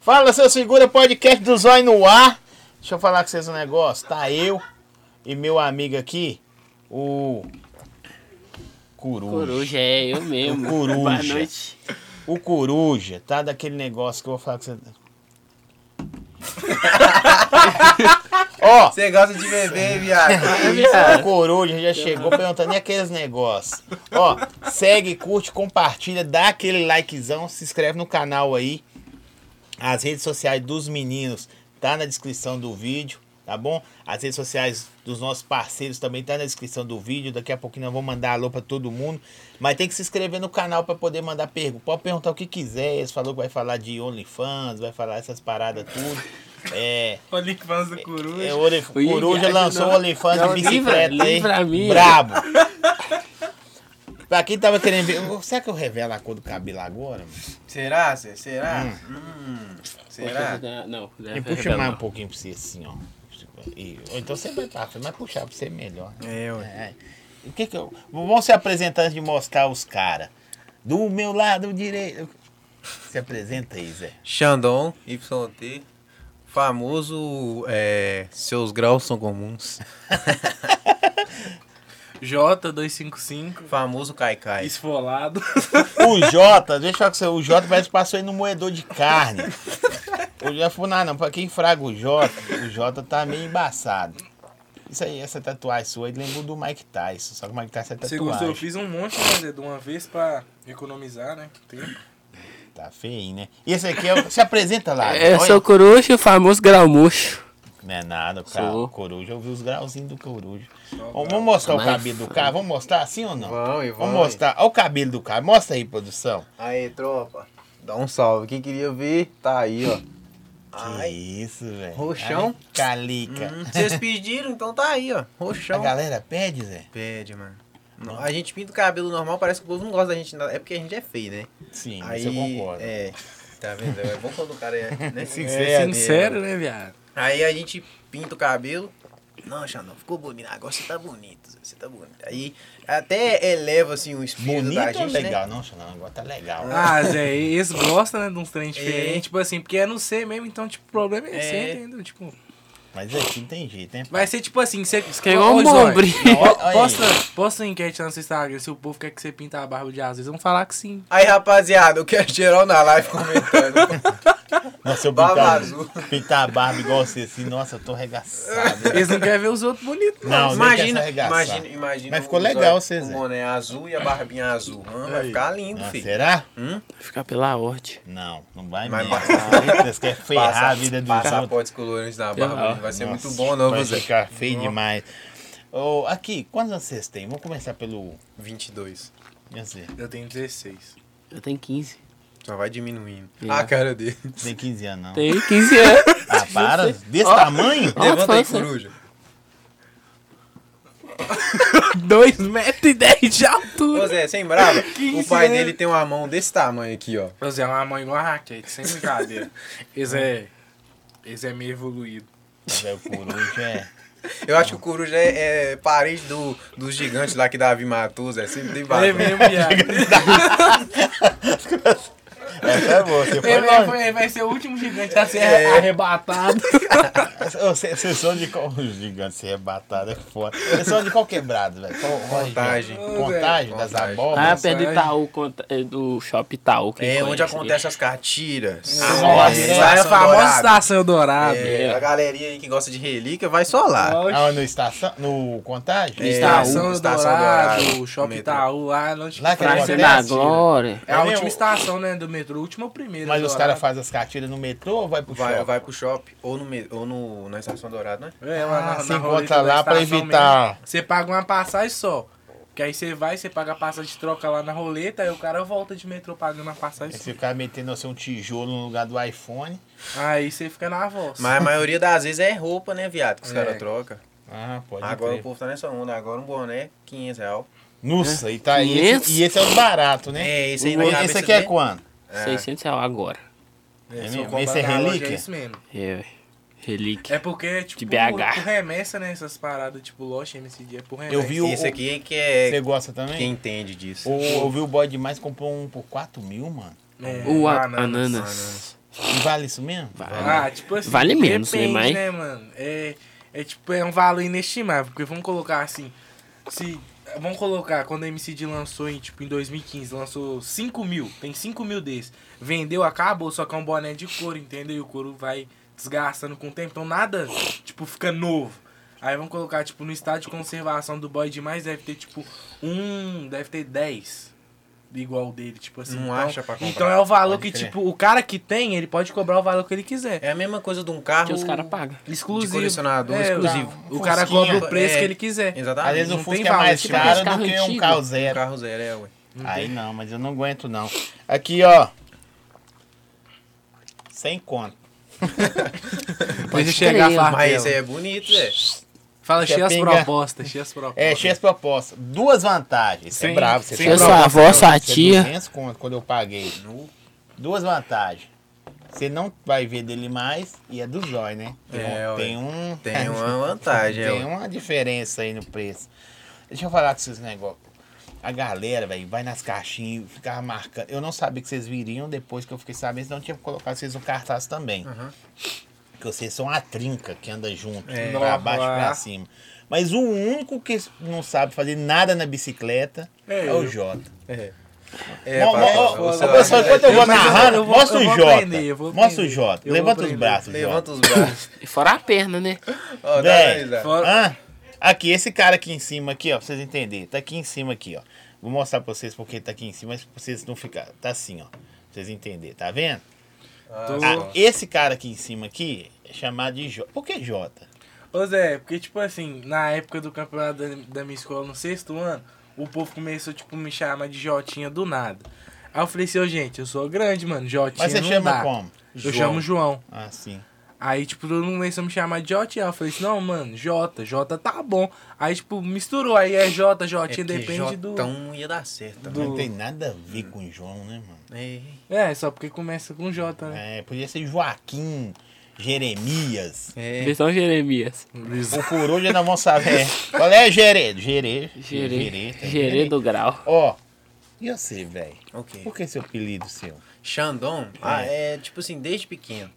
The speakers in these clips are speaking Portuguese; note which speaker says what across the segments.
Speaker 1: Fala, seu segura, podcast do Zói no ar. Deixa eu falar com vocês um negócio. Tá eu e meu amigo aqui, o Coruja.
Speaker 2: Coruja, é eu mesmo.
Speaker 1: Coruja.
Speaker 2: Boa noite.
Speaker 1: O Coruja, tá daquele negócio que eu vou falar com vocês. Ó,
Speaker 3: Você gosta de beber, viado?
Speaker 1: o Coruja já chegou perguntando e aqueles negócios. Ó, segue, curte, compartilha, dá aquele likezão, se inscreve no canal aí. As redes sociais dos meninos tá na descrição do vídeo, tá bom? As redes sociais dos nossos parceiros também tá na descrição do vídeo. Daqui a pouquinho nós vamos mandar alô pra todo mundo. Mas tem que se inscrever no canal pra poder mandar pergunta. Pode perguntar o que quiser. Eles falou que vai falar de OnlyFans, vai falar essas paradas tudo. É.
Speaker 3: Olha que faz do coruja.
Speaker 1: É, o Olif-
Speaker 2: Ui,
Speaker 1: Coruja
Speaker 2: viagem
Speaker 1: lançou
Speaker 2: não.
Speaker 1: o OnlyFans
Speaker 2: Não,
Speaker 1: de bicicleta,
Speaker 2: livra-
Speaker 1: hein?
Speaker 2: livra a minha.
Speaker 1: Brabo. pra quem tava querendo ver. Ô, Será que eu revelo a cor do cabelo agora? mano?
Speaker 3: Será, Cê? Será? Hum. Será?
Speaker 2: Não,
Speaker 1: Me
Speaker 2: deve
Speaker 1: puxa
Speaker 2: revelar.
Speaker 1: mais um pouquinho pra você, assim, ó. E- ou então você vai pra frente, mas puxar pra você é melhor.
Speaker 3: É, ué.
Speaker 1: É. O que que eu. Vamos se apresentar antes de mostrar os caras. Do meu lado direito. Se apresenta aí, Zé.
Speaker 3: Xandon, YT. Famoso, é, seus graus são comuns.
Speaker 4: J255,
Speaker 3: Famoso Kaikai.
Speaker 4: esfolado.
Speaker 1: O Jota, deixa eu falar com você, o Jota parece que passou aí no moedor de carne. Eu já falei, não, não, pra quem fraga o Jota, o Jota tá meio embaçado. Isso aí, essa tatuagem sua aí lembrou do Mike Tyson, só que o Mike Tyson é
Speaker 4: Você gostou? Eu
Speaker 1: tatuagem.
Speaker 4: fiz um monte né, Zé, de uma vez pra economizar, né? Tempo.
Speaker 1: Tá feio, né? E esse aqui é o... Se apresenta lá.
Speaker 2: É, eu
Speaker 1: olha.
Speaker 2: sou o Coruja, o famoso grau murcho.
Speaker 1: Não é nada, o cara,
Speaker 2: Sou.
Speaker 1: o coruja, eu vi os grauzinhos do coruja.
Speaker 4: Só
Speaker 1: Ó, vamos mostrar o
Speaker 2: Mas-
Speaker 1: cabelo do cara? Vamos mostrar assim ou não?
Speaker 3: Vamos, e
Speaker 1: Vamos
Speaker 3: vamos.
Speaker 1: mostrar. Olha o cabelo do cara, mostra aí, produção.
Speaker 3: Aí, tropa. Dá um salve. Quem queria ver, tá aí, ó.
Speaker 1: Que isso, velho.
Speaker 3: Roxão.
Speaker 1: Ai, Calica.
Speaker 3: Hum, Vocês pediram, então tá aí, ó.
Speaker 1: A
Speaker 3: Roxão.
Speaker 1: galera pede, Zé?
Speaker 3: Pede, mano. Não, a gente pinta o cabelo normal, parece que o povo não gosta da gente. nada. É porque a gente é feio, né?
Speaker 1: Sim,
Speaker 3: Aí,
Speaker 1: isso eu concordo.
Speaker 3: É. Tá vendo? É bom quando o cara é né?
Speaker 1: Sincero.
Speaker 2: Sincero, né, viado?
Speaker 3: Aí a gente pinta o cabelo. Não, Xandão, ficou bonito. Agora você tá bonito, Zé, você tá bonito. Aí até eleva assim o espírito
Speaker 1: Bonito
Speaker 3: da
Speaker 1: ou
Speaker 3: gente, né?
Speaker 1: legal? Não, Xanão, agora tá legal.
Speaker 4: Ah, Zé, eles gostam, né, de uns trem
Speaker 3: É.
Speaker 4: diferentes, tipo assim, porque é no C mesmo, então, tipo, o problema é,
Speaker 3: É.
Speaker 4: C, entendeu? Tipo,
Speaker 1: Mas aqui não tem jeito, hein?
Speaker 4: vai ser tipo assim, você...
Speaker 2: Que é igual
Speaker 4: Ô,
Speaker 2: um
Speaker 4: Zói,
Speaker 2: bombre.
Speaker 1: Olha aí.
Speaker 4: Posta, posta uma enquete lá no seu Instagram se o povo quer que você pinta a barba de azul. Eles vão falar que sim.
Speaker 3: Aí, rapaziada, eu quero geral na live comentando.
Speaker 1: Nossa, eu
Speaker 3: Barba
Speaker 1: pintar,
Speaker 3: azul.
Speaker 1: pintar a barba igual você assim, nossa, eu tô arregaçado.
Speaker 4: Eles não querem ver os outros bonitos, não.
Speaker 1: Não, é
Speaker 3: imagina,
Speaker 1: nem quer se arregaçar.
Speaker 3: imagina, imagina.
Speaker 1: Mas ficou
Speaker 3: o
Speaker 1: legal,
Speaker 3: zóio
Speaker 1: Cê,
Speaker 3: com
Speaker 1: Zé.
Speaker 3: O boné azul e a barbinha azul. Hã? vai ficar lindo,
Speaker 1: Ah,
Speaker 3: filho.
Speaker 1: será?
Speaker 2: Ficar pela horte.
Speaker 1: Não, não vai
Speaker 3: Mas
Speaker 1: mesmo. Vocês querem ferrar
Speaker 3: Passa-
Speaker 1: a vida dos outros.
Speaker 3: Passaportes colorantes na barba.
Speaker 2: Ferrar.
Speaker 3: Vai ser
Speaker 1: Nossa,
Speaker 3: muito bom, não,
Speaker 1: Vai
Speaker 3: Zé?
Speaker 1: ficar feio demais. Ô, aqui, quantos anos vocês têm? Vamos começar pelo...
Speaker 3: 22.
Speaker 1: Quer dizer,
Speaker 4: Eu tenho 16.
Speaker 2: Eu tenho 15.
Speaker 3: Só vai diminuindo.
Speaker 2: É.
Speaker 3: A cara dele.
Speaker 1: tem 15 anos, não.
Speaker 2: Tenho 15 anos.
Speaker 1: Ah, para. Desse tamanho?
Speaker 2: Ó,
Speaker 3: Levanta aí,
Speaker 2: força.
Speaker 3: coruja.
Speaker 2: 2 metros e 10 de
Speaker 3: Ô
Speaker 2: altura.
Speaker 3: Zé, sem brava, o
Speaker 4: 15
Speaker 3: pai
Speaker 4: anos.
Speaker 3: dele tem uma mão desse tamanho aqui, ó.
Speaker 4: Ô, Zé, é uma mãe igual a Raquel, sem brincadeira. Eles é... Eles é meio evoluído.
Speaker 1: Zé, o coruja é...
Speaker 3: Eu acho que o coruja é, é parente do, dos gigantes lá que Davi matou, Zé. Sempre tem
Speaker 4: É
Speaker 3: barulho.
Speaker 4: mesmo, viado.
Speaker 1: Essa é boa, você foi
Speaker 4: Ele vai,
Speaker 1: longe.
Speaker 4: um, foi- ele vai ser o último gigante a ser
Speaker 3: É.
Speaker 4: arrebatado.
Speaker 1: Vocês são de qual? Os gigantes se rebataram é foda. Vocês são de qual quebrado, velho? Qual- qual região?
Speaker 3: Contagem.
Speaker 1: Contagem das
Speaker 3: Contagem.
Speaker 2: Ah,
Speaker 1: abóboras.
Speaker 2: perto do Itaú, conta- é, do shopping Itaú. quem
Speaker 3: É onde
Speaker 2: conhece,
Speaker 3: acontecem as cartiras.
Speaker 1: Nossa, é
Speaker 3: é,
Speaker 4: lá é a
Speaker 3: Estação
Speaker 4: famosa
Speaker 3: Dourada.
Speaker 4: estação dourada.
Speaker 3: É, a galerinha aí que gosta de relíquia vai só lá.
Speaker 4: Oxe,
Speaker 1: Ah, no estação? No contagem?
Speaker 3: É.
Speaker 4: estação
Speaker 3: Estação
Speaker 4: dourada,
Speaker 3: Dourada,
Speaker 4: o shopping tá
Speaker 3: metrô.
Speaker 4: Itaú, lá onde
Speaker 1: Lá que
Speaker 4: faz-
Speaker 2: Praça
Speaker 1: acontece,
Speaker 2: da
Speaker 1: né?
Speaker 2: Glória.
Speaker 4: É a
Speaker 1: É mesmo?
Speaker 4: última estação, né, do metrô, última ou primeira.
Speaker 1: Mas os
Speaker 4: dourada.
Speaker 1: caras fazem as cartilhas no metrô ou vai pro
Speaker 3: Vai,
Speaker 1: shopping?
Speaker 3: vai pro shopping ou, no, me- ou no, na Estação Dourada, né?
Speaker 4: É, lá na,
Speaker 1: Ah,
Speaker 4: na
Speaker 1: se
Speaker 4: roleta
Speaker 1: encontra
Speaker 4: da
Speaker 1: lá pra
Speaker 4: estação
Speaker 1: evitar-
Speaker 4: mesmo. Você paga uma passagem só. Que aí você vai, você paga a passagem, troca lá na roleta, aí o cara volta de metrô pagando a passagem.
Speaker 1: Esse cara metendo assim um tijolo no lugar do iPhone.
Speaker 4: Aí você fica na voz.
Speaker 3: Mas a maioria das vezes é roupa, né, viado? Que os
Speaker 4: É.
Speaker 3: caras trocam.
Speaker 1: Ah, pode
Speaker 3: Agora o
Speaker 1: crer.
Speaker 3: povo tá nessa onda. Agora um boné, 500 reais.
Speaker 1: Nossa, e, tá, e, esse,
Speaker 2: 500?
Speaker 1: e esse é o barato, né?
Speaker 3: É, esse aí
Speaker 1: E-
Speaker 3: na
Speaker 1: esse,
Speaker 3: cabeça
Speaker 1: aqui é
Speaker 3: dele-
Speaker 1: quanto?
Speaker 2: 600 reais agora.
Speaker 4: É,
Speaker 1: É
Speaker 4: se eu
Speaker 1: mesmo? Esse
Speaker 4: comprar
Speaker 1: é
Speaker 4: na loja,
Speaker 1: relíquia?
Speaker 4: É isso mesmo.
Speaker 2: É, velho. relíquia.
Speaker 4: É porque, tipo,
Speaker 2: De BH.
Speaker 4: por remessa, né? Essas paradas, tipo, loja, MCD, é por remessa.
Speaker 1: Eu vi o.
Speaker 3: Esse aqui é que
Speaker 1: Você
Speaker 3: é
Speaker 1: gosta
Speaker 3: quem
Speaker 1: também?
Speaker 3: entende disso.
Speaker 1: O, eu vi o boy demais comprou um por 4 mil, mano.
Speaker 4: É,
Speaker 2: O a-
Speaker 4: bananas.
Speaker 2: ananas.
Speaker 3: Ananas.
Speaker 1: E vale isso mesmo?
Speaker 4: Ah, tipo assim.
Speaker 2: Vale menos, né,
Speaker 4: depende,
Speaker 2: mas-
Speaker 4: né, mano? É, é tipo, é um valor inestimável. Porque vamos colocar assim. Se. Vamos colocar, quando a MCD lançou em, tipo, em 2015, lançou 5 mil, tem 5 mil desses. Vendeu, acabou, só que é um boné de couro, entendeu? E o couro vai desgastando com o tempo. Então nada, tipo, fica novo. Aí vamos colocar, tipo, no estado de conservação do boy demais, deve ter, tipo, um, deve ter 10 igual o dele, tipo assim.
Speaker 3: Não
Speaker 4: então,
Speaker 3: acha pra comprar.
Speaker 4: Então é o valor
Speaker 3: Pode
Speaker 4: que,
Speaker 3: crer.
Speaker 4: tipo, o cara que tem, ele pode cobrar o valor que ele quiser.
Speaker 3: É a mesma coisa de um carro.
Speaker 2: Que os caras pagam.
Speaker 4: Exclusivo.
Speaker 3: De colecionador,
Speaker 4: É,
Speaker 3: exclusivo.
Speaker 4: O o cara
Speaker 1: Fusquinha,
Speaker 4: cobra o preço
Speaker 3: é.
Speaker 4: que ele quiser.
Speaker 1: Às
Speaker 3: Exatamente.
Speaker 1: vezes o
Speaker 4: não tem
Speaker 1: Fusca é mais
Speaker 4: valor, tipo,
Speaker 1: caro
Speaker 2: esse
Speaker 1: do
Speaker 2: carro
Speaker 1: que um
Speaker 2: antigo.
Speaker 1: carro
Speaker 3: Um
Speaker 1: zero.
Speaker 3: carro zero, é, ué.
Speaker 1: Aí não, mas eu não aguento não. Aqui, ó. Sem conta.
Speaker 4: Deixa
Speaker 2: Pode
Speaker 4: chegar
Speaker 2: crer.
Speaker 1: Ah,
Speaker 4: a
Speaker 3: Mas
Speaker 4: Mas
Speaker 3: esse aí é bonito, Zé.
Speaker 4: Fala,
Speaker 1: Quer
Speaker 4: cheia as
Speaker 1: pingar?
Speaker 4: propostas, cheia as propostas.
Speaker 1: É, cheia as propostas. Duas vantagens. Você é
Speaker 4: Sim,
Speaker 1: bravo, você
Speaker 4: sim.
Speaker 1: tá
Speaker 4: Eu
Speaker 2: Tinha
Speaker 4: sou
Speaker 1: bravo.
Speaker 2: sua avó, sua
Speaker 1: Isso é
Speaker 2: tia.
Speaker 1: 200 conto quando eu paguei.
Speaker 3: Nu.
Speaker 1: Duas vantagens. Você não vai ver dele mais e é do zóio, né? Tem,
Speaker 3: É,
Speaker 1: um,
Speaker 3: ué.
Speaker 1: tem, um-
Speaker 3: Tem uma vantagem,
Speaker 1: tem
Speaker 3: é. ué.
Speaker 1: uma diferença aí no preço. Deixa eu falar com vocês um negócio. A galera, velho, vai nas caixinhas e ficava marcando. Eu não sabia que vocês viriam depois que eu fiquei sabendo, senão eu tinha colocado vocês no cartaz também. Que vocês são a trinca que anda junto,
Speaker 4: É.
Speaker 1: pra baixo e pra
Speaker 4: Nossa.
Speaker 1: cima. Mas o único que não sabe fazer nada na bicicleta
Speaker 4: É
Speaker 1: é,
Speaker 4: eu.
Speaker 1: o Jota.
Speaker 3: É,
Speaker 1: Mo-
Speaker 3: parça,
Speaker 1: mo-
Speaker 3: o
Speaker 1: ô,
Speaker 3: seu-
Speaker 1: pessoal, enquanto eu vou
Speaker 4: Mas né? eu vou-
Speaker 1: narrando,
Speaker 4: eu vou-
Speaker 1: mostra
Speaker 4: eu
Speaker 1: o
Speaker 4: vou
Speaker 1: Jota.
Speaker 4: aprender, eu vou
Speaker 1: Mostra o
Speaker 4: aprender.
Speaker 1: Jota.
Speaker 4: Eu vou
Speaker 1: Levanta os
Speaker 4: aprender.
Speaker 1: braços, Jota.
Speaker 3: Levanta os braços.
Speaker 2: E fora a perna, né?
Speaker 3: Ó, dá
Speaker 1: Véi,
Speaker 3: aí, Zé.
Speaker 4: Fora-
Speaker 1: Hã? Ah, Aqui, esse cara aqui em cima, aqui, ó, pra vocês entenderem. Tá aqui em cima, aqui, ó. Vou mostrar pra vocês porque ele tá aqui em cima, mas pra vocês não ficar. Tá assim, ó. Pra vocês entenderem, tá vendo?
Speaker 4: Tô-
Speaker 1: Ah, esse cara aqui em cima aqui é chamado de Jota. Por que Jota?
Speaker 4: Ô Zé, porque tipo assim, na época do campeonato da, da minha escola, no sexto ano, o povo começou, tipo, me chamar de Jotinha do nada. Aí eu falei assim, ô gente, eu sou grande, mano, Jotinha
Speaker 1: Mas você
Speaker 4: não
Speaker 1: chama
Speaker 4: dá.
Speaker 1: como?
Speaker 4: Eu
Speaker 1: João.
Speaker 4: chamo João.
Speaker 1: Ah, sim.
Speaker 4: Aí, tipo, todo mundo começou a me chamar de Jotinha. Eu falei assim, não, mano, Jota, Jota tá bom. Aí, tipo, misturou, aí é Jota,
Speaker 3: É
Speaker 4: Jotinha,
Speaker 3: que
Speaker 4: depende do...
Speaker 3: Jotão ia dar certo. né?
Speaker 1: Não tem nada a ver com João, né, mano?
Speaker 3: É.
Speaker 4: É, só porque começa com Jota, né?
Speaker 1: É, podia ser Joaquim, Jeremias.
Speaker 3: É.
Speaker 2: Versão Jeremias.
Speaker 1: O coruja na mão saber. Qual é Gerê? Gerê.
Speaker 2: Gerê.
Speaker 1: tá
Speaker 2: Gerê do grau.
Speaker 1: Ó, e você, velho?
Speaker 3: Ok.
Speaker 1: Por que seu apelido seu?
Speaker 3: Xandão, ah, é tipo assim, desde pequeno.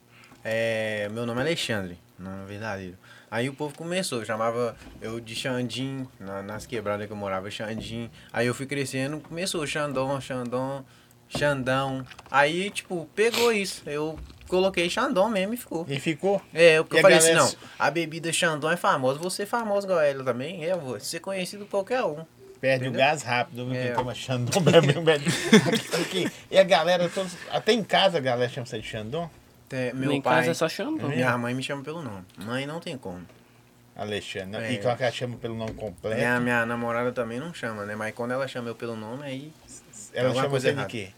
Speaker 3: É, meu nome é Alexandre, não é verdadeiro. Aí o povo começou, eu chamava eu de Xandim, na- nas quebradas que eu morava, Xandim. Aí eu fui crescendo, começou Xandão, Xandão, Xandão. Aí, tipo, pegou isso. Eu coloquei Xandão mesmo e ficou.
Speaker 1: E ficou?
Speaker 3: É, eu,
Speaker 1: E a
Speaker 3: eu falei assim,
Speaker 1: galera-
Speaker 3: não, a bebida Xandão é famosa, você é famoso igual ela também, é, vou ser conhecido por qualquer um.
Speaker 1: Perde o gás rápido, viu?
Speaker 3: É.
Speaker 1: Quem toma Xandão bebe, bebe. Aqui, aqui. E a galera, todos, até em casa a galera chama você de Xandão?
Speaker 3: Até meu
Speaker 2: Meu em
Speaker 3: pai,
Speaker 2: casa é só Xandão.
Speaker 3: minha mãe me chama pelo nome. Mãe não tem como.
Speaker 1: Alexandre. né?
Speaker 3: É.
Speaker 1: E claro que ela chama pelo nome completo.
Speaker 3: Minha, minha namorada também não chama, né? Mas quando ela chama eu pelo nome, aí.
Speaker 1: ela
Speaker 3: alguma
Speaker 1: chama
Speaker 3: coisa
Speaker 1: você de
Speaker 3: errada. Hum?
Speaker 1: quê?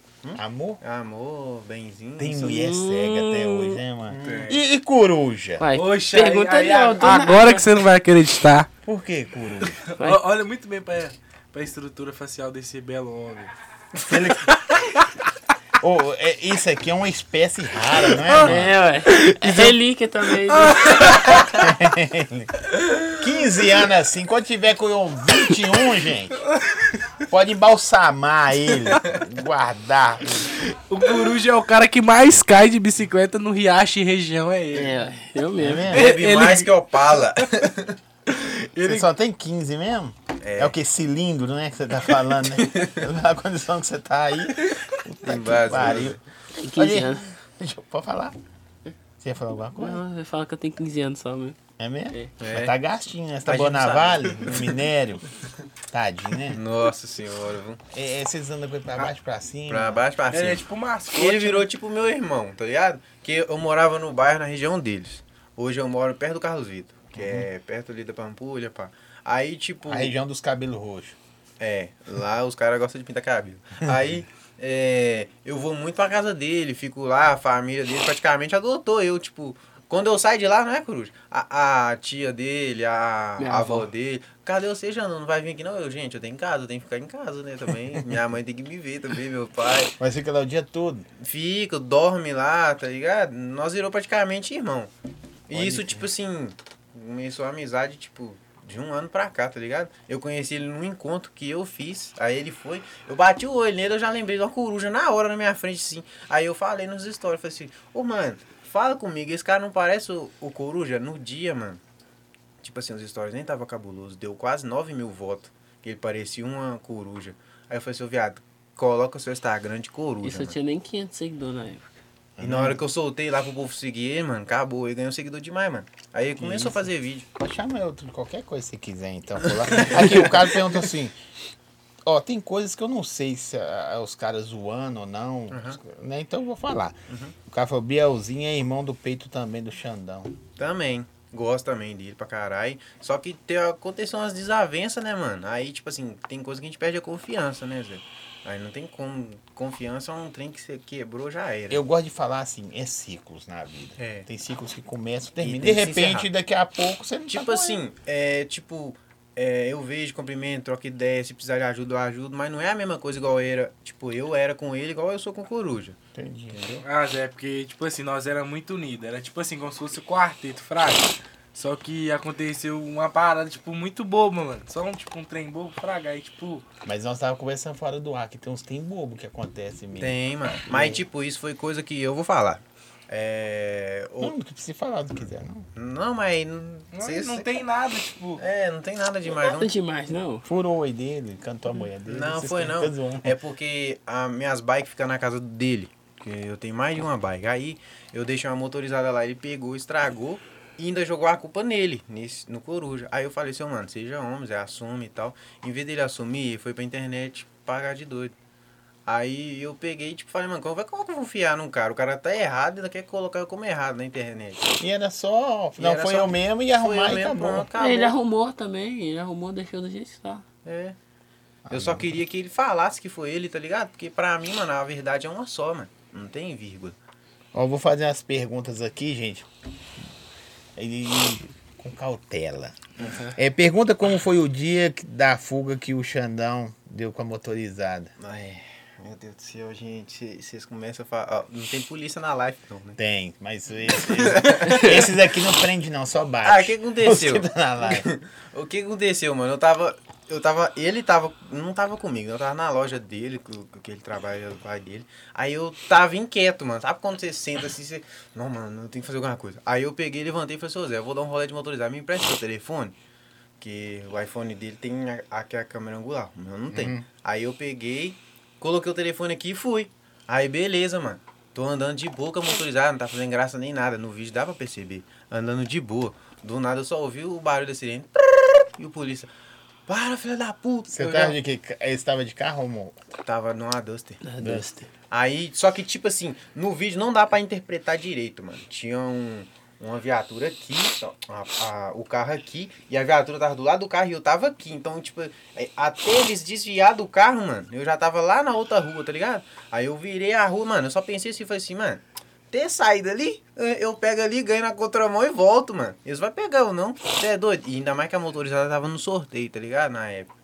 Speaker 1: Amor?
Speaker 3: Amor, benzinho.
Speaker 1: Tem
Speaker 3: isso-
Speaker 1: mulher cega até
Speaker 3: Hum,
Speaker 1: hoje, né, mano?
Speaker 4: Tem.
Speaker 1: E, e coruja?
Speaker 2: Vai,
Speaker 4: Oxe,
Speaker 2: pergunta
Speaker 4: É. aí- aí
Speaker 2: não, do nada.
Speaker 4: Agora que você não vai acreditar.
Speaker 1: Por que coruja?
Speaker 2: Vai.
Speaker 4: O- Olha muito bem pra, pra estrutura facial desse belo homem.
Speaker 1: Ele... Ô, é- isso aqui é uma espécie rara, não é, mano?
Speaker 2: É, ué. É relíquia também. né?
Speaker 1: 15 anos assim, quando tiver com o 21, gente, pode embalsamar ele, guardar. tá
Speaker 4: O coruja é o cara que mais cai de bicicleta no riacho e região, é ele.
Speaker 2: É, ué. Eu mesmo.
Speaker 1: É mesmo?
Speaker 3: Bebe
Speaker 4: Ele-
Speaker 3: mais que Opala.
Speaker 1: Você só tem 15 mesmo? É,
Speaker 3: É.
Speaker 1: o que? Cilindro, né? Que você tá falando, né? Na condição que você tá aí. Puta
Speaker 3: Tem
Speaker 1: que
Speaker 3: vários,
Speaker 1: pariu.
Speaker 3: né?
Speaker 2: Tem 15
Speaker 1: Olha,
Speaker 2: anos.
Speaker 1: deixa eu- pode falar? Você ia falar alguma coisa?
Speaker 2: Não, Você fala que eu tenho 15 anos só mesmo.
Speaker 1: É mesmo?
Speaker 2: É.
Speaker 1: Mas tá gastinho, né? Você tá
Speaker 3: A gente não
Speaker 1: Bonavale, minério. Tadinho, né?
Speaker 3: Nossa senhora, viu?
Speaker 1: É, é, vocês andam com ele pra baixo, pra cima.
Speaker 3: Ah, Pra baixo, pra
Speaker 4: Ele
Speaker 3: cima.
Speaker 4: é tipo um mascote.
Speaker 3: Ele virou tipo meu irmão, tá ligado? Que eu morava no bairro, na região deles. Hoje eu moro perto do Carlos Vitor, que é perto ali da Pampulha, pá. Aí, tipo.
Speaker 1: A região dos cabelos roxos.
Speaker 3: É, lá os caras gostam de pintar cabelo. Aí, é, eu vou muito pra casa dele, fico lá, a família dele praticamente adotou eu, tipo... Quando eu saio de lá, não é, Cruz? A, a tia dele, a,
Speaker 2: Minha
Speaker 3: a avó.
Speaker 2: avó.
Speaker 3: dele. Cadê você, Jano? Não vai vir aqui, não? Eu, gente, eu tenho em casa, eu tenho que ficar em casa, né? Também. Minha mãe tem que me ver também, meu pai.
Speaker 1: Mas fica lá o dia todo.
Speaker 3: Fica, dorme lá, tá ligado? Nós virou praticamente irmão. E
Speaker 1: Pode
Speaker 3: isso,
Speaker 1: crer.
Speaker 3: tipo assim, começou a amizade, tipo, de um ano pra cá, tá ligado? Eu conheci ele num encontro que eu fiz, aí ele foi, eu bati o olho nele, eu já lembrei de uma coruja na hora na minha frente, assim. Aí eu falei nos stories, falei assim, ô mano, fala comigo, esse cara não parece o, o coruja no dia, mano. Tipo assim, os stories nem tava cabuloso, deu quase 9 mil votos, que ele parecia uma coruja. Aí eu falei assim, ô viado, coloca o seu Instagram de coruja,
Speaker 2: Isso eu
Speaker 3: mano.
Speaker 2: tinha nem 500 seguidores na época.
Speaker 3: E na hora que eu soltei lá pro povo seguir, ele, mano, acabou. Ele ganhou seguidor demais, mano. Aí ele começou a fazer vídeo.
Speaker 1: Mas chama eu de qualquer coisa que você quiser, então. por lá. Aqui, o cara pergunta assim. Ó, tem coisas que eu não sei se ah, os caras zoando ou não. Né? Então eu vou falar.
Speaker 3: Uhum.
Speaker 1: O cara falou, Bielzinho é irmão do peito também do Xandão.
Speaker 3: Também. Gosto também dele pra caralho. Só que te, aconteceu umas desavenças, né, mano? Aí, tipo assim, tem coisa que a gente perde a confiança, né, Zé? Aí não tem como. Confiança é um trem que você quebrou, já era.
Speaker 1: Eu gosto de falar assim, é ciclos na vida.
Speaker 3: É.
Speaker 1: Tem ciclos que começam, terminam. De
Speaker 3: tem que se
Speaker 1: repente,
Speaker 3: encerrar.
Speaker 1: daqui a pouco, você não tá
Speaker 3: Tipo
Speaker 1: com
Speaker 3: assim, é, tipo, é, eu vejo, cumprimento, troco ideia, se precisar de ajuda, eu ajudo, mas não é a mesma coisa igual era. Tipo, eu era com ele igual eu sou com o Coruja.
Speaker 1: ele. Entendi.
Speaker 4: Ah, Zé, porque, tipo assim, nós era muito unidos. Era tipo assim, como se fosse o quarteto, fraga. Só que aconteceu uma parada, tipo, muito boba, mano. Só um, tipo, um trem bobo, fraga. Aí, tipo,
Speaker 1: Mas nós tava conversando fora do ar, que tem uns tem bobo que acontece mesmo.
Speaker 3: Tem, mano. Mas, tipo, isso foi coisa que eu vou falar. É. o-
Speaker 1: Não, não precisa falar do que quiser, não.
Speaker 3: Não, mas. Não,
Speaker 4: não,
Speaker 3: cê-
Speaker 4: não
Speaker 3: cê-
Speaker 4: tem nada, tipo.
Speaker 3: É, não tem nada demais, não.
Speaker 2: Nada demais, não.
Speaker 1: Furou o oi dele, cantou a mulher dele.
Speaker 3: Uhum. Não,
Speaker 1: vocês
Speaker 3: foi
Speaker 1: estão
Speaker 3: não.
Speaker 1: todos zoando.
Speaker 3: É porque as minhas bikes ficam na casa dele. Porque eu tenho mais de uma bike. Aí eu deixei uma motorizada lá, ele pegou, estragou e ainda jogou a culpa nele, nesse, no coruja. Aí eu falei, seu mano, seja homem, Zé, assume e tal. Em vez dele assumir, ele foi pra internet pagar de doido. Aí eu peguei e tipo, falei, mano, como, é- como que eu vou fiar num cara? O cara tá errado e ainda quer colocar eu como errado na internet.
Speaker 1: E era só.
Speaker 3: E
Speaker 1: não,
Speaker 3: era
Speaker 1: foi
Speaker 3: só-
Speaker 1: eu mesmo e
Speaker 3: Foi eu
Speaker 1: arrumar e
Speaker 3: mesmo,
Speaker 1: acabou.
Speaker 3: pronto, acabou.
Speaker 2: Ele arrumou também, ele arrumou, deixou do jeito que tá. está.
Speaker 3: É. Eu só queria que ele falasse que foi ele, tá ligado? Porque pra mim, mano, a verdade é uma só, mano. Não tem vírgula.
Speaker 1: Ó, eu vou fazer umas perguntas aqui, gente. E, com cautela.
Speaker 3: Uhum.
Speaker 1: É, pergunta como foi o dia que- da fuga que o Xandão deu com a motorizada.
Speaker 3: Ai, meu Deus do céu, gente. Vocês começam a falar. ó, não tem polícia na live, não, né?
Speaker 1: Tem, mas esses, esses aqui não prende não, só bate.
Speaker 3: Ah, o que aconteceu?
Speaker 1: Os que tá na live.
Speaker 3: o que aconteceu, mano? Eu tava. Eu tava. Ele tava. Não tava comigo, eu tava na loja dele, com com que ele trabalha o pai dele. Aí eu tava inquieto, mano. Sabe quando você senta assim, você. Não, mano, eu tenho que fazer alguma coisa. Aí eu peguei, levantei e falei, seu Zé, eu vou dar um rolê de motorizado. Me empresta seu telefone. Que o iPhone dele tem a- aqui a câmera angular. O meu não tem.
Speaker 1: Uhum.
Speaker 3: Aí eu peguei, coloquei o telefone aqui e fui. Aí beleza, mano. Tô andando de boca motorizada, não tá fazendo graça nem nada. No vídeo dá pra perceber. Andando de boa. Do nada eu só ouvi o barulho da sirene. E o polícia. Para, filha da puta.
Speaker 1: Você
Speaker 3: Eu
Speaker 1: tava
Speaker 3: já
Speaker 1: de que? Eles estavam de carro ou mo-
Speaker 3: tava numa Duster.
Speaker 2: Ah,
Speaker 1: Duster.
Speaker 3: Aí, só que tipo assim, no vídeo não dá pra interpretar direito, mano. Tinha um, uma viatura aqui, ó, a- a- o carro aqui, e a viatura tava do lado do carro e eu tava aqui. Então, tipo, é, até eles desviar do carro, mano, eu já tava lá na outra rua, tá ligado? Aí eu virei a rua, mano, eu só pensei assim, falei assim, mano, ter saído ali, eu- eu pego ali, ganho na contramão e volto, mano. Eles vão pegar ou não, você é doido? E ainda mais que a motorizada tava no sorteio, tá ligado? Na época.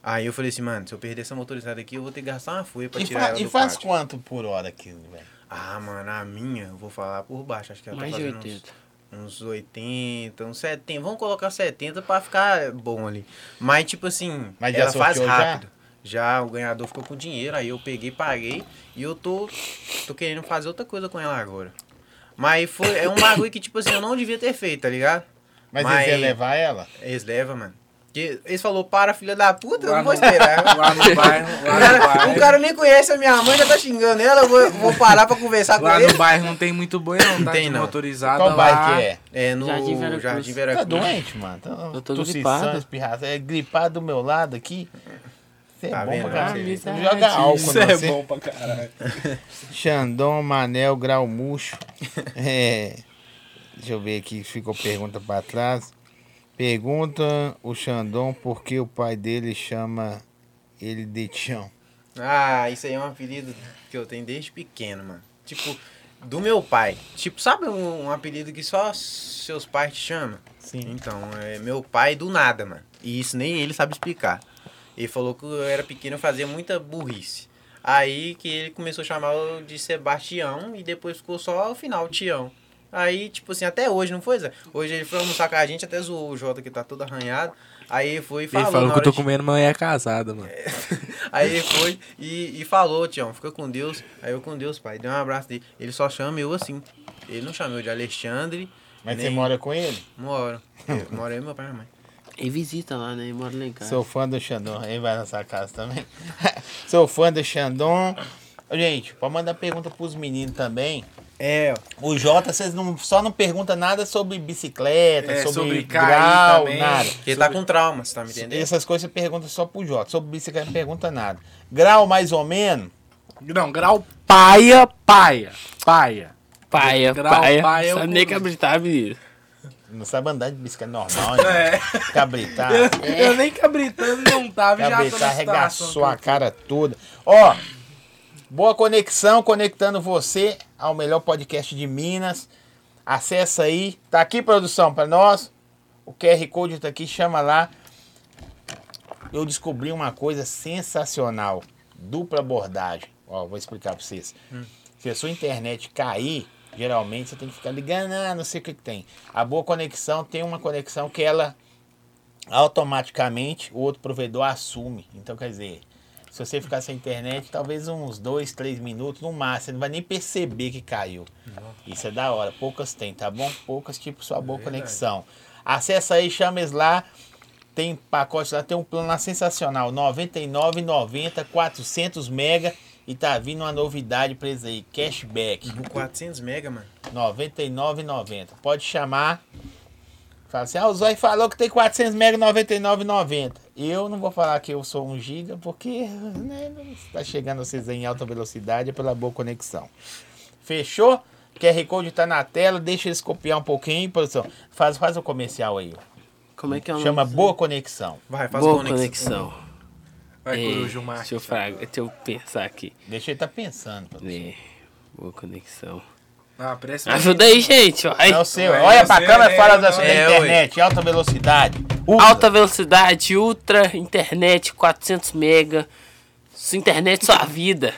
Speaker 3: Aí eu falei assim, mano, se eu perder essa motorizada aqui, eu vou ter que gastar uma folha pra
Speaker 1: E,
Speaker 3: tirar
Speaker 1: fa-
Speaker 3: ela
Speaker 1: e
Speaker 3: do
Speaker 1: faz
Speaker 3: pátio.
Speaker 1: quanto por hora aqui, velho?
Speaker 3: Ah, mano, a minha, eu vou falar por baixo. Acho que ela
Speaker 2: Mais
Speaker 3: tá
Speaker 2: de
Speaker 3: fazendo
Speaker 2: 80.
Speaker 3: Uns, uns 80, uns 70. Vamos colocar 70 pra ficar bom ali. Mas, tipo assim,
Speaker 1: Mas já
Speaker 3: ela faz
Speaker 1: sorteou já?
Speaker 3: rápido. Já? o ganhador ficou com dinheiro, aí eu peguei, paguei. E eu tô, tô querendo fazer outra coisa com ela agora. Mas foi, é um bagulho que, tipo assim, eu não devia ter feito, tá ligado?
Speaker 1: Mas, eles iam levar ela?
Speaker 3: Eles levam, mano. Porque eles falaram, para, filha da puta, eu
Speaker 4: Lá
Speaker 3: não vou
Speaker 4: no-
Speaker 3: esperar.
Speaker 4: Lá no bairro,
Speaker 3: O
Speaker 4: lá no
Speaker 3: cara,
Speaker 4: bairro.
Speaker 3: o cara nem conhece a minha mãe, já tá xingando ela, eu vou, vou parar pra conversar
Speaker 4: Lá
Speaker 3: com ele.
Speaker 4: no bairro não tem muito boi, não, tá?
Speaker 3: Tem,
Speaker 4: de
Speaker 3: não.
Speaker 4: motorizada
Speaker 1: Qual
Speaker 4: lá.
Speaker 1: bairro que é?
Speaker 3: É, no
Speaker 2: Jardim
Speaker 3: Jardim
Speaker 2: Vera
Speaker 3: Vera,
Speaker 2: Cruz.
Speaker 1: Tá
Speaker 3: Cruz.
Speaker 1: doente, mano? Tá,
Speaker 2: Eu tô
Speaker 1: tossição,
Speaker 2: gripado.
Speaker 1: espirração. É gripado do meu lado aqui. Cê é
Speaker 3: Tá
Speaker 1: bom
Speaker 3: vendo?
Speaker 1: pra caralho.
Speaker 2: Ah,
Speaker 1: Não Joga álcool
Speaker 4: Isso
Speaker 1: não,
Speaker 4: é
Speaker 1: cê.
Speaker 4: bom pra caralho.
Speaker 1: Xandão, Manel, Grau Murcho. É, deixa eu ver aqui, ficou pergunta pra trás. Pergunta o Xandão por que o pai dele chama ele de Tião.
Speaker 3: Ah, isso aí é um apelido que eu tenho desde pequeno, mano. Tipo, do meu pai. Tipo, sabe um, um apelido que só seus pais te chamam?
Speaker 1: Sim.
Speaker 3: Então, é meu pai do nada, mano. E isso nem ele sabe explicar. Ele falou que eu era pequeno eu fazia muita burrice. Aí que ele começou a chamar eu de Sebastião e depois ficou só o final, Tião. Aí, tipo assim, até hoje, não foi, Zé? Hoje ele foi almoçar com a gente, até zoou o Jota que tá todo arranhado. Aí ele foi e falou.
Speaker 4: Ele falou
Speaker 3: na
Speaker 4: que eu
Speaker 3: hora
Speaker 4: tô
Speaker 3: de-
Speaker 4: comendo manhã casada, mano.
Speaker 3: Aí ele foi e, e falou, Tião, fica com Deus. Aí eu com Deus, pai, deu um abraço dele. Ele só chama eu assim. Ele não chama eu de Alexandre.
Speaker 1: Mas
Speaker 3: nem
Speaker 1: você mora com ele?
Speaker 3: Moro. Eu, moro eu e meu pai e minha mãe.
Speaker 2: E visita lá, né? E mora lá em casa.
Speaker 1: Sou fã do Xandão. Ele vai na sua casa também. Sou fã do Xandão. Ô, Gente, pode mandar pergunta pros meninos também.
Speaker 3: É, ó.
Speaker 1: O Jota, vocês não, só não pergunta nada sobre bicicleta,
Speaker 4: É,
Speaker 1: sobre,
Speaker 4: sobre cair
Speaker 1: grau,
Speaker 4: também.
Speaker 1: nada.
Speaker 3: Porque ele tá com trauma, você tá me entendendo?
Speaker 1: Essas coisas você pergunta só pro Jota. Sobre bicicleta não pergunta nada. Grau mais ou menos.
Speaker 4: Não, grau paia, paia, paia.
Speaker 2: Paia,
Speaker 4: Grau,
Speaker 2: paia.
Speaker 4: paia,
Speaker 2: Sabe
Speaker 4: eu
Speaker 2: nem
Speaker 4: curto.
Speaker 2: cabritar, menino.
Speaker 1: Não sabe andar de bicicleta normal, né?
Speaker 4: É.
Speaker 1: Cabritar.
Speaker 4: Eu, eu nem cabritando não tava, e já tô na
Speaker 1: Cabritar
Speaker 4: situação.
Speaker 1: arregaçou a cara toda. Ó, boa conexão, conectando você ao melhor podcast de Minas. Acessa aí. Tá aqui, produção, pra nós. O QR Code tá aqui, chama lá. Eu descobri uma coisa sensacional. Dupla abordagem. Ó, vou explicar pra vocês.
Speaker 4: Hum.
Speaker 1: Se a sua internet cair, geralmente você tem que ficar ligando, ah, não sei o que, que tem. A boa conexão tem uma conexão que ela automaticamente o outro provedor assume. Então, quer dizer, se você ficar sem internet, talvez uns dois, três minutos no máximo, você não vai nem perceber que caiu. Isso é da hora. Poucas tem, tá bom? Poucas, tipo, sua boa
Speaker 3: verdade.
Speaker 1: conexão. Acessa aí, chama eles lá. Tem pacote lá, tem um plano lá sensacional. 99,90, 400 mega. E tá vindo uma novidade pra eles aí, cashback.
Speaker 3: Com 400 mega, mano.
Speaker 1: 99,90. Pode chamar. Fala assim, ah, o Zói falou que tem 400 mega 99,90. Eu não vou falar que eu sou um giga, porque né, tá chegando vocês aí em alta velocidade é pela boa conexão. Fechou? QR Code tá na tela, deixa eles copiar um pouquinho, produção. Faz, faz o comercial aí. ó.
Speaker 2: Como é que é o nome?
Speaker 1: Chama
Speaker 2: disso?
Speaker 1: Boa Conexão.
Speaker 3: Vai, faz
Speaker 2: Boa
Speaker 3: conexão.
Speaker 2: conexão.
Speaker 4: Vai,
Speaker 2: Ei,
Speaker 4: Corujo
Speaker 2: deixa, eu
Speaker 4: Marques.
Speaker 2: fra- deixa eu pensar aqui.
Speaker 1: Deixa ele tá pensando. produção.
Speaker 2: É, boa conexão.
Speaker 4: Ah, parece
Speaker 2: Ajuda aí, gente. Vai.
Speaker 1: É o seu.
Speaker 4: Ué,
Speaker 1: Olha
Speaker 4: você
Speaker 1: pra câmera,
Speaker 4: é,
Speaker 1: fala da
Speaker 4: não.
Speaker 1: sua
Speaker 3: É, ué.
Speaker 1: internet, alta velocidade. Usa.
Speaker 2: Alta velocidade, ultra, internet, 400 mega. Sua internet, sua vida.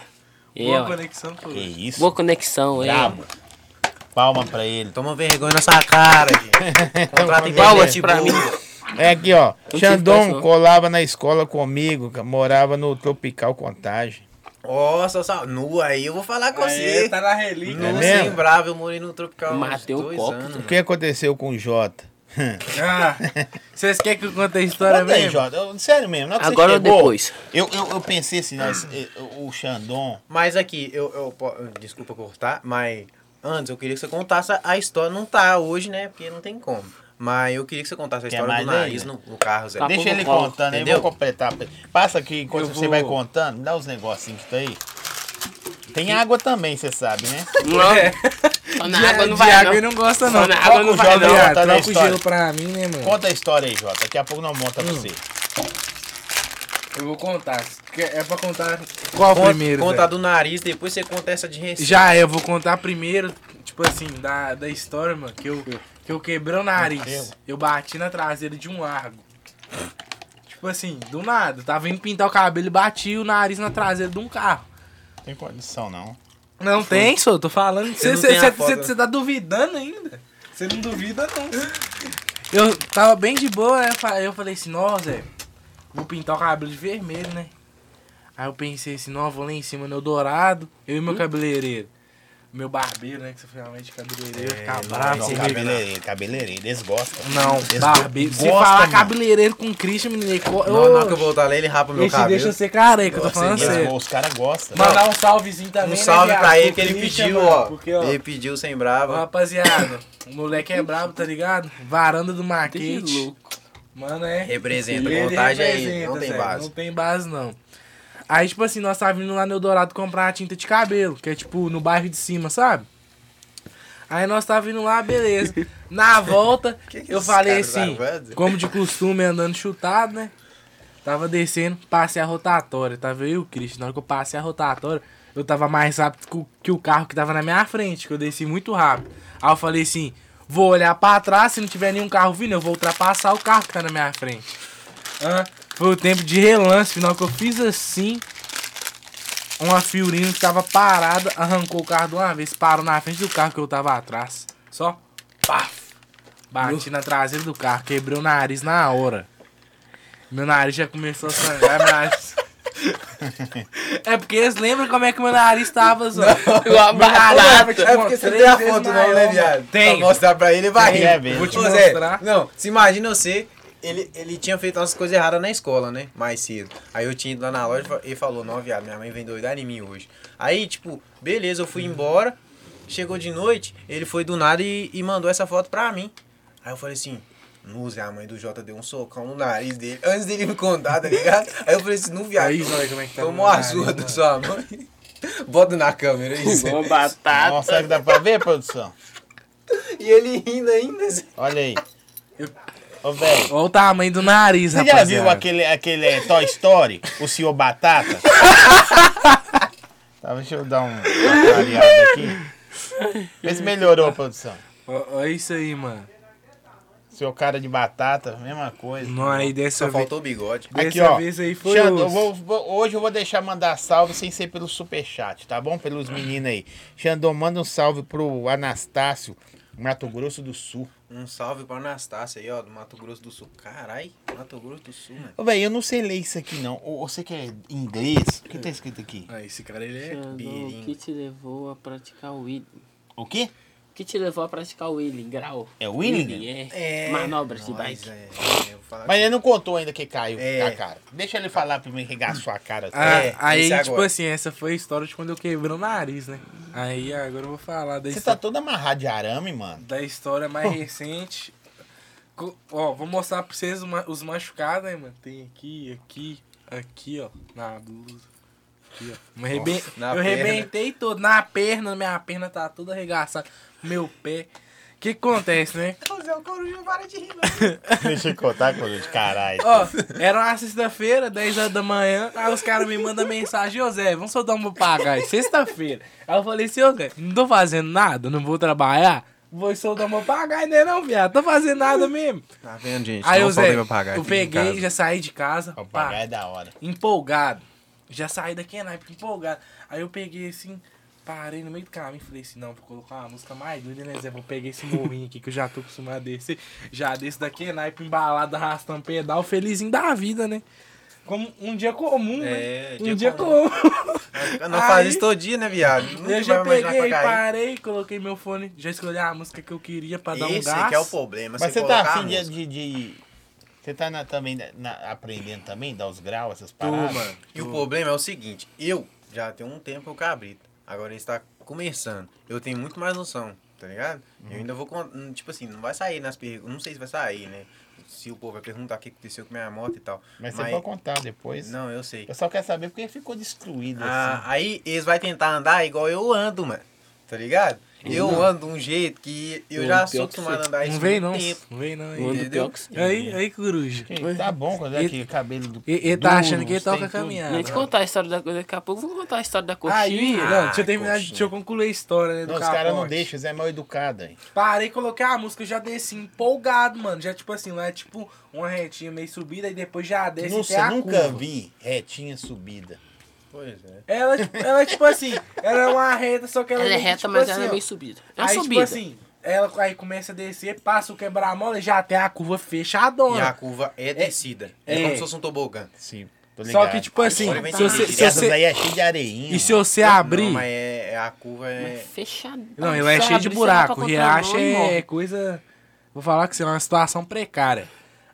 Speaker 2: É,
Speaker 4: Boa
Speaker 2: ó.
Speaker 4: conexão,
Speaker 1: Que
Speaker 4: Corujo.
Speaker 1: isso.
Speaker 2: boa conexão, é.
Speaker 1: Brabo. Palma pra ele.
Speaker 3: Toma vergonha nessa cara, gente. Contrata
Speaker 2: Palmas
Speaker 3: internet
Speaker 2: pra
Speaker 3: boa.
Speaker 2: mim.
Speaker 1: É aqui, ó.
Speaker 2: tive
Speaker 1: Xandão
Speaker 2: pressão.
Speaker 1: colava na escola comigo, ca- morava no Tropical Contagem.
Speaker 3: Nossa, só... nu aí eu vou falar com você.
Speaker 4: Você tá na
Speaker 3: Nu,
Speaker 4: relíquia.
Speaker 1: É mesmo?
Speaker 3: sem bravo, eu morei no Tropical há uns
Speaker 2: Matei o
Speaker 3: dois
Speaker 2: copo. né?
Speaker 3: anos,
Speaker 1: O
Speaker 3: mano.
Speaker 1: que aconteceu com o Jota?
Speaker 4: Ah, vocês querem que eu conte a história
Speaker 1: Conta aí,
Speaker 4: mesmo?
Speaker 1: Jota. Eu- Sério mesmo, na hora que você
Speaker 2: Agora ou
Speaker 1: chegou,
Speaker 2: depois?
Speaker 1: Eu, eu, eu pensei assim, né, esse- eh, o Xandon.
Speaker 3: Mas aqui, eu, eu po- Desculpa cortar, mas antes eu queria que você contasse a história. Não tá hoje, né? Porque não tem como. Mas eu queria que você contasse a
Speaker 1: Quer
Speaker 3: história
Speaker 1: mais
Speaker 3: do
Speaker 1: daí,
Speaker 3: nariz
Speaker 1: né?
Speaker 3: no, no carro, Zé.
Speaker 2: Tá
Speaker 1: Deixa
Speaker 2: pouco
Speaker 1: ele
Speaker 2: cola,
Speaker 1: contando aí, vou
Speaker 3: entendeu?
Speaker 1: completar. pra ele. Passa aqui enquanto
Speaker 4: Eu
Speaker 1: você vai
Speaker 4: vou-
Speaker 1: contando, me dá os negocinhos que tá aí. Tem água também, você sabe, né?
Speaker 2: Não,
Speaker 4: É.
Speaker 2: só na
Speaker 4: De-
Speaker 2: água não
Speaker 4: de
Speaker 2: vai
Speaker 4: água
Speaker 2: não.
Speaker 4: ele não gosta,
Speaker 2: Só
Speaker 4: não.
Speaker 2: na água
Speaker 1: Foca
Speaker 2: não
Speaker 1: o
Speaker 2: vai
Speaker 1: jovem
Speaker 2: não.
Speaker 1: aí.
Speaker 4: Ah,
Speaker 1: tá na
Speaker 4: troca o
Speaker 1: história.
Speaker 4: gelo pra mim, né, mano?
Speaker 1: Conta a história aí, Jota. Daqui a pouco nós monta pra você.
Speaker 4: Eu vou contar. Que É pra contar qual
Speaker 3: Conta,
Speaker 4: primeiro,
Speaker 3: conta
Speaker 4: Zé?
Speaker 3: a do nariz, depois você conta essa de Recife.
Speaker 4: Já, eu vou contar primeiro, tipo assim, da, da história, mano, que eu, que eu quebrei o nariz.
Speaker 1: Entendo.
Speaker 4: Eu bati na traseira de um largo. Tipo assim, do nada. Tava indo pintar o cabelo e bati o nariz na traseira de um carro.
Speaker 1: Não tem condição, não.
Speaker 4: Não tem, só tô falando.
Speaker 3: Eu não tenho a foto.
Speaker 4: Você tá duvidando ainda? Você não duvida, não. Eu tava bem de boa, né? Fa- eu falei assim, nossa, Zé, vou pintar o cabelo de vermelho, né? Aí eu pensei assim, não, eu vou lá em cima no Dourado, eu
Speaker 3: Hum?
Speaker 4: e meu cabeleireiro. Meu barbeiro, né? Que você finalmente cabeleireiro,
Speaker 3: É,
Speaker 4: ficar bravo.
Speaker 1: Não,
Speaker 4: você vê-
Speaker 1: cabeleireiro, cabeleireiro, eles gostam.
Speaker 4: Não,
Speaker 1: Eles
Speaker 4: barbeiro. Se
Speaker 1: gostam,
Speaker 4: falar
Speaker 1: mano.
Speaker 4: cabeleireiro com Christian, menino, ele co-
Speaker 3: é Não, não,
Speaker 4: Ô,
Speaker 3: que eu voltar lá, ele rapa meu
Speaker 4: ele te
Speaker 3: cabelo.
Speaker 4: deixa ser careca, eu tô
Speaker 3: Nossa,
Speaker 4: falando
Speaker 3: ele é
Speaker 4: sério.
Speaker 1: Eles, os caras gostam.
Speaker 4: Mandar um salvezinho
Speaker 3: Um
Speaker 4: também. né,
Speaker 3: salve
Speaker 4: viado,
Speaker 3: pra ele
Speaker 4: pro
Speaker 3: que ele
Speaker 4: Christian,
Speaker 3: pediu,
Speaker 4: mano,
Speaker 3: ó.
Speaker 4: porque, ó,
Speaker 3: Ele pediu sem
Speaker 4: Ô,
Speaker 3: brava.
Speaker 4: Rapaziada, o moleque é brabo, tá ligado? Varanda do
Speaker 2: Que
Speaker 4: Marquete.
Speaker 2: louco.
Speaker 4: Mano, é.
Speaker 3: Representa,
Speaker 4: Ele
Speaker 3: montagem aí,
Speaker 4: representa,
Speaker 3: não tem
Speaker 4: Zé,
Speaker 3: base.
Speaker 4: Não tem base, não. Aí, tipo assim, nós tava vindo lá no Eldorado comprar tinta de cabelo, que é tipo no bairro de cima, sabe? Aí nós tava vindo lá, beleza. Na volta,
Speaker 3: Que que
Speaker 4: eu
Speaker 3: esses
Speaker 4: falei
Speaker 3: caras
Speaker 4: assim,
Speaker 3: armados?
Speaker 4: como de costume, andando chutado, né? Tava descendo, passei a rotatória, tava eu e o Cristo. Na hora que eu passei a rotatória, eu tava mais rápido que o- que o carro que tava na minha frente, que eu desci muito rápido. Aí eu falei assim, vou olhar pra trás, se não tiver nenhum carro vindo, eu vou ultrapassar o carro que tá na minha frente. Hã? Foi o tempo de relance, final que eu fiz assim. Uma Fiorino que tava parada, arrancou o carro de uma vez, parou na frente do carro que eu tava atrás. Só. Paf! Bati na traseira do carro, quebrei o nariz na hora. Meu nariz já começou a sangrar, meu nariz. É porque eles lembram como é que meu nariz tava, só.
Speaker 2: Igual a
Speaker 4: Meu nariz tava,
Speaker 2: barata.
Speaker 4: tipo,
Speaker 3: É porque você
Speaker 4: três
Speaker 3: tem a
Speaker 4: vezes
Speaker 3: foto não,
Speaker 4: maior,
Speaker 3: né,
Speaker 4: mano.
Speaker 3: viado?
Speaker 4: Tem. é
Speaker 3: Pra mostrar pra ele, ele vai
Speaker 1: Quer
Speaker 3: rir.
Speaker 1: ver?
Speaker 4: Vou te
Speaker 3: Ô, Zé,
Speaker 4: mostrar.
Speaker 3: Não, se imagina você... Ele, ele tinha feito umas coisas erradas na escola, né? Mais cedo. Aí eu tinha ido lá na loja e fa- e falou, não, viado, minha mãe vem doidar em mim hoje. Aí, tipo, beleza, eu fui embora. Chegou de noite, ele foi do nada e, e mandou essa foto pra mim. Aí eu falei assim, não, Zé, a mãe do Jota deu um socão no nariz dele. Antes dele me contar, tá ligado? Aí eu falei assim, não, viado,
Speaker 4: Aí, olha como é que tá
Speaker 3: tomou
Speaker 4: meu
Speaker 3: a
Speaker 4: nariz,
Speaker 3: surra da
Speaker 4: mano.
Speaker 3: sua mãe. Bota na câmera, é aí, Zé.
Speaker 2: Igual a batata.
Speaker 1: Nossa, será que dá pra ver, produção?
Speaker 3: E ele rindo ainda, Zé.
Speaker 1: Olha aí. Ô, velho.
Speaker 4: Olha o tamanho do nariz,
Speaker 1: Você já
Speaker 4: rapaziada.
Speaker 1: viu aquele, aquele eh, Toy Story? O Senhor Batata? tá, deixa eu dar um, uma clareada aqui. Vê se melhorou, produção.
Speaker 4: Ó- Olha isso aí, mano.
Speaker 1: Seu cara de batata, mesma coisa.
Speaker 4: Não, aí dessa
Speaker 3: Só
Speaker 4: vez...
Speaker 3: faltou o bigode.
Speaker 4: dessa
Speaker 1: Aqui, ó.
Speaker 4: vez aí foi
Speaker 1: Xandão,
Speaker 4: osso.
Speaker 1: eu vou- vou- hoje eu vou deixar mandar salve sem ser pelo superchat, tá bom? Pelos meninos aí. Xandão, manda um salve pro Anastácio, Mato Grosso do Sul.
Speaker 3: Um salve pra Anastácia aí, ó, do Mato Grosso do Sul. Carai, Mato Grosso do Sul, mano.
Speaker 1: Ô, velho, eu não sei ler isso aqui, não. Ô, Você que é inglês, o que tá escrito aqui?
Speaker 3: Ah, esse cara, ele
Speaker 2: Xandão, o que te levou a praticar o wheeling?
Speaker 1: O quê?
Speaker 2: O que te levou a praticar o wheeling? Grau.
Speaker 1: É wheeling?
Speaker 2: É. Manobras de bike.
Speaker 3: É, eu vou falar
Speaker 1: Mas ele não contou ainda que caiu
Speaker 3: É.
Speaker 1: a cara. Deixa ele falar primeiro que regaçou a cara.
Speaker 4: Ah,
Speaker 3: É,
Speaker 4: aí,
Speaker 3: esse
Speaker 4: tipo
Speaker 3: é agora.
Speaker 4: assim, essa foi a história de quando eu quebrei o nariz, né? Aí agora eu vou falar da,
Speaker 1: Você
Speaker 4: histó-
Speaker 1: tá todo amarrado de arame, mano.
Speaker 4: da história mais recente. Co- Ó, vou mostrar pra vocês uma- os machucados, né, mano? Tem aqui, aqui, aqui, ó, na blusa. Aqui, ó. Me arreben-
Speaker 3: na
Speaker 4: eu
Speaker 3: perna.
Speaker 4: arrebentei todo, na perna, minha perna tá toda arregaçada. Meu pé. O que que acontece, né?
Speaker 3: Ô, Zé, o Coruja não para de rir, não.
Speaker 1: Deixa eu contar, coisa de caralho.
Speaker 4: Ó, era uma sexta-feira, 10 horas da manhã. Aí os caras me mandam mensagem, José, vamos soltar um papagaio. Sexta-feira. Aí eu falei assim, José, não tô fazendo nada, não vou trabalhar. Vou soltar um papagaio, né não, viado? Tô fazendo nada mesmo.
Speaker 3: Tá vendo, gente?
Speaker 4: Aí,
Speaker 3: Não
Speaker 4: José,
Speaker 3: falta papagaio
Speaker 4: eu
Speaker 3: aqui em
Speaker 4: peguei,
Speaker 3: casa.
Speaker 4: já saí de casa.
Speaker 1: O
Speaker 4: pá,
Speaker 1: papagaio é da hora.
Speaker 4: empolgado. Já saí daqui na época empolgado. Aí eu peguei assim, parei no meio do caminho e falei assim, não, vou colocar uma música mais doida, né, Zé? Vou pegar esse morrinho aqui que eu já tô acostumado a descer. Já desço daqui na época embalado, arrastando pedal, felizinho da vida, né? Como um dia comum,
Speaker 3: É,
Speaker 4: né?
Speaker 3: dia
Speaker 4: um dia
Speaker 3: comum.
Speaker 4: comum.
Speaker 3: Não
Speaker 4: Aí-
Speaker 3: faz isso todo dia, né, viado? Nunca
Speaker 4: eu já
Speaker 3: vai imaginar
Speaker 4: peguei,
Speaker 3: pra cair.
Speaker 4: parei, coloquei meu fone, já escolhi a música que eu queria pra dar um
Speaker 3: Esse
Speaker 4: gás.
Speaker 3: que é o problema.
Speaker 1: Mas
Speaker 3: você
Speaker 1: você tá
Speaker 3: colocar
Speaker 1: afim
Speaker 3: a
Speaker 1: de,
Speaker 3: música.
Speaker 1: de- de- Você tá na- também na- na- aprendendo também, dar os graus, essas
Speaker 4: Tô,
Speaker 1: paradas?
Speaker 4: mano.
Speaker 3: E o
Speaker 4: Tô.
Speaker 3: problema é o seguinte, eu já tenho um tempo que eu cabrito. Agora ele está começando. Eu tenho muito mais noção, tá ligado? Eu ainda vou. con- hum, Tipo assim, não vai sair nas perguntas. Não sei se vai sair, né? Se o povo vai perguntar o que aconteceu com minha moto e tal.
Speaker 1: Mas você pode contar depois.
Speaker 3: Não, eu sei.
Speaker 1: Eu só quero saber porque ficou destruído,
Speaker 3: Ah,
Speaker 1: assim.
Speaker 3: aí eles vão tentar andar igual eu ando, mano. Tá ligado? Eu ando de um jeito que eu
Speaker 2: Não,
Speaker 3: já
Speaker 2: pior
Speaker 3: sou
Speaker 2: que
Speaker 3: acostumado a
Speaker 2: você-
Speaker 3: andar isso
Speaker 4: Não
Speaker 3: há
Speaker 4: vem
Speaker 3: muito
Speaker 4: não,
Speaker 3: tempo.
Speaker 4: não vem não.
Speaker 2: Mano,
Speaker 4: Aí,
Speaker 3: Tá Entendeu?
Speaker 2: pior que sim.
Speaker 4: aí, aí coruja.
Speaker 1: Que- né? Tá bom, quando é que cabelo do.
Speaker 4: Ele ele tá
Speaker 1: duro,
Speaker 4: achando que ele
Speaker 1: sem
Speaker 4: toca
Speaker 1: tudo.
Speaker 4: caminhada.
Speaker 2: Nem te contar a história da coisa daqui a pouco, vamos contar a história da coxinha. Ah,
Speaker 4: Aí, não, deixa eu terminar,
Speaker 3: coxinha.
Speaker 4: deixa eu concluir a história, né? Do
Speaker 1: Não, os caras não
Speaker 4: capote.
Speaker 1: deixam, Zé é mal educado, hein?
Speaker 4: Parei, coloquei a música, eu já desci empolgado, mano. Já, tipo assim, lá é tipo uma retinha meio subida e depois já desce
Speaker 1: Nossa,
Speaker 4: até a
Speaker 1: nunca
Speaker 4: curva.
Speaker 1: vi retinha subida.
Speaker 3: Pois é.
Speaker 4: Ela, tipo, ela, é tipo assim, ela é uma reta, só que ela,
Speaker 2: Ela é
Speaker 4: meio que,
Speaker 2: reta,
Speaker 4: tipo
Speaker 2: mas
Speaker 4: assim,
Speaker 2: ela é
Speaker 4: ó.
Speaker 2: meio subida. É uma
Speaker 4: aí,
Speaker 2: subida.
Speaker 4: tipo assim, ela aí começa a descer, passa o quebra-mola e já tem a curva fechadona.
Speaker 3: E a curva é descida. É,
Speaker 4: é.
Speaker 3: como se fosse um tobogã.
Speaker 1: Sim, tô ligado.
Speaker 4: Só que, tipo assim,
Speaker 3: Agora vai
Speaker 4: se
Speaker 3: ter
Speaker 4: você,
Speaker 3: que
Speaker 4: se
Speaker 1: Essas
Speaker 4: você,
Speaker 1: aí é cheia de areinha.
Speaker 4: e se
Speaker 1: mano.
Speaker 4: você abrir...
Speaker 3: Não, mas é, é- a curva
Speaker 2: Mas
Speaker 3: é.
Speaker 2: fechada.
Speaker 4: Não, ele é
Speaker 2: Só
Speaker 4: cheio de
Speaker 2: abre, você vai pra
Speaker 4: buraco.
Speaker 2: contramão
Speaker 4: Riacho
Speaker 2: e
Speaker 4: é
Speaker 2: morre.
Speaker 4: coisa. Vou falar que você é uma situação precária.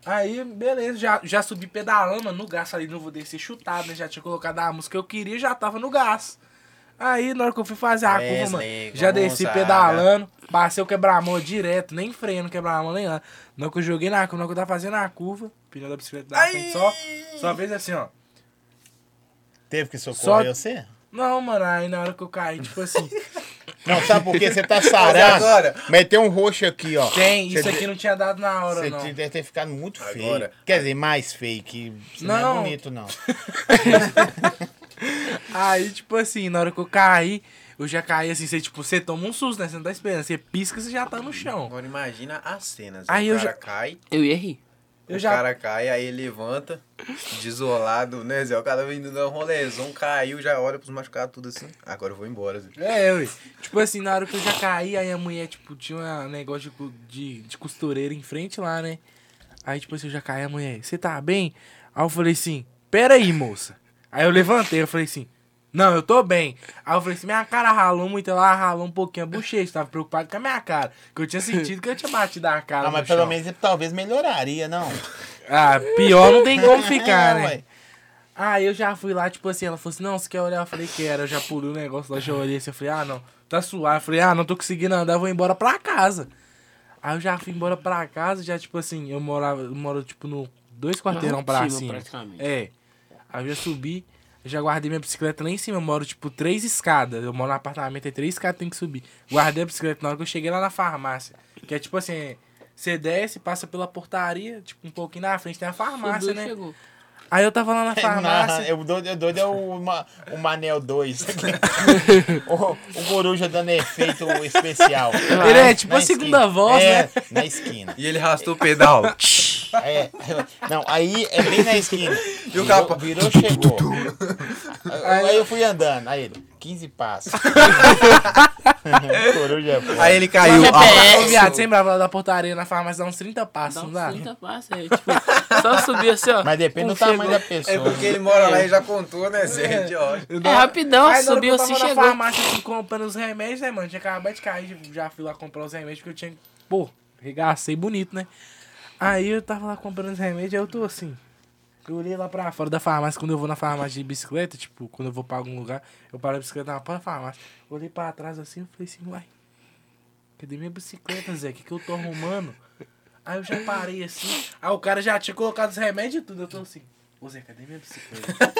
Speaker 4: Aí, beleza, já, já subi pedalando mano, no gás ali, não vou descer chutado, né? Já tinha colocado a música que eu queria e já tava no gás. Aí, na hora que eu fui fazer a
Speaker 3: Wesley,
Speaker 4: curva, mano, já desci
Speaker 3: Gonzaga.
Speaker 4: pedalando, passei o quebra-mão direto, nem freio no quebra-mão, nem nada. Na hora que eu joguei na curva, na hora que eu tava fazendo a curva, pneu da bicicleta da frente só, só fez assim, ó.
Speaker 1: Teve que socorrer
Speaker 4: Só-
Speaker 1: você?
Speaker 4: Não, mano, aí na hora que eu caí, tipo assim,
Speaker 1: Não, sabe por quê? Você tá
Speaker 3: Mas
Speaker 1: sarado.
Speaker 3: agora-
Speaker 1: Meteu um roxo aqui, ó.
Speaker 4: tem,
Speaker 1: Você
Speaker 4: isso aqui não tinha dado na hora,
Speaker 1: Você
Speaker 4: não.
Speaker 1: te- deve ter ficado muito feio.
Speaker 3: Agora-
Speaker 1: Quer dizer, mais feio, que você não. é
Speaker 4: Não. Ah,
Speaker 1: bonito, não.
Speaker 4: Aí, tipo assim, na hora que eu caí, eu já caí assim, você, tipo, você toma um susto, né? Você não tá esperando, você pisca, você já tá no chão.
Speaker 3: Agora imagina as cenas.
Speaker 4: Aí
Speaker 3: o
Speaker 4: eu
Speaker 3: cara
Speaker 4: já-
Speaker 3: cai,
Speaker 2: Eu ia rir.
Speaker 4: Eu
Speaker 3: o
Speaker 4: já-
Speaker 3: cara cai, aí ele levanta, desolado, né, Zé? O cara vindo dar um rolezão, caiu, já olha pros machucados tudo assim. Agora eu vou embora, Zé.
Speaker 4: É, ui. Tipo assim, na hora que eu já caí, aí a mulher, tipo, tinha um negócio de, cu- de, de costureira em frente lá, né? Aí, tipo assim, eu já caí, a mulher, você tá bem? Aí eu falei assim, pera aí, moça. Aí eu levantei, eu falei assim, não, eu tô bem. Aí eu falei assim, minha cara ralou muito, ela ralou um pouquinho a bochecha, tava preocupado com a minha cara. Que eu tinha sentido que eu tinha batido a cara
Speaker 1: Ah,
Speaker 4: no
Speaker 1: mas pelo
Speaker 4: chão.
Speaker 1: menos ele talvez melhoraria, não.
Speaker 4: Ah, pior não tem como
Speaker 1: É,
Speaker 4: ficar, né?
Speaker 1: ué.
Speaker 4: Ah, eu já fui lá, tipo assim, ela falou assim, não, você quer olhar? Eu falei, quero, eu já pulei o negócio lá, já olhei assim, eu falei, ah, não, tá suave. Eu falei, ah, não tô conseguindo andar, vou embora pra casa. Aí eu já fui embora pra casa, já, tipo assim, eu morava, eu moro, tipo, no dois quarteirão
Speaker 2: Lá em
Speaker 4: pra
Speaker 2: cima,
Speaker 4: cima.
Speaker 2: praticamente.
Speaker 4: É. Aí eu já subi, eu já guardei minha bicicleta lá em cima, eu moro, tipo, três escadas. Eu moro no apartamento, tem três escadas, tem que subir. Guardei a bicicleta na hora que eu cheguei lá na farmácia. Que é, tipo assim, você desce, passa pela portaria, tipo, um pouquinho na frente tem a farmácia,
Speaker 2: Subiu,
Speaker 4: né?
Speaker 2: chegou.
Speaker 4: Aí eu tava lá
Speaker 1: É,
Speaker 4: na
Speaker 1: Na,
Speaker 4: farmácia.
Speaker 1: eu doido, eu doido é o, ma, o Manel 2. o, o Coruja dando efeito especial.
Speaker 4: Ele é tipo
Speaker 1: Na
Speaker 4: a segunda
Speaker 1: esquina.
Speaker 4: voz,
Speaker 1: É,
Speaker 4: né?
Speaker 1: Na esquina.
Speaker 3: E ele arrastou o pedal.
Speaker 1: É. Não, aí é bem na esquina.
Speaker 3: E o
Speaker 1: Virou-
Speaker 3: capa?
Speaker 1: Virou, chegou. Aí, aí eu fui andando, aí ele, 15 passos. Coruja é foda.
Speaker 3: Aí ele caiu.
Speaker 2: Mas é
Speaker 3: ah,
Speaker 2: pé.
Speaker 4: Ô, viado, sempre vai lá da portaria na farmácia, dá uns 30 passos,
Speaker 2: Dá
Speaker 4: não
Speaker 2: uns
Speaker 4: dá?
Speaker 2: 30 passos, é, tipo, só subir assim, ó.
Speaker 1: Mas depende
Speaker 2: Um
Speaker 1: do tamanho
Speaker 2: chegou.
Speaker 1: da pessoa.
Speaker 3: É porque ele mora lá e já contou, né, Zé? De ódio.
Speaker 2: É rapidão,
Speaker 4: Aí na hora que
Speaker 2: subiu
Speaker 4: eu tava
Speaker 2: assim,
Speaker 4: na
Speaker 2: chegou.
Speaker 4: farmácia assim, comprando os remédios, né, mano? Tinha acabado de cair, já fui lá comprar os remédios porque eu tinha. Pô, regacei bonito, né? Aí eu tava lá comprando os remédios, aí eu tô assim. Eu olhei lá pra fora da farmácia, quando eu vou na farmácia de bicicleta, tipo, quando eu vou pra algum lugar, eu paro a bicicleta na porta da farmácia. Olhei pra trás assim, eu falei assim, uai, cadê minha bicicleta, Zé? O que, que eu tô arrumando? Aí eu já parei assim, aí o cara já tinha colocado os remédios e tudo, eu tô assim, ô Zé, cadê minha bicicleta?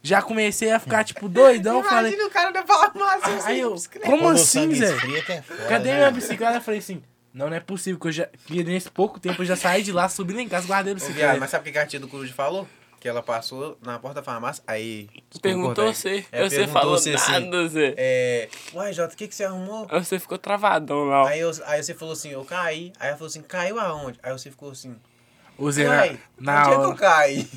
Speaker 4: já comecei a ficar, tipo, doidão, falei,
Speaker 3: o cara da farmácia.
Speaker 4: Aí eu,
Speaker 1: Quando
Speaker 4: como
Speaker 1: o
Speaker 4: assim,
Speaker 1: sangue
Speaker 4: Zé?
Speaker 1: esfria, é foda,
Speaker 4: Cadê
Speaker 1: né?
Speaker 4: minha bicicleta? Eu falei assim, não, não é possível, que eu já. Que nesse pouco tempo eu já saí de lá, subi lá em casa, guardei a
Speaker 2: é.
Speaker 3: Viado,
Speaker 4: bicicleta.
Speaker 3: mas sabe o que a tia do Coruja falou? Que ela passou na porta da farmácia, aí... desculpa,
Speaker 2: Perguntou
Speaker 3: cortar aí.
Speaker 2: você.
Speaker 3: É,
Speaker 2: você
Speaker 3: perguntou
Speaker 2: falou
Speaker 3: você, assim,
Speaker 2: nada, Zé.
Speaker 3: É... Uai, Jota, o que, que você arrumou?
Speaker 2: Aí você ficou travadão lá, ó.
Speaker 3: Aí, eu, aí você falou assim, eu caí. Aí ela falou assim, caiu aonde? Aí você ficou assim,
Speaker 4: Ô, Zé,
Speaker 3: uai,
Speaker 4: na, na
Speaker 3: onde é que eu
Speaker 4: hora.
Speaker 3: caí?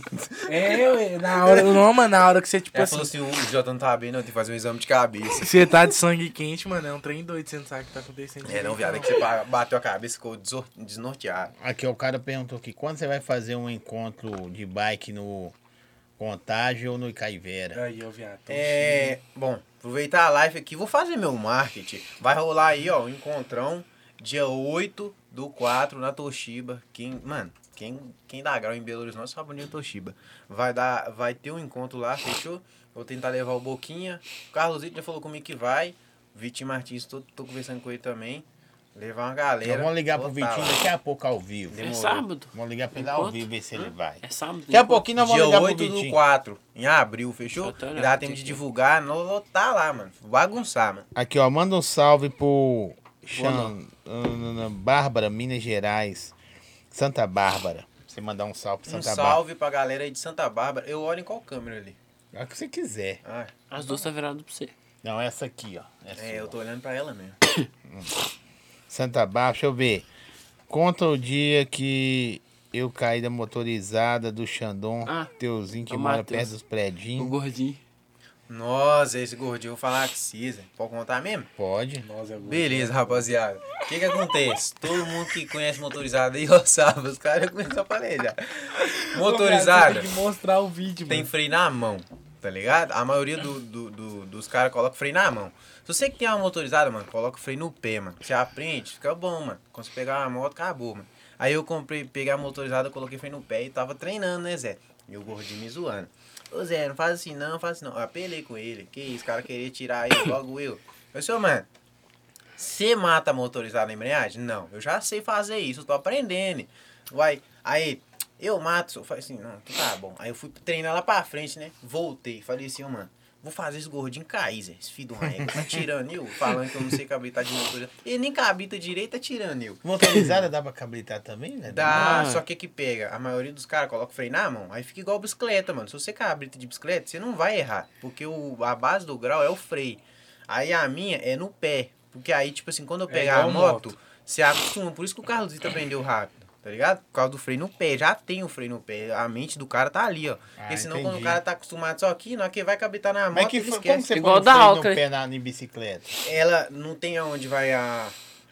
Speaker 4: É, ué, na hora. Não, mano, na hora que você, tipo
Speaker 3: Ela
Speaker 4: assim.
Speaker 3: falou assim, o Jota não tá bem, não, tem que fazer um exame de cabeça.
Speaker 4: Você tá de sangue quente, mano. É um trem doido, você não sabe o que tá acontecendo.
Speaker 3: É, não, viado, é que você ba- bateu a cabeça, ficou desor- desnorteado.
Speaker 1: Aqui, ó, o cara perguntou aqui, quando você vai fazer um encontro de bike no Contagem ou no Icaivera?
Speaker 4: Aí, ó, viado. tô
Speaker 3: É, bom, aproveitar a live aqui, vou fazer meu marketing. Vai rolar aí, ó, o encontrão, dia 8 do 4 na Toshiba. Quem, mano, quem, quem dá grau em Belo Horizonte sabe onde é a Toshiba. Vai, dar, vai ter um encontro lá, fechou? Vou tentar levar o Boquinha. O Carlosito já falou comigo que vai. Vitinho Martins, tô, tô conversando com ele também. Levar uma
Speaker 1: Nós
Speaker 3: galera.
Speaker 1: Então, vamos ligar pro
Speaker 3: lotar lá.
Speaker 1: Vitinho daqui a pouco ao vivo.
Speaker 2: é
Speaker 3: demorou.
Speaker 2: sábado.
Speaker 1: Vamos ligar pra ele ao
Speaker 2: Enquanto-
Speaker 1: vivo ver se ele vai.
Speaker 2: É sábado.
Speaker 1: Daqui a
Speaker 2: enquanto-
Speaker 1: pouquinho nós vamos
Speaker 3: Dia
Speaker 1: ligar
Speaker 3: 8
Speaker 1: pro
Speaker 3: do
Speaker 1: Vitinho.
Speaker 3: 4, em abril, fechou?
Speaker 2: Eu tô olhando
Speaker 3: Dá tempo de
Speaker 2: aqui.
Speaker 3: divulgar, não lotar lá, mano. Bagunçar, mano.
Speaker 1: Aqui, ó, manda um salve pro Chan... Ana Bárbara, Minas Gerais. Santa Bárbara. Você mandar um salve pro
Speaker 3: Um
Speaker 1: Santa Bárbara.
Speaker 3: salve pra galera aí de Santa Bárbara. Eu olho em qual câmera ali.
Speaker 1: É o que você quiser.
Speaker 3: Ah,
Speaker 2: As duas tá virado pra você.
Speaker 1: Não, essa aqui, ó. Essa
Speaker 3: é, eu tô olhando pra ela mesmo.
Speaker 1: Santa Bárbara, deixa eu ver. Conta o dia que eu caí da motorizada do Xandon,
Speaker 2: Ah,
Speaker 1: Teuzinho, que
Speaker 2: é o
Speaker 1: mora
Speaker 2: Matheus.
Speaker 1: perto dos
Speaker 2: O
Speaker 1: prédios.
Speaker 2: gordinho.
Speaker 3: Nossa, esse gordinho, eu vou falar que precisa. Pode contar mesmo?
Speaker 1: Pode.
Speaker 4: Nossa, agora.
Speaker 3: Beleza, rapaziada. O que que acontece? Todo mundo que conhece motorizada aí, ó, sabe. Os caras começam a aparelhar. Motorizada.
Speaker 4: Ô, viado, Você tem que mostrar o vídeo,
Speaker 3: tem
Speaker 4: mano.
Speaker 3: freio na mão, tá ligado? A maioria do- do- do- dos caras coloca freio na mão. Se você que tem uma motorizada, mano, coloca o freio no pé, mano. Você aprende, fica bom, mano. Quando você pegar uma moto, acabou, mano. Aí eu comprei, peguei a motorizada, coloquei freio no pé e tava treinando, né, Zé? E o gordinho me zoando. Ô Zé, não faz assim não, não faz assim não. Eu apelei com ele. Que isso, o cara queria tirar eu, logo eu. Eu sou, mano. Você mata a motorizada na embreagem? Não, eu já sei fazer isso, eu tô aprendendo. Uai, aí, eu mato, eu falei assim, não, então tá bom. Aí eu fui treinar lá pra frente, né? Voltei, falei assim, ó, mano, vou fazer esse gordinho cair, Zé, esse filho do raio, tá tirando eu, falando que eu não sei cabritar de motorizada. Ele nem cabita direito, tá tirando eu.
Speaker 1: Motorizada dá pra cabritar também, né?
Speaker 3: Dá,
Speaker 2: Ah.
Speaker 3: só que que pega? A maioria dos caras coloca o freio na mão, aí fica igual bicicleta, mano. Se você cabrita de bicicleta, você não vai errar, porque o, a base do grau é o freio. Aí a minha é no pé, porque aí, tipo assim, quando eu
Speaker 4: É
Speaker 3: pegar a
Speaker 4: igual
Speaker 3: moto,
Speaker 4: moto.
Speaker 3: você acostuma. Por isso que o Carlosito aprendeu rápido, Tá ligado? Por causa do freio no pé. Já tem o freio no pé. A mente do cara tá ali, ó. Porque
Speaker 1: Ah,
Speaker 3: senão
Speaker 1: entendi.
Speaker 3: quando o cara tá acostumado só aqui, na hora que vai cabitar na moto,
Speaker 1: Mas que
Speaker 3: ele
Speaker 1: foi, como
Speaker 3: esquece.
Speaker 1: você
Speaker 2: Igual
Speaker 1: põe o
Speaker 2: da
Speaker 1: freio no
Speaker 2: Alcra.
Speaker 1: pé na, em bicicleta?
Speaker 3: Ela não tem aonde vai a,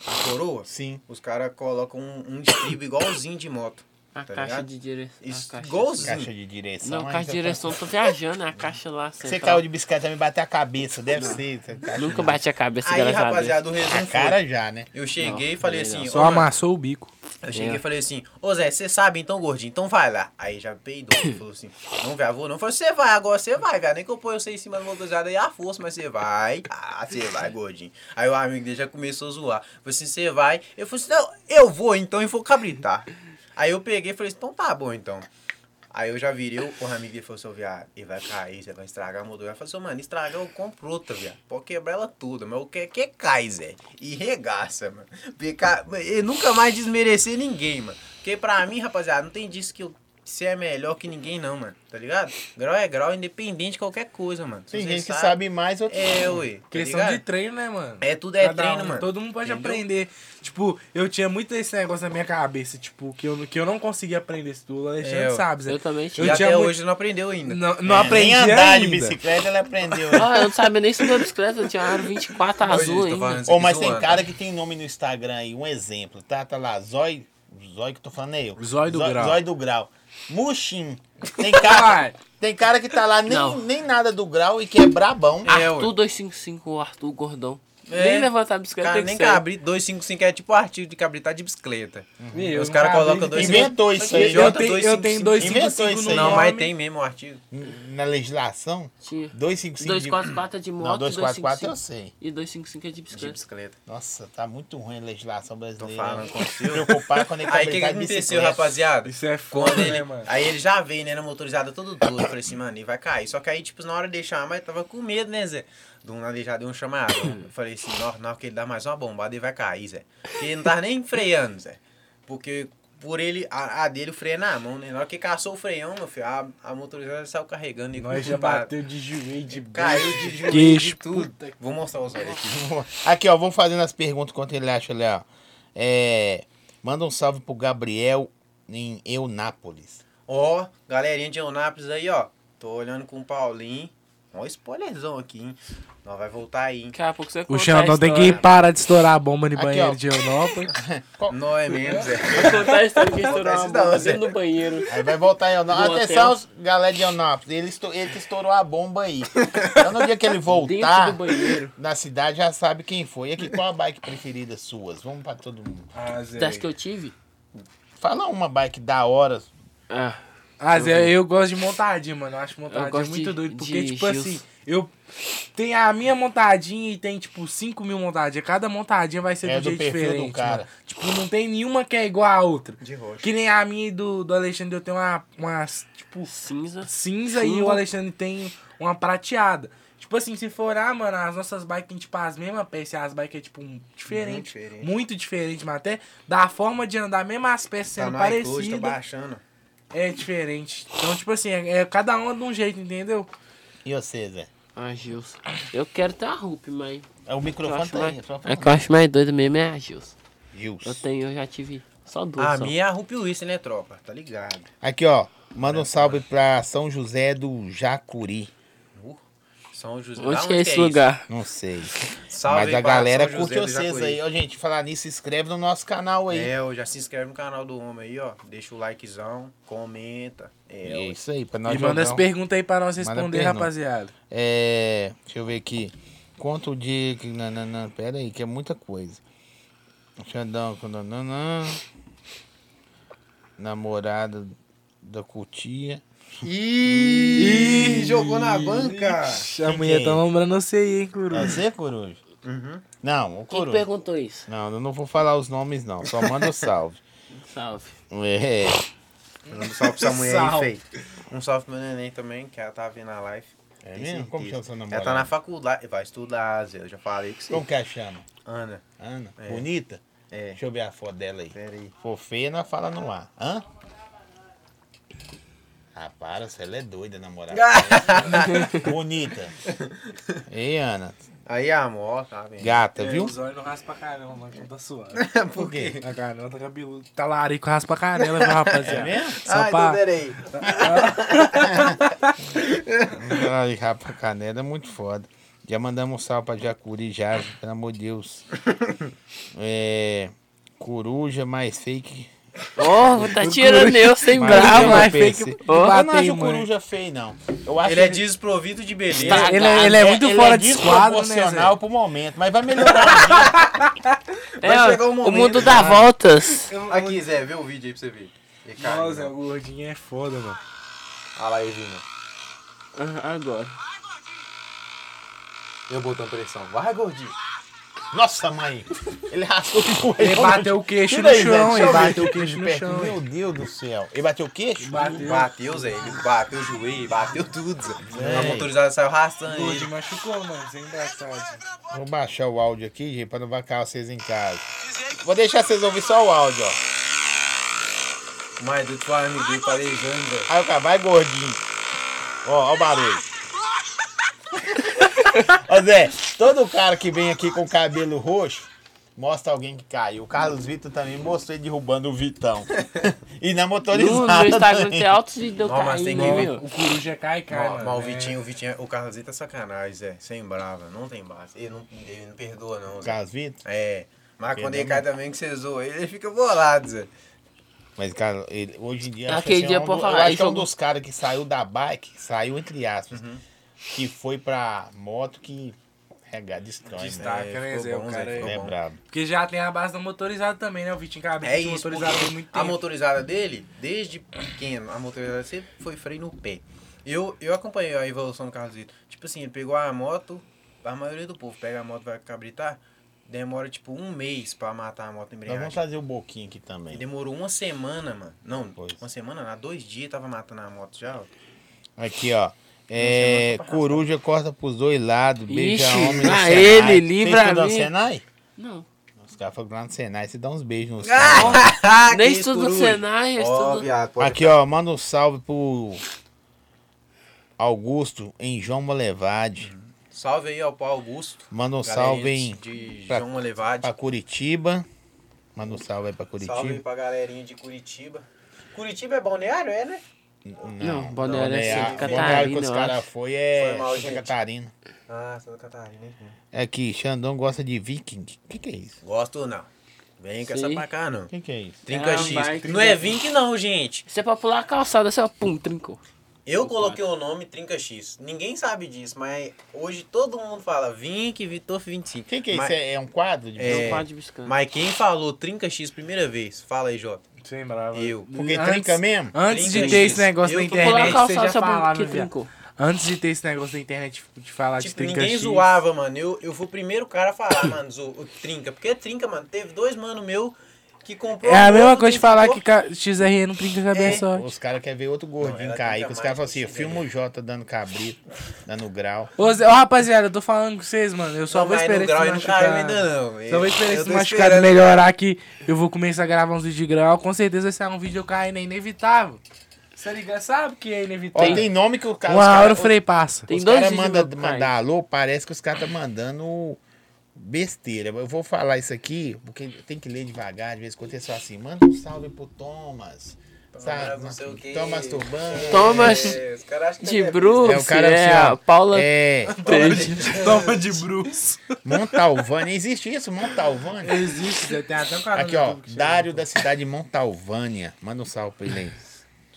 Speaker 3: a coroa.
Speaker 1: Sim.
Speaker 3: Os caras colocam um, um estribo igualzinho de moto.
Speaker 2: A
Speaker 3: Tá
Speaker 2: caixa
Speaker 3: ligado?
Speaker 2: de direção.
Speaker 3: Isso-
Speaker 2: a caixa-
Speaker 3: igualzinho.
Speaker 1: Caixa de direção.
Speaker 2: Não,
Speaker 1: aí
Speaker 2: caixa de
Speaker 1: você
Speaker 2: direção, tô viajando, é a caixa lá.
Speaker 1: tá- Você
Speaker 2: central.
Speaker 1: caiu de bicicleta me bater a cabeça, deve ser. você- caixa
Speaker 2: Nunca
Speaker 1: de-
Speaker 2: bati a cabeça,
Speaker 3: Aí,
Speaker 2: graças a
Speaker 3: rapaziada, o
Speaker 1: A
Speaker 3: resumo foi.
Speaker 1: cara já, né?
Speaker 3: Eu cheguei
Speaker 2: Não,
Speaker 3: e falei
Speaker 2: não.
Speaker 3: assim,
Speaker 4: Só
Speaker 3: ô, mano,
Speaker 4: amassou o bico.
Speaker 3: eu cheguei
Speaker 2: É.
Speaker 3: e falei assim, ô Zé, você sabe então, gordinho, então vai lá. Aí já peidou, ele falou assim, não, velho, vou não. Eu falei, você vai, agora você vai, velho. Nem que eu ponho você em cima do motorizado aí, a força, mas você vai. Ah, você vai, gordinho. Aí o amigo dele já começou a zoar. Eu Falei assim, você vai. Eu falei assim, não, eu vou então e vou cabritar. Aí eu peguei e falei assim, então tá bom então. Aí eu já virei o o amigo e falou assim, ô viado, ele vai cair, você vai estragar a moldura. Eu falei assim, ô, mano, estragar eu compro outra, viado. Pode quebrar ela toda, mas o que que cai, Zé? E regaça, mano. Porque ca- e nunca mais desmerecer ninguém, mano. Porque pra mim, rapaziada, não tem disso que eu... Você é melhor que ninguém, não, mano. Tá ligado? Grau é grau, independente de qualquer coisa, mano. Se
Speaker 1: Tem
Speaker 3: você
Speaker 1: gente que sabe mais, outro
Speaker 3: É, ué. Tá
Speaker 4: Questão
Speaker 3: ligado?
Speaker 4: de treino, né, mano?
Speaker 3: É, tudo é
Speaker 4: Cada
Speaker 3: treino,
Speaker 4: um,
Speaker 3: mano.
Speaker 4: Todo mundo pode
Speaker 3: Entendeu?
Speaker 4: aprender. Tipo, eu tinha muito esse negócio na minha cabeça, tipo, que eu, que eu não conseguia aprender se tu, Alexandre
Speaker 3: É, eu-
Speaker 4: sabe, Zé.
Speaker 2: Eu também
Speaker 3: E
Speaker 2: tinha.
Speaker 4: Eu
Speaker 3: até
Speaker 4: tinha muito-
Speaker 3: hoje não aprendeu ainda.
Speaker 4: Não, não
Speaker 1: É,
Speaker 4: aprendi
Speaker 1: nem andar
Speaker 4: ainda.
Speaker 1: de bicicleta ele aprendeu. né?
Speaker 2: Ah, eu não sabia nem se meu bicicleta, eu tinha uma aro 24
Speaker 3: Hoje eu
Speaker 2: azul
Speaker 3: tô
Speaker 2: ainda.
Speaker 3: falando isso
Speaker 1: Ô,
Speaker 3: aqui
Speaker 1: mas tem
Speaker 3: zoando.
Speaker 1: cara que tem nome no Instagram aí, um exemplo, tá? Tá lá, Zói. Zói que eu tô falando é eu.
Speaker 4: Zói do Grau.
Speaker 1: Zói do Grau. Muxim. Tem cara,
Speaker 4: Vai.
Speaker 1: tem cara que tá lá nem,
Speaker 2: Não.
Speaker 1: nem nada do Grau e que é brabão.
Speaker 3: É, ué.
Speaker 2: Arthur 255, o Arthur gordão.
Speaker 3: É.
Speaker 2: Nem levantar a bicicleta
Speaker 3: Cara,
Speaker 2: tem que
Speaker 3: nem
Speaker 2: ser.
Speaker 3: cabri, 255 é tipo o artigo de cabritar de bicicleta.
Speaker 4: Ih, eu
Speaker 3: Os
Speaker 4: não
Speaker 3: caras
Speaker 4: sabia
Speaker 3: colocam
Speaker 4: que
Speaker 3: dois.
Speaker 1: Inventou isso aí.
Speaker 4: Eu
Speaker 3: J
Speaker 4: tenho, eu tenho
Speaker 1: 255
Speaker 4: 255
Speaker 1: isso
Speaker 4: no
Speaker 1: aí.
Speaker 3: Não,
Speaker 4: nome.
Speaker 3: mas tem mesmo o artigo.
Speaker 1: Na legislação,
Speaker 2: Tinha.
Speaker 1: 255 de...
Speaker 2: 244 é de moto,
Speaker 1: Não, 244 eu
Speaker 2: 255
Speaker 1: sei.
Speaker 2: e 255 é de
Speaker 3: De
Speaker 2: bicicleta.
Speaker 3: bicicleta.
Speaker 1: Nossa, tá muito ruim a legislação brasileira.
Speaker 3: Tô falando
Speaker 1: né?
Speaker 3: com o seu.
Speaker 1: Preocupar quando ele
Speaker 3: Aí o que, que
Speaker 1: fabricar de
Speaker 3: aconteceu,
Speaker 1: bicicleta.
Speaker 3: rapaziada?
Speaker 4: tá Isso é
Speaker 3: Quando
Speaker 4: foda,
Speaker 3: ele,
Speaker 4: né, mano?
Speaker 3: aí ele já veio, né, na motorizada todo duro. Eu falei assim, mano, ele vai cair. Só que aí, tipo, na hora de deixar, mas tava com medo, né, Zé? Do nada ele já deu um chamado. Eu falei assim, na hora- na hora que ele dá mais uma bombada, ele vai cair, Zé. Porque ele não tava nem freando, Zé. Porque por ele, a, a dele, o freio é na mão, né? Na hora que caçou o freião, meu filho, a, a motorizada saiu carregando. um igual
Speaker 4: Nós já
Speaker 3: pra-
Speaker 4: bateu de joelho de
Speaker 3: Caiu de joelho
Speaker 4: Queixo,
Speaker 3: de tudo. Vou mostrar os olhos aqui.
Speaker 1: Aqui, ó, vamos fazendo as perguntas enquanto ele acha ali, ó. É, manda um salve pro Gabriel em Eunápolis.
Speaker 3: Ó, galerinha de Eunápolis aí, ó. Tô olhando com o Paulinho. Ó, spoilerzão aqui, hein? Nós vai voltar aí, hein?
Speaker 2: Daqui a pouco você
Speaker 4: O
Speaker 2: conta a
Speaker 4: Xandão tem que
Speaker 2: história.
Speaker 4: parar de estourar a bomba no
Speaker 1: Aqui,
Speaker 4: banheiro
Speaker 1: ó.
Speaker 4: de Eunópolis.
Speaker 3: Não é mesmo, Zé?
Speaker 2: Vou contar a história que estourou
Speaker 3: Acontece
Speaker 2: uma bomba
Speaker 3: não,
Speaker 2: dentro
Speaker 3: Zé.
Speaker 2: do banheiro.
Speaker 1: Aí vai voltar em
Speaker 2: Do
Speaker 1: Eunápolis.
Speaker 2: hotel.
Speaker 1: Atenção, galera de Eunápolis. Ele, estou, ele que estourou a bomba aí. Então, no dia que ele
Speaker 2: Dentro
Speaker 1: voltar
Speaker 2: do banheiro.
Speaker 1: na cidade, já sabe quem foi. E aqui, qual a bike preferida suas? Vamos pra todo mundo.
Speaker 4: Ah, Zé.
Speaker 2: Das que eu tive?
Speaker 1: Fala uma bike da hora.
Speaker 2: Ah,
Speaker 4: Ah, Zé, eu gosto de montadinha, mano. Eu acho montadinha
Speaker 2: Eu gosto
Speaker 4: muito
Speaker 2: de-
Speaker 4: doido. Porque,
Speaker 2: de
Speaker 4: tipo
Speaker 2: Gils.
Speaker 4: assim, eu. Tem a minha montadinha e tem, tipo, 5 mil montadinhas. Cada montadinha vai ser
Speaker 1: É
Speaker 4: de um
Speaker 1: do
Speaker 4: jeito
Speaker 1: perfil do
Speaker 4: diferente.
Speaker 1: cara.
Speaker 4: mano. Tipo, não tem nenhuma que é igual a outra.
Speaker 3: De roxo. Tá
Speaker 4: Que nem a minha e do, do Alexandre, eu tenho uma, umas, tipo,
Speaker 2: cinza.
Speaker 4: cinza e
Speaker 2: Chumbo.
Speaker 4: o Alexandre tem uma prateada. Tipo assim, se for, ah, mano, as nossas bikes tem, tipo, as mesmas peças, e as bikes é, tipo, um-
Speaker 3: Muito
Speaker 4: diferente.
Speaker 3: diferente.
Speaker 4: Muito diferente, mas até da forma de andar, mesmo as peças
Speaker 3: Tá
Speaker 4: sendo
Speaker 3: no iCloud, tá
Speaker 4: parecidas,
Speaker 3: baixando.
Speaker 4: é diferente. Então, tipo assim, é, é cada uma de um jeito, entendeu?
Speaker 1: E você, Zé?
Speaker 2: Ah, Gilson. Eu quero ter a Rup, mas.
Speaker 1: É, O
Speaker 2: eu
Speaker 1: microfone
Speaker 2: acho
Speaker 1: tá aí.
Speaker 2: mais-
Speaker 1: é só
Speaker 2: É
Speaker 1: falar.
Speaker 2: que eu acho mais doido mesmo é a Gilson.
Speaker 1: Gilson.
Speaker 2: Eu tenho, eu já tive só duas.
Speaker 3: A
Speaker 2: só.
Speaker 3: minha é a Rupi Wilson, né, tropa? Tá ligado.
Speaker 1: Aqui, ó. Manda um salve pra São José do Jacuri.
Speaker 3: Uh, São José. Da
Speaker 2: Onde que é esse lugar?
Speaker 1: Não sei.
Speaker 3: isso? Salve
Speaker 1: Mas a
Speaker 3: pra
Speaker 1: galera
Speaker 3: São José
Speaker 1: curte
Speaker 3: do
Speaker 1: vocês
Speaker 3: Jacuí.
Speaker 1: aí. Ó, gente, falar nisso, se inscreve no nosso canal aí.
Speaker 3: É, ó, já se inscreve no canal do homem aí, ó. Deixa o likezão, comenta. É,
Speaker 1: É
Speaker 3: ó.
Speaker 1: isso aí, pra nós
Speaker 4: e manda
Speaker 1: jogar
Speaker 4: as
Speaker 1: um-
Speaker 4: perguntas aí pra nós
Speaker 1: Manda
Speaker 4: responder,
Speaker 1: pergunta.
Speaker 4: rapaziada.
Speaker 1: É, deixa eu ver aqui. Quanto dia que... Não, não, não, pera aí, que é muita coisa. Xandão, quando... Não, não. Namorada da cutia.
Speaker 3: Ih, jogou na banca.
Speaker 4: A mulher tá lembrando você aí,
Speaker 1: É
Speaker 4: hein,
Speaker 3: Ah,
Speaker 4: Coruja.
Speaker 1: você, Coruja?
Speaker 3: Uhum.
Speaker 1: Não, o
Speaker 2: Quem que
Speaker 1: Coruja.
Speaker 2: perguntou isso?
Speaker 1: Não, eu não vou falar os nomes, não. Só manda o salve.
Speaker 2: Salve.
Speaker 1: É,
Speaker 3: Manda um salve pra essa mulher
Speaker 4: Salve.
Speaker 3: aí, feio. Um salve pro meu neném também, que ela tá vendo a live.
Speaker 1: é
Speaker 3: Tem
Speaker 1: mesmo? Como
Speaker 3: certeza.
Speaker 1: chama sua namorada?
Speaker 3: Ela tá na faculdade, vai estudar, Zé. Eu já falei com você.
Speaker 1: Como que ela chama?
Speaker 3: Ana,
Speaker 1: Ana?
Speaker 3: É.
Speaker 1: Bonita?
Speaker 3: é,
Speaker 1: Deixa eu ver a foto dela aí.
Speaker 3: pera aí.
Speaker 1: For feia, não fala no ar. Hã? Ah, para, você ela é doida, namorada. Bonita. Ei, Ana,
Speaker 3: Aí, amor, ó, tá bem.
Speaker 1: Gata,
Speaker 4: É,
Speaker 1: viu?
Speaker 4: Os olhos não raspa a canela, mano, que tá suado.
Speaker 3: Por quê?
Speaker 4: A canela tá cabeludo. Tá larico, raspa a canela, viu, rapaziada?
Speaker 1: É mesmo?
Speaker 4: Só pra...
Speaker 3: Ah, então peraí.
Speaker 1: Ai, rapaz, canela é muito foda. Já mandamos um salve pra Jacuri já, pelo amor de Deus. É. Coruja mais fake.
Speaker 2: Ó, tá tirando eu sem
Speaker 1: mais
Speaker 2: bravo.
Speaker 1: que
Speaker 4: Ah, mais
Speaker 1: eu
Speaker 4: feio
Speaker 1: pensei.
Speaker 4: que- que
Speaker 1: Eu
Speaker 4: bateu,
Speaker 1: não acho o
Speaker 4: mano.
Speaker 1: coruja feio, não. Eu acho
Speaker 3: Ele é desprovido de beleza.
Speaker 2: Tá.
Speaker 4: Ele, é- ele é muito fora de esquadro, né, Zé?
Speaker 1: desproporcional pro momento, mas vai melhorar.
Speaker 2: É,
Speaker 3: chegar um
Speaker 2: o
Speaker 3: momento,
Speaker 2: mundo dá
Speaker 3: né?
Speaker 2: voltas.
Speaker 3: Aqui, Zé, vê o vídeo aí pra você ver. E cara,
Speaker 4: Nossa,
Speaker 3: mano.
Speaker 4: o gordinho é foda, mano.
Speaker 3: Olha lá, Evina.
Speaker 2: Agora.
Speaker 3: Eu botando pressão. Vai, gordinho.
Speaker 1: Nossa, mãe. Ele raspou o joelho.
Speaker 4: Ele bateu o queixo
Speaker 1: Tira
Speaker 4: no
Speaker 1: aí, Zé,
Speaker 4: chão,
Speaker 1: deixa
Speaker 4: ele
Speaker 1: eu ver
Speaker 4: bateu o
Speaker 1: aqui de
Speaker 4: queixo no
Speaker 1: perto.
Speaker 4: chão,
Speaker 1: Meu Deus do céu. Ele bateu o queixo?
Speaker 4: Bateu.
Speaker 3: Bateu, Zé. Ele bateu o joelho, bateu tudo, Zé.
Speaker 1: Véi.
Speaker 3: A motorizada saiu
Speaker 4: O
Speaker 3: arrastando
Speaker 4: gordinho
Speaker 3: ele.
Speaker 4: machucou, mano, sem engraçado.
Speaker 1: Vou baixar o áudio aqui, gente, pra não vacar vocês em casa. Vou deixar vocês ouvir só o áudio, ó.
Speaker 3: Mas do teu amigo palejando, Zé.
Speaker 1: Aí o cara vai gordinho. Ó, ó o barulho. Ô Zé, todo cara que vem aqui com cabelo roxo, mostra alguém que caiu. O Carlos Vitor também mostrou ele derrubando o Vitão. e na
Speaker 2: No,
Speaker 1: motorizada.
Speaker 2: no Instagram
Speaker 1: também.
Speaker 2: tem altos vídeos de eu
Speaker 3: Não, mas
Speaker 2: cair,
Speaker 3: tem que
Speaker 2: né,
Speaker 3: ver.
Speaker 2: meu?
Speaker 4: O coruja cai, cai,
Speaker 3: Mal,
Speaker 4: mano.
Speaker 3: mal o
Speaker 4: É.
Speaker 3: Vitinho, o Vitinho, o Carlosito é sacanagem, Zé. Sem brava, não tem base. Ele não, ele não perdoa, não, Zé.
Speaker 1: Carlos Vitor?
Speaker 3: É. Mas quando ele cai também que você zoa ele, ele fica bolado, Zé.
Speaker 1: Mas, cara, ele- hoje em dia. acho
Speaker 2: Aquele
Speaker 1: que,
Speaker 2: dia,
Speaker 1: é um,
Speaker 2: pô,
Speaker 1: do-
Speaker 2: falar,
Speaker 1: eu acho
Speaker 2: ele
Speaker 1: que é um
Speaker 2: jogou-
Speaker 1: dos caras que saiu da bike, saiu entre aspas,
Speaker 3: Uhum.
Speaker 1: que foi pra moto que. Rega, destrói, né?
Speaker 4: Destaca,
Speaker 3: É,
Speaker 4: né,
Speaker 3: ficou
Speaker 4: Zé? O
Speaker 3: bom, Zé,
Speaker 4: cara
Speaker 3: ficou
Speaker 1: É
Speaker 4: é...
Speaker 3: bom.
Speaker 1: brabo.
Speaker 4: Porque já tem a base da motorizada também, né? O Vitinho Cabelo
Speaker 3: É isso,
Speaker 4: motorizada
Speaker 3: porque
Speaker 4: por muito
Speaker 3: a
Speaker 4: tempo.
Speaker 3: motorizada dele, desde pequeno, a motorizada sempre foi freio no pé. Eu, eu acompanhei a evolução do Carlosito. Tipo assim, ele pegou a moto, a maioria do povo pega a moto, vai cabritar, demora tipo um mês pra matar a moto em
Speaker 1: Nós vamos
Speaker 3: embreagem.
Speaker 1: trazer o Boquinho aqui
Speaker 3: E
Speaker 1: também.
Speaker 3: demorou uma semana, mano. Não,
Speaker 1: Pois.
Speaker 3: uma semana, há dois dias tava matando a moto já, ó.
Speaker 1: Aqui, ó. É,
Speaker 3: né?
Speaker 1: coruja corta pros dois lados, beija
Speaker 2: Ixi,
Speaker 1: homem no
Speaker 2: lá
Speaker 1: Senai.
Speaker 2: ele,
Speaker 1: Vocês
Speaker 2: livra
Speaker 1: estudam
Speaker 2: a mim.
Speaker 1: Senai?
Speaker 2: Não.
Speaker 1: Os caras foram lá no Senai, você dá uns beijos nos
Speaker 2: Ah!
Speaker 1: caras.
Speaker 2: Nem
Speaker 3: Ah, Que
Speaker 2: estudo no
Speaker 3: coruja.
Speaker 2: Senai, eu
Speaker 3: Ó,
Speaker 2: estudo-
Speaker 3: viado, pode-
Speaker 1: Aqui, ó, manda um salve pro Augusto em João
Speaker 3: Uhum.
Speaker 1: Molevade.
Speaker 3: Salve aí ao Paulo Augusto.
Speaker 1: Manda um
Speaker 3: galerinha
Speaker 1: salve em
Speaker 3: De
Speaker 1: pra-
Speaker 3: João Levade.
Speaker 1: pra Curitiba. Manda um salve aí pra Curitiba.
Speaker 3: Salve aí pra galerinha de Curitiba. Curitiba é balneário, é, né?
Speaker 2: Não, Balneário é Santa
Speaker 1: Balneário
Speaker 2: Catarina,
Speaker 1: que os
Speaker 2: eu
Speaker 1: caras
Speaker 2: acho.
Speaker 1: foi é
Speaker 3: Foi mal,
Speaker 1: Santa
Speaker 3: gente.
Speaker 1: Catarina.
Speaker 3: Ah, Santa Catarina, hein?
Speaker 1: É aqui, Xandão gosta de viking. O que, que é isso?
Speaker 3: Gosto não. Vem com
Speaker 2: Sei.
Speaker 3: essa pra cá, não.
Speaker 1: O que, que é isso?
Speaker 3: Trinca
Speaker 2: Ah,
Speaker 3: X.
Speaker 2: vai,
Speaker 3: não é Vink, não, gente.
Speaker 2: Você é pra pular a calçada, você ó, pum, trincou.
Speaker 3: Eu coloquei o nome Trinca X. Ninguém sabe disso, mas hoje todo mundo fala Vink, Vitor 25.
Speaker 1: O que, que é isso?
Speaker 3: Mas,
Speaker 1: É é um quadro? De...
Speaker 3: É.
Speaker 2: Não pode de biscando.
Speaker 3: mas quem falou Trinca X primeira vez? Fala aí, Jota.
Speaker 4: Sem brava.
Speaker 3: Eu.
Speaker 1: Porque
Speaker 4: Antes-
Speaker 1: trinca mesmo?
Speaker 4: Antes de
Speaker 3: Trinca
Speaker 4: ter
Speaker 3: X.
Speaker 4: esse negócio
Speaker 3: Eu
Speaker 4: na
Speaker 3: tô
Speaker 2: Pular a
Speaker 4: internet, você
Speaker 2: calçada,
Speaker 4: já
Speaker 2: só pum,
Speaker 4: falava,
Speaker 2: que
Speaker 4: viado.
Speaker 2: trincou.
Speaker 4: Antes de ter esse negócio na internet de falar de
Speaker 3: Tipo,
Speaker 4: trinca
Speaker 3: ninguém
Speaker 4: X,
Speaker 3: zoava, mano. Eu, eu fui o primeiro cara a falar, mano, zo- o Trinca. Porque Trinca, mano, teve dois mano meu que comprou...
Speaker 4: É a
Speaker 3: um
Speaker 4: mesma
Speaker 3: outro
Speaker 4: coisa de falar
Speaker 3: comprou-
Speaker 4: que ca- XRE não trinca
Speaker 3: É.
Speaker 4: cabeça. ó.
Speaker 1: Os caras querem ver outro gordinho
Speaker 3: ela
Speaker 1: cair.
Speaker 3: trinca
Speaker 1: que Os
Speaker 3: é mais
Speaker 1: caras falam
Speaker 3: que
Speaker 1: assim,
Speaker 3: você,
Speaker 1: filma o Jota dando cabrito, dando grau.
Speaker 4: Ô, Zé- ô, rapaziada, eu tô falando com vocês, mano. Eu só
Speaker 3: Não,
Speaker 4: vou
Speaker 3: mas no
Speaker 4: esperar esse
Speaker 3: grau ele não
Speaker 4: machucar.
Speaker 3: caiu ainda, não.
Speaker 4: Só vou
Speaker 3: Eu
Speaker 4: esperar esse
Speaker 3: tô
Speaker 4: machucado
Speaker 3: esperando.
Speaker 4: melhorar que eu vou começar a gravar uns vídeos de grau. Com certeza vai sair um vídeo eu caindo, é inevitável. Você liga, sabe que é
Speaker 1: Ó,
Speaker 4: inevitável.
Speaker 1: tem, nome que o cara... os
Speaker 4: Uma
Speaker 1: cara
Speaker 4: hora o freio passa.
Speaker 2: Tem
Speaker 1: os
Speaker 2: dois
Speaker 1: caras
Speaker 2: vídeos
Speaker 1: mandam
Speaker 2: do
Speaker 1: mandar alô, parece que os caras estão mandando besteira. Eu vou falar isso aqui, porque tem que ler devagar, de vez em quando é só assim, manda um salve pro Thomas. Sabe?
Speaker 3: não sei o quê.
Speaker 1: Thomas Turbano.
Speaker 2: Thomas
Speaker 3: É, os caras acham que
Speaker 2: de
Speaker 3: é-
Speaker 1: É o
Speaker 2: Bruce,
Speaker 1: cara
Speaker 2: é
Speaker 1: assim, ó,
Speaker 2: a Paula
Speaker 1: É,
Speaker 2: Page.
Speaker 4: Toma de Bruce.
Speaker 1: Montalvânia. Existe isso, Montalvânia?
Speaker 4: Existe, Zé, tem até um canal
Speaker 1: Aqui,
Speaker 4: no
Speaker 1: ó.
Speaker 4: YouTube que chama.
Speaker 1: Dário da cidade de Montalvânia. Manda um salve pra ele aí.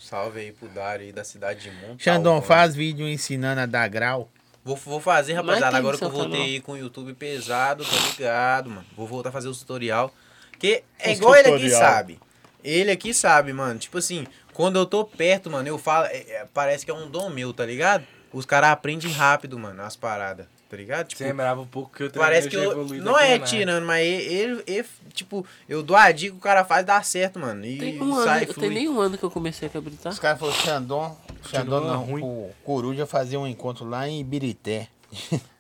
Speaker 3: Salve aí pro Dário aí da cidade de Montalvão.
Speaker 1: Xandão, faz vídeo ensinando a dar grau.
Speaker 3: Vou, vou fazer,
Speaker 2: Mas
Speaker 3: rapaziada.
Speaker 2: tem
Speaker 3: Agora que eu
Speaker 2: Santa
Speaker 3: voltei
Speaker 2: não.
Speaker 3: aí com o YouTube pesado, tá ligado, mano. Vou voltar a fazer o tutorial. Que é
Speaker 1: Os
Speaker 3: igual ele aqui
Speaker 1: tutorial.
Speaker 3: sabe. Ele aqui sabe, mano. Tipo assim, quando eu tô perto, mano, eu falo. é- é- parece que é um dom meu, tá ligado? Os caras aprendem rápido, mano, as paradas, tá ligado? Tipo,
Speaker 4: Você lembrava um pouco que eu
Speaker 3: Parece que
Speaker 4: já
Speaker 3: eu.
Speaker 4: evoluí
Speaker 3: Não
Speaker 4: daqui,
Speaker 3: é
Speaker 4: né?
Speaker 3: tirando, mas ele, ele- ele- Tipo, eu dou a dica, o cara faz dar certo, mano. E
Speaker 2: Tem um
Speaker 3: sai
Speaker 2: ano, tem
Speaker 3: flui.
Speaker 2: nem um ano que eu comecei a cabritar.
Speaker 1: Os caras falaram, Xandão, Xandão
Speaker 4: Continua
Speaker 1: não,
Speaker 4: ruim.
Speaker 1: o Coruja fazia um encontro lá em Ibirité.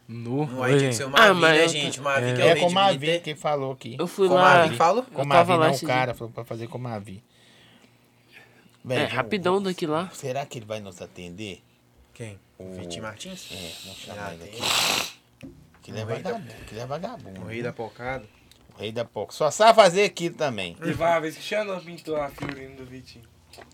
Speaker 4: Nu,
Speaker 3: Não, aí tinha
Speaker 4: oi.
Speaker 3: que ser o
Speaker 2: Ah,
Speaker 3: Mavi,
Speaker 2: mas
Speaker 3: né,
Speaker 2: eu-
Speaker 3: gente? O Mavi que é o
Speaker 1: É,
Speaker 3: rei
Speaker 1: com
Speaker 3: de
Speaker 1: a
Speaker 3: Milité.
Speaker 1: Vi que falou aqui.
Speaker 2: Eu fui
Speaker 3: Como
Speaker 2: lá.
Speaker 3: a Vi falou?
Speaker 1: Com a
Speaker 2: tava
Speaker 1: Vi,
Speaker 2: lá
Speaker 1: não,
Speaker 2: esse
Speaker 1: o cara falou pra fazer com a Vi.
Speaker 2: É,
Speaker 1: Velho,
Speaker 2: rapidão daqui lá.
Speaker 1: Será que ele vai nos atender?
Speaker 3: Quem? O Vitinho Martins?
Speaker 1: É, vamos chamar
Speaker 3: Ah,
Speaker 1: ele
Speaker 3: tem.
Speaker 1: aqui. Aquilo é vagabundo. Aquilo é vagabundo.
Speaker 3: O rei da pocada.
Speaker 1: O rei da pouco. Só sabe fazer aquilo também.
Speaker 4: E vai, vez que Xandão pintou a figurina do Vitinho.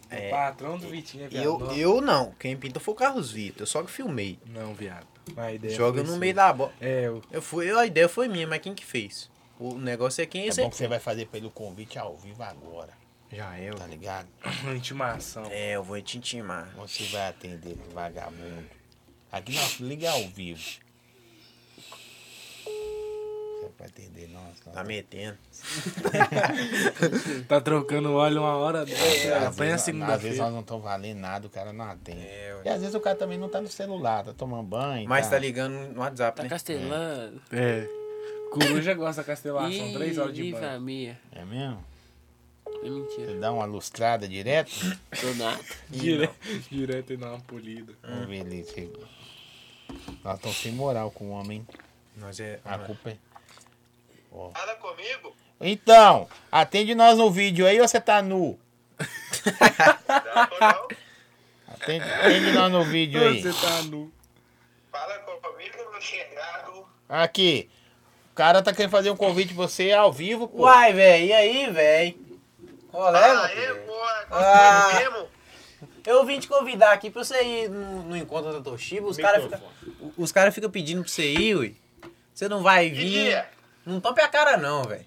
Speaker 3: É.
Speaker 4: O patrão do Vitinho é viado.
Speaker 3: Eu, eu não. Quem pinta foi o Carlos Vitor. Eu só que filmei.
Speaker 4: Não, viado. Mas a ideia
Speaker 3: Joga
Speaker 4: foi
Speaker 3: no
Speaker 4: sua.
Speaker 3: meio da bola.
Speaker 4: É, eu...
Speaker 3: Eu fui, a ideia foi minha, mas quem que fez? O negócio é quem
Speaker 1: É
Speaker 3: esse
Speaker 1: bom que você vai fazer pelo convite ao vivo agora,
Speaker 3: Já é, eu.
Speaker 1: tá ligado?
Speaker 4: intimação.
Speaker 3: É, eu vou te intimar.
Speaker 1: Você vai atender pro vagabundo. Aqui nós liga ao vivo. Você não vai atender nós, não.
Speaker 3: Tá metendo.
Speaker 4: Tá trocando óleo uma hora
Speaker 3: É,
Speaker 4: dessa.
Speaker 1: Às vezes
Speaker 4: apanha
Speaker 1: nós- Às vezes
Speaker 4: segunda-feira.
Speaker 1: nós não estamos valendo nada, o cara não atende.
Speaker 3: É, ué.
Speaker 1: e às vezes o cara também não tá no celular, tá tomando banho.
Speaker 3: Mas tá ligando no WhatsApp,
Speaker 2: Tá
Speaker 3: né?
Speaker 2: castelando.
Speaker 4: É. Coruja gosta da castelação.
Speaker 2: Ih,
Speaker 4: três horas de
Speaker 2: viva
Speaker 4: banho.
Speaker 2: a minha.
Speaker 1: É mesmo?
Speaker 2: É mentira.
Speaker 1: Você dá uma lustrada direto?
Speaker 2: Tô nada.
Speaker 4: Direto, direto e dá uma polida.
Speaker 1: Vamos ver ali. se- Nós estamos sem moral com o homem. hein?
Speaker 3: Nós é.
Speaker 1: A culpa é.
Speaker 5: Fala comigo?
Speaker 1: Então, atende nós no vídeo aí ou você tá nu?
Speaker 5: Não, tô não.
Speaker 1: Atende, atende nós no vídeo aí.
Speaker 4: Você tá nu.
Speaker 5: Fala comigo, meu chegado.
Speaker 1: Aqui. O cara tá querendo fazer um convite pra você ao vivo, pô.
Speaker 3: Uai, velho, e aí, velho? Qual é, meu
Speaker 5: Aê,
Speaker 3: filho?
Speaker 5: boa.
Speaker 3: Ah.
Speaker 5: Gostei mesmo?
Speaker 3: Eu vim te convidar aqui pra você ir no, no encontro da Toshiba. Os caras ficam
Speaker 1: É,
Speaker 3: os cara fica pedindo pra você ir, ui. Você não vai
Speaker 5: Que
Speaker 3: vir.
Speaker 5: dia?
Speaker 3: Não tope a cara, não, velho.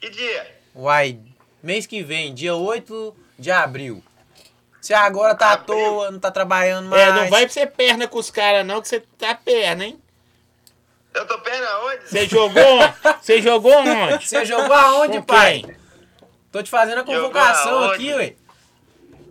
Speaker 5: Que dia?
Speaker 3: Uai, mês que vem, dia 8 de abril. Você agora tá à
Speaker 5: Abril?
Speaker 3: toa, não tá trabalhando mais.
Speaker 1: É, não vai pra você perna com os caras, não, que você tá perna, hein?
Speaker 5: Eu tô perna onde?
Speaker 1: Você jogou? Você jogou onde?
Speaker 3: Você jogou aonde,
Speaker 1: Com
Speaker 3: pai?
Speaker 1: quem?
Speaker 3: Tô te fazendo a
Speaker 5: Jogou
Speaker 3: convocação
Speaker 5: aonde?
Speaker 3: aqui, ué.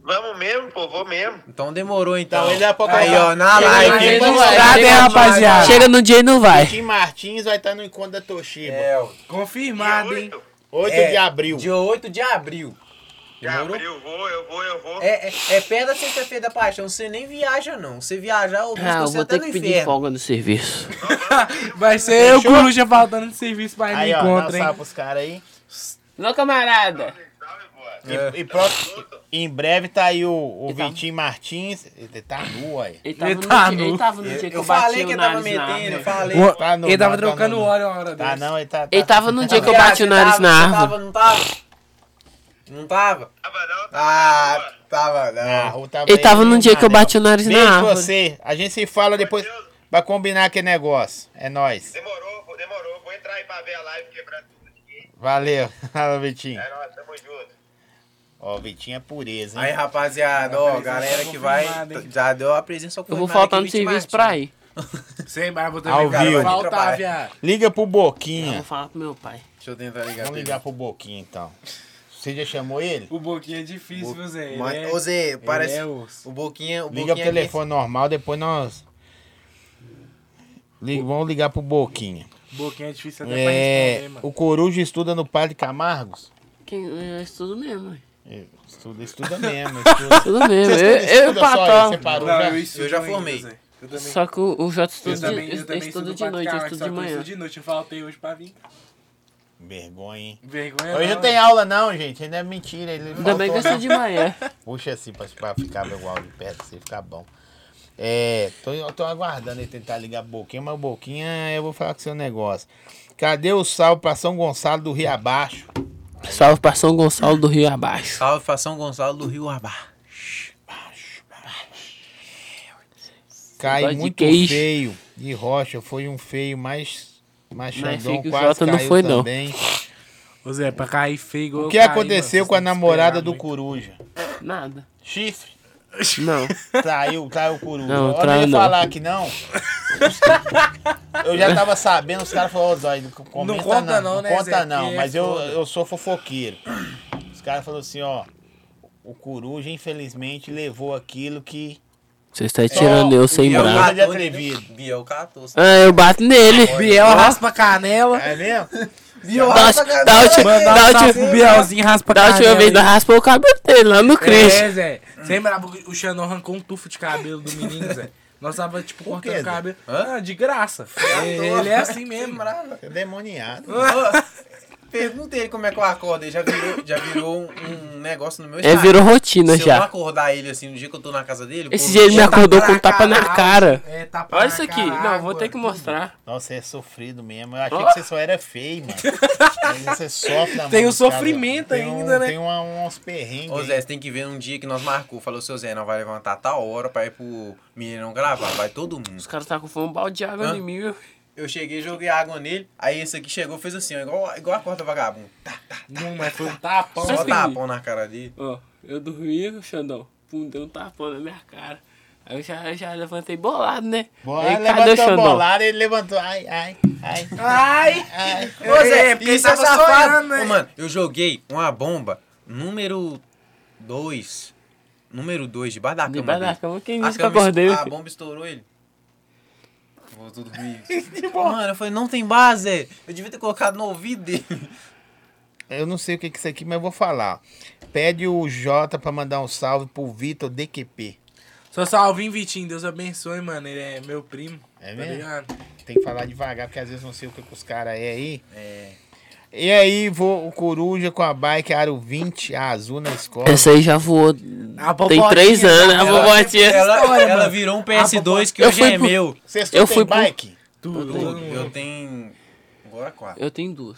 Speaker 5: Vamos mesmo, pô, vou mesmo.
Speaker 3: Então demorou, então.
Speaker 1: Então, ele é pra
Speaker 3: Aí,
Speaker 1: convocar.
Speaker 3: ó, na
Speaker 1: Ele
Speaker 3: live.
Speaker 1: vai, ele vai.
Speaker 3: registrado, hein,
Speaker 2: Chega-
Speaker 3: rapaziada?
Speaker 2: Chega no dia e não vai.
Speaker 1: Tim Martins vai estar no encontro da Toshiba.
Speaker 3: É, ó,
Speaker 4: Confirmado, hein?
Speaker 1: 8
Speaker 3: é,
Speaker 1: de abril.
Speaker 3: Dia 8 de abril. Demorou?
Speaker 5: Gabriel, vou, eu vou, eu vou.
Speaker 3: É, é, é perto da sexta-feira da paixão. Você nem viaja, não. Você viajar, eu
Speaker 2: Ah, eu
Speaker 3: você
Speaker 2: vou
Speaker 3: até
Speaker 2: ter
Speaker 3: no
Speaker 2: que pedir
Speaker 3: inferno.
Speaker 2: folga no serviço.
Speaker 4: Vai ser eu,
Speaker 1: Fechou?
Speaker 4: coruja, faltando de serviço pra
Speaker 1: Aí,
Speaker 4: me
Speaker 1: ó, dá um
Speaker 4: encontra, hein?
Speaker 1: salve pros caras aí.
Speaker 2: Não, camarada.
Speaker 5: Salve, boa.
Speaker 1: E, e próximo- em breve tá aí o, o Vitinho Martins. Ele tá nu, aí.
Speaker 2: Ele tava,
Speaker 4: Ele
Speaker 2: no,
Speaker 4: tá
Speaker 2: dia,
Speaker 4: nu.
Speaker 2: ele tava no
Speaker 3: Eu,
Speaker 2: dia que eu,
Speaker 3: eu
Speaker 2: bati
Speaker 3: falei
Speaker 2: o
Speaker 3: que eu tava
Speaker 2: nariz né? na
Speaker 3: metendo, eu
Speaker 2: árvore.
Speaker 3: falei.
Speaker 4: Uma-
Speaker 1: Tá nu,
Speaker 4: ele tava
Speaker 1: tá
Speaker 4: trocando
Speaker 1: nu.
Speaker 4: óleo uma hora
Speaker 1: Tá
Speaker 4: dessa.
Speaker 1: não, ele tá.
Speaker 2: Ele
Speaker 1: tá-
Speaker 2: tava no dia é que eu
Speaker 3: Viado,
Speaker 2: bati o
Speaker 3: você
Speaker 2: nariz
Speaker 3: tava-
Speaker 2: na
Speaker 3: você
Speaker 2: árvore.
Speaker 3: Tava, não tava? Não tava?
Speaker 5: Tava não, tava
Speaker 3: Ah,
Speaker 5: não,
Speaker 3: tava
Speaker 1: Ah,
Speaker 3: não.
Speaker 1: Raul tava
Speaker 2: Ele tava
Speaker 1: aí,
Speaker 2: num dia que eu
Speaker 1: Manel.
Speaker 2: bati o nariz
Speaker 1: Beijo
Speaker 2: na
Speaker 1: pra
Speaker 2: árvore.
Speaker 1: você. A gente se fala depois pra combinar aquele negócio. É nóis.
Speaker 5: Demorou, pô, demorou. Vou entrar aí pra ver a live quebrar tudo aqui.
Speaker 1: Valeu. Fala, Vitinho.
Speaker 5: É nóis, tamo junto.
Speaker 1: Ó, o Vitinho é pureza,
Speaker 3: Aí,
Speaker 1: hein?
Speaker 3: rapaziada, ó, galera que vai.
Speaker 4: Confirmado, hein?
Speaker 3: Já deu a presença
Speaker 2: Eu vou faltar no serviço
Speaker 3: né?
Speaker 2: pra ir.
Speaker 4: Sem barba
Speaker 1: Ao
Speaker 4: também, cara.
Speaker 1: vivo.
Speaker 4: Vai faltar,
Speaker 3: Atrapalha.
Speaker 4: viado.
Speaker 1: Liga pro
Speaker 2: Eu vou
Speaker 1: Boquinha.
Speaker 2: falar pro meu pai.
Speaker 3: Deixa eu tentar ligar
Speaker 1: Vamos
Speaker 3: pra ele.
Speaker 1: ligar pro Boquinha, então. Você já chamou ele?
Speaker 4: O boquinho é difícil, viu, Zé? Ele
Speaker 3: Mas,
Speaker 4: é-
Speaker 3: ô Zé,
Speaker 4: ele
Speaker 3: parece.
Speaker 4: é osso.
Speaker 3: O Boquinha.
Speaker 1: Liga
Speaker 3: O
Speaker 1: pro
Speaker 3: Boquinha aqui-
Speaker 1: telefone normal, depois nós... Liga- vamos ligar pro Boquinha.
Speaker 4: Boquinha é difícil até pra
Speaker 1: É,
Speaker 4: responder, mano.
Speaker 1: o Coruja estuda no Padre Camargos? É,
Speaker 2: Quem, eu estudo mesmo, ué.
Speaker 1: Estuda, estuda mesmo. Estuda.
Speaker 2: Estudo mesmo.
Speaker 1: Você
Speaker 2: Eu,
Speaker 1: estuda-
Speaker 2: eu,
Speaker 1: estuda só aí,
Speaker 2: patão.
Speaker 1: você parou
Speaker 4: Não,
Speaker 1: já?
Speaker 4: estudo
Speaker 3: Eu já
Speaker 4: ainda,
Speaker 3: formei.
Speaker 4: Zé. Eu também.
Speaker 2: Só que o, o Jota estuda
Speaker 4: Eu também,
Speaker 2: de,
Speaker 4: eu também
Speaker 2: estudo de
Speaker 4: pra
Speaker 2: noite, eu
Speaker 4: caralho,
Speaker 2: estudo
Speaker 4: só
Speaker 2: de
Speaker 4: que eu
Speaker 2: manhã.
Speaker 4: estudo de noite, eu faltei hoje pra vir.
Speaker 1: Vergonha, hein?
Speaker 4: Vergonha
Speaker 1: Hoje
Speaker 4: não,
Speaker 1: não tem aula não, gente. Ainda é mentira. Ele
Speaker 2: É Ainda bem que eu
Speaker 1: faltou,
Speaker 2: estudo de manhã.
Speaker 1: né? Puxa assim pra, pra ficar meu áudio perto, assim ficar bom. É, tô, eu tô aguardando ele tentar ligar a boquinha, mas boquinha eu vou falar com seu negócio. Cadê o salve pra São Gonçalo do Rio Abaixo?
Speaker 2: Salve pra São Gonçalo do Rio Abaixo.
Speaker 3: Salve pra São Gonçalo do Rio Abar.
Speaker 1: Cai
Speaker 2: Gosto de
Speaker 1: muito
Speaker 2: queijo.
Speaker 1: feio. E Rocha foi um feio, mas, mas
Speaker 2: Mas
Speaker 1: Xandão
Speaker 2: feio que o
Speaker 1: quase
Speaker 2: Jota
Speaker 1: caiu
Speaker 2: não foi, não.
Speaker 1: também.
Speaker 4: Ô Zé, pra cair feio igual
Speaker 1: O
Speaker 4: eu
Speaker 1: que
Speaker 4: caí,
Speaker 1: aconteceu
Speaker 4: mano,
Speaker 1: com a
Speaker 4: vocês têm que
Speaker 1: namorada
Speaker 4: esperar
Speaker 1: do
Speaker 4: muito.
Speaker 1: Coruja?
Speaker 2: Nada.
Speaker 1: Chifre.
Speaker 2: Não.
Speaker 1: Traiu, traiu o Coruja.
Speaker 2: Não,
Speaker 1: eu
Speaker 2: traiu
Speaker 1: não ia
Speaker 2: não.
Speaker 1: falar que não. Eu já tava sabendo, os caras falaram, "Ô, Zóio, comenta
Speaker 4: Não conta não, né,
Speaker 1: conta
Speaker 4: Zé?
Speaker 1: não,
Speaker 4: Que é
Speaker 1: mas eu,
Speaker 4: foda.
Speaker 1: eu sou fofoqueiro. Os caras falaram assim, ó, o Coruja infelizmente levou aquilo que...
Speaker 2: Você está tirando eu sem
Speaker 3: é
Speaker 1: Biel
Speaker 2: bravo.
Speaker 1: nada de
Speaker 3: Biel
Speaker 1: atrevido.
Speaker 3: Biel 14.
Speaker 2: Ah, eu bato nele.
Speaker 4: Biel raspa a canela.
Speaker 1: É mesmo?
Speaker 3: Biel
Speaker 2: Dá, dá, ulti-
Speaker 4: Mandar
Speaker 2: dá
Speaker 4: um
Speaker 2: ulti-
Speaker 4: salve pro Bielzinho raspa a
Speaker 2: da
Speaker 4: canela.
Speaker 2: última vez
Speaker 4: aí.
Speaker 2: eu raspou o cabelo dele lá no Cristo.
Speaker 4: É, Zé. Sem brabo, o Xandão arrancou um tufo de cabelo do menino, Zé. Nós tava, tipo, cortando
Speaker 1: quê, Zé?
Speaker 4: o cabelo. Ah, de graça. É, ele é assim mesmo.
Speaker 1: Você é demoniado.
Speaker 3: Pergunta ele como é que eu acordo. Ele já virou, já virou um, um negócio no meu
Speaker 2: É,
Speaker 3: Instagram.
Speaker 2: virou rotina
Speaker 3: Se eu não
Speaker 2: já.
Speaker 3: acordar ele assim no dia que eu tô na casa dele.
Speaker 2: Esse
Speaker 3: pô,
Speaker 2: dia ele me
Speaker 3: já tá-
Speaker 2: acordou com um tapa na cara.
Speaker 4: É, tapa
Speaker 2: Olha
Speaker 4: na
Speaker 2: isso aqui.
Speaker 4: cara,
Speaker 2: Não,
Speaker 4: água,
Speaker 2: vou ter que
Speaker 4: tudo.
Speaker 2: mostrar.
Speaker 1: Nossa, você é sofrido mesmo. Eu achei que você só era feio, mano. Mas você sofre na mão
Speaker 4: Tem o
Speaker 1: dos caras.
Speaker 4: sofrimento
Speaker 1: Tem um-
Speaker 4: ainda, né?
Speaker 1: Tem uma, uns perrengues.
Speaker 3: Ô Zé, você tem que ver um dia que nós marcou. Falou, seu Zé, não vai levantar tal hora pra ir pro Mineirão gravar. Vai todo mundo.
Speaker 2: Os caras tá com fome, um balde de água
Speaker 3: Hã?
Speaker 2: em mim. viu?
Speaker 3: Eu cheguei, joguei água nele. Aí esse aqui chegou, fez assim, ó, igual, igual a corda vagabundo. Tá,
Speaker 4: Não, mas foi um tapão.
Speaker 2: Mas
Speaker 3: Só
Speaker 2: assim-
Speaker 3: tapão na cara dele.
Speaker 2: Ó, eu dormi, o Xandão. Pum, deu um tapão na minha cara. Aí eu já, eu já levantei bolado, né?
Speaker 1: Bora,
Speaker 2: Aí, cadê o
Speaker 1: levantou a
Speaker 2: Xandão?
Speaker 1: bolada, ele levantou. Ai, ai, ai.
Speaker 4: Ai!
Speaker 1: ai.
Speaker 3: Ô, Zé,
Speaker 4: É,
Speaker 3: porque ele
Speaker 4: isso é
Speaker 3: tava safado.
Speaker 4: sonhando, né?
Speaker 3: Ô, mano, eu joguei uma bomba número 2. Número 2, debaixo da cama.
Speaker 2: Debaixo da
Speaker 3: dele.
Speaker 2: cama, quem
Speaker 3: A
Speaker 2: disse que eu
Speaker 3: cama es-
Speaker 2: acordei?
Speaker 3: A bomba estourou ele. Voltou dormir. mano, eu falei, não tem base, Zé. Eu devia ter colocado no ouvido dele.
Speaker 1: Eu não sei o que que é isso aqui, mas eu vou falar. Pede o Jota pra mandar um salve pro Vitor DQP.
Speaker 4: Só salve, Vitinho. Deus abençoe, mano. Ele é meu primo.
Speaker 1: É
Speaker 4: tá
Speaker 1: mesmo?
Speaker 4: ligado?
Speaker 1: Tem que falar devagar, porque às vezes não sei o que, que os caras é aí.
Speaker 3: É.
Speaker 1: E aí, vou o Coruja com a bike Aro 20, a azul na escola.
Speaker 2: Essa aí já voou.
Speaker 4: A
Speaker 2: Tem
Speaker 4: bobotinha,
Speaker 2: três anos, a
Speaker 4: ela-
Speaker 2: bobotinha.
Speaker 3: né, Ela,
Speaker 4: história,
Speaker 3: ela
Speaker 4: mano.
Speaker 3: virou um PS2 que
Speaker 2: Eu
Speaker 3: hoje
Speaker 2: fui
Speaker 3: é
Speaker 2: pro-
Speaker 3: meu.
Speaker 1: Vocês
Speaker 2: Eu
Speaker 1: todos
Speaker 2: fui
Speaker 1: têm
Speaker 2: pro-
Speaker 1: bike?
Speaker 4: Tudo.
Speaker 3: Eu tenho. Agora quatro.
Speaker 2: Eu tenho duas.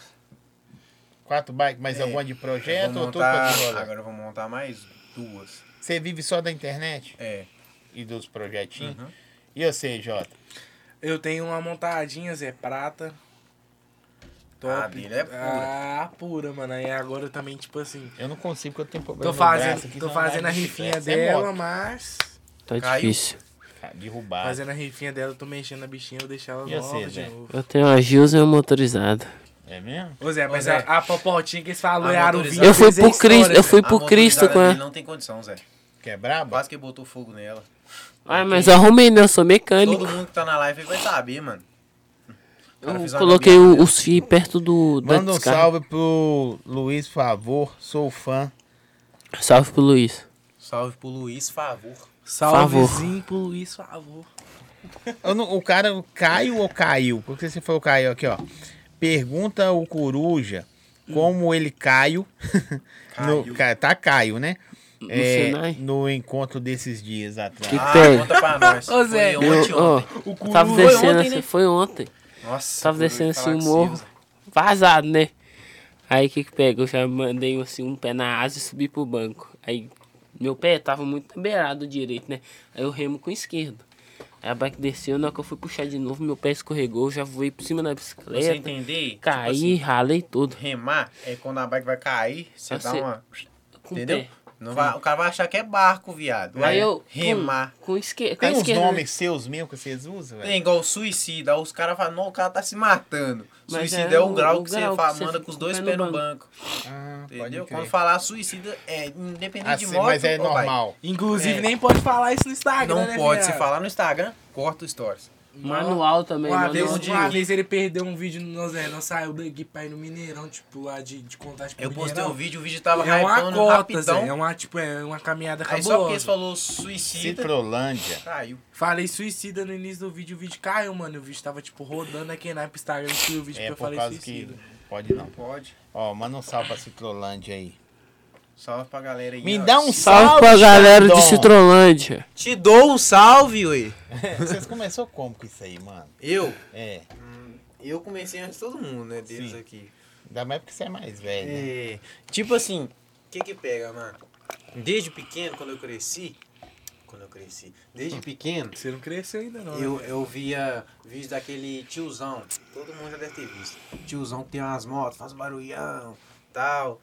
Speaker 1: Quatro bikes, mas alguma de
Speaker 3: Eu
Speaker 1: projeto
Speaker 3: vou
Speaker 1: ou tudo pra
Speaker 3: montar,
Speaker 1: tu rolar?
Speaker 3: agora eu vou montar mais duas.
Speaker 1: Você vive só da internet
Speaker 3: É.
Speaker 1: e dos projetinhos?
Speaker 3: Uhum.
Speaker 1: E você, Jota?
Speaker 4: Eu tenho uma montadinha, Zé Prata. Top.
Speaker 3: A dele é pura.
Speaker 4: Ah, pura, mano. Aí agora eu também, tipo assim.
Speaker 1: Eu não consigo, porque eu tenho problema
Speaker 4: Tô
Speaker 1: no braço aqui, um
Speaker 4: fazendo, tô
Speaker 1: senão
Speaker 4: fazendo a
Speaker 1: vai-
Speaker 4: rifinha
Speaker 1: Essa é
Speaker 4: dela,
Speaker 1: moto.
Speaker 4: mas.
Speaker 2: Tá
Speaker 3: Caiu.
Speaker 2: difícil.
Speaker 1: Tá
Speaker 3: Ah.
Speaker 1: Derrubado.
Speaker 4: Fazendo a rifinha dela, eu tô mexendo na bichinha, eu vou deixar ela
Speaker 1: E
Speaker 4: nova
Speaker 1: você,
Speaker 4: de
Speaker 3: é.
Speaker 1: Zé?
Speaker 4: novo.
Speaker 2: Eu tenho uma Gilson e uma motorizada.
Speaker 1: É mesmo?
Speaker 4: Ô Zé, mas
Speaker 3: Zé. Ah,
Speaker 4: a, a popotinha que eles falam
Speaker 3: A
Speaker 4: é aro
Speaker 3: motorizada.
Speaker 4: 20,
Speaker 2: Eu fui
Speaker 4: isso é
Speaker 2: pro Cris-
Speaker 4: história,
Speaker 2: eu
Speaker 4: Zé.
Speaker 2: fui- pro
Speaker 3: A
Speaker 2: Cristo
Speaker 3: motorizada
Speaker 2: com ela.
Speaker 3: dele Não tem condição, Zé.
Speaker 1: Que é braba?
Speaker 3: Quase que botou fogo nela.
Speaker 2: Ah, mas eu arrumei, né? Eu sou mecânico.
Speaker 3: Todo mundo tá que tá na live aí vai saber, mano. O cara fez
Speaker 2: Eu
Speaker 3: uma
Speaker 2: coloquei
Speaker 3: gambiarra
Speaker 2: o-
Speaker 3: dela.
Speaker 2: os fios perto do. da
Speaker 1: Manda um
Speaker 2: descarga.
Speaker 1: salve pro Luiz, por favor. Sou fã.
Speaker 2: Salve pro Luiz.
Speaker 3: Salve pro Luiz, favor.
Speaker 4: Salvezinho pro Luiz, favor.
Speaker 1: Eu não- o cara caiu ou caiu? Por que você foi o caiu aqui, ó? Pergunta o Coruja como ele caiu. no-
Speaker 3: Caiu.
Speaker 1: ca- tá caiu, né? No,
Speaker 2: Senai?
Speaker 1: no encontro desses dias atrás.
Speaker 2: Que-
Speaker 3: Ah,
Speaker 2: tem?
Speaker 3: conta pra nós.
Speaker 4: Ô, Zé.
Speaker 3: Foi
Speaker 2: Eu,
Speaker 3: ontem,
Speaker 2: ó,
Speaker 3: ontem.
Speaker 4: O
Speaker 2: eu tava
Speaker 4: Curu-
Speaker 2: descendo
Speaker 3: ontem,
Speaker 2: assim,
Speaker 3: né?
Speaker 2: foi ontem.
Speaker 3: Nossa.
Speaker 2: Tava
Speaker 3: por eu
Speaker 2: descendo
Speaker 3: falar
Speaker 2: assim o
Speaker 3: com
Speaker 2: morro.
Speaker 3: você, Zé.
Speaker 2: Vazado, né? Aí o que que pega? Eu já mandei assim um pé na asa e subi pro banco. Aí meu pé tava muito na beirada do direito, né? Aí eu remo com o esquerdo. Aí a bike desceu, na hora que eu fui puxar de novo, meu pé escorregou, eu já voei por cima da
Speaker 3: Pra Você
Speaker 2: bicicleta.
Speaker 3: entender? tipo
Speaker 2: Caí,
Speaker 3: assim,
Speaker 2: ralei tudo.
Speaker 3: remar é quando a bike vai cair, você
Speaker 2: Eu
Speaker 3: dá
Speaker 2: sei.
Speaker 3: uma.
Speaker 2: Com o
Speaker 3: Entendeu?
Speaker 2: pé.
Speaker 3: Não vai, o cara vai achar que é barco, viado.
Speaker 2: Aí
Speaker 3: É
Speaker 2: eu.
Speaker 3: Remar.
Speaker 2: Com, com, esquer... com a
Speaker 1: Tem uns
Speaker 2: esquerda. né?
Speaker 1: nomes seus mesmo que vocês usam, velho?
Speaker 3: Tem igual suicida, os caras falam, não, o cara tá se matando.
Speaker 2: Mas
Speaker 3: suicida é, o grau que
Speaker 2: grau
Speaker 3: você
Speaker 2: que
Speaker 3: fala,
Speaker 2: você
Speaker 3: manda
Speaker 2: fica
Speaker 3: com os dois
Speaker 2: com o
Speaker 3: pés no banco.
Speaker 1: Ah, pode
Speaker 3: Entendeu?
Speaker 1: crer.
Speaker 3: Quando falar suicida, é independente
Speaker 1: Assim,
Speaker 3: de morte.
Speaker 1: mas é
Speaker 3: ou vai.
Speaker 1: normal.
Speaker 4: Inclusive,
Speaker 3: É.
Speaker 4: nem pode falar isso no Instagram,
Speaker 3: Não
Speaker 4: né,
Speaker 3: pode se
Speaker 4: viado?
Speaker 3: falar no Instagram, corta o stories.
Speaker 2: Manual também,
Speaker 4: Uma
Speaker 2: manual.
Speaker 4: vez,
Speaker 3: onde-
Speaker 4: uma vez ele perdeu um vídeo no Nozé, não saiu daqui pra ir no Mineirão, tipo, lá de, de contagem pro
Speaker 3: Eu postei
Speaker 4: Mineirão.
Speaker 3: um vídeo, o vídeo tava
Speaker 4: É uma
Speaker 3: hypando
Speaker 4: cota, Zé.
Speaker 3: rapidão.
Speaker 4: É uma, tipo, é uma caminhada
Speaker 3: Aí só porque
Speaker 4: cabulosa.
Speaker 3: eles falou suicida,
Speaker 1: Citrolândia.
Speaker 3: caiu.
Speaker 4: Falei suicida no início do vídeo, o vídeo caiu, mano. e O vídeo tava, tipo, rodando aqui na Instagram, eu fui o vídeo
Speaker 1: É
Speaker 4: que eu
Speaker 1: por
Speaker 4: falei
Speaker 1: causa
Speaker 4: suicida.
Speaker 1: que. Pode não.
Speaker 3: Pode.
Speaker 1: Ó, manda um salve pra Citrolândia aí.
Speaker 3: Salve pra galera aí.
Speaker 1: Me
Speaker 3: ó.
Speaker 1: dá um
Speaker 2: Salve,
Speaker 1: salve
Speaker 2: pra galera de
Speaker 1: Xandão.
Speaker 2: Citrolândia.
Speaker 3: Te dou um salve, ui.
Speaker 1: Vocês começou como com isso aí, mano?
Speaker 3: Eu?
Speaker 1: É.
Speaker 3: Eu comecei antes de todo mundo, né? Deles
Speaker 1: Sim.
Speaker 3: aqui.
Speaker 1: Ainda mais porque você é mais velho. né?
Speaker 3: É, tipo assim, o que que pega, mano? Desde pequeno, quando eu cresci, quando eu cresci, desde pequeno,
Speaker 4: Você não cresceu ainda, não. né?
Speaker 3: eu, eu via vídeos daquele tiozão, todo mundo já deve ter visto. Tiozão que tem umas motos, faz um barulhão, tal.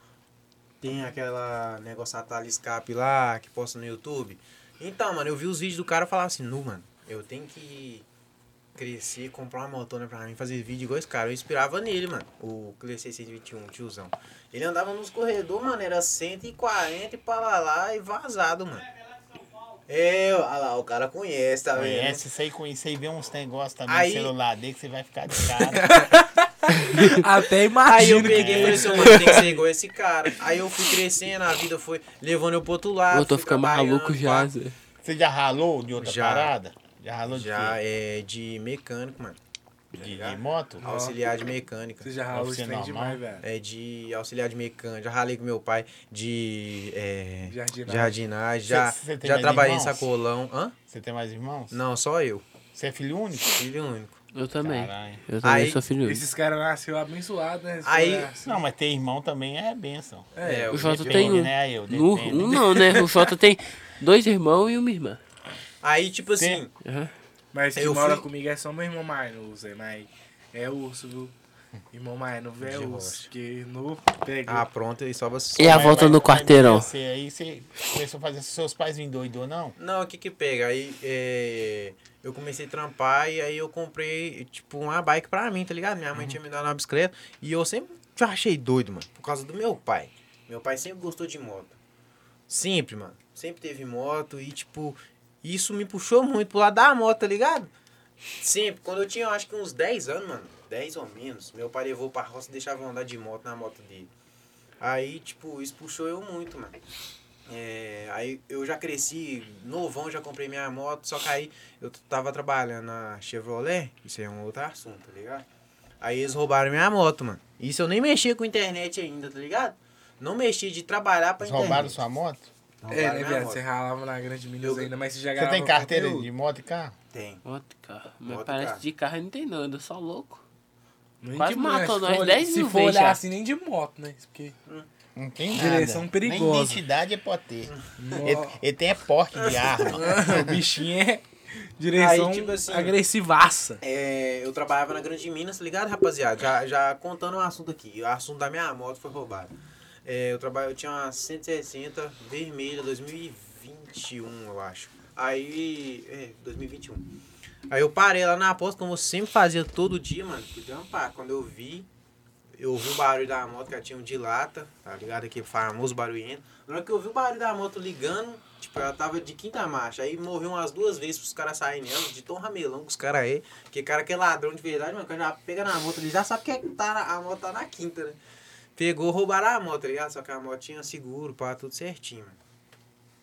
Speaker 3: Tem aquela negócio atalho escape lá, que posta no YouTube. Então, mano, eu vi os vídeos do cara e falava assim, nu, mano, eu tenho que crescer, comprar uma motona pra mim, fazer vídeo igual esse cara. Eu inspirava nele, mano, o Clecer 121, tiozão. Ele andava nos corredores, mano, era 140 e pra lá, lá e vazado, mano. É, olha lá, o cara conhece, tá vendo?
Speaker 1: Conhece isso aí, com isso aí, vê uns negócios também
Speaker 3: Aí-
Speaker 1: no celular dele que você vai ficar de cara.
Speaker 4: Até
Speaker 3: Aí eu
Speaker 4: imagino que...
Speaker 3: peguei e falei assim, mano, tem que ser igual esse cara. Aí eu fui crescendo, a vida foi levando eu pro outro lado.
Speaker 2: Eu tô
Speaker 3: fui
Speaker 2: ficando
Speaker 3: trabalhando,
Speaker 2: maluco já,
Speaker 3: pá.
Speaker 2: Zé.
Speaker 1: você já ralou de outra
Speaker 3: Já.
Speaker 1: parada? Já ralou de
Speaker 3: Já
Speaker 1: quê?
Speaker 3: é de mecânico, mano.
Speaker 1: De, de moto?
Speaker 3: Auxiliar de mecânica.
Speaker 4: Você já ralou
Speaker 1: Oficina
Speaker 4: isso aí
Speaker 1: normal.
Speaker 4: demais, velho.
Speaker 3: É de auxiliar de mecânica, já ralei com meu pai de é,
Speaker 4: Jardinagem.
Speaker 3: jardinagem, já,
Speaker 1: Cê- cê tem
Speaker 3: já
Speaker 1: mais
Speaker 3: trabalhei em
Speaker 1: irmãos?
Speaker 3: sacolão. Hã?
Speaker 1: Você tem mais irmãos?
Speaker 3: Não, só eu,
Speaker 1: Você é filho único?
Speaker 3: filho único.
Speaker 2: Eu também.
Speaker 1: Caralho.
Speaker 2: Eu também
Speaker 3: Aí,
Speaker 2: sou filho único.
Speaker 4: Esses caras nasceram abençoados, né? Esses
Speaker 3: Aí-
Speaker 4: caras nasceram-
Speaker 1: Não, mas ter irmão também é benção.
Speaker 3: É,
Speaker 2: O
Speaker 3: eu-
Speaker 2: Jota
Speaker 3: eu-
Speaker 2: tem um.
Speaker 1: né? Eu
Speaker 2: No-
Speaker 1: depende.
Speaker 2: um não, né? O Jota tem dois irmãos e uma irmã.
Speaker 3: Aí, tipo
Speaker 1: um
Speaker 3: assim,
Speaker 2: Aham.
Speaker 4: Mas quem
Speaker 3: Eu
Speaker 4: mora
Speaker 3: fui-
Speaker 4: comigo é só meu irmão mais novo, Zé, mas é urso, viu? Irmão mais novo é
Speaker 3: De
Speaker 4: urso,
Speaker 3: rocha.
Speaker 4: porque no pega.
Speaker 3: ah, pronto, e só você.
Speaker 2: E É a
Speaker 1: Mas
Speaker 2: volta
Speaker 1: vai-
Speaker 2: no
Speaker 1: vai
Speaker 2: quarteirão.
Speaker 1: crescer Aí você começou a fazer assim, seus pais me doidou, não?
Speaker 3: Não, o que que pega? Aí é, eu comecei a trampar e aí eu comprei, tipo, uma bike pra mim, tá ligado? Minha mãe tinha me dado uma bicicleta e eu sempre já achei doido, mano, por causa do meu pai. Meu pai sempre gostou de moto. Sempre, mano. Sempre teve moto e, tipo, isso me puxou muito pro lado da moto, tá ligado? Sempre. Quando eu tinha, eu acho que uns 10 anos, mano, 10 ou menos, meu pai levou pra roça e deixava eu andar de moto na moto dele. Aí, tipo, isso puxou eu muito, mano. É, aí eu já cresci, novão, já comprei minha moto, só que aí eu t- tava trabalhando na Chevrolet, isso aí é um outro assunto, tá ligado? Aí eles roubaram minha moto, mano. Isso eu nem mexia com internet ainda, tá ligado? Não mexia de trabalhar pra
Speaker 1: Eles
Speaker 3: internet.
Speaker 1: roubaram sua moto?
Speaker 4: É, né,
Speaker 3: minha
Speaker 4: viado?
Speaker 3: moto.
Speaker 4: Você ralava na Grande Minas
Speaker 3: Eu-
Speaker 4: ainda, mas você já
Speaker 1: Você
Speaker 4: ganhava
Speaker 1: tem carteira
Speaker 4: conteúdo.
Speaker 1: de moto e carro?
Speaker 3: Tem.
Speaker 2: Outro carro. Mas
Speaker 3: Outro
Speaker 2: parece
Speaker 3: carro.
Speaker 2: de carro não tem nada, só louco.
Speaker 4: Nem
Speaker 2: Quase
Speaker 4: de mulher,
Speaker 2: matou
Speaker 4: se
Speaker 2: nós
Speaker 4: for-
Speaker 2: 10 mil
Speaker 4: Se for
Speaker 2: vezes
Speaker 4: olhar
Speaker 2: já.
Speaker 4: assim, nem de moto, né? Porque...
Speaker 1: Não tem nada.
Speaker 4: Direção perigosa.
Speaker 1: Nem identidade é pode ter. Ele,
Speaker 4: Nó-
Speaker 1: ele tem é porte de arma.
Speaker 4: o bichinho é direção
Speaker 3: Aí, tipo assim-
Speaker 4: agressivaça.
Speaker 3: É, eu trabalhava na Grande Minas, tá ligado, rapaziada? Já, já contando um assunto aqui. O assunto da minha moto foi roubado. É, eu, trabalho, eu tinha uma 160 vermelha 2021, eu acho. Aí. É, 2021. Aí eu parei lá na aposta, como eu sempre fazia todo dia, mano. Fui trampar. Quando eu vi, eu ouvi o barulho da moto que ela tinha um de lata, tá ligado? Aquele famoso barulhento. Na hora que eu ouvi o barulho da moto ligando, tipo, ela tava de quinta marcha. Aí morreu umas duas vezes pros caras saírem nela, de tão ramelão que os caras é. Porque cara que é ladrão de verdade, mano, quando já pega na moto, ele já sabe que é que tá na- a moto tá na quinta, né? Pegou, roubaram a moto, tá ligado? Só que a moto tinha seguro, pá, tudo certinho, mano.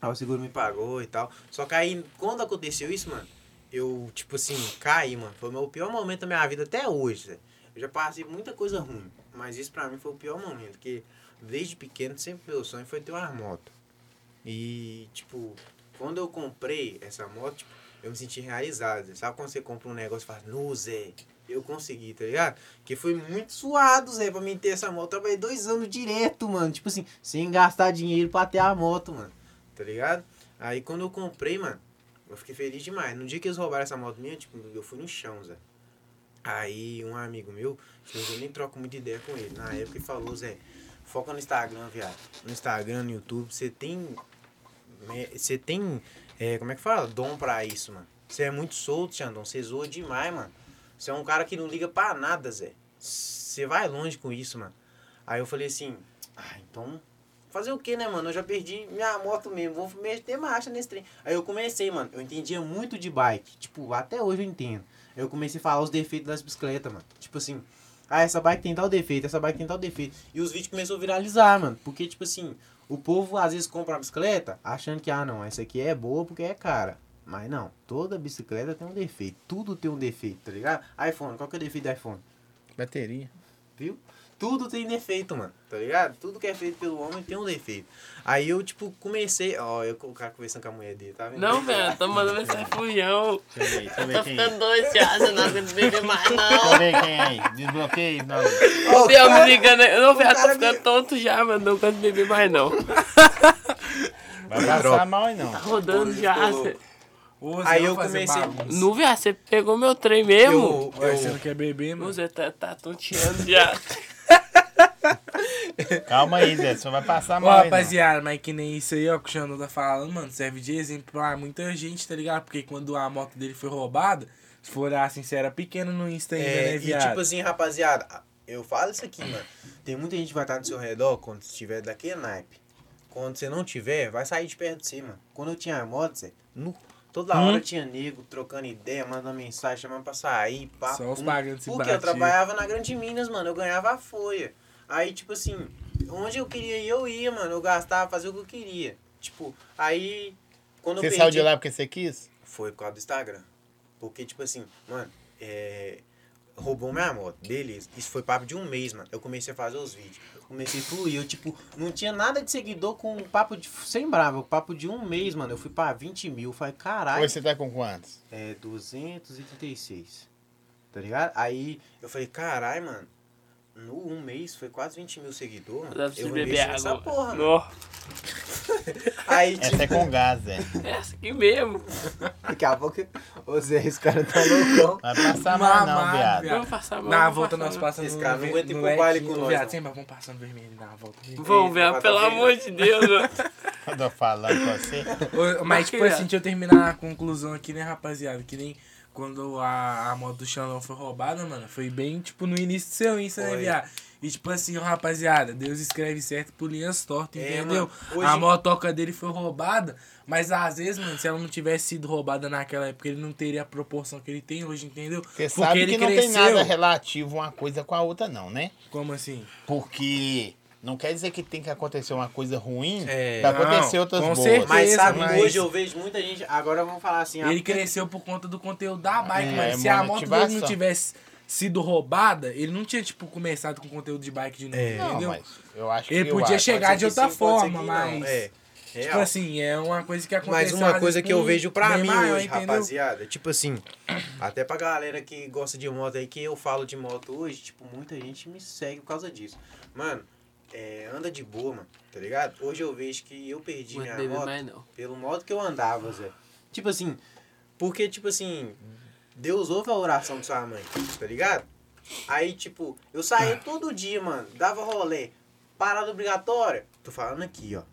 Speaker 3: Aí o seguro me pagou e tal. Só que aí, quando aconteceu isso, mano, eu, tipo assim, caí, mano. Foi o meu pior momento da minha vida até hoje, Zé. Eu já passei muita coisa ruim, mas isso pra mim foi o pior momento, porque desde pequeno sempre meu sonho foi ter uma moto. E, tipo, quando eu comprei essa moto, tipo, eu me senti realizado. Zé. Sabe quando você compra um negócio e fala, no Zé, eu consegui, tá ligado? Porque foi muito suado, Zé, pra mim ter essa moto. Eu trabalhei dois anos direto, mano. Tipo assim, sem gastar dinheiro pra ter a moto, mano. Tá ligado? Aí quando eu comprei, mano, eu fiquei feliz demais. No dia que eles roubaram essa moto minha, tipo, eu fui no chão, Zé. Aí um amigo meu, que hoje eu nem troco muita ideia com ele, na época ele falou, Zé, foca no Instagram, viado. No Instagram, no YouTube, você tem. né, Você tem. é, como é que fala? Dom pra isso, mano. Você é muito solto, Xandão. Você zoa demais, mano. Você é um cara que não liga pra nada, Zé. Você vai longe com isso, mano. Aí eu falei assim, ah, então. Fazer o que, né, mano? Eu já perdi minha moto mesmo. Vou meter marcha nesse trem. Aí eu comecei, mano. Eu entendia muito de bike. Tipo, até hoje eu entendo. Eu comecei a falar os defeitos das bicicletas, mano. Tipo assim, ah, essa bike tem tal defeito, essa bike tem tal defeito. E os vídeos começaram a viralizar, mano. Porque, tipo assim, o povo às vezes compra uma bicicleta achando que, ah, não, essa aqui é boa porque é cara. Mas não, toda bicicleta tem um defeito. Tudo tem um defeito, tá ligado? iPhone, qual que é o defeito do iPhone?
Speaker 1: Bateria.
Speaker 3: viu? Tudo tem defeito, mano, tá ligado? Tudo que é feito pelo homem tem um defeito. Aí eu, tipo, comecei. Ó, eu, o cara conversando com a mulher dele, tá vendo?
Speaker 2: Não, velho, tô mandando mensagem pro Ião.
Speaker 1: Deixa eu ver, deixa eu
Speaker 2: Tá
Speaker 1: ver quem é.
Speaker 2: ficando dois já, você não aguenta beber mais,
Speaker 1: Deixa
Speaker 2: não.
Speaker 1: eu ver quem é aí. Desbloqueia aí, não.
Speaker 2: O Biel me ligando, aí. não, velho, tô
Speaker 3: cara
Speaker 2: ficando
Speaker 3: me-
Speaker 2: tonto já, mano, não aguento beber mais, não.
Speaker 1: Vai passar
Speaker 3: droga.
Speaker 1: mal aí não.
Speaker 2: Tá rodando já.
Speaker 3: ficou
Speaker 2: cê-
Speaker 3: é louco.
Speaker 4: Ô, Zé,
Speaker 3: Aí
Speaker 4: vai
Speaker 3: eu
Speaker 4: fazer
Speaker 3: comecei-
Speaker 4: bagunça.
Speaker 2: Nu, velho, você pegou meu trem mesmo?
Speaker 3: Eu,
Speaker 4: Ué, Você não
Speaker 3: eu,
Speaker 4: quer beber,
Speaker 2: Nu,
Speaker 4: é mano?
Speaker 2: Zé, tá, tá tonteando já.
Speaker 1: Calma aí, Zé. Só vai
Speaker 3: Tá
Speaker 1: passar
Speaker 4: Ó,
Speaker 1: mal
Speaker 3: né?
Speaker 1: aí, não.
Speaker 4: rapaziada, mas que nem isso aí, ó, que o Xandão tá falando, mano, serve de exemplo pra muita gente, tá ligado? Porque quando a moto dele foi roubada, se for olhar assim, você era pequeno no Insta ainda,
Speaker 3: é,
Speaker 4: né,
Speaker 3: e
Speaker 4: viado?
Speaker 3: tipo assim, rapaziada, eu falo isso aqui, mano. Tem muita gente que vai estar do seu redor quando você estiver daquele naipe. Quando você não tiver, vai sair de perto de você, mano. Quando eu tinha a moto, Zé, nu, toda
Speaker 4: Hum?
Speaker 3: hora tinha nego trocando ideia, mandando mensagem, chamando pra sair, pá.
Speaker 4: Só os
Speaker 3: pum.
Speaker 4: pagantes se
Speaker 3: Porque
Speaker 4: batiam.
Speaker 3: eu trabalhava na Grande Minas, mano. Eu ganhava a folha. Aí, tipo assim, onde eu queria ir, eu ia, mano. Eu gastava, fazia o que eu queria. Tipo, aí. Quando
Speaker 1: Você
Speaker 3: eu
Speaker 1: saiu de
Speaker 3: perdi-
Speaker 1: lá porque você quis?
Speaker 3: foi por causa do Instagram. Porque, tipo assim, mano, é, roubou minha moto. Beleza. Isso foi papo de um mês, mano. Eu comecei a fazer os vídeos. Comecei a fluir. Eu, tipo, não tinha nada de seguidor com papo de. Sem bravo, papo de um mês, mano. Eu fui pra 20 mil. Falei, caralho.
Speaker 1: Hoje você tá com quantos?
Speaker 3: É 236. Tá ligado? Aí eu falei, carai, mano. No um mês foi quase 20 mil seguidores.
Speaker 2: Dá pra
Speaker 3: mano.
Speaker 2: você
Speaker 3: Eu
Speaker 2: beber
Speaker 3: investi
Speaker 2: água.
Speaker 3: nessa porra, né? mano.
Speaker 2: Nó,
Speaker 3: Aí, tipo,
Speaker 1: Essa é com gás, velho.
Speaker 2: essa aqui mesmo.
Speaker 3: daqui a pouco, ô Zé, esse cara tá loucão.
Speaker 1: Vai passar mal não,
Speaker 4: Mamar,
Speaker 1: viado.
Speaker 4: viado.
Speaker 2: Vamos passar mal.
Speaker 4: Na
Speaker 2: vamos
Speaker 4: volta
Speaker 2: passar
Speaker 4: nós
Speaker 2: mal.
Speaker 4: passamos.
Speaker 3: Esse cara não
Speaker 4: no-
Speaker 3: aguenta ir
Speaker 4: no
Speaker 3: pro baile com
Speaker 4: retinho,
Speaker 3: nós,
Speaker 4: viado.
Speaker 3: não.
Speaker 4: Sempre vamos passando vermelho na volta.
Speaker 2: Vamos, viado, pelo amor de Deus, né? mano.
Speaker 1: Eu tô falando com você. Tá
Speaker 4: Ô, Mas, tipo assim, deixa eu terminar a conclusão aqui, né, rapaziada? Que nem quando a, a moto do Xandão foi roubada, mano. Foi bem, tipo, no início do seu Insta, né,
Speaker 3: Foi.
Speaker 4: viado? E, tipo assim, ó, rapaziada, Deus escreve certo por linhas tortas,
Speaker 3: É,
Speaker 4: entendeu?
Speaker 3: mano. Hoje-
Speaker 4: A motoca dele foi roubada, mas às vezes, mano, se ela não tivesse sido roubada naquela época, ele não teria a proporção que ele tem hoje, entendeu?
Speaker 1: Você sabe que não tem nada relativo uma coisa com a outra, não, né?
Speaker 4: Como assim?
Speaker 1: Porque não quer dizer que tem que acontecer uma coisa ruim
Speaker 3: É,
Speaker 1: pra
Speaker 4: não,
Speaker 1: acontecer outras
Speaker 4: com
Speaker 1: boas.
Speaker 4: certeza.
Speaker 1: Mas
Speaker 3: Mas sabe,
Speaker 4: mas-
Speaker 3: hoje eu vejo muita gente. Agora vamos falar assim.
Speaker 4: Ele cresceu por conta do conteúdo da bike,
Speaker 1: É,
Speaker 4: mano. Se a moto dele não
Speaker 1: motivação.
Speaker 4: tivesse sido roubada, ele não tinha, tipo, começado com conteúdo de bike de novo,
Speaker 3: É,
Speaker 1: não,
Speaker 4: entendeu?
Speaker 1: mas eu acho que
Speaker 4: Ele
Speaker 1: eu
Speaker 4: podia
Speaker 1: acho.
Speaker 4: chegar
Speaker 3: pode ser
Speaker 4: de
Speaker 3: que
Speaker 4: outra
Speaker 3: sim, pode ser
Speaker 4: forma,
Speaker 3: que não.
Speaker 4: mas-
Speaker 3: É.
Speaker 4: Tipo
Speaker 3: Real.
Speaker 4: assim, é uma coisa que aconteceu.
Speaker 3: Mas uma
Speaker 4: às
Speaker 3: coisa
Speaker 4: vezes,
Speaker 3: que eu
Speaker 4: com-
Speaker 3: vejo pra
Speaker 4: bem
Speaker 3: mim
Speaker 4: maior,
Speaker 3: hoje,
Speaker 4: entendeu?
Speaker 3: rapaziada, tipo assim, até pra galera que gosta de moto aí, que eu falo de moto hoje, tipo, muita gente me segue por causa disso. Mano, é, anda de boa, mano, tá ligado? Hoje eu vejo que eu perdi
Speaker 2: Não
Speaker 3: minha
Speaker 2: beber
Speaker 3: moto
Speaker 2: mais, não.
Speaker 3: pelo modo que eu andava, Zé. Tipo assim, porque, tipo assim, Deus ouve a oração de sua mãe, tá ligado? Aí, tipo, eu saía todo dia, mano, dava rolê, parada obrigatória. Tô falando aqui, ó.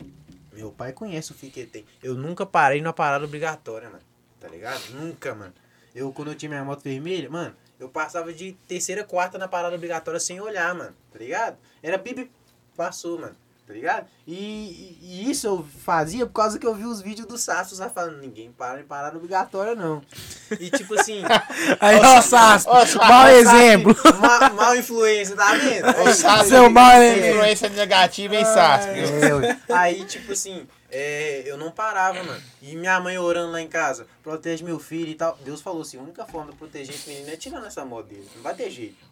Speaker 3: Meu pai conhece o fim que ele tem. Eu nunca parei na parada obrigatória, mano, tá ligado? Nunca, mano. Eu, quando eu tinha minha moto vermelha, mano, eu passava de terceira, quarta na parada obrigatória sem olhar, mano, tá ligado? Era bibi, passou, mano, tá ligado? E, e- e isso eu fazia por causa que eu vi os vídeos do Sasso lá falando, ninguém para em parada obrigatória, não. E tipo assim.
Speaker 4: Aí, ó, Sasco, mau exemplo.
Speaker 3: Ma, mal influência, tá vendo?
Speaker 1: Ô, Sasco,
Speaker 4: Seu mal elemento.
Speaker 1: Influência negativa, hein, Sasco?
Speaker 3: É, ué. Aí, tipo assim, é, eu não parava, mano. E minha mãe orando lá em casa, protege meu filho e tal. Deus falou assim, a única forma de proteger esse menino é tirando essa moto dele. Não vai ter jeito.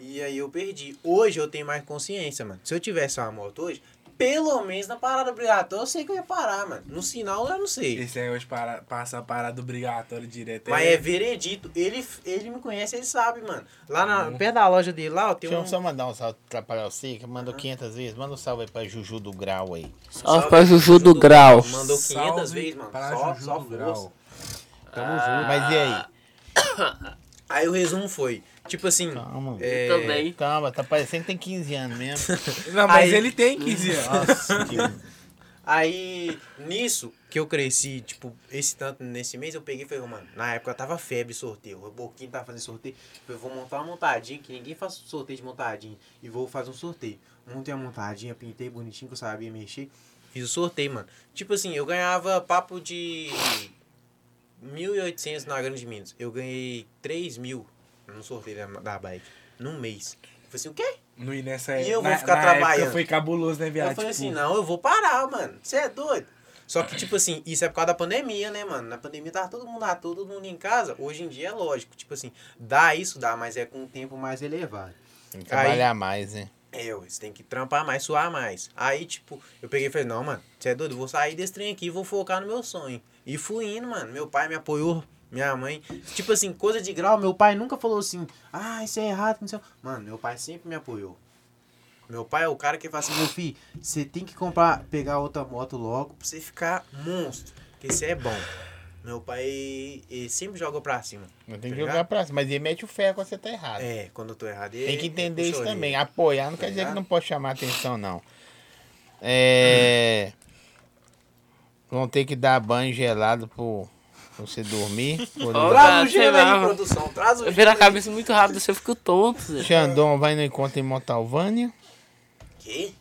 Speaker 3: E aí eu perdi. Hoje eu tenho mais consciência, mano. Se eu tivesse uma moto hoje, pelo menos na parada obrigatória eu sei que eu ia parar, mano. No sinal eu não sei.
Speaker 4: Esse aí hoje para, passa a parada obrigatória direto.
Speaker 3: Mas é veredito. Ele, ele me conhece, ele sabe, mano. Lá
Speaker 4: Uhum.
Speaker 3: na, perto da loja dele, lá, ó, tem
Speaker 1: Deixa
Speaker 3: um...
Speaker 1: eu só mandar um salve pra pra você, que mandou 500 vezes. Manda um salve aí pra Juju do Grau aí.
Speaker 2: Salve pra Juju do Grau.
Speaker 3: Mandou 500
Speaker 4: Salve
Speaker 3: vezes, mano.
Speaker 4: pra
Speaker 3: Só,
Speaker 4: Juju
Speaker 3: só
Speaker 4: do
Speaker 3: força.
Speaker 4: Grau.
Speaker 1: Tamo junto. Ah. Mas e aí?
Speaker 3: Aí o resumo foi, tipo assim...
Speaker 4: Tá.
Speaker 1: Calma.
Speaker 3: é,
Speaker 2: Também.
Speaker 1: Calma, tá parecendo que tem 15 anos mesmo.
Speaker 4: Não, mas
Speaker 3: Aí-
Speaker 4: ele tem 15 anos.
Speaker 1: Nossa, que...
Speaker 3: Aí, nisso que eu cresci, tipo, esse tanto nesse mês, eu peguei e falei, mano, na época tava febre sorteio. O Boquinho tava fazendo sorteio. Eu falei, vou montar uma montadinha, que ninguém faz sorteio de montadinha. E vou fazer um sorteio. Montei a montadinha, pintei bonitinho, que eu sabia mexer. Fiz o sorteio, mano. Tipo assim, eu ganhava papo de 1.800 na Grande Minas. Eu ganhei 3 mil no sorteio da, da bike, num mês. Eu falei assim, o quê?
Speaker 4: No, e nessa
Speaker 3: E eu vou
Speaker 4: na-
Speaker 3: ficar
Speaker 4: na época
Speaker 3: trabalhando.
Speaker 4: Foi cabuloso, né, viado?
Speaker 3: Eu falei
Speaker 4: Tipo,
Speaker 3: assim, não, eu vou parar, mano. Você é doido. Só que, tipo assim, isso é por causa da pandemia, né, mano? Na pandemia tava todo mundo lá, todo mundo em casa. Hoje em dia é lógico, tipo assim, dá isso, dá, mas é com um tempo mais elevado.
Speaker 1: Tem que trabalhar mais, né?
Speaker 3: É, ué, você tem que trampar mais, suar mais. Aí, tipo, eu peguei e falei, não, mano, você é doido, eu vou sair desse trem aqui e vou focar no meu sonho. E fui indo, mano. Meu pai me apoiou, minha mãe. Tipo assim, coisa de grau, meu pai nunca falou assim, ah, isso é errado, não sei. o quê." Mano, meu pai sempre me apoiou. Meu pai é o cara que fala assim, meu filho, você tem que comprar, pegar outra moto logo pra você ficar monstro. Porque você é bom. Meu pai ele sempre joga pra cima.
Speaker 1: Não tem que
Speaker 3: Tá ligado?
Speaker 1: jogar pra cima. Mas ele mete o ferro quando você tá errado.
Speaker 3: É, quando eu tô errado, ele-
Speaker 1: Tem que entender
Speaker 3: ele
Speaker 1: isso
Speaker 3: puxa a
Speaker 1: também.
Speaker 3: orelha.
Speaker 1: Apoiar não
Speaker 3: Tá
Speaker 1: quer dizer que
Speaker 3: ligado?
Speaker 1: não pode chamar atenção, não. É. Vão ter que dar banho gelado pro pra você dormir. Por
Speaker 2: Ó,
Speaker 1: exemplo.
Speaker 3: Traz o gelo
Speaker 2: Ah, Sei lá,
Speaker 3: aí,
Speaker 2: mano.
Speaker 3: produção. Traz o
Speaker 2: Eu
Speaker 3: gelo
Speaker 2: viro a
Speaker 3: aí.
Speaker 2: cabeça muito rápido, você fica tonto, Zé.
Speaker 1: Xandão vai no encontro em Montalvânia.
Speaker 3: Quê?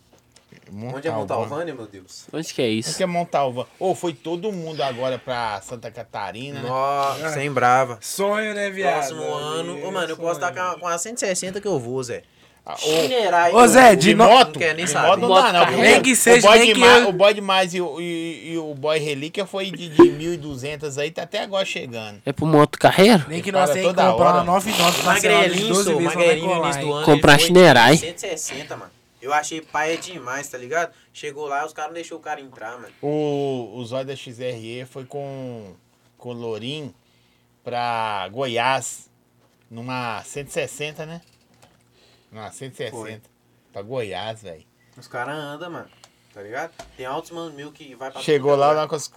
Speaker 1: Montalvânia.
Speaker 3: Onde é Montalvânia, meu Deus?
Speaker 2: Onde que é
Speaker 1: Onde
Speaker 2: isso?
Speaker 1: que é Montalvânia? Ou foi todo mundo agora pra Santa Catarina, né?
Speaker 3: Nossa, sem brava.
Speaker 4: Sonho, né, viado?
Speaker 3: Próximo ano. Ô, mano, eu posso
Speaker 4: Sonho.
Speaker 3: estar com a 160 que eu vou, Zé.
Speaker 1: Ah, o-
Speaker 3: Minerai.
Speaker 4: Ô, Zé, de
Speaker 1: De
Speaker 4: no-
Speaker 1: moto?
Speaker 3: Não quer nem
Speaker 1: de
Speaker 3: saber.
Speaker 1: moto não
Speaker 2: Moto
Speaker 1: dá, não.
Speaker 2: tá
Speaker 1: viu?
Speaker 4: Nem que seja,
Speaker 1: o boy,
Speaker 4: nem
Speaker 1: de
Speaker 4: que
Speaker 1: ma-
Speaker 4: eu-
Speaker 1: o boy de mais e, o- e- e o boy relíquia foi de, de 1.200 aí, tá até agora chegando.
Speaker 2: É pro moto carreiro?
Speaker 4: Nem que
Speaker 1: Ele
Speaker 4: nós
Speaker 1: para
Speaker 4: tenhamos que
Speaker 1: toda
Speaker 4: comprar
Speaker 1: hora.
Speaker 4: uma 99
Speaker 3: Magrelinho, sou, magrelinho no início do ano.
Speaker 2: Comprar
Speaker 3: ele foi
Speaker 2: Schneerai.
Speaker 3: 160, mano. Eu achei paia demais, tá ligado? Chegou lá, os caras não deixaram o cara entrar, mano.
Speaker 1: O, o Zóio da XRE foi com, com o Lorim pra Goiás, numa 160, né? Numa 160.
Speaker 3: Foi.
Speaker 1: Pra Goiás, velho.
Speaker 3: Os caras andam, mano. Tá ligado? Tem altos mano mil que é vai pra.
Speaker 1: Chegou lá, lá com as...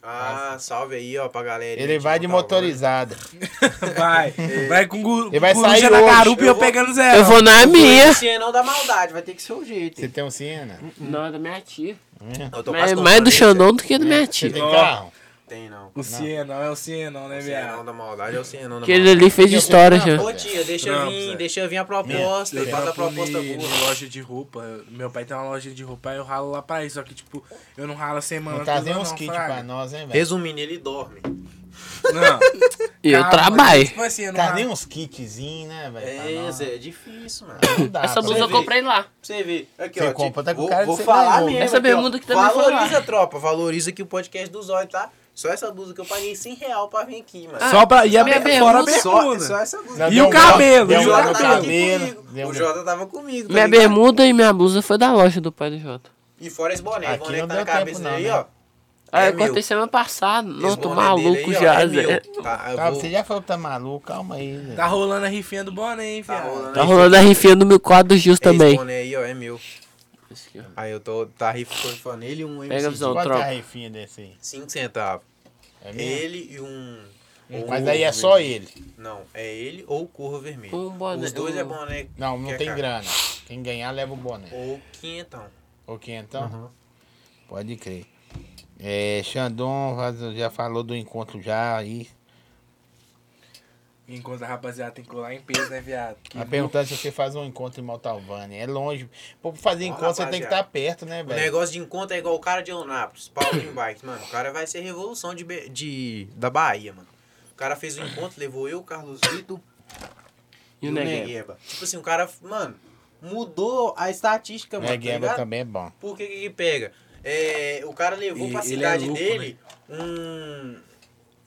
Speaker 3: Ah, salve aí, tá ó, pra galera.
Speaker 1: ele vai de
Speaker 3: né?
Speaker 1: motorizada.
Speaker 4: Vai. Vai com o
Speaker 1: Ele vai
Speaker 4: com
Speaker 1: sair
Speaker 4: Lucha na
Speaker 1: hoje.
Speaker 4: garupa e eu
Speaker 3: Eu vou-
Speaker 4: pegando zero.
Speaker 2: Eu vou na minha.
Speaker 3: Se é não dá maldade, vai ter que ser o jeito.
Speaker 1: Você tem um Siena?
Speaker 2: Não, é da minha tia.
Speaker 3: Eu tô
Speaker 2: Mas é
Speaker 3: passando
Speaker 2: mais do
Speaker 3: por isso,
Speaker 2: Xandão do que da
Speaker 3: É,
Speaker 2: minha
Speaker 1: Você tem
Speaker 2: tia.
Speaker 1: carro?
Speaker 3: Tem não.
Speaker 4: O Cienão é o Cienão, né,
Speaker 3: O Cienão
Speaker 4: viado?
Speaker 3: da maldade é o Cienão da
Speaker 2: Porque ele
Speaker 3: maldade.
Speaker 2: ali fez
Speaker 1: Eu
Speaker 2: história
Speaker 1: fui na
Speaker 2: já.
Speaker 1: boa.
Speaker 3: Ô tia, deixa eu
Speaker 4: Não,
Speaker 3: vir,
Speaker 4: Zé.
Speaker 3: deixa eu vir a proposta.
Speaker 4: Eu
Speaker 3: Eu faço a
Speaker 4: trabalho
Speaker 3: proposta
Speaker 4: em
Speaker 3: boa.
Speaker 4: loja de roupa. Meu pai tem uma loja de roupa e eu ralo lá pra isso. Só que, tipo, eu não ralo a semana
Speaker 1: Não tá nem
Speaker 4: toda,
Speaker 1: uns
Speaker 4: não,
Speaker 1: kits
Speaker 4: fraga.
Speaker 1: pra nós, hein, velho?
Speaker 3: Resumindo, ele dorme.
Speaker 4: Não.
Speaker 2: E eu
Speaker 4: Calma,
Speaker 2: trabalho.
Speaker 4: Tipo assim, eu não
Speaker 1: Tá
Speaker 4: ralo-
Speaker 1: nem uns kitzinhos, né, velho? pra
Speaker 3: É,
Speaker 1: nós.
Speaker 3: Zé, é difícil, mano.
Speaker 1: Não dá
Speaker 2: Essa
Speaker 1: pra
Speaker 2: blusa eu
Speaker 1: ver.
Speaker 2: comprei lá.
Speaker 3: Pra você ver. Aqui,
Speaker 1: Você
Speaker 3: ó.
Speaker 1: compra,
Speaker 3: te-
Speaker 1: tá com
Speaker 3: vou,
Speaker 1: cara de
Speaker 3: vou
Speaker 1: ser
Speaker 3: falar
Speaker 1: ganhou.
Speaker 3: mesmo.
Speaker 2: Essa
Speaker 3: aqui, ó.
Speaker 2: bermuda que também foi
Speaker 3: Valoriza,
Speaker 2: lá.
Speaker 3: tropa. Valoriza que o podcast dos olhos, tá? Só essa blusa que eu paguei 100 real pra vir aqui, mano.
Speaker 4: Ah, Só pra. E a
Speaker 2: Ah,
Speaker 3: é
Speaker 2: Minha
Speaker 4: be- fora a
Speaker 2: bermuda
Speaker 3: só,
Speaker 4: bermuda.
Speaker 3: só é- essa blusa.
Speaker 1: Não,
Speaker 4: E
Speaker 1: deu
Speaker 4: o
Speaker 1: um
Speaker 4: cabelo,
Speaker 1: nó- deu
Speaker 4: e
Speaker 3: o
Speaker 1: um
Speaker 4: o tá
Speaker 1: nó no
Speaker 3: Jota
Speaker 4: cabelo?
Speaker 3: tava aqui
Speaker 1: cabelo.
Speaker 3: comigo.
Speaker 1: deu um
Speaker 3: O
Speaker 1: nó.
Speaker 3: Jota tava comigo. tá
Speaker 2: Minha
Speaker 3: ligado?
Speaker 2: bermuda e minha blusa foi da loja do pai do Jota.
Speaker 3: E fora esse boné.
Speaker 1: Aqui
Speaker 3: Vou boné
Speaker 1: não
Speaker 3: tá
Speaker 1: deu
Speaker 3: na cabeça
Speaker 1: tempo não,
Speaker 3: aí,
Speaker 1: né?
Speaker 3: ó.
Speaker 2: Ah,
Speaker 3: É
Speaker 2: eu contei
Speaker 3: meu.
Speaker 2: semana passada. Não,
Speaker 3: Esse
Speaker 2: tô
Speaker 3: boné dele
Speaker 2: maluco
Speaker 3: aí, ó,
Speaker 2: já,
Speaker 3: é
Speaker 2: Zé.
Speaker 3: meu. Tá, eu
Speaker 1: Tá,
Speaker 3: vou-
Speaker 1: você já falou que tá maluco, calma aí, velho.
Speaker 4: Tá rolando a rifinha do boné, hein,
Speaker 3: Tá
Speaker 4: fiado?
Speaker 3: rolando
Speaker 2: Tá
Speaker 3: aí.
Speaker 2: rolando a rifinha do meu quadro do Gils
Speaker 3: Esse
Speaker 2: também.
Speaker 3: boné aí, ó, é meu. Aí eu tô. Tá rifando ele e um
Speaker 2: Pega a visão.
Speaker 1: Qual
Speaker 3: MC.
Speaker 1: que é
Speaker 2: troca.
Speaker 1: a refinha desse aí?
Speaker 3: 5 centavos.
Speaker 1: É mesmo?
Speaker 3: Ele e um. ou
Speaker 1: Mas
Speaker 3: um
Speaker 1: aí é
Speaker 3: ovo
Speaker 1: só
Speaker 3: vermelho.
Speaker 1: ele.
Speaker 3: Não, é ele ou o Corvo Vermelho.
Speaker 2: Um boné-
Speaker 3: Os dois
Speaker 2: um-
Speaker 3: é boné.
Speaker 1: Não, não
Speaker 3: que é
Speaker 1: tem
Speaker 3: caro.
Speaker 1: grana. Quem ganhar leva o boné.
Speaker 3: Ou quinhentão.
Speaker 1: Ou quem então?
Speaker 3: Uhum.
Speaker 1: Pode crer. É, Xandon vaz- já falou do encontro já aí.
Speaker 4: Enquanto a rapaziada tem que colar em peso, né, viado? Que
Speaker 1: Tá perguntando se você faz um encontro em Montalvânia. É longe. Pô, pra fazer
Speaker 3: Ó,
Speaker 1: encontro você tem que estar
Speaker 3: rapaziada.
Speaker 1: perto, né,
Speaker 3: O
Speaker 1: velho?
Speaker 3: negócio de encontro é igual o cara de Anápolis, Paulo em Bikes, mano. O cara vai ser revolução de, Be- de, da Bahia, mano. O cara fez o encontro, levou eu, o Carlos Vitor
Speaker 2: E
Speaker 3: e
Speaker 2: o
Speaker 3: o
Speaker 2: Negueba?
Speaker 3: Negueba. Tipo assim, o cara, mano, mudou a estatística, mano. tá
Speaker 1: Negueba
Speaker 3: ligado?
Speaker 1: também é bom.
Speaker 3: Por que que que pega? É, o cara levou
Speaker 4: E-
Speaker 3: pra
Speaker 4: ele é
Speaker 3: cidade
Speaker 4: louco,
Speaker 3: dele um,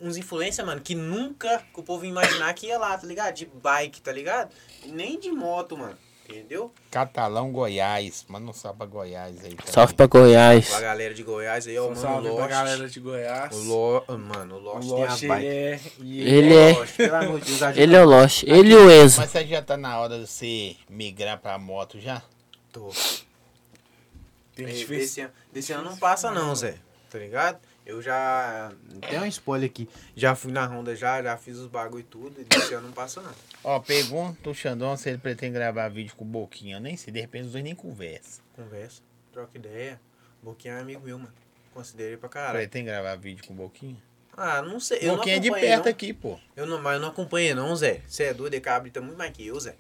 Speaker 3: uns influencers, mano, que nunca que o povo ia imaginar que ia lá, tá ligado? De bike, tá ligado? Nem de moto, mano. Entendeu?
Speaker 1: Catalão Goiás. Manda um salve pra Goiás aí. também.
Speaker 2: Salve pra Goiás.
Speaker 3: A galera de Goiás aí, ó, Então,
Speaker 4: Só
Speaker 3: mano,
Speaker 4: salve
Speaker 3: o
Speaker 4: pra
Speaker 3: Lost.
Speaker 4: galera de Goiás.
Speaker 3: O Lo... Mano, o Lost,
Speaker 4: O Lost,
Speaker 3: tem a
Speaker 4: ele
Speaker 3: bike.
Speaker 4: é. e
Speaker 2: Ele é.
Speaker 3: Lost, pelo amor de Deus, ajuda.
Speaker 2: Ele é o Lost. Ele e o Enzo.
Speaker 1: Mas você já tá na hora de você migrar pra moto já?
Speaker 2: é
Speaker 3: Tô.
Speaker 4: Tem
Speaker 3: É,
Speaker 4: gente fez-
Speaker 3: Desse, ano- desse ano não passa não, Zé. Tá ligado? Eu já... Tem um spoiler aqui. Já fui na Honda já, já fiz os bagulho e tudo. E desse ano não passa não.
Speaker 1: Ó, pergunta o Xandão se ele pretende gravar vídeo com o Boquinha. Eu nem sei, de repente os dois nem conversam.
Speaker 3: Conversa, troca ideia. Boquinha é amigo meu, mano. Considerei pra caralho.
Speaker 1: Pretende gravar vídeo com o Boquinha?
Speaker 3: Ah, não sei. Eu
Speaker 1: Boquinha é
Speaker 3: não
Speaker 1: de
Speaker 3: acompanho,
Speaker 1: perto
Speaker 3: não.
Speaker 1: aqui, pô.
Speaker 3: Eu não, mas eu não acompanho não, Zé. Você é doido, ele cabrita muito mais que eu, Zé.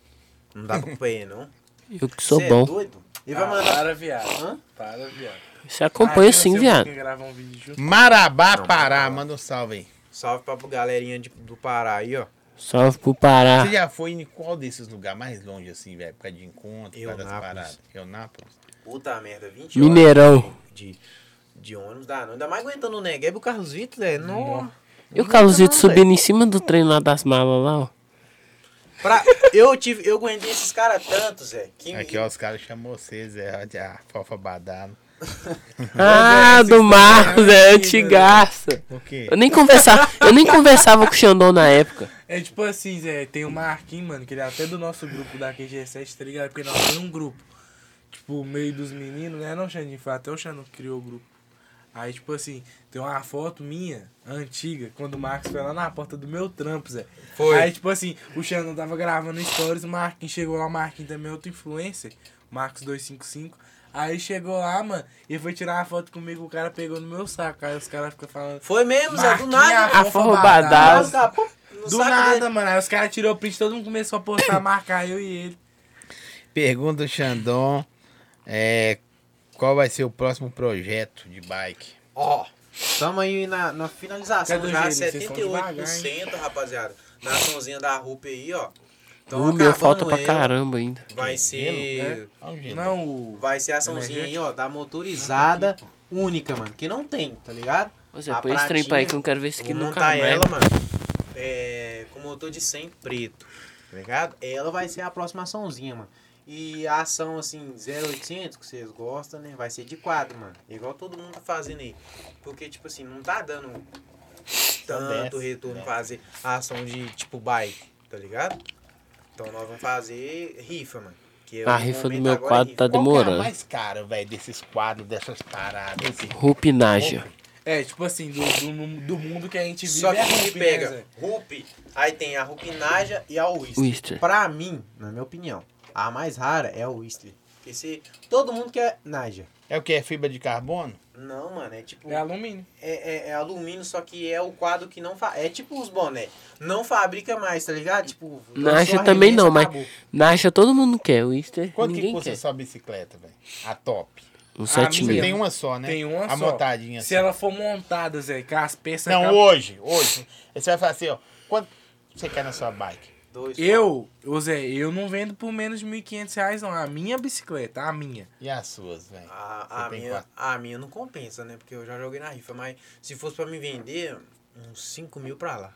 Speaker 3: Não dá pra acompanhar, não.
Speaker 2: Eu que sou
Speaker 3: Cê é
Speaker 2: bom.
Speaker 3: doido? Ele
Speaker 4: Ah,
Speaker 3: vai mandar.
Speaker 4: Para, viado.
Speaker 3: Hã?
Speaker 4: Para, viado.
Speaker 2: Você acompanha
Speaker 4: Ah,
Speaker 2: sim,
Speaker 4: você
Speaker 2: assim, viado.
Speaker 4: quer gravar um vídeo junto?
Speaker 1: Marabá,
Speaker 3: Não,
Speaker 1: Pará,
Speaker 3: não.
Speaker 1: manda um salve aí.
Speaker 3: Salve pra galerinha de- do Pará aí, ó.
Speaker 2: Salve pro Pará.
Speaker 1: Você já foi em qual desses lugares mais longe, assim, velho? Por causa de encontro, por causa das
Speaker 3: Eunápolis.
Speaker 1: paradas. Eu, Nápoles.
Speaker 3: Puta merda, 20 horas.
Speaker 2: Mineirão.
Speaker 3: De, de ônibus, dá não. Ainda mais aguentando o Negueb e o Carlos Vitor, Zé. Não.
Speaker 2: E o Carlosito
Speaker 3: Não, velho.
Speaker 2: subindo em cima do trem lá das malas lá, ó.
Speaker 3: Pra, eu, tive, eu aguentei esses caras tanto, Zé. Que
Speaker 1: Aqui, ó, os caras chamam vocês, é a fofa badalo.
Speaker 2: Ah, do Marcos, é antigaça.
Speaker 1: Por quê?
Speaker 2: Eu nem conversava, eu nem conversava com o Xandão na época.
Speaker 4: É tipo assim, Zé, tem o Marquinhos, mano, que ele é até do nosso grupo da QG7, tá ligado? Porque nós temos um grupo. Tipo, meio dos meninos, né? Não, Xandinho, foi até o Xandão que criou o grupo. Aí, tipo assim, tem uma foto minha, antiga, quando o Marcos foi lá na porta do meu trampo, Zé.
Speaker 3: Foi.
Speaker 4: Aí, tipo assim, o Xandão tava gravando stories, o Marquinhos chegou lá, o Marquinhos também é outro influencer, Marcos255. Aí chegou lá, mano, e foi tirar uma foto comigo, o cara pegou no meu saco. Aí os caras ficam falando.
Speaker 3: Foi mesmo, Zé, do
Speaker 4: Marquinhos,
Speaker 3: nada.
Speaker 2: A
Speaker 4: fofa
Speaker 2: forra
Speaker 4: badala.
Speaker 2: badala.
Speaker 3: Nada, pô, no
Speaker 4: Do
Speaker 3: saco
Speaker 4: nada,
Speaker 3: dele.
Speaker 4: mano. Aí os caras tirou o print, todo mundo começou a postar, marcar eu e ele.
Speaker 1: Pergunta o Xandon, é, qual vai ser o próximo projeto de bike?
Speaker 3: Ó, tamo aí na, na finalização
Speaker 4: Cadê o
Speaker 3: já,
Speaker 4: Gênio? Vocês
Speaker 3: 78%,
Speaker 4: estão devagar,
Speaker 3: rapaziada. na açãozinha da RUP aí, ó. Então,
Speaker 2: O meu
Speaker 3: acabando
Speaker 2: falta pra
Speaker 3: ela,
Speaker 2: caramba ainda.
Speaker 3: Vai
Speaker 4: Tá né?
Speaker 3: ser.
Speaker 1: Olha o jeito.
Speaker 4: Não, o.
Speaker 3: Vai ser a açãozinha aí, ó, da motorizada única, mano. Que não tem, tá ligado?
Speaker 2: Você
Speaker 3: A
Speaker 2: põe esse trem pra aí que eu não quero ver isso
Speaker 3: Vou
Speaker 2: aqui nunca
Speaker 3: montar
Speaker 2: mais.
Speaker 3: tá ela, mano. É, com motor de 100 preto, tá ligado? Ela vai ser a próxima açãozinha, mano. E a ação, assim, 0800, que vocês gostam, né? Vai ser de quadro, mano. Igual todo mundo tá fazendo aí. Porque, tipo assim, não tá dando tanto
Speaker 1: desce,
Speaker 3: retorno
Speaker 1: né?
Speaker 3: fazer a ação de, tipo, bike, tá ligado? Então nós vamos fazer rifa, mano. que é
Speaker 2: A
Speaker 3: o
Speaker 2: rifa do
Speaker 3: momento
Speaker 2: meu
Speaker 3: agora é
Speaker 2: quadro
Speaker 3: rifa.
Speaker 2: tá
Speaker 1: Qual que é a
Speaker 2: demorando.
Speaker 1: mais cara, velho, desses quadros, dessas paradas? assim?
Speaker 2: Rupinágia.
Speaker 4: É, tipo assim, do, do, do mundo que a gente vive.
Speaker 3: Só que
Speaker 4: é
Speaker 3: a gente
Speaker 4: hippie, né,
Speaker 3: pega
Speaker 4: Zé?
Speaker 3: Rupi, aí tem a Rupinaja e a Whistler.
Speaker 2: Whistler.
Speaker 3: Pra mim, na minha opinião, a mais rara é a Whistler. Porque se todo mundo quer Naja.
Speaker 1: É o que? É fibra de carbono?
Speaker 3: Não, mano, é tipo.
Speaker 4: É alumínio.
Speaker 3: É, é- é alumínio, só que é o quadro que não fa... É tipo os boné. Não fabrica mais, tá ligado? Tipo.
Speaker 2: Naja
Speaker 3: lançou,
Speaker 2: também
Speaker 3: arremessa,
Speaker 2: não, mas-
Speaker 3: acabou.
Speaker 2: Nacha todo mundo quer, o Easter
Speaker 1: Quanto que
Speaker 2: ninguém
Speaker 1: custa
Speaker 2: quer.
Speaker 1: sua bicicleta, velho? A top.
Speaker 2: Uns 7
Speaker 4: Ah, minha.
Speaker 1: Você
Speaker 2: mil.
Speaker 1: tem uma só, né?
Speaker 4: Tem uma
Speaker 1: a
Speaker 4: só.
Speaker 1: montadinha.
Speaker 4: Se
Speaker 1: assim.
Speaker 4: ela for montada, Zé, com as peças.
Speaker 1: Não,
Speaker 4: acaba-
Speaker 1: hoje, hoje. Aí Você vai falar assim, ó. Quanto você quer na sua bike?
Speaker 3: Dois,
Speaker 4: Eu, ô Zé, eu não vendo por menos de 1.500 reais, não. A minha bicicleta, a minha.
Speaker 1: E as suas, velho?
Speaker 3: A, a
Speaker 1: Você tem
Speaker 3: minha,
Speaker 1: quatro.
Speaker 3: a minha não compensa, né? Porque eu já joguei na rifa, mas se fosse pra me vender, uns 5 mil pra lá.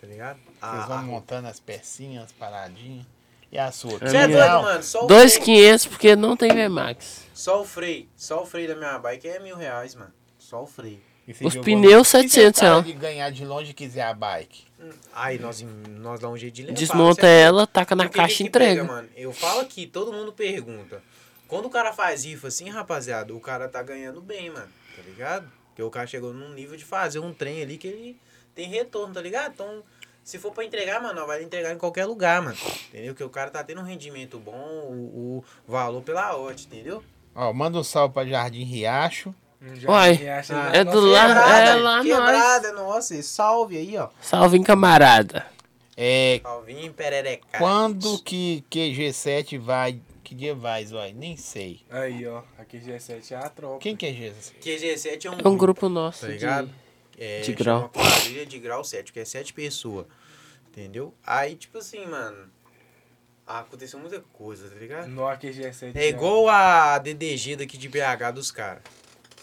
Speaker 3: Tá ligado?
Speaker 1: Vocês
Speaker 3: A,
Speaker 1: vão
Speaker 3: a-
Speaker 1: montando as pecinhas, as paradinhas. E a sua?
Speaker 3: Você é
Speaker 1: Não,
Speaker 3: doido, mano? Só o freio-
Speaker 2: 2,500 porque não tem VMAX.
Speaker 3: Só o freio. Só o freio da minha bike é mil reais, mano. Só o freio.
Speaker 1: Esse
Speaker 2: Os
Speaker 1: jogo-
Speaker 2: pneus,
Speaker 1: E se
Speaker 2: 700
Speaker 1: o cara
Speaker 4: é.
Speaker 2: reais.
Speaker 1: de ganhar de longe e quiser a bike.
Speaker 3: Aí nós, nós dá um jeito de levar.
Speaker 2: Desmonta
Speaker 3: Você-
Speaker 2: ela, taca na
Speaker 3: Porque o que
Speaker 2: caixa
Speaker 3: que
Speaker 2: e entrega.
Speaker 3: pega, mano? Eu falo aqui, todo mundo pergunta. Quando o cara faz rifa assim, rapaziada, o cara tá ganhando bem, mano. Tá ligado? Porque o cara chegou num nível de fazer um trem ali que ele tem retorno, tá ligado? Então, se for pra entregar, mano, vai entregar em qualquer lugar, mano. Entendeu? Que o cara tá tendo um rendimento bom, o, o valor pela hora, entendeu?
Speaker 1: Ó, manda um salve pra Jardim Riacho.
Speaker 4: Já
Speaker 2: Uai,
Speaker 4: me acha
Speaker 3: Ah,
Speaker 4: na
Speaker 2: é
Speaker 4: nossa-
Speaker 2: do lado, é
Speaker 3: Quebrada,
Speaker 2: lá nós.
Speaker 3: quebrada, nossa, salve aí, ó.
Speaker 2: Salve, hein, camarada.
Speaker 1: É,
Speaker 3: Salvinho, perereca.
Speaker 1: quando que QG7 vai? Que dia vai, Zói? Nem sei.
Speaker 4: Aí, ó. Aqui G7 é a tropa.
Speaker 1: Quem que é QG7?
Speaker 3: QG7 é um,
Speaker 2: É um grupo nosso.
Speaker 3: tá
Speaker 2: de-
Speaker 3: ligado? É,
Speaker 2: de grau.
Speaker 3: chama Quadrilha de grau 7, que é 7 pessoas. Entendeu? Aí, tipo assim, mano. ah, Aconteceu muita coisa, tá ligado?
Speaker 4: No AQG7.
Speaker 3: É igual a DDG daqui de BH dos caras.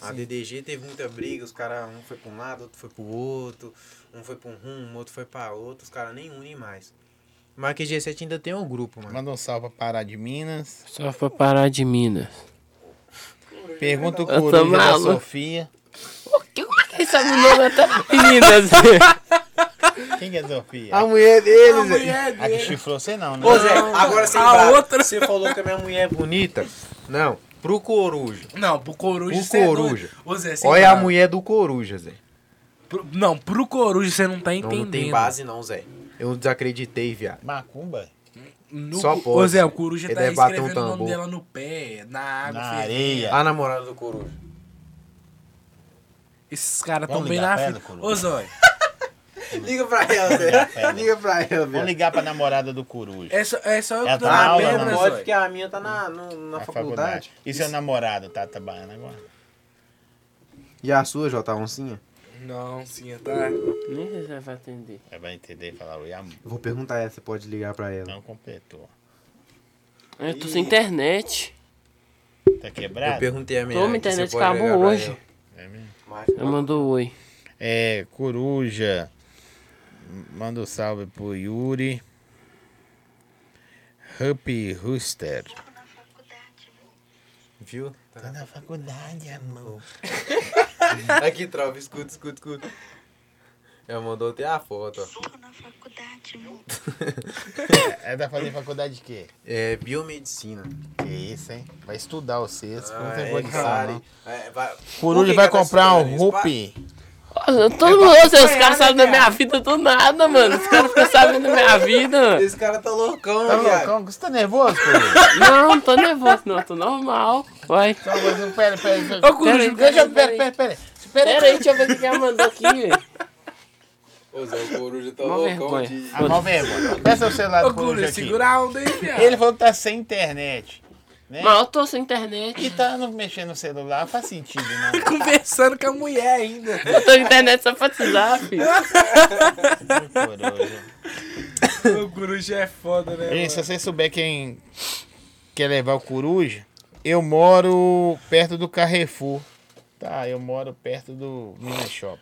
Speaker 3: A DDG teve muita briga, os caras, um foi pra um lado, outro foi pro outro, um foi pra um rumo, outro foi pra outro, os caras nem unem mais. Mas a QG7 ainda tem um grupo, mano.
Speaker 1: Manda um salve pra Pará de Minas.
Speaker 2: Só pra parar de Minas.
Speaker 1: Pergunta o
Speaker 2: Eu tô
Speaker 1: Coruja é da
Speaker 2: maluco.
Speaker 1: Sofia.
Speaker 2: Quem sabe o nome até tá Minas.
Speaker 1: Quem que é a Sofia?
Speaker 3: mulher
Speaker 4: A
Speaker 3: deles,
Speaker 4: mulher
Speaker 1: A que
Speaker 4: dele.
Speaker 1: chifrou você não, né?
Speaker 3: Ô é Zé, agora você,
Speaker 4: A
Speaker 3: emba-
Speaker 4: outra-
Speaker 3: você falou que a minha mulher é bonita. Não, pro coruja.
Speaker 4: Não, pro Coruja
Speaker 3: O
Speaker 4: cê é doido.
Speaker 3: Coruja.
Speaker 4: Ô, Zé, cê
Speaker 3: Olha a
Speaker 4: embarra.
Speaker 3: mulher do coruja, Zé.
Speaker 4: Pro- Não, pro Coruja você não tá
Speaker 3: Não,
Speaker 4: entendendo.
Speaker 3: não tem base não, Zé. Eu desacreditei, viado.
Speaker 1: Macumba?
Speaker 4: No
Speaker 3: Só
Speaker 4: cu-
Speaker 3: pode.
Speaker 4: Ô Zé, o Coruja
Speaker 3: Ele
Speaker 4: tá
Speaker 3: deve bater
Speaker 4: escrevendo
Speaker 3: um
Speaker 4: o nome
Speaker 3: tambor.
Speaker 4: dela no pé, na
Speaker 3: Ah,
Speaker 4: água.
Speaker 1: Na
Speaker 4: filho.
Speaker 1: areia.
Speaker 3: A namorada do coruja.
Speaker 4: Esses caras tão
Speaker 1: Vamos
Speaker 4: bem
Speaker 1: ligar
Speaker 4: na
Speaker 1: pra ela,
Speaker 4: fita.
Speaker 1: Coruja?
Speaker 4: Ô Zói,
Speaker 3: Liga pra ela, Zé. Liga pra ela,
Speaker 1: Vamos
Speaker 3: velho.
Speaker 1: ligar pra namorada do Coruja.
Speaker 4: é só, é só eu
Speaker 1: Ela
Speaker 4: que tô
Speaker 1: tá na
Speaker 4: na
Speaker 1: aula,
Speaker 4: pedra,
Speaker 1: não?
Speaker 4: Zói.
Speaker 3: a minha tá na, no- na
Speaker 1: Na faculdade. E seu namorado tá trabalhando agora?
Speaker 3: E a sua, Jota Oncinha?
Speaker 4: Não, sim, tá.
Speaker 2: Nem sei se vai atender.
Speaker 1: Ela vai entender e falar, oi, amor.
Speaker 3: Eu vou perguntar a ela, você pode ligar pra ela.
Speaker 1: Não completou.
Speaker 2: Eu tô sem internet.
Speaker 1: Tá
Speaker 3: Eu
Speaker 1: quebrado?
Speaker 3: perguntei a minha.
Speaker 2: Tô, minha internet acabou hoje.
Speaker 1: É mesmo?
Speaker 2: Eu mandou oi.
Speaker 1: É, Coruja. Manda um salve pro Yuri. Happy Rooster.
Speaker 3: Viu?
Speaker 1: Tá na faculdade, amor.
Speaker 3: Tá. Aqui, trova, escuta, escuta, escuta. Ela mandou até a foto, ó.
Speaker 6: na faculdade, amor.
Speaker 1: É, tá fazendo faculdade de quê?
Speaker 3: É biomedicina.
Speaker 1: Que isso, hein? Vai estudar vocês. não tem
Speaker 3: é,
Speaker 1: condição,
Speaker 3: cara,
Speaker 1: não.
Speaker 3: é, vai- Por
Speaker 1: Coruja
Speaker 3: que
Speaker 1: vai
Speaker 3: que ela tá
Speaker 1: comprar um
Speaker 3: estudando isso?
Speaker 1: rupi.
Speaker 2: Nossa,
Speaker 3: é
Speaker 2: Todo mundo, os caras sabem
Speaker 3: né,
Speaker 2: da minha vida do nada, mano. Os caras ficam sabendo da minha vida.
Speaker 3: Pá, Esse cara tá loucão,
Speaker 1: Tá
Speaker 3: viado.
Speaker 1: loucão? Você tá nervoso, Coruja?
Speaker 2: Não, não tô nervoso, não. Tô normal. Vai.
Speaker 1: Só uma coisa, pera, pera, pera.
Speaker 2: Ô, Coruja,
Speaker 1: Pera aí, deixa eu-
Speaker 2: pera aí.
Speaker 1: Pera, pera, pera.
Speaker 2: Pera aí, deixa eu ver o que que ela mandou aqui, velho.
Speaker 3: Ô, Zé, o coruja tá
Speaker 2: Mó
Speaker 3: loucão
Speaker 2: vergonha.
Speaker 3: de...
Speaker 1: Ah, mal mesmo. Peça o celular
Speaker 4: Ô,
Speaker 1: do Coruja
Speaker 4: Coruja,
Speaker 1: aqui.
Speaker 4: segura a onda aí, viado.
Speaker 1: Ele falou que tá sem internet. Né?
Speaker 2: Mas eu tô sem internet.
Speaker 1: E tá não mexendo no celular, faz sentido, né?
Speaker 4: Conversando com a mulher ainda.
Speaker 2: Eu tô sem internet só pra WhatsApp.
Speaker 1: Muito coroja.
Speaker 4: o coruja é foda, né?
Speaker 1: Gente, se
Speaker 4: mano?
Speaker 1: você souber quem quer levar o coruja, eu moro perto do Carrefour. Tá, eu moro perto do Minas Shop.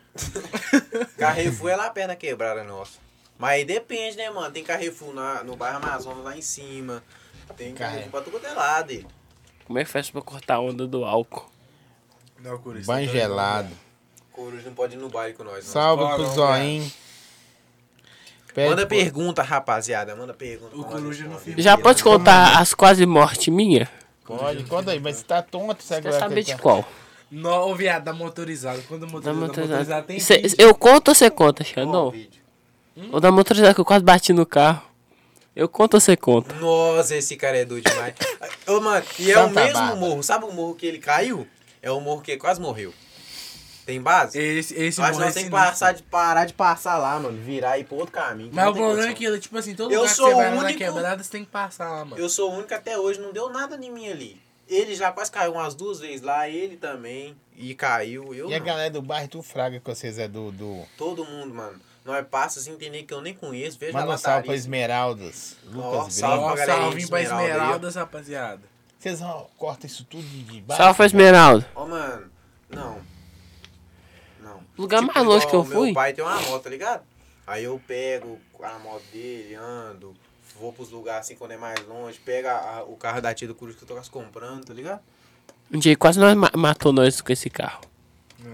Speaker 3: Carrefour é lá perto da quebrada nossa. Mas aí depende, né, mano? Tem Carrefour na- no bairro Amazonas lá em cima. Tem Carrefour pra tudo quanto é lado. ele.
Speaker 2: Como é que faz pra cortar a onda do álcool?
Speaker 4: Não, coruja. tá
Speaker 1: Banho gelado.
Speaker 3: Coruja não pode ir no baile com nós, não.
Speaker 1: Salve é,
Speaker 4: Bora,
Speaker 1: pro
Speaker 4: vamos
Speaker 1: Zoinho. Pede
Speaker 3: Manda
Speaker 1: pro-
Speaker 3: pergunta, rapaziada. Manda pergunta.
Speaker 4: O Coruja não fica-
Speaker 2: Já pode contar as quase mortes minhas?
Speaker 1: Pode, conta aí, mas você tá tonto, sabe
Speaker 2: Quer
Speaker 1: agora
Speaker 2: saber
Speaker 1: que
Speaker 2: de
Speaker 1: tá-
Speaker 2: qual?
Speaker 4: Não, ô, viado, da motorizada. Quando a
Speaker 2: Da
Speaker 4: motorizada, da motorizada
Speaker 2: motorizada.
Speaker 4: tem.
Speaker 2: Cê-
Speaker 4: vídeo.
Speaker 2: eu conto ou você conta, Xandão? Ou da motorizada que eu quase bati no carro? Eu conto ou você conta?
Speaker 3: Nossa, esse cara é doido demais. Ô, mano, e é o
Speaker 1: Santa
Speaker 3: mesmo
Speaker 1: Bárbara.
Speaker 3: morro. Sabe o morro que ele caiu? É o morro que ele quase morreu. Tem base?
Speaker 4: Esse, esse
Speaker 3: Mas
Speaker 4: morro é
Speaker 3: nós temos que
Speaker 4: sinistro.
Speaker 3: passar de, parar de passar lá, mano. Virar e ir pro outro caminho.
Speaker 4: Mas
Speaker 3: Não
Speaker 4: o
Speaker 3: tem
Speaker 4: problema é
Speaker 3: condição.
Speaker 4: que, ele, tipo assim, todo
Speaker 3: Eu
Speaker 4: lugar que
Speaker 3: sou
Speaker 4: você
Speaker 3: o
Speaker 4: vai lá na
Speaker 3: único-
Speaker 4: quebrada, você tem que passar lá, mano.
Speaker 3: Eu sou o único até hoje, não deu nada em mim ali. Ele já quase caiu umas duas vezes lá, ele também. E caiu, eu
Speaker 1: E é a
Speaker 3: não.
Speaker 1: galera do bairro do Fraga que vocês é do. do...
Speaker 3: Todo mundo, mano. Nós passa sem assim entender que eu nem conheço, veja
Speaker 1: Manda
Speaker 3: lá.
Speaker 1: um salve pra Esmeraldas, Lucas Brito.
Speaker 3: Nossa, pra
Speaker 4: Ó,
Speaker 3: galerinha
Speaker 4: salve
Speaker 3: de
Speaker 4: pra
Speaker 3: Esmeralda aí, ó.
Speaker 4: Esmeraldas, rapaziada.
Speaker 1: Vocês vão- cortam isso tudo de baixo.
Speaker 2: Salve, Esmeralda.
Speaker 3: Ó, mano, não. Não. Tipo,
Speaker 2: O lugar mais longe
Speaker 3: igual
Speaker 2: que eu
Speaker 3: Meu
Speaker 2: fui?
Speaker 3: pai tem uma moto, tá ligado? Aí eu pego a moto dele, ando, vou pros lugares assim quando é mais longe, pego a- a- o carro da tia do Cruz que eu tô quase comprando, tá ligado?
Speaker 2: Um dia quase nós ma- matou nós com esse carro.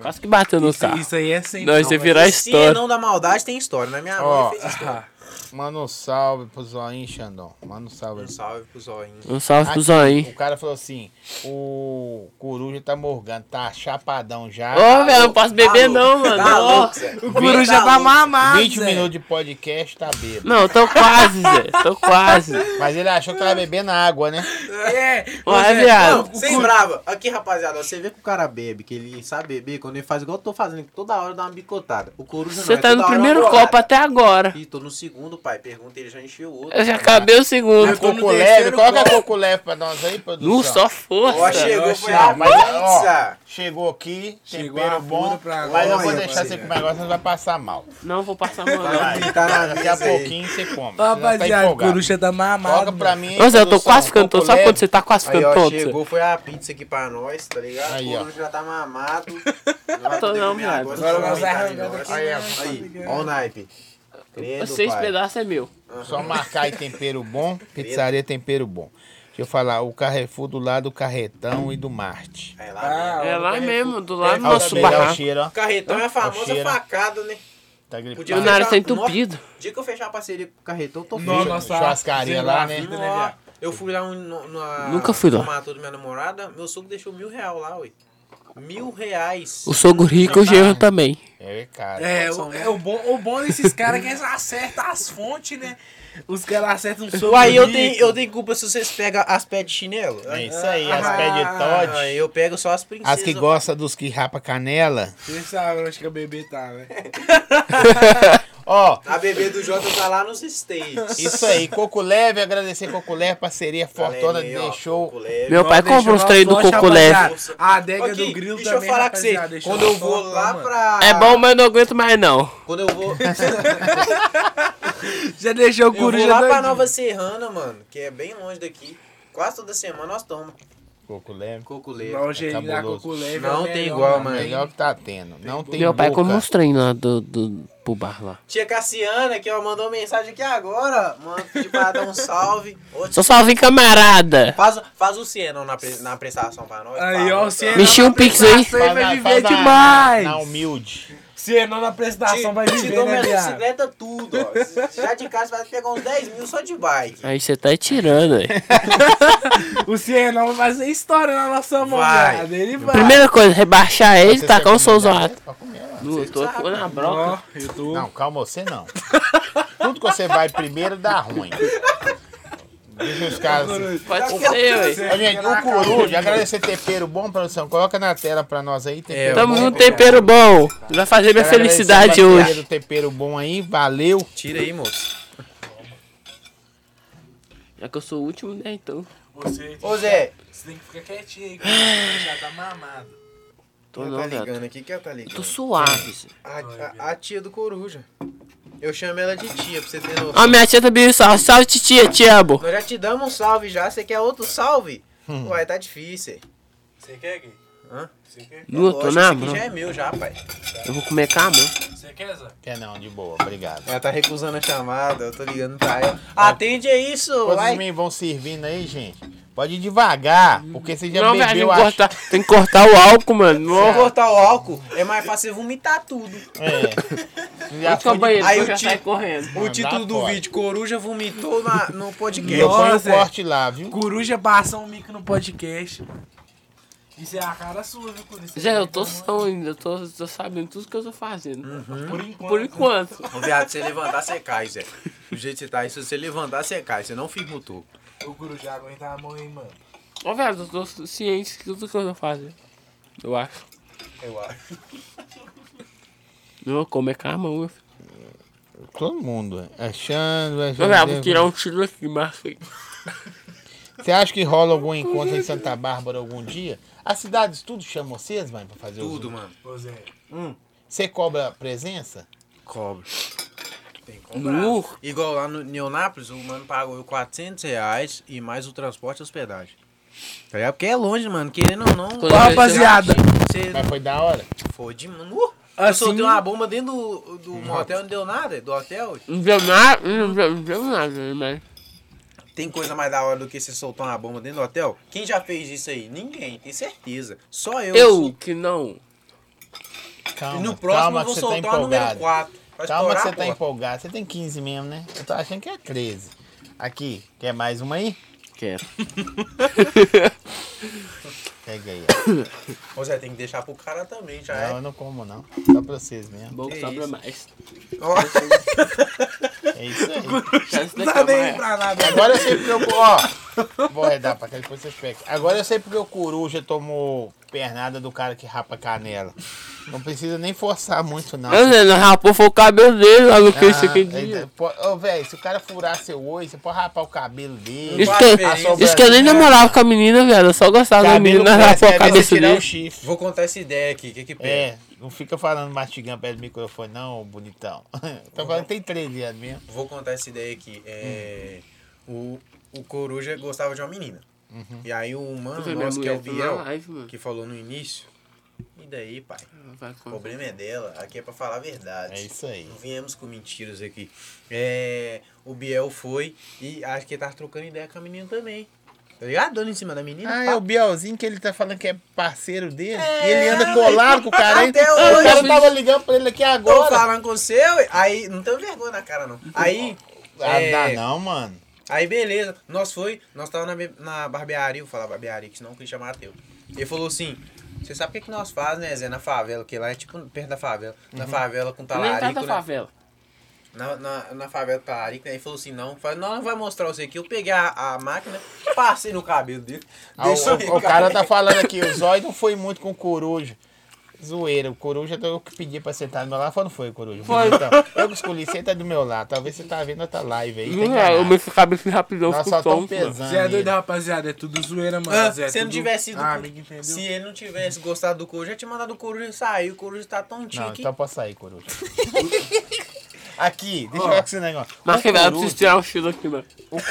Speaker 2: Quase que bateu no
Speaker 4: Isso,
Speaker 2: carro.
Speaker 4: isso aí é sem.
Speaker 2: Nós- Vai ser
Speaker 3: mas
Speaker 2: virar
Speaker 3: esse
Speaker 2: história.
Speaker 3: não da maldade tem história, né? Minha
Speaker 1: Ó.
Speaker 3: mãe fez história.
Speaker 4: Ah,
Speaker 1: Manda um salve pro Zoinho, Xandão. Manda um salve.
Speaker 3: Um salve pro Zoinho.
Speaker 2: Um salve pro
Speaker 1: Aqui,
Speaker 2: Zoinho.
Speaker 1: O cara falou assim: o coruja tá morgando, tá chapadão já.
Speaker 2: Ô, velho, eu não posso beber não, mano.
Speaker 3: Tá
Speaker 2: Ó.
Speaker 3: louco, Zé.
Speaker 4: o coruja É,
Speaker 3: Tá
Speaker 4: vai
Speaker 3: louco.
Speaker 4: mamar,
Speaker 1: 20
Speaker 4: Zé.
Speaker 1: minutos de podcast, tá bêbado.
Speaker 2: Não, eu tô quase, Zé. Tô quase.
Speaker 1: Mas ele achou que tava bebendo água, né?
Speaker 4: É,
Speaker 2: Ué,
Speaker 4: Zé,
Speaker 2: viado.
Speaker 3: Não, sem brava. é Aqui, rapaziada, você vê que o cara bebe, que ele sabe beber, quando ele faz igual eu tô fazendo, que toda hora dá uma bicotada. O coruja não,
Speaker 2: Você
Speaker 3: é
Speaker 2: tá
Speaker 3: toda
Speaker 2: no
Speaker 3: hora uma
Speaker 2: primeiro
Speaker 3: bolada.
Speaker 2: copo até É, agora.
Speaker 3: Ih, tô no segundo, pai. Pergunta, ele já encheu o outro.
Speaker 2: Eu já acabei o segundo.
Speaker 4: Eu tô no
Speaker 1: Coco
Speaker 4: terceiro
Speaker 1: leve, coloca
Speaker 4: copo.
Speaker 1: coco leve pra nós aí, produção.
Speaker 2: Nu, só
Speaker 3: Ó,
Speaker 2: força.
Speaker 3: chegou,
Speaker 4: Nossa,
Speaker 3: foi a
Speaker 1: mas, ó,
Speaker 3: pizza.
Speaker 1: Chegou aqui,
Speaker 4: Chegou
Speaker 1: tempero
Speaker 4: a
Speaker 1: bom,
Speaker 4: pura pra
Speaker 1: mas eu
Speaker 4: nós,
Speaker 1: vou deixar
Speaker 4: rapaziada.
Speaker 1: você comer agora, senão você vai passar mal.
Speaker 2: Não, vou passar mal. não. tá
Speaker 3: Vai
Speaker 1: tá
Speaker 3: gritar na
Speaker 1: Daqui a
Speaker 3: mesa aí.
Speaker 1: pouquinho você come. você já tá
Speaker 4: Rapaziada, o
Speaker 1: empolgado.
Speaker 4: coruja tá
Speaker 1: Coloca
Speaker 4: mamado.
Speaker 1: pra
Speaker 4: mano.
Speaker 1: mim.
Speaker 2: Ô, Zé, eu tô
Speaker 1: produção,
Speaker 2: quase ficando
Speaker 1: coco
Speaker 2: tonto. Sabe quando
Speaker 1: leve.
Speaker 2: você tá quase
Speaker 3: Aí,
Speaker 2: ficando
Speaker 3: ó,
Speaker 2: tonto? Zé?
Speaker 3: chegou, foi a pizza aqui pra nós, tá ligado?
Speaker 1: Aí,
Speaker 3: o
Speaker 1: ó.
Speaker 3: coruja já tá mamado. Não vai
Speaker 2: Tô
Speaker 3: poder
Speaker 2: não,
Speaker 3: comer
Speaker 2: viado.
Speaker 3: agora,
Speaker 4: Agora nós
Speaker 3: vai
Speaker 4: arrancamos aqui,
Speaker 3: Aí,
Speaker 4: né?
Speaker 3: ó, aí, ó o naipe. Credo,
Speaker 2: Seis
Speaker 3: pai.
Speaker 2: pedaços é meu.
Speaker 1: Só marcar aí tempero bom, pizzaria tempero bom. Deixa eu falar, o Carrefour do lado do Carretão e do Marte.
Speaker 3: É
Speaker 4: Ah,
Speaker 3: lá,
Speaker 2: É lá mesmo, do lado do
Speaker 1: Olha o
Speaker 2: nosso
Speaker 1: cheiro, olha o
Speaker 2: barraco.
Speaker 1: cheiro, ó.
Speaker 3: O carretão é a famosa
Speaker 1: cheiro.
Speaker 3: facada, né?
Speaker 1: Tá
Speaker 2: E
Speaker 1: gripado.
Speaker 2: o
Speaker 3: Podia-
Speaker 2: nariz tá entupido.
Speaker 3: O dia que eu fechar a parceria com o carretão, eu tô
Speaker 4: Nossa,
Speaker 3: feio.
Speaker 4: nossa.
Speaker 1: Churrascaria
Speaker 4: sem
Speaker 1: lá,
Speaker 4: lá,
Speaker 1: né?
Speaker 4: filho.
Speaker 3: Nó. Eu fui lá um, no, na,
Speaker 2: Nunca fui lá.
Speaker 3: no matou da minha namorada, meu sogro deixou mil real lá, ui. Mil reais.
Speaker 2: O sogro rico e o Jean também.
Speaker 1: É, cara.
Speaker 4: É, o,
Speaker 2: né?
Speaker 4: é o, bom, o bom desses caras é que eles acertam as fontes, né? Os caras acertam um soco.
Speaker 3: Uai, eu tenho, eu tenho culpa se vocês pegam as pés de chinelo.
Speaker 1: É isso aí, as
Speaker 3: Ah,
Speaker 1: pés de Todd.
Speaker 3: Eu pego só as princesas.
Speaker 1: As que gostam dos que rapa canela.
Speaker 4: Você sabe onde que o bebê tá, né?
Speaker 1: Ó,
Speaker 3: A bebê do Jota tá lá nos States.
Speaker 1: isso aí. Coco Leve, agradecer Coco Leve, parceria fortona,
Speaker 3: Galerinha, ó,
Speaker 1: deixou...
Speaker 3: Coco Leve.
Speaker 2: Meu pai comprou uns três do Coco Leve.
Speaker 3: rapaziada.
Speaker 4: A adega
Speaker 3: Aqui,
Speaker 4: do grilo
Speaker 3: deixa
Speaker 4: também,
Speaker 3: eu falar com você.
Speaker 4: rapaziada, deixa
Speaker 3: Quando eu vou
Speaker 4: só-
Speaker 3: lá
Speaker 4: mano.
Speaker 3: pra...
Speaker 2: É bom, mas eu não aguento mais não.
Speaker 3: Quando eu vou...
Speaker 4: Já deixou o
Speaker 3: Eu vou
Speaker 4: coruja
Speaker 3: lá pra
Speaker 4: doidinho.
Speaker 3: Nova Serrana, mano, que é bem longe daqui. Quase toda semana nós tomamos
Speaker 1: Coco Leve.
Speaker 3: coco leve.
Speaker 4: Não, gente, da
Speaker 1: cabuloso.
Speaker 4: Coco Leve é
Speaker 3: Não
Speaker 4: o
Speaker 3: tem
Speaker 4: melhor,
Speaker 3: igual,
Speaker 1: O
Speaker 3: mano.
Speaker 1: melhor que tá tendo. Não tem
Speaker 2: Meu pai
Speaker 1: boca.
Speaker 2: come um uns trem lá do, do, pro bar lá.
Speaker 3: Tia Cassiana, que ó, mandou mensagem aqui agora, mano, pediu pra dar um salve. Ô,
Speaker 2: Só salve camarada.
Speaker 3: Faz, faz o Cienão na, pre- na prestação pra nós.
Speaker 4: Aí,
Speaker 3: fala.
Speaker 4: ó, o Cienão.
Speaker 2: Mexi um
Speaker 4: na
Speaker 2: pix aí.
Speaker 4: prestação, ele vai
Speaker 1: na-
Speaker 4: viver
Speaker 1: na-
Speaker 4: demais.
Speaker 1: Na humilde.
Speaker 4: Cienão na
Speaker 3: Te,
Speaker 4: prestação vai
Speaker 3: te
Speaker 4: viver,
Speaker 3: dou
Speaker 4: né,
Speaker 3: minha
Speaker 4: viado?
Speaker 3: bicicleta tudo, ó. Já de casa vai pegar uns 10 mil só de bike.
Speaker 2: Aí você tá tirando, aí.
Speaker 4: O Cienão vai fazer história na nossa mão,
Speaker 3: Vai.
Speaker 4: viado. Ele vai.
Speaker 2: Primeira coisa, rebaixar ele e
Speaker 1: Vocês
Speaker 2: tacar
Speaker 1: querem
Speaker 2: um
Speaker 1: comer
Speaker 2: solzado.
Speaker 1: nada? Pode comer, mano.
Speaker 2: Eu tô com na broca.
Speaker 4: Ó, eu tô...
Speaker 1: Não, calma, você não. Tudo que você vai primeiro dá ruim. Deixa os caras. assim.
Speaker 2: Pode ser, ué.
Speaker 1: Ô, gente, o Coruja, agradecer tempero bom, produção. Coloca na tela pra nós aí. Tempero
Speaker 2: É, Tamo
Speaker 1: bom.
Speaker 2: num tempero bom. Vai fazer minha
Speaker 1: Quero agradecer
Speaker 2: felicidade
Speaker 1: o
Speaker 2: hoje.
Speaker 1: parceiro tempero bom aí, valeu.
Speaker 3: Tira aí, moço.
Speaker 2: Já que eu sou o último, né, então.
Speaker 4: Você...
Speaker 3: Ô, Zé,
Speaker 4: Você tem que ficar quietinho aí, que você já tá mamado.
Speaker 2: Tô
Speaker 3: Ela
Speaker 2: não,
Speaker 3: tá
Speaker 2: viado.
Speaker 3: ligando aqui, que ela tá ligando?
Speaker 2: Tô suave. Zé.
Speaker 3: A, a- a tia do coruja. Eu chamo ela de tia, pra você ter noção.
Speaker 2: Ó, minha tia também me salve. Salve, titia, te amo.
Speaker 3: Nós já te damos um salve já, você quer outro salve?
Speaker 2: Hum.
Speaker 3: Uai, tá difícil. hein?
Speaker 4: Você quer, Gui?
Speaker 3: Hã?
Speaker 4: Você quer?
Speaker 2: Não, tô
Speaker 3: Lógico,
Speaker 2: na
Speaker 3: esse aqui
Speaker 2: mão.
Speaker 3: já é meu já, pai.
Speaker 2: Eu vou comer com a mão.
Speaker 4: Você quer, Zé?
Speaker 1: Quer É, não, de boa, obrigado.
Speaker 3: Ela tá recusando a chamada, eu tô ligando pra ela. Atende a isso,
Speaker 1: Vocês
Speaker 3: uai.
Speaker 1: me vão servindo aí, gente. Pode ir devagar, porque você já
Speaker 2: Não, velho, tem
Speaker 1: bebeu
Speaker 2: que
Speaker 1: a
Speaker 2: cortar. Tem que cortar o álcool, mano.
Speaker 3: Vou
Speaker 2: Não.
Speaker 3: cortar o álcool, é mais fácil você vomitar tudo.
Speaker 1: É. Já
Speaker 2: Onde que é o
Speaker 1: foi de...
Speaker 2: banheiro?
Speaker 3: Aí
Speaker 2: Eu
Speaker 3: o
Speaker 2: já
Speaker 3: tio-
Speaker 2: saí correndo.
Speaker 3: O título do
Speaker 1: pode.
Speaker 3: vídeo, Coruja vomitou na- no
Speaker 1: E eu
Speaker 3: podcast.
Speaker 1: ponho o
Speaker 4: Nossa,
Speaker 1: corte lá, viu?
Speaker 4: Coruja passa um mico no podcast, mano. Isso é a cara sua, viu, Coruja? é
Speaker 2: Zé, eu tô são ainda. Eu tô, tô sabendo tudo que eu tô fazendo.
Speaker 4: Por enquanto.
Speaker 2: Por enquanto.
Speaker 3: Ô, viado, se você levantar, você cai, Zé. Do jeito que você tá aí, se você levantar, você cai. Você não fica no topo.
Speaker 4: O Coruja aguenta a mão, hein, mano.
Speaker 2: Ó, velho, eu tô ciente de tudo que eu tô fazendo. Eu acho.
Speaker 3: Eu acho.
Speaker 2: Não vou comer com a mão, meu filho.
Speaker 1: Todo mundo. É Achando,
Speaker 2: Ô, velho, vou tirar
Speaker 1: achando.
Speaker 2: um tiro aqui, Marcos.
Speaker 1: Você acha que rola algum encontro em Santa Bárbara algum dia? As cidades tudo chamam vocês, mãe, pra fazer
Speaker 3: Tudo,
Speaker 1: os...
Speaker 3: mano.
Speaker 4: Ô, Zé.
Speaker 1: Você cobra presença?
Speaker 3: Cobre.
Speaker 2: Nu.
Speaker 3: Igual lá no Neonápolis, o mano pagou eu 400 reais e mais o transporte e hospedagem. Tá ligado? Porque é longe, mano. Querendo ou não.
Speaker 2: Quando eu
Speaker 4: rapaziada.
Speaker 3: Você
Speaker 1: Mas foi da hora.
Speaker 3: foi de mano. Uh! Eu
Speaker 4: Assim,
Speaker 3: soltei uma bomba dentro do, do motel, não deu nada, do hotel.
Speaker 2: Não deu nada, não deu, não deu nada, mas.
Speaker 3: Tem coisa mais da hora do que você soltar uma bomba dentro do hotel? Quem já fez isso aí? Ninguém, tem certeza. Só eu.
Speaker 2: Eu que não.
Speaker 1: Calma,
Speaker 3: E no próximo
Speaker 1: calma
Speaker 3: eu vou
Speaker 1: que você tá
Speaker 3: soltar o número
Speaker 1: empolgado.
Speaker 3: 4.
Speaker 1: Calma
Speaker 3: Pra
Speaker 1: que
Speaker 3: estourar
Speaker 1: você
Speaker 3: a
Speaker 1: tá
Speaker 3: porta.
Speaker 1: empolgado. Você tem 15 mesmo, né? Eu tô achando que é 13. Aqui, quer mais uma aí?
Speaker 2: Quero.
Speaker 1: Pega aí.
Speaker 3: Ô Zé, tem que deixar pro cara também, já
Speaker 1: ó. Não,
Speaker 3: é.
Speaker 1: eu não como, não. Só pra vocês mesmo.
Speaker 2: Bom que
Speaker 3: Que
Speaker 2: sobra
Speaker 3: isso?
Speaker 2: mais.
Speaker 3: Ó,
Speaker 1: É isso aí.
Speaker 2: Chance da
Speaker 3: Não dá nem
Speaker 2: câmera.
Speaker 3: pra nada.
Speaker 1: Agora eu sei porque eu. Ó, vou redar pra cá, depois vocês pegam. Agora eu sei porque o coruja tomou pernada do cara que rapa canela. Não precisa nem forçar muito, não.
Speaker 2: Eu não, não rapou, foi o cabelo dele lá no que isso
Speaker 3: Ah,
Speaker 2: aqui é
Speaker 1: ele-
Speaker 3: então.
Speaker 2: dia.
Speaker 1: Ah, então, pô- Ô, velho, se o cara furar seu olho, você pode rapar o cabelo dele.
Speaker 2: Isso
Speaker 3: Qual a
Speaker 2: que,
Speaker 3: diferença?
Speaker 2: isso que eu nem namorava com a menina, velho. Eu só gostava da menina, nós rapou a
Speaker 1: cresce, aí
Speaker 2: cabeça
Speaker 1: você tirar
Speaker 2: dele.
Speaker 1: o chifre.
Speaker 3: Vou contar essa ideia aqui, o que que pega?
Speaker 1: É, não fica falando mastigando perto do microfone, não, bonitão. Tá falando que tem 13 anos mesmo.
Speaker 3: Vou contar essa ideia aqui. É, o, o Coruja gostava de uma menina.
Speaker 1: Uhum.
Speaker 3: E aí o
Speaker 2: Eu
Speaker 3: mano
Speaker 2: falei,
Speaker 3: nosso, que é o
Speaker 2: minha mulher tá
Speaker 3: Biel,
Speaker 2: na live, mano.
Speaker 3: que falou no início, e daí, pai?
Speaker 2: Vai
Speaker 3: O
Speaker 2: com-
Speaker 3: problema é dela, aqui é pra falar a verdade.
Speaker 1: É isso aí.
Speaker 3: Não viemos com mentiras aqui. É, o Biel foi e acho que ele tava trocando ideia com a menina também. Tá ligado? Dando em cima da menina.
Speaker 1: Ah,
Speaker 3: pá.
Speaker 1: é o Bielzinho que ele tá falando que é parceiro dele. e ele anda colado com o cara. hein?
Speaker 3: Até
Speaker 1: o
Speaker 3: hoje.
Speaker 1: cara tava ligando pra ele aqui
Speaker 3: Tô
Speaker 1: agora.
Speaker 3: falando com o seu, aí não tenho vergonha na cara, não. Aí.
Speaker 1: Ah,
Speaker 3: é,
Speaker 1: dá não, mano.
Speaker 3: Aí beleza, nós foi, nós tava na, be- na barbearia, eu vou falar barbearia, que senão o Christian é Mateus. Ele falou assim, você sabe o que, que nós faz, né, Zé, na favela, que lá é tipo perto da favela,
Speaker 1: Uhum.
Speaker 3: na favela
Speaker 1: é
Speaker 3: com
Speaker 2: Nem tá
Speaker 3: talarico,
Speaker 2: da
Speaker 3: né?
Speaker 2: favela.
Speaker 3: na, na, na favela com talarico, né, ele falou assim, não, falei, não, não vai mostrar você aqui, eu peguei a, a máquina, passei no cabelo dele,
Speaker 1: Ah, o-
Speaker 3: deixou
Speaker 1: o, o cara tá falando aqui, o Zóio não foi muito com o Coruja. Zoeira, o Coruja eu que pedi pra sentar do meu lado, foi ou não foi, Coruja? Foi. Então, eu que escolhi, senta do meu lado. Talvez você tá vendo outra live aí. tem
Speaker 2: Não, velho, eu
Speaker 1: canal.
Speaker 2: mexi a cabeça rapidão,
Speaker 1: Nós
Speaker 2: ficou
Speaker 1: só tão
Speaker 2: tonto, mano.
Speaker 1: pesando.
Speaker 4: Zé é doido,
Speaker 1: nele.
Speaker 4: rapaziada. É tudo zoeira, mano.
Speaker 3: né? Ah,
Speaker 4: Zé, é
Speaker 3: se ele não
Speaker 4: tudo-
Speaker 3: tivesse ido
Speaker 4: Ah,
Speaker 3: com-
Speaker 4: amigo, entendeu?
Speaker 3: Se ele não tivesse gostado do coruja, eu tinha mandado o coruja sair, o coruja tá tontinho
Speaker 1: Não,
Speaker 3: aqui.
Speaker 1: então posso sair, Coruja. aqui, deixa eu ver com esse negócio. O
Speaker 2: Mas que velho, eu
Speaker 1: Coruja-
Speaker 2: preciso tirar o tiro aqui, mano.
Speaker 1: O cu...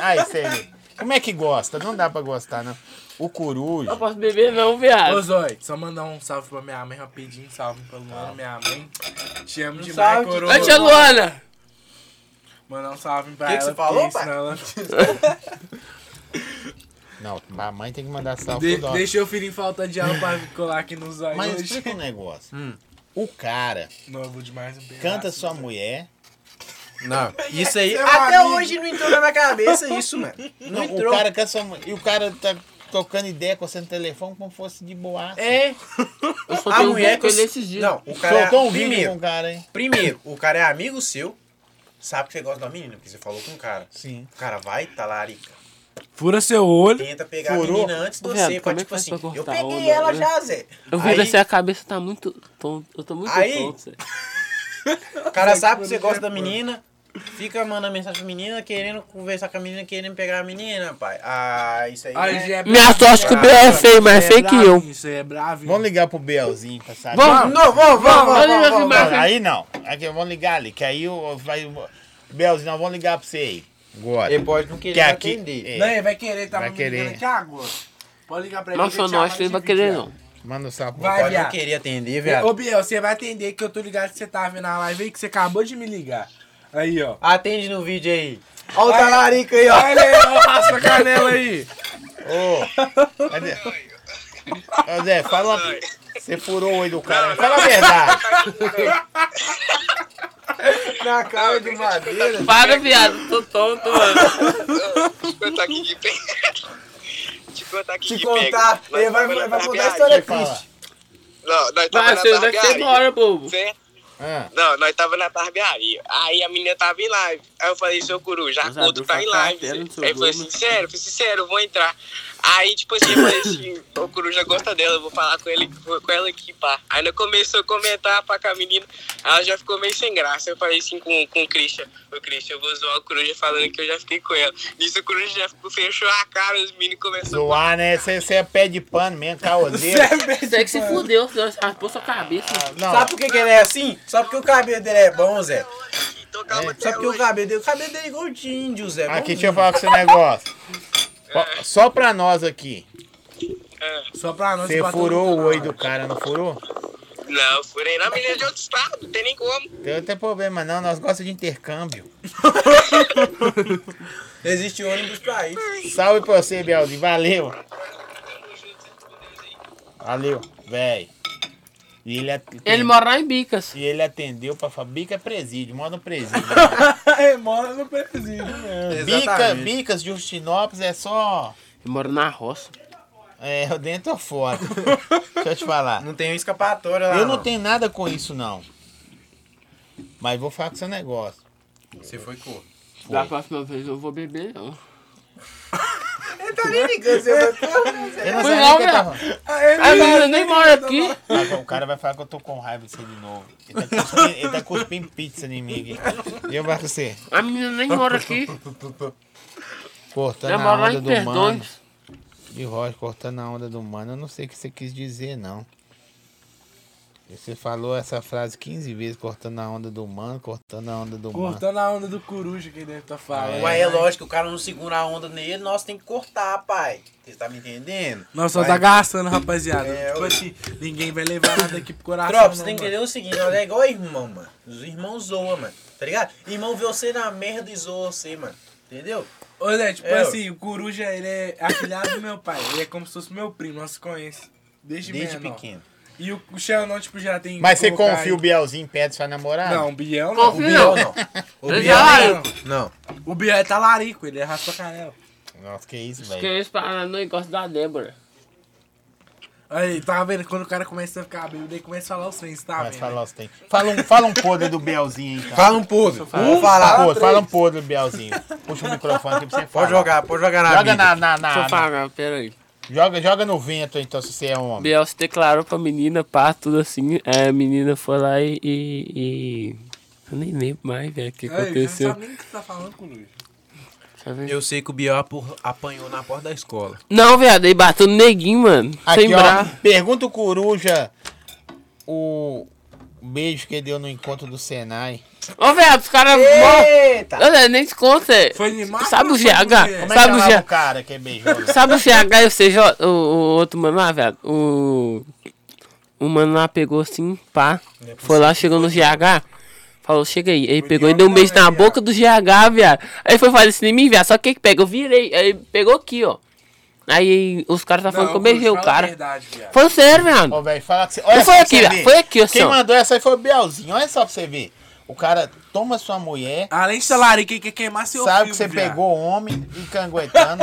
Speaker 1: Ai, sério. Como é que gosta? Não dá pra gostar, não. O coruja.
Speaker 2: Não posso beber não,
Speaker 4: Ô,
Speaker 2: viado.
Speaker 4: Zói, só mandar um salve pra minha mãe rapidinho. Salve pra Luana, minha mãe. Te amo demais,
Speaker 3: Um salve,
Speaker 4: coroa.
Speaker 3: Ô,
Speaker 2: Ô, tia Luana!
Speaker 4: Mandar um salve pra
Speaker 3: Que que
Speaker 4: ela.
Speaker 3: você falou,
Speaker 4: porque
Speaker 3: pai? Tá
Speaker 4: senão ela-
Speaker 1: Não, a mãe tem que mandar salve
Speaker 4: De-
Speaker 1: toda hora.
Speaker 4: Deixa eu filho em falta de alma pra colar aqui nos olhos.
Speaker 1: Mas
Speaker 4: Mas...
Speaker 1: explica um negócio.
Speaker 4: Hum.
Speaker 1: O cara
Speaker 4: Novo demais. Um
Speaker 1: canta
Speaker 4: pedaço.
Speaker 1: sua mulher.
Speaker 3: Não, isso aí,
Speaker 4: Seu
Speaker 3: até
Speaker 4: amigo.
Speaker 3: hoje não entrou na minha cabeça isso, mano. Não,
Speaker 1: Não,
Speaker 3: entrou.
Speaker 1: o cara canta sua mulher. E o cara tá tocando ideia com você no telefone como fosse de boa.
Speaker 3: É,
Speaker 2: Eu só
Speaker 3: a
Speaker 2: tenho um
Speaker 3: mulher
Speaker 2: pouco
Speaker 3: que eu-
Speaker 2: ele esses dias.
Speaker 3: Não, o cara é
Speaker 1: Soltou um vídeo
Speaker 3: primeiro,
Speaker 1: com o cara, hein?
Speaker 3: primeiro, o cara é amigo seu, sabe que você gosta da menina, porque você falou com o cara.
Speaker 1: Sim.
Speaker 3: O cara vai, talarica.
Speaker 4: Fura seu olho.
Speaker 3: Tenta pegar
Speaker 1: Furou.
Speaker 3: a menina antes de
Speaker 2: Viado,
Speaker 3: você, pra,
Speaker 2: como é que
Speaker 3: tipo
Speaker 2: faz
Speaker 3: assim,
Speaker 2: pra cortar
Speaker 3: eu
Speaker 2: a
Speaker 3: peguei
Speaker 2: onda,
Speaker 3: ela
Speaker 2: né?
Speaker 3: já, Zé.
Speaker 2: Eu vi
Speaker 3: Aí,
Speaker 2: assim, a cabeça tá muito tonto. Eu tô muito
Speaker 3: Aí-
Speaker 2: tonto, Zé.
Speaker 3: o cara sabe que você gosta da menina, Fica mandando mensagem pra menina, querendo conversar com a menina, querendo pegar a menina, pai. Ah, isso aí.
Speaker 4: Aí
Speaker 3: né?
Speaker 4: já é
Speaker 2: Minha
Speaker 4: bravo,
Speaker 2: sorte que o
Speaker 4: né?
Speaker 2: Biel é feio, mas é
Speaker 4: Isso aí
Speaker 2: feio que eu.
Speaker 4: bravo, Isso aí é bravo. hein?
Speaker 1: Vamos ligar pro Belzinho pra saber.
Speaker 2: Vamos,
Speaker 3: Não, vamos, vamos,
Speaker 2: Olha
Speaker 3: vamos,
Speaker 2: que
Speaker 3: vamos.
Speaker 1: Não,
Speaker 2: maravilha.
Speaker 1: aí não. Aqui, vamos ligar ali, que aí o- vai. o- Belzinho, nós vamos ligar pra você aí. Agora.
Speaker 3: Ele pode não
Speaker 1: Que
Speaker 3: querer
Speaker 1: aqui.
Speaker 3: atender.
Speaker 1: é,
Speaker 4: Não, ele vai querer, tá
Speaker 1: Vai
Speaker 4: me
Speaker 1: querer.
Speaker 4: ligando aqui agora. Pode ligar pra ele.
Speaker 2: Não
Speaker 4: que eu
Speaker 2: sou
Speaker 4: te
Speaker 2: nós,
Speaker 4: chamo
Speaker 2: ele
Speaker 4: de
Speaker 2: vai querer
Speaker 4: vídeo.
Speaker 2: não.
Speaker 1: Manda um sapo.
Speaker 4: Vai.
Speaker 3: Pode não
Speaker 4: viado.
Speaker 3: querer atender,
Speaker 4: Ô,
Speaker 3: viado.
Speaker 4: Biel, você vai atender que eu tô ligado que você tá vendo a live aí, que você acabou de me ligar. Aí, ó.
Speaker 3: Atende no vídeo aí. Olha o
Speaker 4: Vai.
Speaker 3: talarico aí, ó.
Speaker 4: Olha aí, ó, raspa a canela aí.
Speaker 1: Ô, cadê? Ô, Zé, fala. Você furou o olho do cara. né? Fala a verdade.
Speaker 3: Na cara de madeira.
Speaker 2: Para, viado, tô tonto, mano.
Speaker 5: Te contar aqui de pé. Te contar aqui
Speaker 3: Te
Speaker 5: de
Speaker 3: contar.
Speaker 5: pé.
Speaker 3: Ele vai, vai, vai contar a história
Speaker 1: Fala.
Speaker 3: triste.
Speaker 5: Não, nós tava
Speaker 2: Vai,
Speaker 5: na
Speaker 2: você vai ser
Speaker 5: targaria.
Speaker 2: embora, bobo.
Speaker 5: certo?
Speaker 3: É.
Speaker 1: Ah,
Speaker 5: Não, nós tava na targaria. Aí a menina tava em live. Aí eu falei, seu coruja, a
Speaker 2: Os
Speaker 5: conta
Speaker 2: adultos
Speaker 5: tá em
Speaker 2: tacaram a
Speaker 5: live.
Speaker 2: tela no seu
Speaker 5: Aí ele falou
Speaker 2: jogo.
Speaker 5: assim, sério, eu falei, sincero, eu vou entrar. Aí, tipo assim, eu falei assim, o coruja gosta dela, eu vou falar com, ele, com ela aqui, pá. Aí ela começou a comentar pá, com a menina, ela já ficou meio sem graça. Eu falei assim com, com o Christian, ô Christian, eu vou zoar o coruja falando que eu já fiquei com ela. Nisso o coruja já ficou- fechou a cara, os meninos começaram a
Speaker 1: zoar, né? Você é pé de pano mesmo, caoseiro.
Speaker 2: Você é que se fudeu, você raspou sua cabeça.
Speaker 1: Não,
Speaker 3: Sabe por que, que ele é assim? Só porque o cabelo dele é bom, Zé.
Speaker 5: tocar uma
Speaker 3: Só porque o cabelo dele, o cabelo dele é igual de índio, Zé.
Speaker 4: Ah,
Speaker 1: aqui,
Speaker 3: Bonzinho.
Speaker 1: deixa eu falar com esse negócio. Ó, Só pra nós aqui.
Speaker 4: Só pra nós.
Speaker 1: Você
Speaker 4: bater
Speaker 1: furou
Speaker 4: no-
Speaker 1: o olho do cara, não furou?
Speaker 5: Não, eu furei na menina de outro estado, não tem nem como.
Speaker 1: Tem até problema, não. Nós gostamos de intercâmbio.
Speaker 3: Existe ônibus pra isso.
Speaker 1: Salve pra você, Bielzinho. Valeu. Valeu, véi. E ele, at-
Speaker 2: Ele mora lá em Bicas.
Speaker 1: e ele atendeu pra Fabica Presídio, mora no presídio.
Speaker 4: Ele mora no presídio, né?
Speaker 1: Bica,
Speaker 3: Exatamente.
Speaker 1: Bicas, Justinópolis é só
Speaker 2: Ele mora na roça.
Speaker 1: é, dentro ou fora. Deixa eu te falar.
Speaker 3: Não tem um escapatório lá.
Speaker 1: Eu não tenho nada com isso, não. Mas vou falar com seu negócio.
Speaker 3: Você foi corno.
Speaker 2: Da próxima vez eu vou beber, não.
Speaker 3: Ele tá nem ligando, você foi corno. Zé.
Speaker 1: Eu não sei
Speaker 2: Foi né? não,
Speaker 1: nem quem tá
Speaker 2: meu.
Speaker 1: falando.
Speaker 2: Ah, mas eu nem moro aqui.
Speaker 1: Agora O cara vai falar que eu tô com raiva de você de novo. Ele tá cuspindo, ele tá cuspindo pizza em mim aqui. E eu vou com você.
Speaker 2: A menina nem mora aqui.
Speaker 1: Cortando
Speaker 2: Ela
Speaker 1: a
Speaker 2: mora lá
Speaker 1: onda
Speaker 2: em
Speaker 1: do mano.
Speaker 2: Perdões.
Speaker 1: De Rocha, cortando a onda do mano. Eu não sei o que você quis dizer, não. Você falou essa frase 15 vezes, cortando a onda do mano, cortando a onda do mano.
Speaker 4: Cortando a onda do coruja que ele deve tá falando.
Speaker 3: Ué, é lógico, o cara não segura a onda nele, nós tem que cortar, pai. Você tá me entendendo?
Speaker 4: Nós só
Speaker 3: Vai.
Speaker 4: tá gastando, rapaziada.
Speaker 3: É,
Speaker 4: tipo
Speaker 3: eu-
Speaker 4: assim, ninguém vai levar nada aqui pro coração.
Speaker 3: Tropa, você
Speaker 4: não,
Speaker 3: tem que
Speaker 4: mano.
Speaker 3: entender o seguinte, nós é igual irmão, mano. Os irmãos zoam, mano. Tá ligado? Irmão vê você na merda e zoa você, mano. Entendeu?
Speaker 4: Ô, Zé, tipo
Speaker 3: É,
Speaker 4: assim, o coruja, ele é afilhado do meu pai. Ele é como se fosse meu primo, nós se conhecemos. Desde,
Speaker 3: Desde
Speaker 4: menor.
Speaker 3: pequeno.
Speaker 4: E o, o Xandão, tipo, já tem.
Speaker 1: Mas você
Speaker 4: colocar
Speaker 1: confia o Bielzinho perto da sua namorada?
Speaker 4: Não, o Biel não.
Speaker 3: O
Speaker 2: Confia não.
Speaker 3: Biel não. O
Speaker 2: Ele
Speaker 3: Biel
Speaker 2: já
Speaker 3: não.
Speaker 2: é.
Speaker 3: Não.
Speaker 4: O Biel é talarico, ele é raspa canela.
Speaker 1: Nossa, que isso,
Speaker 2: Que
Speaker 1: velho.
Speaker 2: eu para no negócio da Débora.
Speaker 4: Aí, tá vendo? Quando o cara começa a ficar bêbado, ele começa a falar os trens, tá
Speaker 1: Mas
Speaker 4: vendo?
Speaker 1: fala os tem. Fala um, fala um podre do Bielzinho, então.
Speaker 3: Fala um podre. Vou
Speaker 1: Fala,
Speaker 3: falar.
Speaker 1: podre, fala um podre do Bielzinho. Puxa o microfone aqui pra você falar.
Speaker 3: Pode jogar, pode jogar na
Speaker 1: Joga
Speaker 3: vida.
Speaker 1: na, na, na-
Speaker 2: Deixa
Speaker 1: na-
Speaker 2: eu falar, peraí.
Speaker 1: joga, joga no vento, então, se você é um homem.
Speaker 2: Biel se declarou pra menina, pá, tudo assim. Aí a menina foi lá e. e, e- Eu nem lembro mais, velho, o que
Speaker 4: Aí, você não
Speaker 2: aconteceu.
Speaker 4: sabe nem o que você tá falando, coruja.
Speaker 2: Deixa eu ver.
Speaker 3: Eu sei que o Biel apo- apanhou na porta da escola.
Speaker 2: Não, viado, ele bateu no neguinho, mano.
Speaker 1: Aqui,
Speaker 2: sem
Speaker 1: ó,
Speaker 2: braço.
Speaker 1: pergunta o Coruja o beijo que ele deu no encontro do Senai.
Speaker 2: Ô, viado, os caras morrem.
Speaker 3: Eita!
Speaker 2: Eu né, nem te conto, Zé.
Speaker 4: Foi animado?
Speaker 2: Sabe o
Speaker 4: ou foi
Speaker 2: GH?
Speaker 4: mulher?
Speaker 1: Como é
Speaker 2: Sabe
Speaker 1: que
Speaker 2: o
Speaker 1: é lá
Speaker 2: GH?
Speaker 1: o cara que beijou? lá?
Speaker 2: Sabe o CH e o CJ, o, o outro mano lá, velho? O, o mano lá pegou assim, pá.
Speaker 3: é
Speaker 2: Foi lá, chegou no GH. Falou, chega aí. Aí pegou e deu um beijo
Speaker 3: né,
Speaker 2: na boca do GH, viado. Aí foi fazer isso em mim, viado. Só que que pega? Eu virei. Aí pegou aqui, ó. Aí os caras tá falando
Speaker 4: Não,
Speaker 2: que eu beijei
Speaker 4: coruja,
Speaker 2: o
Speaker 4: fala a
Speaker 2: cara.
Speaker 4: Verdade, viado.
Speaker 2: Foi sério,
Speaker 1: Ô,
Speaker 2: viado.
Speaker 1: velho, fala que você. Olha
Speaker 2: foi
Speaker 1: só pra
Speaker 2: aqui,
Speaker 1: você
Speaker 2: ó,
Speaker 1: ver.
Speaker 2: foi aqui, ó,
Speaker 1: Quem
Speaker 2: só.
Speaker 1: mandou essa aí foi o Bielzinho. Olha só pra você ver. O cara toma sua mulher,
Speaker 4: Além de ser larico, ele quer queimar seu
Speaker 1: sabe
Speaker 4: filme,
Speaker 1: que você
Speaker 4: viado.
Speaker 1: pegou homem e canguetando.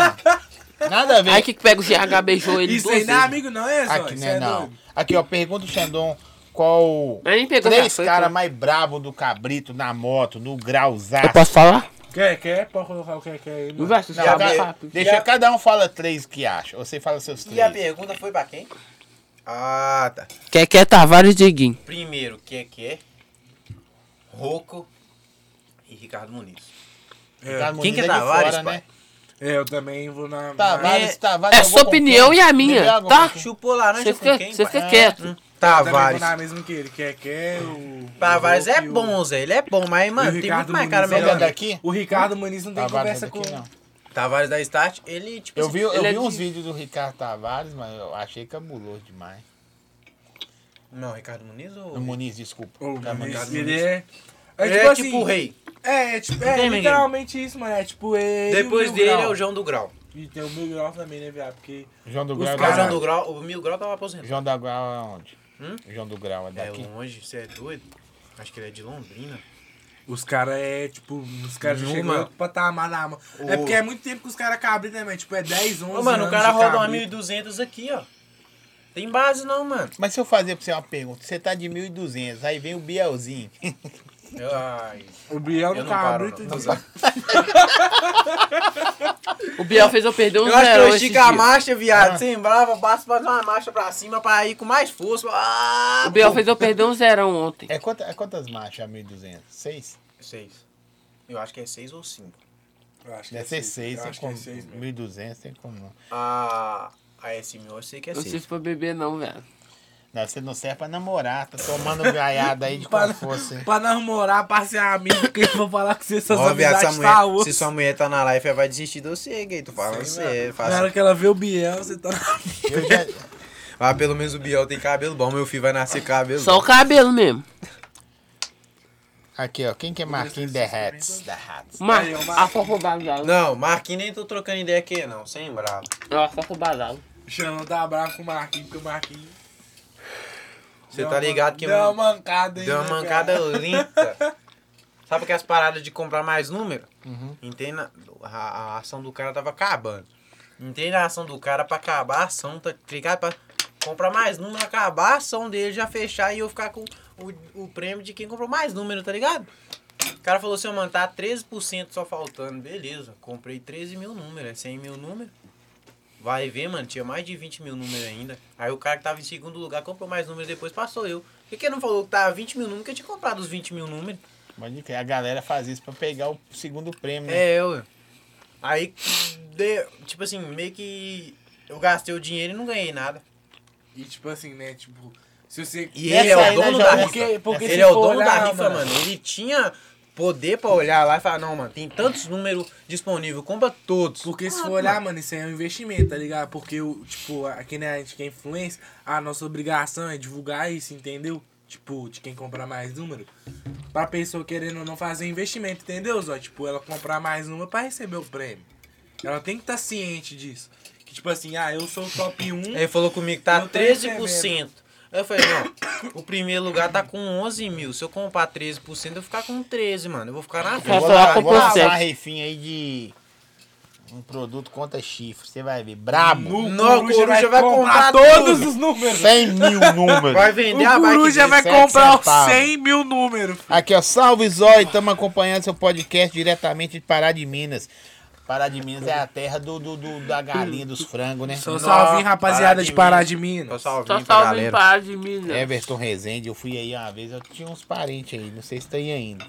Speaker 1: Nada a ver.
Speaker 2: Aí que que pega o GH beijou ele
Speaker 4: Isso
Speaker 2: duas
Speaker 4: aí não é
Speaker 2: vezes.
Speaker 4: amigo, não, é, Zé?
Speaker 1: Aqui,
Speaker 4: Isso
Speaker 1: né,
Speaker 4: é
Speaker 1: não.
Speaker 4: doido.
Speaker 1: Aqui, ó, pergunta o Xandão qual
Speaker 2: Mas nem pegou, já
Speaker 1: três
Speaker 2: foi,
Speaker 1: caras
Speaker 2: pô.
Speaker 1: mais brabo do cabrito na moto, no
Speaker 2: Eu
Speaker 1: grauzaço.
Speaker 2: posso falar?
Speaker 4: Quer, quer? Pode colocar o que quer aí,
Speaker 2: Não
Speaker 4: mano.
Speaker 2: vai, você
Speaker 3: é
Speaker 1: Não,
Speaker 2: sabe
Speaker 1: cada-
Speaker 2: o papo.
Speaker 1: deixa cada um fala três que acha. Você fala seus
Speaker 3: E a
Speaker 1: três.
Speaker 3: pergunta foi pra quem? Ah, tá.
Speaker 2: Quer que é Tavares Diguinho.
Speaker 3: Primeiro, que é que é? Roco. e Ricardo Muniz.
Speaker 1: Ricardo
Speaker 3: Quem que
Speaker 1: Muniz
Speaker 3: é
Speaker 1: de
Speaker 3: Tavares,
Speaker 1: Tá fora, né?
Speaker 3: pai?
Speaker 4: É, eu também vou na. na-
Speaker 1: Tavares,
Speaker 3: É-
Speaker 1: Tavares.
Speaker 2: é
Speaker 1: eu vou
Speaker 2: sua
Speaker 1: com quem?
Speaker 2: opinião e a minha,
Speaker 1: Me dá alguma
Speaker 2: tá?
Speaker 1: coisa.
Speaker 3: Chupou laranja
Speaker 2: Você
Speaker 3: com
Speaker 2: fica,
Speaker 3: quem,
Speaker 2: você
Speaker 3: pai? Hum.
Speaker 2: fica quieto.
Speaker 4: também vou
Speaker 3: Tavares.
Speaker 4: na mesma que ele, que é, que é o.
Speaker 3: Tavares
Speaker 4: o-
Speaker 3: é
Speaker 4: e o-
Speaker 3: bom, Zé. Ele é bom, mas,
Speaker 4: e o
Speaker 3: mano, tem
Speaker 4: Ricardo
Speaker 3: muito mais cara
Speaker 4: Muniz é
Speaker 1: Ele
Speaker 3: melhor.
Speaker 1: é
Speaker 3: dele.
Speaker 1: daqui?
Speaker 4: O Ricardo Muniz não tem
Speaker 1: Tavares é
Speaker 4: conversa com.
Speaker 1: daqui, não.
Speaker 3: Tavares da Start, ele, tipo
Speaker 1: Eu
Speaker 3: assim,
Speaker 1: vi, eu
Speaker 2: Ele é
Speaker 1: vi uns
Speaker 2: de-
Speaker 1: vídeos do Ricardo Tavares, mas eu achei cabuloso demais.
Speaker 3: Não, Ricardo Muniz ou.
Speaker 1: O Muniz, desculpa.
Speaker 4: O
Speaker 1: Ricardo
Speaker 4: Muniz,
Speaker 1: Muniz.
Speaker 4: ele é.
Speaker 3: É, tipo, o rei.
Speaker 4: É, é tipo, é
Speaker 3: Tem, menino.
Speaker 4: literalmente isso, mano. É tipo ele. e o
Speaker 3: Depois
Speaker 4: Mil
Speaker 3: dele
Speaker 4: Grau.
Speaker 3: é o João do Grau.
Speaker 4: E tem o Mil Grau também, né, viado? Porque.
Speaker 1: João do
Speaker 4: Os
Speaker 1: Grau é
Speaker 3: Mas
Speaker 4: caras-
Speaker 3: o João
Speaker 1: daqui.
Speaker 3: do Grau, o Mil Grau tava aposentado.
Speaker 1: João do Grau é onde?
Speaker 3: Hum?
Speaker 1: João do Grau é
Speaker 3: É
Speaker 1: daqui?
Speaker 3: longe, você é doido? Acho que ele é de Londrina.
Speaker 4: Os caras é, tipo, os caras já
Speaker 3: Não,
Speaker 4: chegam
Speaker 3: mano.
Speaker 4: em outro patamar na mão. É
Speaker 3: Ô.
Speaker 4: porque é muito tempo que os caras cabritam, né, mano? Tipo, é 10, 11
Speaker 3: Ô, mano, o
Speaker 4: anos
Speaker 3: cara
Speaker 4: de
Speaker 3: roda uma
Speaker 4: cabrito.
Speaker 3: 1200 aqui, ó. Tem base não, mano.
Speaker 1: Mas se eu fazer pra você uma pergunta, você tá de 1.200, aí vem o Bielzinho.
Speaker 3: Ai.
Speaker 4: O Biel
Speaker 3: Eu
Speaker 4: não
Speaker 3: não paro,
Speaker 4: cabrita
Speaker 3: não.
Speaker 4: de...
Speaker 2: O Biel fez eu perder um
Speaker 3: Eu acho que
Speaker 2: zero
Speaker 3: eu
Speaker 2: esse
Speaker 3: estico a
Speaker 2: dia.
Speaker 3: marcha, viado.
Speaker 1: Ah.
Speaker 3: Sem brava, basta fazer uma marcha pra cima pra ir com mais força. Ah,
Speaker 2: O Biel
Speaker 3: pô.
Speaker 2: fez eu perder um zerão ontem.
Speaker 1: É, quanta, é quantas marchas a 1.200? Seis?
Speaker 3: Seis. Eu acho que é seis ou cinco.
Speaker 4: Eu acho que
Speaker 1: Deve ser seis,
Speaker 4: eu
Speaker 1: tem
Speaker 4: acho que é
Speaker 1: como.
Speaker 4: seis mesmo.
Speaker 1: 1.200, tem como não.
Speaker 3: A, a S1000 eu sei que é
Speaker 2: Não sei
Speaker 3: seis.
Speaker 2: se foi beber não, velho.
Speaker 1: Não, você não serve pra namorar, tá tomando gaiada aí de qual fosse.
Speaker 4: Pra namorar, passear amigo, que eu vou falar com você, essas amizades tá osso.
Speaker 3: mulher tá na live, ela vai desistir de você, gay. Tu fala
Speaker 4: Sei,
Speaker 3: você,
Speaker 4: Na hora que ela vê o Biel, você tá...
Speaker 1: Eu já,
Speaker 3: Ah, pelo menos o Biel tem cabelo bom, meu filho vai nascer com cabelo
Speaker 2: Só o cabelo mesmo.
Speaker 1: aqui, ó. Quem que é Marquinhos The Hats? The Hats.
Speaker 2: Mas,
Speaker 4: Aí, ó, mas-
Speaker 2: afofa o bazalo.
Speaker 3: Não, Marquinhos nem tô trocando ideia aqui, não. Sem bravo.
Speaker 2: Não, afofa o bazalo.
Speaker 4: O Xanão tá bravo com o Marquinhos, porque o Marquinhos...
Speaker 3: Você
Speaker 4: deu
Speaker 3: tá
Speaker 4: uma-
Speaker 3: ligado que
Speaker 4: Deu uma
Speaker 3: mano,
Speaker 4: mancada, hein,
Speaker 3: deu uma
Speaker 4: né,
Speaker 3: mancada
Speaker 4: cara?
Speaker 3: lenta. Sabe que é as paradas de comprar mais número? Entende? A, a ação do cara tava acabando. Entende a ação do cara pra acabar a ação, tá ligado? Pra comprar mais número, acabar a ação dele, já fechar e eu ficar com o, o prêmio de quem comprou mais número, tá ligado? O cara falou assim, mano, tá 13% só faltando. Beleza, comprei 13 mil números, é 100 mil números. Vai ver, mano, tinha mais de 20 mil números ainda. Aí o cara que tava em segundo lugar comprou mais números, depois passou eu. Por que, que ele não falou que tava 20 mil números? Que eu tinha comprado os 20 mil números.
Speaker 1: Pode crer, a galera faz isso pra pegar o segundo
Speaker 4: Hum.
Speaker 1: prêmio, né?
Speaker 3: É, eu. Aí, de- tipo assim, meio que eu gastei o dinheiro e não ganhei nada.
Speaker 4: E tipo assim, né, tipo... Se você...
Speaker 3: E
Speaker 1: Essa
Speaker 3: ele é
Speaker 1: aí,
Speaker 3: o
Speaker 1: né,
Speaker 3: dono
Speaker 1: já-
Speaker 3: da
Speaker 1: porque-
Speaker 3: rifa.
Speaker 1: porque
Speaker 4: se
Speaker 3: ele é o
Speaker 4: for
Speaker 3: dono da
Speaker 4: olhar,
Speaker 3: rifa,
Speaker 4: mano.
Speaker 3: mano. Ele tinha poder pra olhar lá e falar, não, mano, tem tantos números disponíveis, compra todos.
Speaker 4: Porque se for olhar, mano, isso aí é um investimento, tá ligado? Porque, o tipo, aqui né, a gente que é influência, a nossa obrigação é divulgar isso, entendeu? Tipo, de quem comprar mais número. Pra pessoa querendo ou não fazer um investimento, entendeu, Zó? Tipo, ela comprar mais número pra receber o prêmio. Ela tem que estar ciente disso. Que tipo assim, ah, eu sou o top 1.
Speaker 3: Ele falou comigo que tá
Speaker 4: Não tô
Speaker 3: 13%. Aí eu falei, não, o primeiro lugar tá com 11 mil. Se eu comprar 13%, eu vou ficar com 13, mano. Eu vou ficar na
Speaker 1: Eu
Speaker 3: frente.
Speaker 1: vou
Speaker 2: Essa é a
Speaker 1: lá- vou
Speaker 2: compensação.
Speaker 1: lançar uma refinha aí de um produto contra chifre. Você vai ver. Brabo.
Speaker 4: o
Speaker 3: Não, o Coruja vai comprar
Speaker 4: todos
Speaker 3: tudo.
Speaker 4: os números.
Speaker 1: 100 mil números.
Speaker 3: Vai
Speaker 4: O
Speaker 3: vender a
Speaker 4: Coruja
Speaker 3: bike
Speaker 4: vai
Speaker 1: de sete
Speaker 4: comprar os
Speaker 1: centavos.
Speaker 4: 100 mil números.
Speaker 1: Aqui, ó. Salve, Zói. Estamos acompanhando seu podcast diretamente de Pará de Minas. Pará de Minas é a terra do, do- do- da galinha, dos frangos, né?
Speaker 4: Só
Speaker 3: Nossa,
Speaker 4: salve, hein, rapaziada,
Speaker 3: Pará
Speaker 4: de
Speaker 3: de
Speaker 4: Pará
Speaker 3: Minas.
Speaker 4: de Minas.
Speaker 2: Só
Speaker 3: salve
Speaker 2: salve em paz de mim, né?
Speaker 1: Everton Rezende, eu fui aí uma vez, eu tinha uns parentes aí, não sei se tem ainda.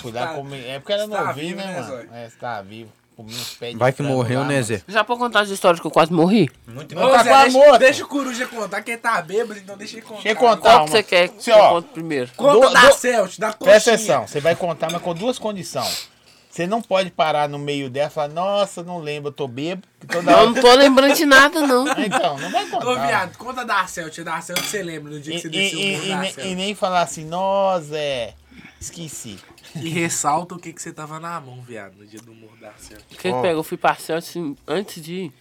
Speaker 1: fui lá
Speaker 4: Tá.
Speaker 1: comer. É porque era
Speaker 4: Está
Speaker 1: novinho,
Speaker 4: vivo,
Speaker 1: né,
Speaker 4: né,
Speaker 1: mano?
Speaker 4: Zóio?
Speaker 1: É, você tá vivo. Comi uns pés de
Speaker 3: Vai que
Speaker 1: frango
Speaker 3: morreu,
Speaker 1: lá,
Speaker 3: né,
Speaker 1: mano.
Speaker 3: Zé?
Speaker 2: Já pra contar as histórias que eu quase morri?
Speaker 3: Muito
Speaker 1: Ô,
Speaker 3: bom.
Speaker 1: tá
Speaker 4: Zé,
Speaker 1: quase
Speaker 4: deixa,
Speaker 1: morto.
Speaker 4: deixa o Coruja contar, que ele tá bêbado, então deixa ele contar.
Speaker 1: Deixa eu contar.
Speaker 2: Qual
Speaker 1: Calma.
Speaker 2: que você quer que
Speaker 1: Sim,
Speaker 2: eu
Speaker 1: ó.
Speaker 2: conte primeiro?
Speaker 4: Conta
Speaker 1: Do-
Speaker 4: da
Speaker 1: do-
Speaker 4: Celt, da coxinha.
Speaker 1: Presta atenção, você vai contar, mas com duas condições. Você não pode parar no meio dela e falar, nossa, não lembro, eu tô bêbado. que Toda
Speaker 2: Eu
Speaker 1: hora...
Speaker 2: não tô lembrando de nada, não.
Speaker 1: Então, não vai contar.
Speaker 4: Ô, viado, conta da Celt, da Celt que você lembra no
Speaker 1: E,
Speaker 4: dia que você
Speaker 1: e-
Speaker 4: desceu o
Speaker 1: e-
Speaker 4: muro
Speaker 1: e
Speaker 4: da
Speaker 1: nem- e
Speaker 4: Celt.
Speaker 1: nem falar assim, nossa, é, esqueci.
Speaker 4: E ressalta o que, que você tava na mão, viado, no dia do muro da Celt.
Speaker 2: O que que pegou? Eu fui parcial assim, antes de ir,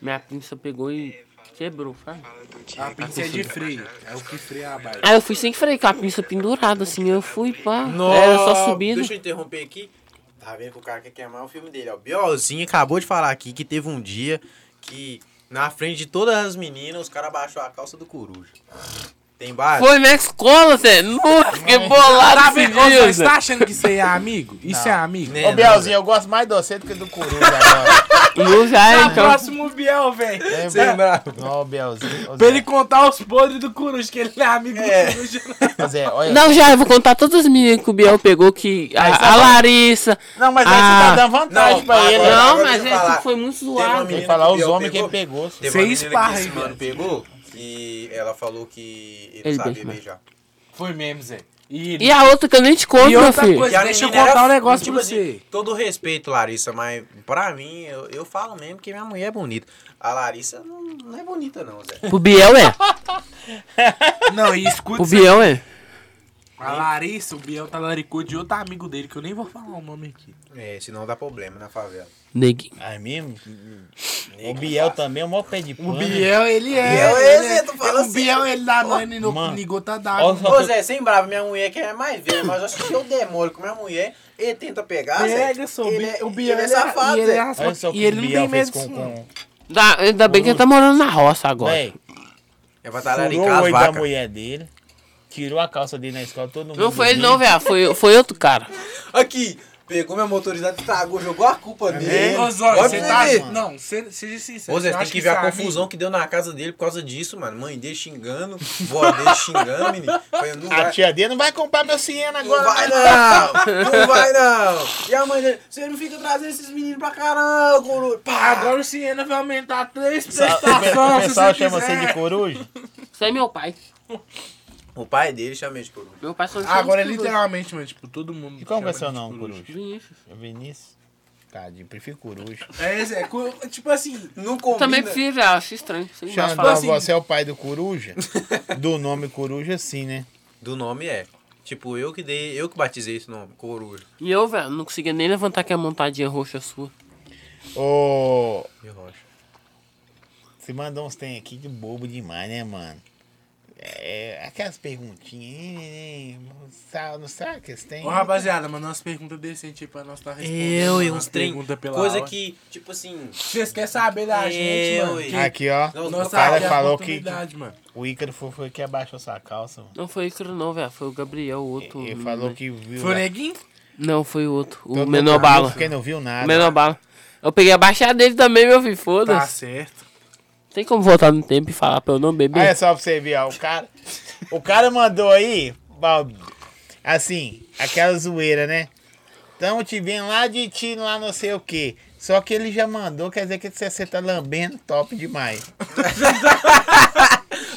Speaker 2: minha pinça pegou e quebrou, sabe?
Speaker 4: A pinça é de freio, é o que freia
Speaker 1: Tá
Speaker 4: a bike.
Speaker 2: Aí eu fui sem freio, com a pinça pendurada, assim, eu fui, pá. Era É, só subindo.
Speaker 3: Deixa eu interromper aqui. Tá vendo que o cara quer queimar o filme dele, ó. Bielzinho acabou de falar aqui que teve um dia que, na frente de todas as meninas, os caras baixou a calça do coruja. Tem base?
Speaker 2: Foi na escola, Zé. Nossa, fiquei bolado
Speaker 4: Tá
Speaker 2: esse
Speaker 4: vendo? Ô,
Speaker 2: dia,
Speaker 4: Zé, Você
Speaker 2: Zé.
Speaker 4: tá achando que isso aí é amigo? Isso é amigo?
Speaker 3: Né?
Speaker 1: Ô, Bielzinho, eu gosto mais do você do que do Coruja agora.
Speaker 2: Não
Speaker 4: Tá
Speaker 2: já, então.
Speaker 4: Próximo Biel, velho.
Speaker 3: Você é
Speaker 1: Lembra?
Speaker 3: bravo.
Speaker 1: Não, ô, Bielzinho. Ô,
Speaker 4: Pra
Speaker 1: Zé,
Speaker 4: ele contar os podres do Coruja, que ele não é amigo
Speaker 3: É.
Speaker 4: do Coruja. não.
Speaker 1: ô, Zé, olha.
Speaker 2: Não, já, eu vou contar todas as meninas que o Biel pegou, que
Speaker 1: Aí você
Speaker 2: a, a
Speaker 1: vai-
Speaker 2: Larissa.
Speaker 1: Não, mas aí você tá
Speaker 2: Ah.
Speaker 1: dando vantagem
Speaker 3: Não,
Speaker 1: pra
Speaker 3: agora-
Speaker 1: ele.
Speaker 2: Não,
Speaker 3: agora
Speaker 2: mas
Speaker 3: deixa eu falar.
Speaker 2: é que foi muito
Speaker 3: Teve uma
Speaker 2: zoado.
Speaker 1: Tem que
Speaker 3: menina
Speaker 1: falar
Speaker 3: que
Speaker 1: os
Speaker 3: Biel
Speaker 1: homens que ele
Speaker 3: pegou.
Speaker 1: pegou.
Speaker 3: Teve
Speaker 4: Você
Speaker 3: uma menina
Speaker 4: esparra
Speaker 3: que
Speaker 4: aí,
Speaker 3: esse mano
Speaker 4: Biel.
Speaker 3: pegou que ela falou que ele,
Speaker 2: Ele
Speaker 3: sabia
Speaker 2: beija, né?
Speaker 3: beijar.
Speaker 4: Foi mesmo, Zé. E, ele-
Speaker 2: E a outra que eu nem te conto,
Speaker 4: E
Speaker 2: meu
Speaker 4: outra
Speaker 2: filho.
Speaker 4: coisa- Pois,
Speaker 3: E a
Speaker 4: deixa eu
Speaker 3: menina
Speaker 4: contar
Speaker 3: era-
Speaker 4: um negócio
Speaker 3: tipo
Speaker 4: pra
Speaker 3: assim,
Speaker 4: você.
Speaker 3: Todo respeito, Larissa, mas pra mim, eu, eu falo mesmo que minha mulher é bonita. A Larissa não, não é bonita, não, Zé.
Speaker 2: Pro Biel é.
Speaker 4: Não, e escuta
Speaker 2: Pro
Speaker 4: isso aí.
Speaker 2: Biel é.
Speaker 4: A Larissa, o Biel tá laricou de outro amigo dele, que eu nem vou falar o nome aqui.
Speaker 3: É, senão dá problema na favela.
Speaker 2: Neguinho.
Speaker 1: Ai, É mesmo? O Biel também é o maior pé de pano.
Speaker 4: ele é,
Speaker 3: Biel,
Speaker 4: ele
Speaker 3: esse, tu fala
Speaker 4: O
Speaker 3: assim.
Speaker 4: Biel, ele dá nome no tá
Speaker 1: mano.
Speaker 4: Nigota
Speaker 1: Ó,
Speaker 4: d'água.
Speaker 1: só-
Speaker 3: Ô Zé, sem bravo, minha mulher que é mais velha, mas eu assisti o demônio com minha mulher, ele tenta pegar, Zé.
Speaker 4: Pega, sou
Speaker 3: ele,
Speaker 4: Bi-
Speaker 3: é-
Speaker 4: o Biel.
Speaker 3: ele é safado,
Speaker 4: e ele, é
Speaker 3: Zé.
Speaker 1: Olha
Speaker 4: raspado.
Speaker 1: só o que
Speaker 4: e ele
Speaker 1: o
Speaker 4: não
Speaker 1: Biel
Speaker 4: tem
Speaker 1: fez
Speaker 4: medo
Speaker 1: com...
Speaker 4: disso, não.
Speaker 1: com...
Speaker 2: Dá- Ainda bem que ele tá morando na roça agora.
Speaker 1: Véi,
Speaker 3: É pra
Speaker 1: furou
Speaker 3: talaricar
Speaker 1: o
Speaker 3: as
Speaker 1: olho da
Speaker 3: vacas.
Speaker 1: mulher dele, tirou a calça dele na escola, todo mundo...
Speaker 2: Não foi ele
Speaker 1: riu.
Speaker 2: não, velho. Foi, foi outro cara.
Speaker 3: Aqui, pegou minha motorizada, estragou, jogou a culpa nele.
Speaker 4: É Ô, Zóio,
Speaker 3: Olha
Speaker 4: você
Speaker 3: pra
Speaker 4: tá.
Speaker 3: ver.
Speaker 4: Não, se- seja sincero.
Speaker 3: Ô Zé,
Speaker 4: você
Speaker 3: tem
Speaker 4: acha
Speaker 3: que ver a
Speaker 4: isso é
Speaker 3: confusão que deu na casa dele por causa disso, mano. Mãe dele xingando, vó dele xingando, menino. Falei, não
Speaker 1: A
Speaker 3: vai,
Speaker 1: tia dele não vai comprar meu Siena
Speaker 3: não
Speaker 1: agora.
Speaker 3: vai não, não vai não. E a mãe dele, você não fica trazendo esses meninos pra caramba, coruja.
Speaker 4: Pá,
Speaker 3: Pá,
Speaker 4: Agora o Siena vai aumentar três
Speaker 1: Sa- O pe- o
Speaker 4: prestações. se
Speaker 1: pessoal
Speaker 4: você
Speaker 1: chama você
Speaker 4: quiser.
Speaker 1: de coruja?
Speaker 2: Isso é meu pai.
Speaker 3: O pai dele chama ele de coruja.
Speaker 2: Meu pai só me chama
Speaker 4: Agora é
Speaker 2: de coruja.
Speaker 4: literalmente, mano, tipo, todo mundo.
Speaker 1: E como que
Speaker 4: chama
Speaker 1: é seu
Speaker 4: ele de
Speaker 1: nome,
Speaker 4: coruja.
Speaker 1: coruja?
Speaker 2: Vinícius.
Speaker 1: Vinícius. Cadinho, prefiro coruja.
Speaker 4: É, Zé, cu- tipo assim.
Speaker 3: Não
Speaker 2: Eu também
Speaker 3: combina.
Speaker 2: prefiro, velho. Acho estranho. Você não gosta de
Speaker 1: Xandão,
Speaker 2: falar.
Speaker 4: assim-
Speaker 1: você é o pai do coruja? Do nome coruja, sim, né?
Speaker 3: Do nome é. Tipo, eu que dei, eu que batizei esse nome, coruja.
Speaker 2: E eu, velho, não conseguia nem levantar que a montadinha roxa sua.
Speaker 1: Ô,
Speaker 3: De rocha.
Speaker 1: Você mandou uns tem aqui de bobo demais, né, mano? É, aquelas perguntinhas. hein, hein, Não sabe, não sabe que eles têm?
Speaker 4: Ô, rapaziada, manda umas perguntas decentes aí pra nós tá respondendo.
Speaker 3: Eu e
Speaker 4: umas
Speaker 3: uns trem.
Speaker 4: perguntas pela
Speaker 3: Coisa
Speaker 4: hora.
Speaker 3: que, tipo assim.
Speaker 4: Vocês querem saber da gente,
Speaker 3: Eu
Speaker 4: mano?
Speaker 3: e-
Speaker 4: que-
Speaker 1: Aqui, ó.
Speaker 3: Não,
Speaker 4: Nossa,
Speaker 1: o cara
Speaker 4: aqui é a
Speaker 1: falou que
Speaker 4: oportunidade, mano.
Speaker 1: o Ícaro foi, foi que abaixou sua calça, mano.
Speaker 2: Não foi o Icaro, não, velho. Foi o Gabriel, o outro.
Speaker 1: Ele
Speaker 2: menino,
Speaker 1: falou
Speaker 2: né?
Speaker 1: que viu.
Speaker 4: Foi o
Speaker 1: lá.
Speaker 4: neguinho?
Speaker 2: Não, foi o outro.
Speaker 1: Todo
Speaker 2: O
Speaker 1: mundo tá
Speaker 2: menor
Speaker 1: viu,
Speaker 2: bala.
Speaker 1: Quem não viu
Speaker 4: Ah,
Speaker 1: nada.
Speaker 2: O menor bala. Eu peguei a baixada dele também, meu filho.
Speaker 4: Tá
Speaker 2: Foda-se.
Speaker 4: certo.
Speaker 2: Tem como voltar no tempo e falar pra eu não beber?
Speaker 4: Ah, é.
Speaker 1: Olha só pra você ver, ó. O cara, o cara mandou aí, Balbi, assim, aquela zoeira, né? Tamo te vendo lá de tiro, lá não sei o quê. Só que ele já mandou, quer dizer que você você tá lambendo top demais.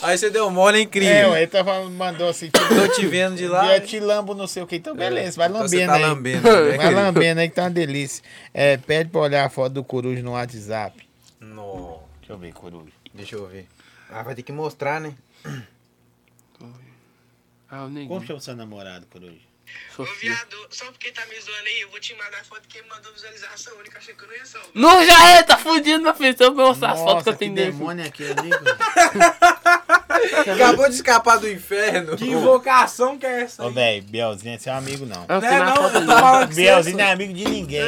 Speaker 3: Aí você deu mole, hein, Cris?
Speaker 1: É, ué, ele tá falando, mandou assim, tipo,
Speaker 3: Tô te vendo de lá.
Speaker 1: eu te lambo não sei o quê. Então beleza, vai
Speaker 3: Então
Speaker 1: lambendo
Speaker 3: você tá
Speaker 1: aí.
Speaker 3: lambendo, né,
Speaker 1: Vai
Speaker 3: querido?
Speaker 1: lambendo aí que tá uma delícia. É, pede pra olhar a foto do coruja no WhatsApp.
Speaker 3: Não.
Speaker 1: Deixa eu ver, coruja.
Speaker 3: Deixa eu ver. Ah, vai ter que mostrar, né?
Speaker 2: Ah, o
Speaker 1: Como
Speaker 2: neguinho.
Speaker 1: chama seu namorado, coruja?
Speaker 5: Ô,
Speaker 2: Sofia.
Speaker 5: viado, só porque tá me zoando aí, eu vou te mandar a foto que ele mandou visualização única, achei que eu não ia salvar.
Speaker 2: Não, já é, tá fudido, meu filho. Se eu mostrar as fotos que eu tenho dele.
Speaker 1: demônio é aquele ali, coruja?
Speaker 3: Acabou de escapar do inferno.
Speaker 4: Que invocação que é essa?
Speaker 1: Ô,
Speaker 4: aí?
Speaker 1: velho, Bielzinho é seu amigo, não.
Speaker 2: Eu
Speaker 4: Não
Speaker 2: tenho
Speaker 4: é
Speaker 2: na
Speaker 4: não,
Speaker 2: foto
Speaker 4: eu
Speaker 2: dele.
Speaker 4: tô falando que
Speaker 1: Bielzinho
Speaker 4: você
Speaker 1: não é amigo de ninguém.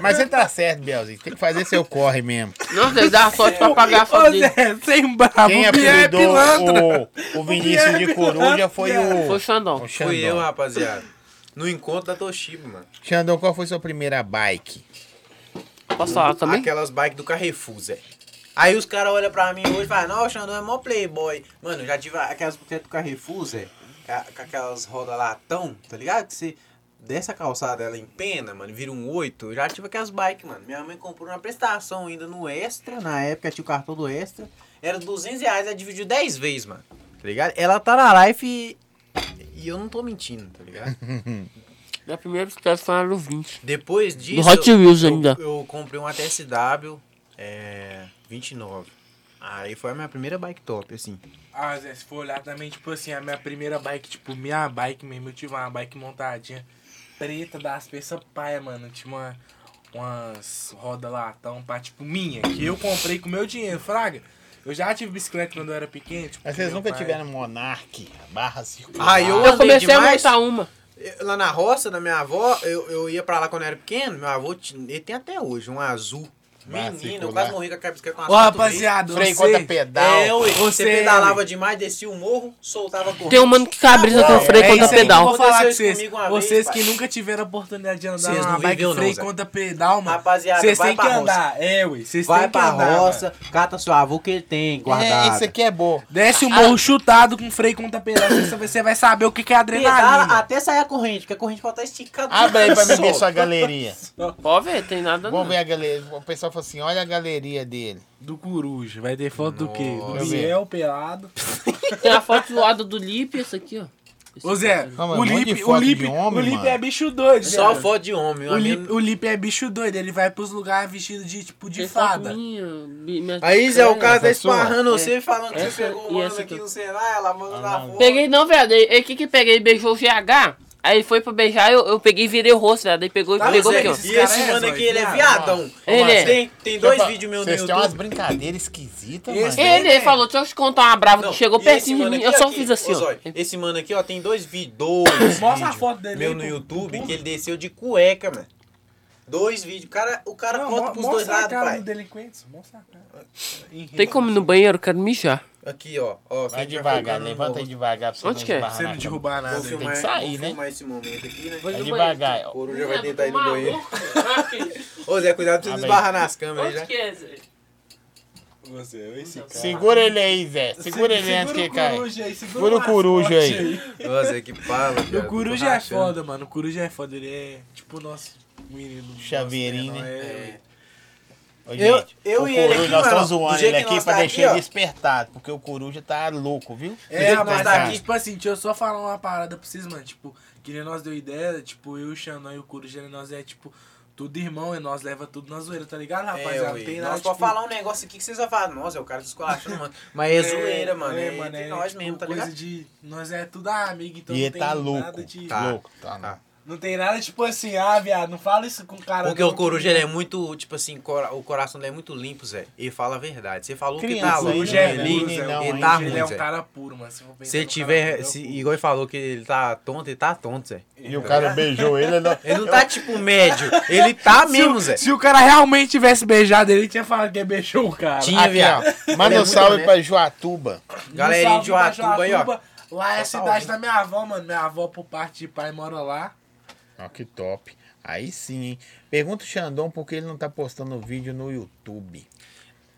Speaker 1: Mas você tá certo, Bielzinho. Tem que fazer seu corre mesmo.
Speaker 2: Não, você dá a foto pra pagar a
Speaker 4: Ô,
Speaker 2: foto dele.
Speaker 4: Zé, sem
Speaker 2: Ah,
Speaker 4: brabo,
Speaker 1: Quem
Speaker 4: o Biel é
Speaker 1: apelidou
Speaker 4: pilantra.
Speaker 1: o, o Vinícius de Coruja foi
Speaker 2: Foi o
Speaker 1: o.
Speaker 2: Xandão.
Speaker 1: o Xandão.
Speaker 3: Fui eu, rapaziada. No encontro da Toshiba, mano.
Speaker 1: Xandão, qual foi sua primeira bike?
Speaker 2: Posso falar também?
Speaker 4: é-
Speaker 3: Aquelas bikes do Carrefour, Zé. Aí os caras olham pra mim hoje e falam, não, o Xandão é mó playboy. Mano, eu já tive aquelas bicicletas do Carrefour, Zé. ca- Com aquelas rodas latão, tá ligado? Que você dessa calçada ela empena, mano, vira um 8. Eu já tive aquelas bikes, mano. Minha mãe comprou uma prestação ainda no Extra, na época tinha o cartão do Extra. Era 200 reais, ela dividiu 10 vezes, mano. Tá ligado? Ela tá na life e... E eu não tô mentindo, tá ligado?
Speaker 2: Minha primeira bicicleta foi na 20.
Speaker 3: Depois disso.
Speaker 2: Hot
Speaker 3: eu-
Speaker 2: Wheels
Speaker 3: eu-
Speaker 2: ainda.
Speaker 3: Eu, comprei um uma TSW é, 29. Aí foi a minha primeira bike top, assim.
Speaker 4: Ah, Zé, se for olhar também, tipo assim, a minha primeira bike, tipo, minha bike mesmo, eu tive uma bike montadinha preta das peças paia, mano. Eu Tinha uma, umas rodas latão, pá, tipo, minha, que eu comprei com meu dinheiro, fraga. Eu já tive bicicleta quando eu era pequeno, tipo,
Speaker 1: Mas vocês
Speaker 4: meu
Speaker 1: nunca
Speaker 4: pai-
Speaker 1: tiveram Monark, barra circular.
Speaker 3: Ah, eu-
Speaker 2: Eu comecei
Speaker 3: demais.
Speaker 2: a montar um. uma.
Speaker 3: Eu- Lá na roça da minha avó, eu, eu ia pra lá quando eu era pequeno. Meu avô, ti- ele tem até hoje um azul. Menino, eu
Speaker 1: Vascular.
Speaker 3: quase morri com a cabeça com a
Speaker 4: Ô, rapaziada,
Speaker 1: Freio
Speaker 4: você-
Speaker 1: contra pedal.
Speaker 4: É, ué,
Speaker 3: Você
Speaker 4: você
Speaker 3: pedalava demais, descia o morro, soltava a corrente.
Speaker 2: Tem um mano que cabrisa com freio
Speaker 4: É
Speaker 2: contra
Speaker 4: isso aí,
Speaker 2: pedal.
Speaker 4: Vou falar com
Speaker 3: Aconteceu
Speaker 4: vocês.
Speaker 3: isso comigo uma vez,
Speaker 4: vocês que
Speaker 3: pai.
Speaker 4: nunca tiveram a oportunidade de andar
Speaker 3: Vocês
Speaker 4: numa
Speaker 3: não
Speaker 4: bike
Speaker 3: viveu, não,
Speaker 4: freio
Speaker 3: Zé.
Speaker 4: contra pedal, mano.
Speaker 3: Rapaziada,
Speaker 4: vocês
Speaker 3: vai
Speaker 4: têm que
Speaker 3: pra roça.
Speaker 4: andar. É, ué. Vocês
Speaker 3: Vai
Speaker 4: têm que
Speaker 3: pra
Speaker 4: andar.
Speaker 3: roça,
Speaker 4: mano.
Speaker 3: cata sua avó que ele tem guardado.
Speaker 1: É, isso aqui é bom.
Speaker 4: Desce o morro chutado com freio contra pedal. Você- Você vai saber o que que é
Speaker 3: Pedala
Speaker 4: adrenalina.
Speaker 3: até sair a corrente, porque a corrente pode estar esticada.
Speaker 1: Abre aí pra mim ver sua galeria.
Speaker 2: Ó, velho, tem nada não.
Speaker 1: Vamos ver a galeria. O pessoal falou assim: olha a galeria dele.
Speaker 4: Do coruja. Vai ter foto do quê? Do
Speaker 1: Nossa.
Speaker 4: Biel pelado.
Speaker 2: Tem a foto do lado do Lipe, essa aqui, ó. Esse
Speaker 4: Ô Zé,
Speaker 2: aqui, ó.
Speaker 1: Não, mas
Speaker 4: o
Speaker 1: um monte de
Speaker 4: Lipe, o
Speaker 1: foto de
Speaker 4: Lipe,
Speaker 1: homem,
Speaker 4: o Lipe
Speaker 1: mano.
Speaker 4: é bicho doido.
Speaker 3: Só
Speaker 4: Zé.
Speaker 3: foto de homem.
Speaker 4: O
Speaker 3: uma
Speaker 4: Lipe,
Speaker 3: mina-
Speaker 4: o Lipe é bicho doido, ele vai pros lugares vestido de tipo de
Speaker 2: Tem
Speaker 3: tá
Speaker 2: foto
Speaker 4: fada.
Speaker 2: minha, bi- minha
Speaker 3: Aí, Zé, o
Speaker 2: picanha.
Speaker 3: cara tá
Speaker 1: é sua?
Speaker 3: esparrando você e falando que
Speaker 2: Essa-
Speaker 3: você pegou
Speaker 2: e
Speaker 3: o mano
Speaker 2: essa
Speaker 3: aqui
Speaker 2: aqui?
Speaker 3: no Senai, ela manda na foto.
Speaker 2: Peguei não, viado. Aí o que que peguei? Ele beijou o GH. Aí foi pra beijar, eu, eu peguei e virei o rosto, viado. Aí pegou e
Speaker 4: Tá,
Speaker 2: pegou
Speaker 4: Zé,
Speaker 2: aqui, ó.
Speaker 4: esses
Speaker 3: E esse
Speaker 4: caras é
Speaker 3: mano
Speaker 4: doido,
Speaker 3: aqui, ele é
Speaker 4: viado.
Speaker 3: viadão.
Speaker 2: Ele é.
Speaker 3: Tem, tem dois vídeos meus no
Speaker 1: Vocês têm umas
Speaker 3: YouTube.
Speaker 1: brincadeiras esquisitas,
Speaker 4: Esse-
Speaker 1: mano.
Speaker 2: Ele,
Speaker 4: Ele é.
Speaker 2: falou, deixa eu te contar uma brava
Speaker 3: Não,
Speaker 2: que chegou
Speaker 3: e esse
Speaker 2: pertinho de
Speaker 3: mano
Speaker 2: mim. Eu
Speaker 3: aqui,
Speaker 2: só
Speaker 3: aqui,
Speaker 2: fiz assim,
Speaker 3: ô,
Speaker 2: ó.
Speaker 3: Zóio, Esse mano aqui, ó, tem dois vídeos. Dois
Speaker 4: Mostra a
Speaker 3: vídeos
Speaker 4: foto dele
Speaker 3: Meu
Speaker 4: aí
Speaker 3: no
Speaker 4: pro- pro
Speaker 3: YouTube,
Speaker 4: público.
Speaker 3: que ele desceu de cueca, mano. Dois vídeos. O cara, o cara
Speaker 4: Não,
Speaker 3: conta
Speaker 4: mo-
Speaker 3: pros dois
Speaker 4: mostra a
Speaker 3: lados,
Speaker 4: cara
Speaker 3: pai.
Speaker 4: do delinquente, mostra a cara.
Speaker 2: Tem como ir no banheiro? Eu quero mijar.
Speaker 3: Aqui, ó. ó
Speaker 1: Vai
Speaker 3: quem
Speaker 1: devagar,
Speaker 3: jogando no
Speaker 1: levanta aí
Speaker 3: rosto.
Speaker 1: devagar pra você
Speaker 2: Onde que é?
Speaker 1: esbarrar
Speaker 4: Você
Speaker 1: na
Speaker 4: não
Speaker 1: cama.
Speaker 4: derrubar
Speaker 3: Vou
Speaker 4: nada.
Speaker 1: que
Speaker 3: filmar,
Speaker 1: sair,
Speaker 3: vou
Speaker 1: né?
Speaker 3: filmar esse momento aqui, né?
Speaker 2: Vai
Speaker 1: Vai
Speaker 2: no
Speaker 1: devagar.
Speaker 3: O
Speaker 1: ó.
Speaker 3: Coruja vai tentar ir no banheiro.
Speaker 2: banheiro.
Speaker 3: Ô, Zé, cuidado pra você
Speaker 1: Abre aí.
Speaker 3: esbarrar nas câmeras já.
Speaker 2: Onde que é, Zé?
Speaker 4: Você, eu esse cara.
Speaker 1: Segura ele aí, Zé. Segura ele antes que ele cai. Segura o coruja aí.
Speaker 3: Ô, Zé, que fala, cara.
Speaker 4: O coruja é
Speaker 3: Rachando.
Speaker 4: foda, mano. O coruja é foda. Ele é tipo o nosso menino. nosso
Speaker 1: Chaveirinho,
Speaker 4: menor,
Speaker 3: É.
Speaker 1: Ô,
Speaker 3: Eu-
Speaker 1: gente,
Speaker 3: eu
Speaker 1: o
Speaker 3: e ele
Speaker 1: coruja, nós
Speaker 3: aqui, mano,
Speaker 1: estamos
Speaker 3: do
Speaker 1: zoando
Speaker 3: jeito
Speaker 1: ele
Speaker 3: que
Speaker 1: aqui
Speaker 3: nós
Speaker 1: pra
Speaker 3: tá
Speaker 1: deixar
Speaker 3: aqui, ó.
Speaker 1: ele despertado, porque o coruja tá louco, viu?
Speaker 4: É,
Speaker 3: Nós
Speaker 4: mas
Speaker 3: tá
Speaker 4: tá
Speaker 3: aqui.
Speaker 4: tipo assim, deixa eu só falar uma parada pra vocês, mano. Tipo, que nem nós deu ideia, tipo, eu, o Xanão e o Coruja, nós é tipo, tudo irmão, e nós leva tudo na zoeira, tá ligado,
Speaker 3: É,
Speaker 4: rapaziada?
Speaker 3: ué.
Speaker 4: não tem nada.
Speaker 3: nós pode
Speaker 4: tipo,
Speaker 3: falar um negócio aqui que vocês vão falar. Nossa, é o cara descolachando, mano. Mas é zoeira, mano. É,
Speaker 4: mano,
Speaker 3: entre nós
Speaker 4: tipo,
Speaker 3: mesmo, tá
Speaker 4: coisa
Speaker 3: ligado?
Speaker 4: de. Nós é tudo amigo, então
Speaker 1: e
Speaker 4: não
Speaker 1: ele
Speaker 4: tem
Speaker 1: tá
Speaker 4: nada
Speaker 1: louco.
Speaker 4: de.
Speaker 1: Tá louco, tá
Speaker 3: Tá.
Speaker 1: louco.
Speaker 4: Não tem nada tipo assim, ah, viado, não fala isso com o cara.
Speaker 3: Porque
Speaker 4: não,
Speaker 3: o coruja, ele é muito, tipo assim, cora- o coração dele é muito limpo, Zé. Ele fala a verdade. Você falou que tá
Speaker 1: Criança,
Speaker 3: louco,
Speaker 4: Coruja é
Speaker 1: Ele-
Speaker 4: puro,
Speaker 1: ele
Speaker 4: Zé,
Speaker 1: não,
Speaker 4: o
Speaker 3: ele
Speaker 1: hein?
Speaker 3: tá
Speaker 4: Coruja,
Speaker 3: ruim,
Speaker 4: ele é um
Speaker 3: Zé.
Speaker 4: cara puro, mano. Se, for pensar
Speaker 3: Se ele
Speaker 4: no
Speaker 3: tiver,
Speaker 4: cara,
Speaker 3: se,
Speaker 4: ele é um puro.
Speaker 3: igual ele falou que ele tá tonto, ele tá tonto, Zé.
Speaker 1: E o cara beijou ele, ele não-
Speaker 3: Ele não tá tipo médio, ele tá
Speaker 4: Se o-
Speaker 3: mesmo, Zé.
Speaker 4: Se o cara realmente tivesse beijado ele, ele tinha falado que ia beijar o cara.
Speaker 3: Tinha,
Speaker 1: Aqui,
Speaker 3: viado.
Speaker 1: ó.
Speaker 3: Ele é
Speaker 1: Manda um
Speaker 3: muito
Speaker 1: salve
Speaker 3: honesto.
Speaker 1: pra Joatuba.
Speaker 3: Galerinha de
Speaker 4: Salve pra
Speaker 3: Joatuba aí, ó. Tá
Speaker 4: Joatuba. Lá é a
Speaker 3: Só
Speaker 4: cidade
Speaker 3: salve.
Speaker 4: da minha avó, mano. Minha avó, por parte de pai, mora lá.
Speaker 1: Ó, que top. Aí sim, hein? Pergunta o Xandão por que ele não tá postando vídeo no YouTube.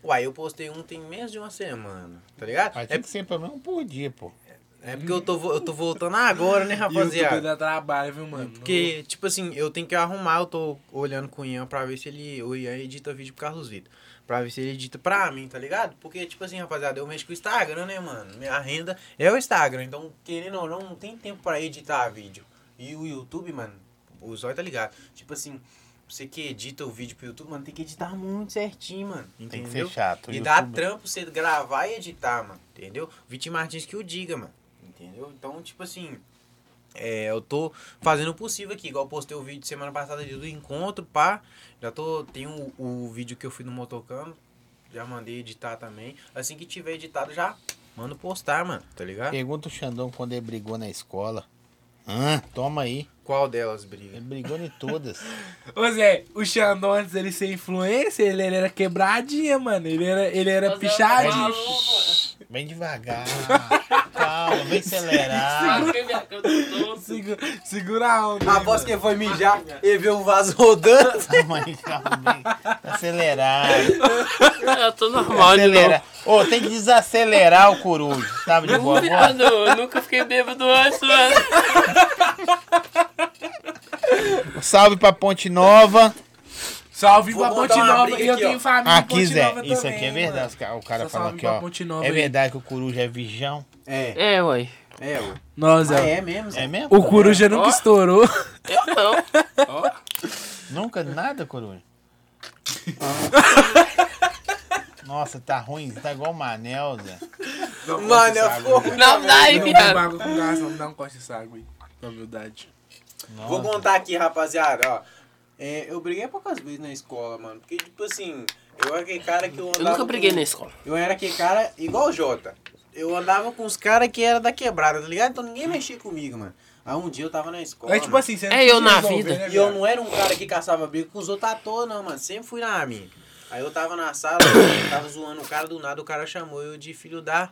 Speaker 3: Uai, eu postei um tem menos de uma semana, tá ligado?
Speaker 1: Mas
Speaker 3: É,
Speaker 1: tem que ser pelo menos um por dia, pô.
Speaker 3: é porque eu tô, vo- eu tô voltando agora, né,
Speaker 4: YouTube
Speaker 3: rapaziada?
Speaker 4: dá trabalho, viu, mano?
Speaker 3: Porque, tipo assim, eu tenho que arrumar, eu tô olhando com o Ian pra ver se ele. O Ian edita vídeo pro Carlos Vitor. Pra ver se ele edita pra mim, tá ligado? Porque, tipo assim, rapaziada, eu mexo com o Instagram, né, mano? Minha renda é o Instagram. Então, querendo ou não, não tem tempo pra editar vídeo. E o YouTube, mano, o Zóio tá ligado. Tipo assim, você que edita o vídeo pro YouTube, mano, tem que editar muito certinho, mano.
Speaker 1: Tem que
Speaker 3: Entendeu?
Speaker 1: ser chato.
Speaker 3: E
Speaker 1: O
Speaker 3: dá
Speaker 1: YouTube-
Speaker 3: trampo você gravar e editar, mano. Entendeu? Vitinho Martins que o diga, mano. Entendeu? Então, tipo assim. É, eu tô fazendo o possível aqui, igual eu postei o vídeo semana passada do encontro, pá. Já tô. Tem o, o vídeo que eu fui no motocano. Já mandei editar também. Assim que tiver editado, já mando postar, mano. Tá ligado?
Speaker 1: Pergunta o Xandão quando ele brigou na escola. Ah, toma aí.
Speaker 3: Qual delas
Speaker 1: Ele
Speaker 3: briga?
Speaker 1: brigou em todas.
Speaker 4: Ô Zé, o Xandão antes dele ser influencer, ele, ele era quebradinha, mano. Ele era, ele era
Speaker 2: Mas é
Speaker 4: pichadinho.
Speaker 2: maluco.
Speaker 1: Vem devagar. Calma, vem acelerar.
Speaker 2: Marquei minha cama todo.
Speaker 4: Segura, segura a onda. hein,
Speaker 3: Após que foi mijar e ver um vaso rodando.
Speaker 1: Calma aí, Tá calma, vem. Acelerar.
Speaker 2: Ah, Eu tô normal de novo.
Speaker 1: Acelerar. Tá Ô, tem que desacelerar o coruja. Sabe de boa voz?
Speaker 2: Viado, eu nunca fiquei bêbado antes, mano.
Speaker 1: Salve pra Ponte Nova.
Speaker 4: Salve
Speaker 3: Vou
Speaker 4: pra
Speaker 3: contar
Speaker 4: Ponte
Speaker 3: uma
Speaker 4: Nova.
Speaker 3: briga
Speaker 4: E eu
Speaker 3: aqui,
Speaker 4: tenho
Speaker 3: ó.
Speaker 4: família em
Speaker 1: Aqui,
Speaker 4: Ponte
Speaker 1: Zé.
Speaker 4: Nova
Speaker 1: Isso
Speaker 4: também,
Speaker 1: aqui Ah, é verdade.
Speaker 4: mano.
Speaker 1: os ca- O cara
Speaker 4: Só
Speaker 1: falou
Speaker 4: salve
Speaker 1: aqui,
Speaker 4: pra
Speaker 1: ó.
Speaker 4: Ponte Nova
Speaker 1: É
Speaker 4: aí.
Speaker 1: verdade que o coruja é virgão.
Speaker 3: É,
Speaker 2: É, ué.
Speaker 3: é, ué.
Speaker 4: Nossa,
Speaker 3: Ah, é mesmo? Zé?
Speaker 1: É mesmo?
Speaker 4: o Coruja nunca
Speaker 2: Ó.
Speaker 4: estourou.
Speaker 2: Eu não.
Speaker 1: Nunca nada, coruja? Nossa, tá ruim. Tá igual o Manel, Zé.
Speaker 3: Mano, eu ficou ruim.
Speaker 2: Não dá aí,
Speaker 4: Não, não,
Speaker 2: viado.
Speaker 4: água com gás, não, dá um corte essa água aí. Na humildade.
Speaker 1: Nossa.
Speaker 3: Vou
Speaker 2: tá.
Speaker 3: contar aqui, rapaziada, ó. É, eu briguei poucas vezes na escola, mano. Porque, tipo assim, eu era aquele cara que eu andava.
Speaker 2: Eu nunca briguei
Speaker 3: com-
Speaker 2: na escola.
Speaker 3: Eu era aquele cara igual o Jota. Eu andava com os caras que era da quebrada, tá ligado? Então ninguém mexia comigo, mano. Aí um dia eu tava na escola.
Speaker 4: É tipo
Speaker 3: mano,
Speaker 4: assim, você não
Speaker 2: É
Speaker 4: tem
Speaker 2: eu
Speaker 4: que
Speaker 2: na
Speaker 4: resolver,
Speaker 2: vida.
Speaker 4: né,
Speaker 3: E eu
Speaker 4: viado?
Speaker 3: não era um cara que caçava briga com os outros à toa, não, mano. Sempre fui na minha. Aí eu tava na sala, eu tava zoando o cara do nada, o cara chamou eu de filho da.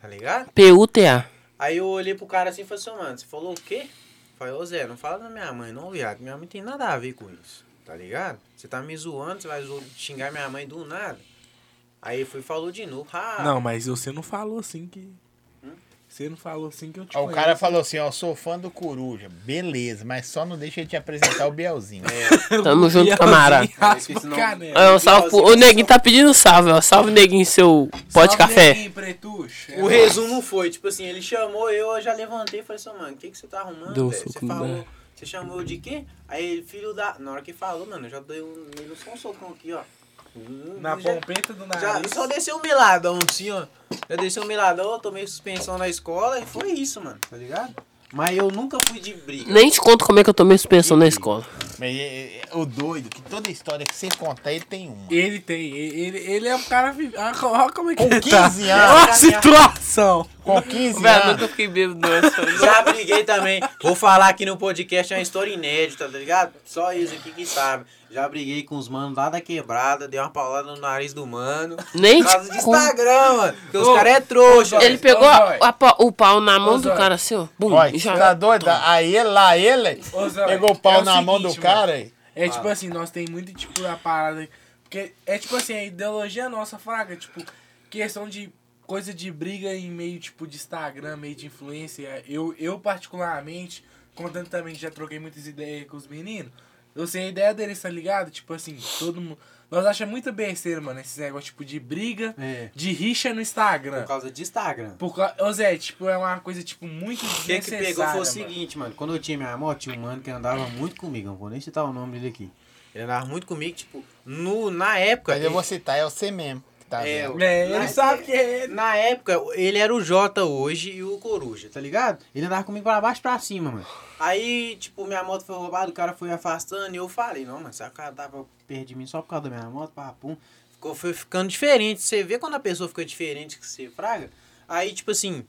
Speaker 3: Tá ligado?
Speaker 2: PUTA.
Speaker 3: Aí eu olhei pro cara assim e falei assim, "Ô, mano, você falou o quê? Eu Falei, ô Zé, não fala da minha mãe, não, viado. Minha mãe tem nada a ver com isso, tá ligado? Você tá me zoando, você vai zo- xingar minha mãe do nada. Aí ele foi e falou de novo. Ah,
Speaker 4: Não, mas você não falou assim que. Você não falou assim que eu te
Speaker 1: Ó, o
Speaker 4: conheço.
Speaker 1: cara falou assim, ó, sou fã do Coruja. Beleza, mas só não deixa ele te apresentar o Bielzinho.
Speaker 2: Tamo junto,
Speaker 4: Bielzinho
Speaker 2: camarada.
Speaker 4: raspa
Speaker 3: É, Esse não-
Speaker 4: assim, canela.
Speaker 2: Ah, um salve pro- O neguinho tá pedindo salve, ó. Salve, neguinho, seu pó de
Speaker 4: Salve,
Speaker 2: café.
Speaker 4: neguinho, pretucho. É
Speaker 3: O
Speaker 4: nóis.
Speaker 3: resumo foi, tipo assim, ele chamou eu, eu já levantei e falei assim, mano, o que, que você tá arrumando?
Speaker 2: Deu um
Speaker 3: velho?
Speaker 2: soco
Speaker 3: Você
Speaker 2: no
Speaker 3: falou,
Speaker 2: Dé.
Speaker 3: você chamou eu de quê? Aí ele, filho da. Na hora que falou, mano, eu já dei um. Ele só um socão aqui, ó. Hum,
Speaker 4: Na
Speaker 3: já-
Speaker 4: pompeta do nariz.
Speaker 3: Já, só desceu um miladão, sim, ó. Já desceu um miladão, eu tomei suspensão na escola e foi isso, mano, tá ligado? Mas eu nunca fui de briga.
Speaker 2: Nem te conto como é que eu tomei suspensão na escola.
Speaker 1: Mas é- é- o doido, que toda história que você contar, ele tem uma.
Speaker 4: Ele tem. Ele, ele é um cara. vi- Ah, Olha como é que
Speaker 1: Com
Speaker 4: ele
Speaker 1: 15
Speaker 4: tá.
Speaker 1: anos.
Speaker 4: Olha a situação.
Speaker 1: Com 15
Speaker 2: Velho,
Speaker 1: anos.
Speaker 2: nunca fiquei bêbado antes.
Speaker 3: Já briguei também. Vou falar aqui no podcast, é uma história inédita, tá ligado? Só isso aqui que sabe. Já briguei com os manos lá da quebrada, dei uma paulada no nariz do mano.
Speaker 2: Nem
Speaker 3: Por causa
Speaker 2: te
Speaker 3: de
Speaker 2: conto.
Speaker 3: Instagram, mano. Porque os
Speaker 4: Ô,
Speaker 3: caras é trouxa.
Speaker 2: Ele
Speaker 3: velho.
Speaker 2: pegou
Speaker 4: Ô,
Speaker 2: a-
Speaker 4: Zói.
Speaker 2: a pa- o pau na mão
Speaker 4: Ô,
Speaker 2: do
Speaker 4: Zói.
Speaker 2: cara assim, ó. Bum,
Speaker 1: Olha,
Speaker 2: e
Speaker 1: você
Speaker 2: já.
Speaker 1: tá doido? Aí ele lá, ele
Speaker 4: Ô, Zé,
Speaker 1: pegou o pau
Speaker 4: é o
Speaker 1: na mão do
Speaker 4: seguinte,
Speaker 1: cara. Ah.
Speaker 4: mano.
Speaker 1: e-
Speaker 4: É tipo assim, nós tem muito, tipo, a parada. Porque é tipo assim, a ideologia nossa, fraga, tipo, questão de coisa de briga em meio, tipo, de Instagram, meio de influência. Eu, eu particularmente, contando também que já troquei muitas ideias com os meninos, eu sei a ideia deles, tá ligado? Tipo assim, todo mundo. Nós achamos muito besteira, mano, esses negócios, tipo, de briga,
Speaker 3: É.
Speaker 4: de rixa no Instagram.
Speaker 3: Por causa de Instagram.
Speaker 4: Por causa. Ô Zé, tipo, é uma coisa, tipo, muito
Speaker 3: O que, que
Speaker 4: desnecessária.
Speaker 3: pegou foi o
Speaker 4: mano.
Speaker 3: seguinte, mano. Quando eu tinha minha moto, tinha um mano que andava muito comigo. Não vou nem citar o nome dele aqui. Ele andava muito comigo, tipo, no, na época.
Speaker 1: Mas eu
Speaker 3: ele-
Speaker 1: vou citar, é você mesmo. que Tá
Speaker 3: É,
Speaker 1: vendo?
Speaker 4: É, ele
Speaker 3: Na-
Speaker 4: sabe que é ele.
Speaker 3: Na época, ele era o Jota hoje e o Coruja, tá ligado? Ele andava comigo pra baixo e pra cima, mano. Aí, tipo, minha moto foi roubada, o cara foi afastando e eu falei, não, mano, sabe o cara tava perto de mim só por causa da minha moto, papum. Ficou, foi ficando diferente. Você vê quando a pessoa fica diferente que você fraga. Aí, tipo assim,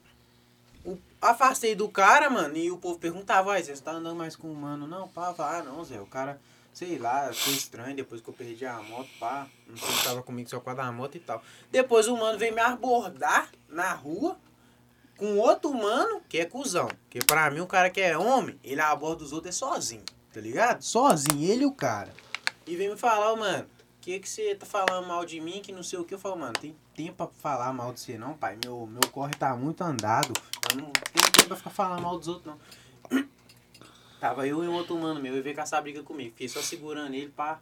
Speaker 3: o- afastei do cara, mano, e o povo perguntava, ai, Zé, você tá andando mais com o mano? Não, pá, pá, ah, não, Zé, o cara, sei lá, foi estranho depois que eu perdi a moto, pá, não sei se tava comigo só com a da moto e tal. Depois o mano veio me abordar na rua com outro mano que é cuzão. Porque pra mim o cara que é homem, ele aborda os outros é sozinho, tá ligado? Sozinho, ele e o cara. E vem me falar, ô mano, que que você tá falando mal de mim, que não sei o que. Eu falo, mano, tem tempo pra falar mal de você não, pai. Meu, meu corre tá muito andado. Eu não tenho tempo pra ficar falando mal dos outros, não. Tava eu e um outro mano meu, e veio caçar briga comigo. Fiquei só segurando ele, pá.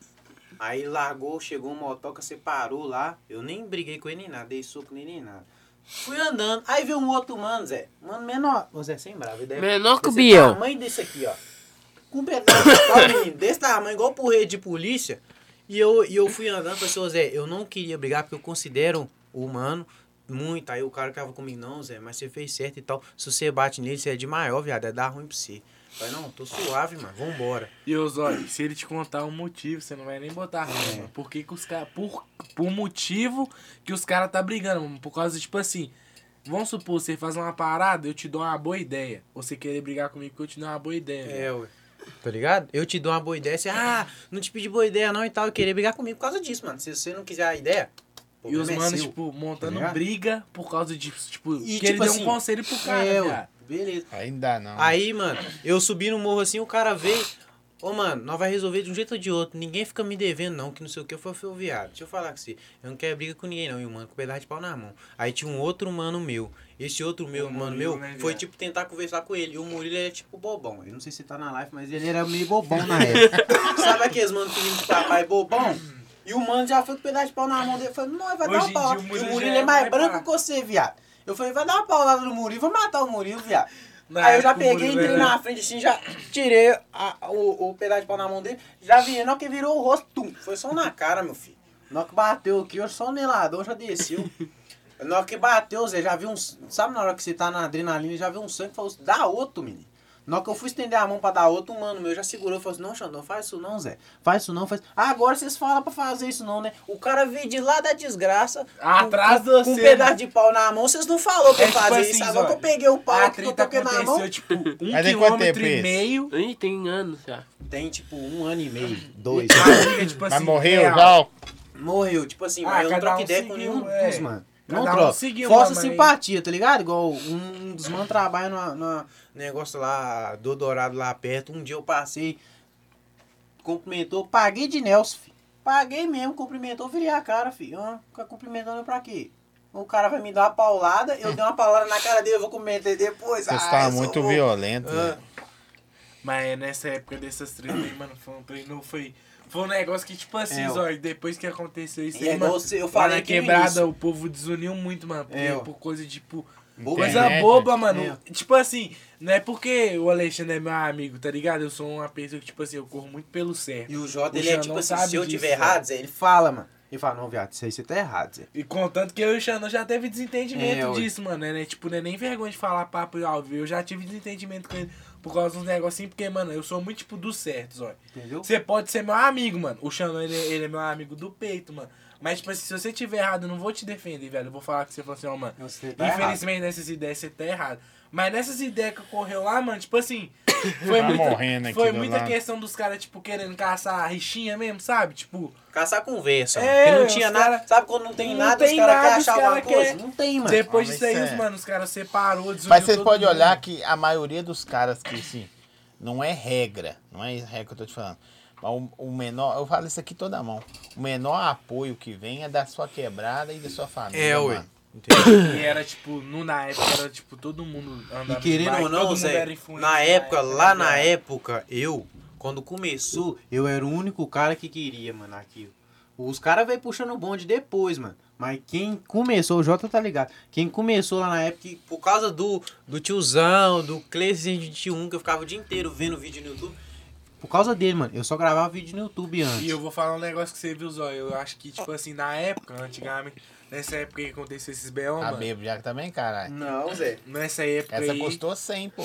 Speaker 3: Aí ele largou, chegou uma motoca, separou lá. Eu nem briguei com ele nem nada, dei soco nele nem nada. Fui andando, aí veio um outro mano, Zé. Mano menor. Ô Zé, sem bravo. Deve,
Speaker 2: Menor que o
Speaker 3: desse
Speaker 2: Biel.
Speaker 3: tamanho desse aqui, ó. Com um pedaço de pau, menino, desse tamanho, igual porrete de polícia. E eu, e eu fui andando, falei assim, ô Zé, eu não queria brigar porque eu considero o humano muito. Aí o cara que tava comigo, não, Zé, mas você fez certo e tal. Se você bate nele, você é de maior, viado, é dar ruim pra você. Eu Falei, não, tô suave, mano, vambora.
Speaker 4: E ô Zói, se ele te contar um motivo, você não vai nem botar raiva.
Speaker 3: É.
Speaker 4: mano. Por que, que os caras. Por, por motivo que os caras tá brigando, mano. Por causa, tipo assim. Vamos supor, você faz uma parada, eu te dou uma boa ideia. Ou Você querer brigar comigo porque eu te dou uma boa ideia. velho.
Speaker 3: É, ué. Tá ligado? Eu te dou uma boa ideia, você, ah, não te pedi boa ideia não e tal, eu queria brigar comigo por causa disso, mano. Se você não quiser a ideia, o
Speaker 4: e os
Speaker 3: problema é
Speaker 4: manos,
Speaker 3: seu.
Speaker 4: tipo, montando
Speaker 3: ligado?
Speaker 4: briga por causa de. Tipo,
Speaker 3: E,
Speaker 4: que
Speaker 3: tipo
Speaker 4: ele deu
Speaker 3: assim,
Speaker 4: um conselho pro cara,
Speaker 3: é,
Speaker 4: viado.
Speaker 3: ué, beleza.
Speaker 1: Ainda não.
Speaker 4: tipo
Speaker 3: Aí, mano, eu subi no morro assim, o cara veio. Ô, mano, nós vai resolver de um jeito ou de outro. Ninguém fica me devendo, não, que não sei o que. Eu falei, "Ô, viado, deixa eu falar com você. Eu não quero briga com ninguém, não. E o mano com o pedaço de pau na mão. Aí tinha um outro mano meu. Esse outro meu,
Speaker 4: O
Speaker 3: mano
Speaker 4: Murilo,
Speaker 3: meu,
Speaker 4: né,
Speaker 3: foi,
Speaker 4: viado?
Speaker 3: tipo, tentar conversar com ele. E o Murilo é, tipo, bobão. Eu não sei se tá na live, mas ele era meio bobão na época. Sabe aqueles mano pedindo de papai bobão? E o mano já foi com o pedaço de pau na mão dele. Eu falei, não, vai dar
Speaker 4: Hoje
Speaker 3: uma
Speaker 4: em dia,
Speaker 3: pau.
Speaker 4: o
Speaker 3: E
Speaker 4: Murilo
Speaker 3: o
Speaker 4: já
Speaker 3: Murilo
Speaker 4: é
Speaker 3: é mais
Speaker 4: mais
Speaker 3: branco
Speaker 4: bravo.
Speaker 3: que você, viado. Eu falei, vai dar uma paulada no Murilo, vou matar o Murilo, viado.
Speaker 4: Na
Speaker 3: Aí eu já
Speaker 4: época, o
Speaker 3: peguei,
Speaker 4: Murilo
Speaker 3: entrei
Speaker 4: era-
Speaker 3: na frente assim, já tirei a- o, o pedaço de pau na mão dele, já virei, não que virou o rosto, tum, foi só na cara, meu filho. Na hora que bateu aqui, eu só o nelador já desceu. na hora que bateu, Zé, já viu um. Sabe na hora que você tá na adrenalina, já viu um sangue e falou assim, dá outro, menino. Na hora que eu fui estender a mão pra dar outro, um mano meu já segurou e falou assim, não, Xandão, faz isso não, Zé. Faz isso não, faz. Ah, agora vocês falam pra fazer isso não, né? O cara veio de lá da desgraça.
Speaker 4: Atrás
Speaker 3: com,
Speaker 4: de
Speaker 3: com,
Speaker 4: você,
Speaker 3: um pedaço
Speaker 4: né?
Speaker 3: de pau na mão, vocês não falaram pra
Speaker 4: É
Speaker 3: eu
Speaker 4: tipo
Speaker 3: fazer
Speaker 4: assim,
Speaker 3: isso. Agora que
Speaker 4: Zóio,
Speaker 3: eu peguei o pau
Speaker 4: A
Speaker 3: que eu
Speaker 4: treta
Speaker 3: toquei na mão.
Speaker 4: aconteceu, tipo, um
Speaker 1: Mas em quanto
Speaker 4: quilômetro
Speaker 1: tempo
Speaker 4: e
Speaker 1: esse?
Speaker 4: meio.
Speaker 2: Ih, tem anos já.
Speaker 3: Tem tipo um ano e meio, dois.
Speaker 4: A briga, tipo
Speaker 1: Mas
Speaker 4: assim,
Speaker 1: morreu
Speaker 4: real.
Speaker 1: já? ó.
Speaker 3: Morreu, tipo assim,
Speaker 4: Ah,
Speaker 3: mas eu não
Speaker 4: cada
Speaker 3: troco
Speaker 4: um
Speaker 3: ideia com
Speaker 4: seguiu,
Speaker 3: nenhum
Speaker 4: é.
Speaker 3: dos, mano. Não
Speaker 4: Cada um
Speaker 3: troco.
Speaker 4: seguiu,
Speaker 3: Força
Speaker 4: mas-
Speaker 3: simpatia, tá ligado? Igual um, um dos mano trabalha numa, numa negócio lá do Dourado lá perto. Um dia eu passei, cumprimentou, paguei de Nelson, filho. Paguei mesmo, cumprimentou, virei a cara, filho. Ah, fica cumprimentando pra quê? O cara vai me dar uma paulada, eu dei uma paulada na cara dele, eu vou comentar depois.
Speaker 1: Você
Speaker 3: Ah,
Speaker 1: está
Speaker 3: eu sou
Speaker 1: muito
Speaker 3: bom.
Speaker 1: violento.
Speaker 3: Ah,
Speaker 1: né?
Speaker 4: Mas é nessa época dessas três aí, mano, foi um trem não foi. Foi um negócio que, tipo assim,
Speaker 3: É, ó.
Speaker 4: ó, e depois que aconteceu isso
Speaker 3: E é
Speaker 4: aí, mano,
Speaker 3: igual você- eu
Speaker 4: lá
Speaker 3: falei
Speaker 4: na
Speaker 3: aqui no
Speaker 4: quebrada,
Speaker 3: início.
Speaker 4: o povo desuniu muito, mano, porque-
Speaker 3: É, ó.
Speaker 4: por coisa, tipo,
Speaker 3: boa,
Speaker 4: coisa
Speaker 1: né,
Speaker 4: boba, mano.
Speaker 3: É.
Speaker 4: Tipo assim, não é porque o Alexandre é meu amigo, tá ligado? Eu sou uma pessoa que, tipo assim, eu corro muito pelo certo.
Speaker 3: E o Jota,
Speaker 4: O
Speaker 3: ele é
Speaker 4: Xandão
Speaker 3: tipo assim,
Speaker 4: sabe
Speaker 3: se eu
Speaker 4: disso, é.
Speaker 3: tiver
Speaker 4: velho.
Speaker 3: errado, Zé, ele fala, mano. Ele fala, não, viado, isso aí você tá errado, Zé.
Speaker 4: E contanto que eu e o Xandão já teve
Speaker 3: É,
Speaker 4: desentendimento
Speaker 3: ué.
Speaker 4: disso, mano, né? Tipo, não é nem vergonha de falar papo ao vivo. Eu já tive desentendimento com ele por causa dos negocinhos, porque, mano, eu sou muito, tipo, dos certos, ó.
Speaker 3: Entendeu?
Speaker 4: Você pode ser meu amigo, mano. O Xandão, ele, ele é meu amigo do peito, mano. Mas, tipo assim, se você tiver errado, eu não vou te defender, velho. Eu vou falar que você falou assim, ó, mano.
Speaker 3: Você tá errado.
Speaker 4: Infelizmente, nessas ideias você tá errado. Mas nessas ideias que ocorreu lá, mano, tipo assim. Foi
Speaker 1: Tá
Speaker 4: muita,
Speaker 1: morrendo aqui
Speaker 4: foi
Speaker 1: do
Speaker 4: muita
Speaker 1: lado.
Speaker 4: questão dos caras, tipo, querendo caçar a rixinha mesmo, sabe? Tipo,
Speaker 3: Caçar conversa,
Speaker 4: É,
Speaker 3: mano. Porque não
Speaker 4: os
Speaker 3: tinha nada.
Speaker 4: cara-
Speaker 3: Sabe quando não tem
Speaker 4: Não
Speaker 3: nada, os
Speaker 4: tem
Speaker 3: caras querem
Speaker 4: nada, os
Speaker 3: achar alguma
Speaker 4: cara
Speaker 3: coisa?
Speaker 4: quer-
Speaker 3: Não tem, mano.
Speaker 4: depois
Speaker 1: ah,
Speaker 4: disso
Speaker 1: mas isso
Speaker 4: aí, os,
Speaker 1: é-
Speaker 4: mano, os caras separou, desuniu
Speaker 1: Mas vocês
Speaker 4: todo
Speaker 1: podem
Speaker 4: mundo.
Speaker 1: olhar que a maioria dos caras que, assim, não é regra, não é regra que eu tô te falando. Mas o, o menor, eu falo isso aqui toda mão. O menor apoio que vem é da sua quebrada e da sua família.
Speaker 3: É, ué.
Speaker 1: mano.
Speaker 4: E era, tipo, no, na época era, tipo, todo mundo andava.
Speaker 3: E
Speaker 4: de
Speaker 3: querendo
Speaker 4: bike,
Speaker 3: ou
Speaker 4: todo
Speaker 3: não,
Speaker 4: mundo
Speaker 3: Zé,
Speaker 4: era influente
Speaker 3: na época,
Speaker 4: né,
Speaker 3: lá na
Speaker 4: cara?
Speaker 3: época, eu, quando começou, eu era o único cara que queria, mano, aquilo. Os caras veio puxando o bonde depois, mano. Mas quem começou, o Jota tá ligado. Quem começou lá na época, que por causa do, do tiozão, do Clayson 21, que eu ficava o dia inteiro vendo vídeo no YouTube. Por causa dele, mano. Eu só gravava vídeo no YouTube antes.
Speaker 4: E eu vou falar um negócio que você viu, Zóio. Eu acho que, tipo assim, na época, antigamente, nessa época que aconteceu esses B.O.,
Speaker 1: Tá
Speaker 4: mano.
Speaker 1: bêbado já também, caralho.
Speaker 3: Não, Zé.
Speaker 4: Nessa época
Speaker 1: Essa é
Speaker 4: aí,
Speaker 1: custou 100, pô.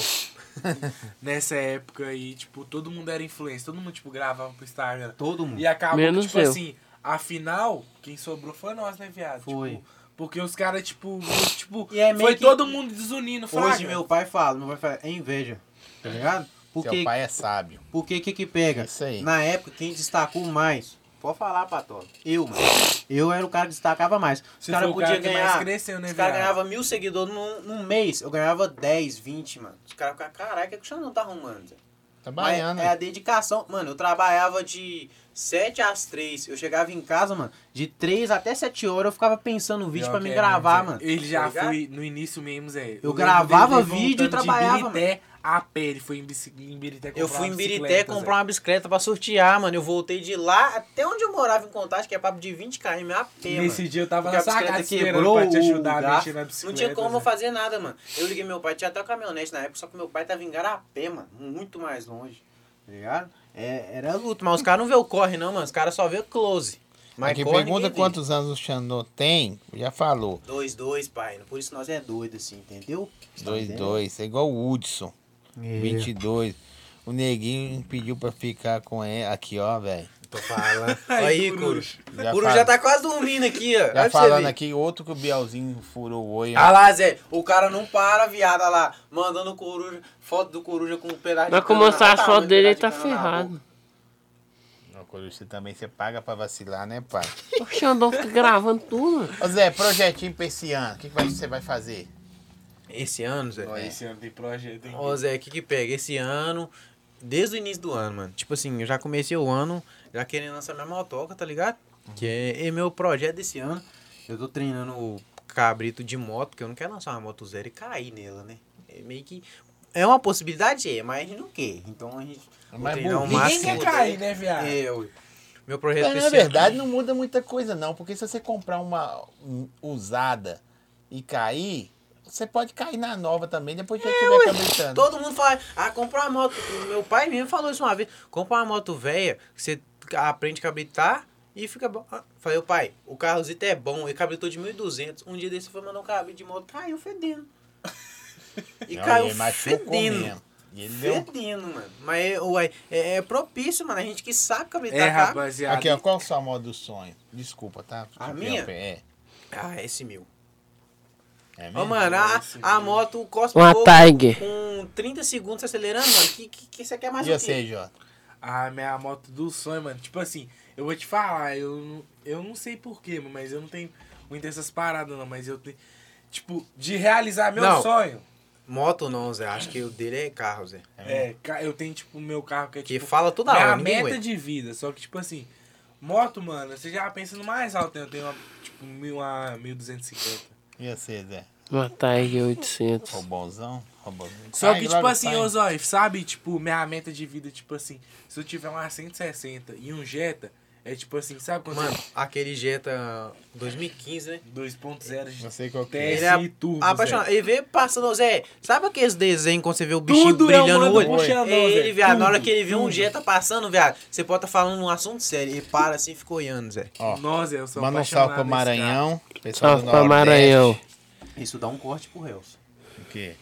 Speaker 4: nessa época aí, tipo, todo mundo era influencer, todo mundo, tipo, gravava pro Instagram.
Speaker 3: Todo mundo.
Speaker 4: E acabou,
Speaker 2: Menos
Speaker 4: que, tipo
Speaker 2: eu.
Speaker 4: assim, afinal, quem sobrou foi nós, né, viado?
Speaker 3: Foi.
Speaker 4: Tipo, porque os caras, tipo, tipo
Speaker 3: E é meio
Speaker 4: foi
Speaker 3: que-
Speaker 4: todo mundo desunindo, fraga.
Speaker 3: Hoje meu pai fala, meu pai fala, é inveja, tá ligado?
Speaker 1: Seu
Speaker 3: Porque,
Speaker 1: pai é sábio. É
Speaker 3: porque que que pega?
Speaker 1: Isso aí.
Speaker 3: Na época, quem destacou mais, pode falar, Patola, eu, mano. Eu era o cara que destacava mais. Os
Speaker 4: Você
Speaker 3: caras
Speaker 4: foi o cara
Speaker 3: podiam
Speaker 4: que mais
Speaker 3: ganhar,
Speaker 4: cresceu, né,
Speaker 3: os caras
Speaker 4: viado?
Speaker 3: ganhavam mil seguidores num, num mês, eu ganhava 10, 20, mano. Os caras ficavam, caralho, o que, é que o Xandão tá arrumando, Zé?
Speaker 1: Tá
Speaker 3: Mas
Speaker 1: baiano.
Speaker 4: né?
Speaker 3: É a dedicação. Mano, eu trabalhava de 7 às 3. Eu chegava em casa, mano, de 3 até 7 horas eu ficava pensando no vídeo
Speaker 4: Pior
Speaker 3: pra
Speaker 4: que
Speaker 3: me
Speaker 4: é,
Speaker 3: gravar,
Speaker 4: Zé.
Speaker 3: mano.
Speaker 4: Ele
Speaker 3: tá
Speaker 4: já
Speaker 3: ligado?
Speaker 4: foi no início mesmo, Zé. lembro
Speaker 3: gravava
Speaker 4: dele
Speaker 3: vídeo e
Speaker 4: voltando de
Speaker 3: trabalhava,
Speaker 4: Birité a pé, ele foi em, bici- em Birité
Speaker 3: Eu
Speaker 4: comprar é.
Speaker 3: fui
Speaker 4: uma
Speaker 3: em Birité
Speaker 4: bicicleta, Zé.
Speaker 3: comprar uma bicicleta pra sortear, mano. Eu voltei de lá até onde eu morava em Contagem, que é papo de 20 km a pé,
Speaker 4: Nesse
Speaker 3: mano.
Speaker 4: dia eu tava
Speaker 3: Porque
Speaker 4: na
Speaker 3: a
Speaker 4: sua
Speaker 3: bicicleta
Speaker 4: casa esperando
Speaker 3: quebrou
Speaker 4: pra te
Speaker 3: o
Speaker 4: ajudar a
Speaker 3: garfo.
Speaker 4: mexer na
Speaker 3: Não
Speaker 4: bicicleta. né?
Speaker 3: tinha como eu
Speaker 4: Zé.
Speaker 3: fazer nada, mano. Eu liguei meu pai, tinha até uma caminhonete na época, só que meu pai tava em Garapé, mano. Muito mais longe, tá ligado? É, era luto, mas os caras não vê o corre, não, mano. Os caras só vê o close. Mas
Speaker 1: Aqui
Speaker 3: corre,
Speaker 1: pergunta
Speaker 3: ninguém vê.
Speaker 1: quantos anos o Xandô tem, já falou.
Speaker 3: Dois, dois, pai. Por isso nós é doido, assim, entendeu? Você tá
Speaker 1: 2,
Speaker 3: entendendo?
Speaker 1: 2. É igual o Hudson,
Speaker 3: É.
Speaker 1: 22. O neguinho pediu pra ficar com ele. Aqui, ó, velho.
Speaker 3: Tô falando. Aí, Curo.
Speaker 1: Já
Speaker 3: Curo
Speaker 1: fala-
Speaker 3: já tá quase dormindo aqui, ó. Olha pra
Speaker 1: Já
Speaker 3: você
Speaker 1: falando
Speaker 4: né?
Speaker 3: ver.
Speaker 1: aqui, outro que o Bielzinho furou o olho.
Speaker 3: Ah lá, Zé, o cara não para, viado, olha lá, mandando coruja, foto do coruja com um pedaço
Speaker 2: Mas
Speaker 3: de
Speaker 2: como
Speaker 3: cana
Speaker 2: mostrar
Speaker 3: na-
Speaker 2: as
Speaker 3: tá,
Speaker 2: fotos
Speaker 3: um
Speaker 2: dele, ele tá
Speaker 3: pedaço de cana na boca.
Speaker 2: ferrado.
Speaker 1: Ô, Coruja, Você também você paga pra vacilar, né, pai?
Speaker 2: O Xandão fica gravando tudo, mano.
Speaker 1: Ô, Zé, projetinho pra esse ano. O que, que vai- você vai fazer?
Speaker 3: Esse ano, Zé.
Speaker 4: Ó, Esse ano tem projeto, hein?
Speaker 3: Ô, Zé, o que que pega? Esse ano, desde o início do ano, mano. Tipo assim, eu já comecei o ano já querendo lançar minha motoca, tá ligado? Que é, é meu projeto desse ano. Eu tô treinando o cabrito de moto, porque eu não quero lançar uma moto zero e cair nela, né? É meio que... É uma possibilidade, é, mas a gente não quer. Então a gente... vou
Speaker 1: Mas
Speaker 3: treinar o
Speaker 1: burro.
Speaker 4: Ninguém
Speaker 3: máximo
Speaker 4: quer
Speaker 3: dele.
Speaker 4: cair, né, viado?
Speaker 3: É, eu... Meu projeto
Speaker 1: Mas,
Speaker 3: pra
Speaker 1: na
Speaker 3: esse ano-
Speaker 1: verdade, não muda muita coisa, não. Porque se você comprar uma um, usada e cair, você pode cair na nova também, depois que estiver cabritando.
Speaker 3: Todo mundo fala, ah, compra uma moto. Meu pai mesmo falou isso uma vez. Compra uma moto velha, que você aprende a cabritar e fica bom. Ah, Falei, ô pai, o carrozito é bom, ele cabritou de 1.200. Um dia desse foi mandar um cabrito de moto, caiu fedendo. E
Speaker 1: Não,
Speaker 3: caiu
Speaker 1: ele machucou
Speaker 3: fedendo.
Speaker 1: mesmo. E ele deu... um
Speaker 3: Fedendo, mano. Mas é, ué, é, é propício, mano. A gente que sabe cabritar,
Speaker 4: É,
Speaker 3: cara.
Speaker 4: rapaziada.
Speaker 1: Aqui, ó, qual a sua moda do sonho? Desculpa, tá?
Speaker 3: A
Speaker 1: Campeão,
Speaker 3: minha?
Speaker 1: É.
Speaker 3: Ah, esse mil.
Speaker 1: É
Speaker 3: Ô,
Speaker 1: mesmo?
Speaker 3: mano, a, a moto cospe
Speaker 2: Uma
Speaker 3: pouco,
Speaker 2: Tiger.
Speaker 3: com 30 segundos acelerando, mano. Que, que, que você quer mais
Speaker 1: e assim?
Speaker 3: o quê?
Speaker 1: você, Jota?
Speaker 4: Ah, minha moto do sonho, mano. Tipo assim, eu vou te falar, eu, não- eu não sei porquê, mas eu não tenho muitas essas paradas, não. Mas eu tenho. Tipo, de realizar meu
Speaker 3: Não.
Speaker 4: sonho.
Speaker 3: Moto não, Zé. Acho que o dele é carro, Zé.
Speaker 4: É, ca- eu tenho, tipo, meu carro que é
Speaker 3: Que
Speaker 4: tipo.
Speaker 3: fala toda
Speaker 4: minha
Speaker 3: hora.
Speaker 4: meta
Speaker 3: ninguém aguenta.
Speaker 4: de vida. Só que, tipo assim, moto, mano, você já pensa no mais alto. né? Eu tenho, uma, tipo, mil a 1250.
Speaker 1: E você, Zé?
Speaker 2: Uma Tiger 800.
Speaker 1: Robôzão? Robôzão.
Speaker 4: Só
Speaker 1: Sai
Speaker 4: que,
Speaker 1: logo,
Speaker 4: tipo assim,
Speaker 1: sai.
Speaker 4: ô Zóif, sabe? Tipo, minha meta de vida, tipo assim, se eu tiver uma 160 e um Jetta, é tipo assim, sabe quando
Speaker 3: Mano,
Speaker 4: você...
Speaker 3: aquele Jetta 2015, né?
Speaker 4: 2.0 de
Speaker 1: Não sei qual que é.
Speaker 4: TSI
Speaker 3: Ele é
Speaker 4: turbo,
Speaker 3: Apaixonado.
Speaker 4: Zé.
Speaker 3: Ele vê passando, Zé. Sabe aqueles desenhos quando você vê o bichinho
Speaker 4: Tudo é um
Speaker 3: brilhando no
Speaker 4: mando
Speaker 3: olho?
Speaker 4: puxando, Zé.
Speaker 3: ele, viado, na hora
Speaker 4: Tudo,
Speaker 3: que ele vê um
Speaker 4: tudo.
Speaker 3: Jetta passando, viado, você pode estar falando um assunto sério. Ele para assim e fica olhando, Zé.
Speaker 1: Ó,
Speaker 4: Nossa, eu sou
Speaker 1: Manda um
Speaker 4: apaixonado
Speaker 1: salve pro
Speaker 4: nesse cara.
Speaker 1: Maranhão. pessoal
Speaker 2: Salve
Speaker 1: do
Speaker 2: pra
Speaker 1: Nordeste.
Speaker 2: Maranhão.
Speaker 3: Isso dá um corte pro Reus.
Speaker 1: O quê?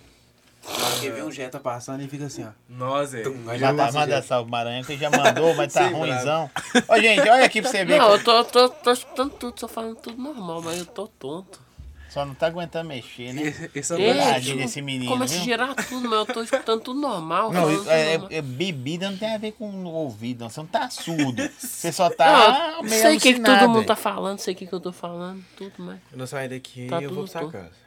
Speaker 3: Na hora que ele vê um Jetta passando, ele fica assim, ó.
Speaker 4: Nossa, é. Zé.
Speaker 3: Aí já
Speaker 1: Manda,
Speaker 3: passa o
Speaker 1: manda
Speaker 3: Jetta.
Speaker 1: salve pro Maranhão, que já mandou, mas tá ruimzão. Ô, gente, olha aqui pra você ver.
Speaker 2: Não, eu tô, eu tô, tô escutando tudo, tô falando tudo normal, mas eu tô tonto.
Speaker 1: Só não tá aguentando mexer, né?
Speaker 4: Esse- Esse é o
Speaker 1: Ei,
Speaker 4: meu-
Speaker 1: Tadinho desse menino,
Speaker 2: tipo, Começa a
Speaker 1: viu?
Speaker 2: girar tudo, mas eu tô escutando tudo normal.
Speaker 1: Não,
Speaker 2: falando
Speaker 1: isso
Speaker 2: tudo
Speaker 1: é,
Speaker 2: normal.
Speaker 1: é- bebida não tem a ver com o ouvido, não. Você não tá surdo. Você só tá
Speaker 2: Não, eu
Speaker 1: meio
Speaker 2: sei o que, que todo
Speaker 1: alucinado,
Speaker 2: mundo tá
Speaker 1: velho.
Speaker 2: falando, sei o que, que eu tô falando, tudo, mas.
Speaker 3: Eu não saio daqui,
Speaker 2: Tá
Speaker 3: eu vou
Speaker 2: tudo
Speaker 3: pra sua
Speaker 2: torto.
Speaker 3: casa.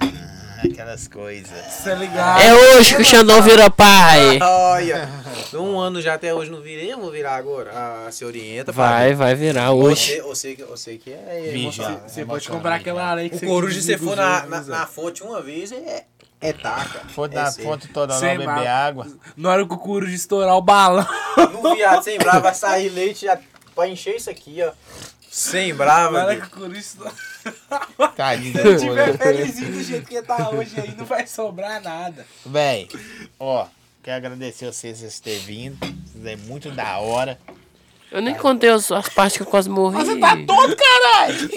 Speaker 1: Ah, Aquelas coisas.
Speaker 4: Você é ligado?
Speaker 2: É hoje que o Xandão vira pai!
Speaker 3: Olha, um ano já até hoje não virei, eu vou virar agora. Ah, se orienta,
Speaker 2: Vai,
Speaker 3: Fábio.
Speaker 2: vai virar
Speaker 3: Você,
Speaker 2: hoje.
Speaker 3: você, que- você que é
Speaker 1: Vigia.
Speaker 3: emocionado.
Speaker 4: Você
Speaker 1: É
Speaker 4: pode
Speaker 1: bacana,
Speaker 4: comprar
Speaker 1: legal.
Speaker 4: aquela areia que
Speaker 3: O
Speaker 4: você...
Speaker 3: coruja, se
Speaker 4: liga
Speaker 3: for
Speaker 4: os
Speaker 3: na,
Speaker 4: olhos,
Speaker 3: na,
Speaker 4: Zé.
Speaker 3: na fonte uma vez, é, é taca.
Speaker 1: Fonte
Speaker 3: é
Speaker 1: da
Speaker 3: seco.
Speaker 1: fonte toda hora
Speaker 4: Sem
Speaker 1: beber
Speaker 4: mal.
Speaker 1: água.
Speaker 4: Na hora que o coruja estourar o balão.
Speaker 3: No Um viado sem brava, vai sair leite já, pra encher isso aqui, ó. Sem
Speaker 4: Na
Speaker 3: brava,
Speaker 4: hora
Speaker 3: né?
Speaker 4: que o coruja estourar...
Speaker 1: Tadinho
Speaker 4: Se ele
Speaker 1: do
Speaker 4: tiver
Speaker 1: couro.
Speaker 4: felizinho do jeito que tá hoje aí, não vai sobrar nada.
Speaker 1: Véi, ó, quero agradecer a vocês por terem vindo. Vocês é muito da hora.
Speaker 2: Eu nem contei as, as partes que eu quase morri.
Speaker 1: Você tá todo, caralho!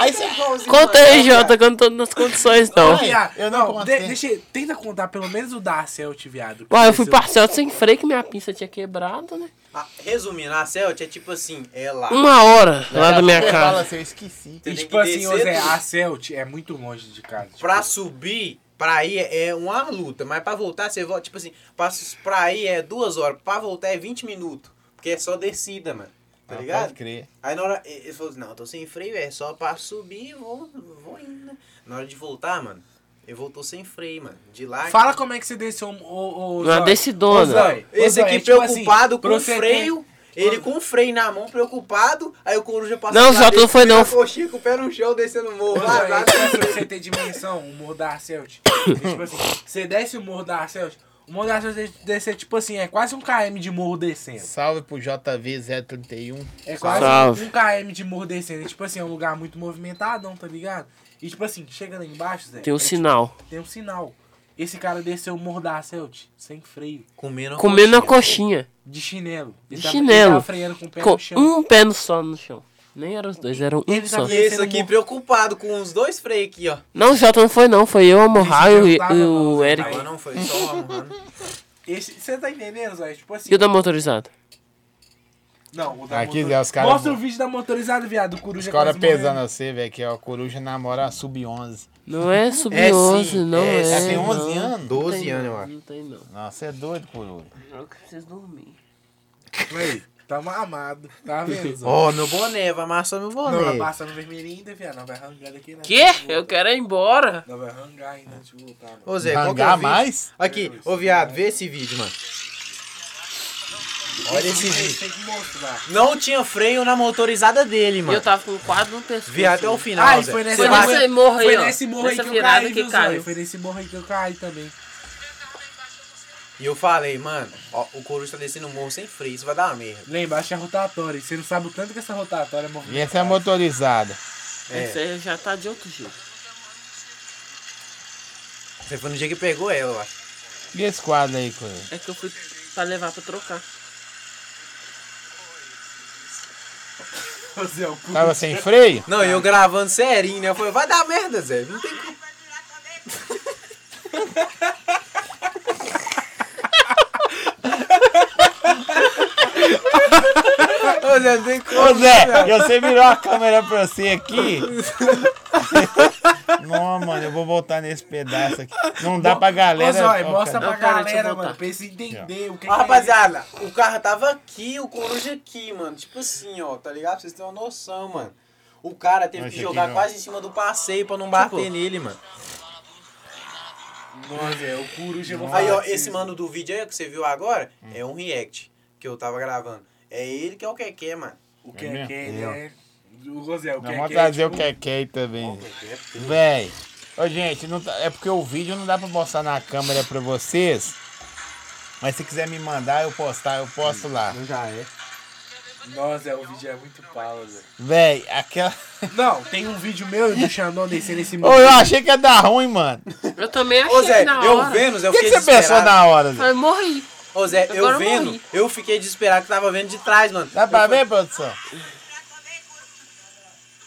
Speaker 1: Aí
Speaker 3: é
Speaker 1: você...
Speaker 2: Conta aí, tá Jota, que eu não tô nas condições, não.
Speaker 1: Ai,
Speaker 4: Viado,
Speaker 1: eu não contei.
Speaker 4: de- deixa, eu- tenta contar pelo menos o da Acelt, viado.
Speaker 2: Ué, eu fui
Speaker 4: Aconteceu.
Speaker 2: parcelado sem freio, que minha pista tinha quebrado, né?
Speaker 3: Ah, resumindo, a Celt é tipo assim, é lá.
Speaker 2: Uma hora lá da minha
Speaker 1: Você
Speaker 2: casa.
Speaker 1: Fala assim, eu esqueci.
Speaker 3: Você
Speaker 4: E,
Speaker 3: tem
Speaker 4: tipo
Speaker 3: que
Speaker 4: assim, ô
Speaker 3: descer
Speaker 4: Zé,
Speaker 3: tudo.
Speaker 4: a Celt é muito longe de casa. tipo,
Speaker 3: Pra subir, pra ir é uma luta, mas pra voltar você volta, tipo assim, pra, su- pra ir é duas horas, pra voltar é 20 minutos, porque é só descida, mano. Tá
Speaker 1: Ah, Pode
Speaker 3: ligado?
Speaker 1: crer.
Speaker 3: Aí na hora, ele falou assim, não, eu tô sem freio, é só pra subir e vou, vou indo, né? Na hora de voltar, mano, ele voltou sem freio, mano. De lá...
Speaker 4: Fala como é que você desceu o.
Speaker 2: Uma decidona.
Speaker 3: Esse
Speaker 4: é
Speaker 3: aqui
Speaker 4: tipo assim,
Speaker 3: preocupado com o freio, ele
Speaker 4: pro-
Speaker 3: com o freio na mão, preocupado, aí o coruja passou
Speaker 2: Não,
Speaker 3: lá
Speaker 2: Jota, não
Speaker 3: dentro,
Speaker 2: foi
Speaker 3: pegou
Speaker 2: não.
Speaker 3: a coxinha com o pé no chão, descendo o morro. lá, lá,
Speaker 4: é Pra você ter dimensão, o morro da Celt. tipo assim, você desce o morro da Celt. O morro da Celt descer, tipo assim, é quase um KM de morro descendo.
Speaker 1: Salve pro JV031.
Speaker 4: É quase
Speaker 2: Salve.
Speaker 4: um KM de morro descendo. É, tipo assim, é um lugar muito movimentadão, tá ligado? E tipo assim, chega lá embaixo, Zé.
Speaker 2: Tem um
Speaker 4: é, tipo,
Speaker 2: sinal.
Speaker 4: Tem um sinal. Esse cara desceu o morro da Celt sem freio,
Speaker 3: Comendo
Speaker 2: Comendo a coxinha.
Speaker 4: de chinelo. assim, Ele
Speaker 2: De
Speaker 4: tava- Ele
Speaker 2: chinelo.
Speaker 4: tava freando com o pé
Speaker 2: Com
Speaker 4: no chão.
Speaker 2: um pé no só no chão. Nem eram os dois, eram um
Speaker 4: Ele
Speaker 2: só.
Speaker 4: tava-
Speaker 3: E esse aqui preocupado com os dois freios aqui, ó.
Speaker 2: Não, Jota não foi não. Foi eu, a Morraio e, e
Speaker 4: Esse não tava,
Speaker 2: o
Speaker 4: não,
Speaker 2: Eric.
Speaker 3: Agora não tá foi só uma mano.
Speaker 4: Esse, você tá entendendo, Zé? Tipo assim.
Speaker 2: E o da motorizada.
Speaker 4: Não, o da
Speaker 1: Tá Aqui,
Speaker 4: motor-
Speaker 1: Zé, os caras-
Speaker 4: Mostra o vídeo da motorizada, viado. O coruja
Speaker 1: Os caras
Speaker 4: quase morrendo.
Speaker 1: pesando você, velho, que ó, a coruja namora a sub-11.
Speaker 2: Não é
Speaker 3: É, sim,
Speaker 2: sub-11, não
Speaker 3: é,
Speaker 2: é.
Speaker 3: sim.
Speaker 1: Ela tem
Speaker 2: não.
Speaker 1: 11 anos?
Speaker 3: 12
Speaker 2: Não tem,
Speaker 3: anos, eu
Speaker 2: não.
Speaker 3: acho.
Speaker 2: Não tem não.
Speaker 1: Nossa, é doido, coruja.
Speaker 2: Eu que preciso dormir.
Speaker 4: Aí, tá mamado. Tá vendo, Zé?
Speaker 3: Ó, meu boné, vai amassar meu boné.
Speaker 4: Não, vai passar no vermelhinho ainda, viado. Não vai arrancar daqui, né?
Speaker 2: Quê? Eu quero ir embora.
Speaker 4: Não vai arrancar ainda antes de voltar, mano.
Speaker 3: Ô, Zé, qual que é o
Speaker 1: Rangar
Speaker 3: vídeo?
Speaker 1: mais?
Speaker 3: Aqui, ô viado, vê esse vídeo, mano. Olha esse vídeo.
Speaker 4: Tem que mostrar.
Speaker 3: Não tinha freio na motorizada dele,
Speaker 2: E
Speaker 3: mano.
Speaker 2: eu tava com o quadro no pescoço.
Speaker 3: Vi até o final,
Speaker 4: Ah, e
Speaker 3: Zé.
Speaker 4: foi nessa-
Speaker 3: Você
Speaker 2: Foi
Speaker 3: vai-
Speaker 2: nesse morro aí,
Speaker 4: Foi
Speaker 2: ó.
Speaker 4: nesse morro aí
Speaker 2: Nessa
Speaker 4: que eu
Speaker 2: virada
Speaker 4: caí,
Speaker 2: que
Speaker 4: viu, Zé?
Speaker 2: caiu.
Speaker 4: Foi nesse morro aí que eu caí também.
Speaker 3: E eu falei, mano, ó, o coruja tá descendo o morro sem freio, isso vai dar uma merda.
Speaker 4: Lá embaixo é rotatória. e Você não sabe o tanto que essa rotatória é movimentada.
Speaker 1: E essa é a motorizada.
Speaker 3: é.
Speaker 2: Essa aí já tá de outro jeito.
Speaker 3: Você foi no dia que pegou ela, eu acho.
Speaker 1: E esse quadro aí, coruja?
Speaker 2: É que eu fui pra levar pra trocar.
Speaker 4: Ô, Zé, o cu-
Speaker 1: Tava sem freio?
Speaker 3: Não, e eu gravando serinho, né? Eu falei, vai dar merda, Zé. Não tem como. Ô, Zé, não tem como.
Speaker 1: Ô Zé, você virou a câmera pra você aqui. bom, mano. Eu vou voltar nesse pedaço aqui. Não dá pra
Speaker 4: Ô,
Speaker 1: galera.
Speaker 4: Zói,
Speaker 1: ó,
Speaker 4: mostra
Speaker 1: cara.
Speaker 4: pra
Speaker 2: Não, cara, deixa eu
Speaker 4: galera,
Speaker 2: voltar.
Speaker 4: mano, pra eles entenderem o que, é.
Speaker 3: Ó,
Speaker 4: que
Speaker 3: rapaziada, o carro tava aqui, o coruja aqui, mano. Tipo assim, ó, tá ligado? Pra vocês terem uma noção, mano. O cara teve
Speaker 1: Mas
Speaker 3: que
Speaker 1: aqui
Speaker 3: jogar
Speaker 1: não.
Speaker 3: quase em cima do passeio pra não bater nele, mano.
Speaker 4: é. Nossa, é, o coruja eu vou
Speaker 3: Aí, ó,
Speaker 4: falar.
Speaker 3: esse mano do vídeo aí que você viu agora
Speaker 1: Hum.
Speaker 3: é um react que eu tava gravando. É ele que é o Keké, mano.
Speaker 4: O que é
Speaker 1: mesmo?
Speaker 4: que é, O Rosé, o que
Speaker 1: Não,
Speaker 4: é
Speaker 1: vamos
Speaker 4: que é.
Speaker 1: trazer o Kekei também. Véi. Ô, gente, não tá- é porque o vídeo não dá pra mostrar na câmera pra vocês. Mas se quiser me mandar, eu postar, eu posto lá.
Speaker 3: Já é.
Speaker 4: Nossa, é, o vídeo é muito pau, Zé.
Speaker 1: Véi, aquela.
Speaker 4: Não, tem um vídeo meu e do Xandão descendo esse
Speaker 1: Ô,
Speaker 4: muro.
Speaker 1: eu achei que ia dar ruim, mano.
Speaker 2: Eu também achei
Speaker 3: Ô Zé,
Speaker 2: que da
Speaker 3: eu
Speaker 2: hora.
Speaker 3: vendo,
Speaker 1: O
Speaker 3: eu
Speaker 1: que, que
Speaker 3: fiquei
Speaker 1: você pensou
Speaker 3: desesperado.
Speaker 1: na hora? Zé?
Speaker 2: Eu morri.
Speaker 3: Ô Zé, eu
Speaker 2: Agora eu
Speaker 3: vendo,
Speaker 2: morri.
Speaker 3: eu fiquei desesperado que tava vendo de trás, mano.
Speaker 1: Dá pra ver, produção?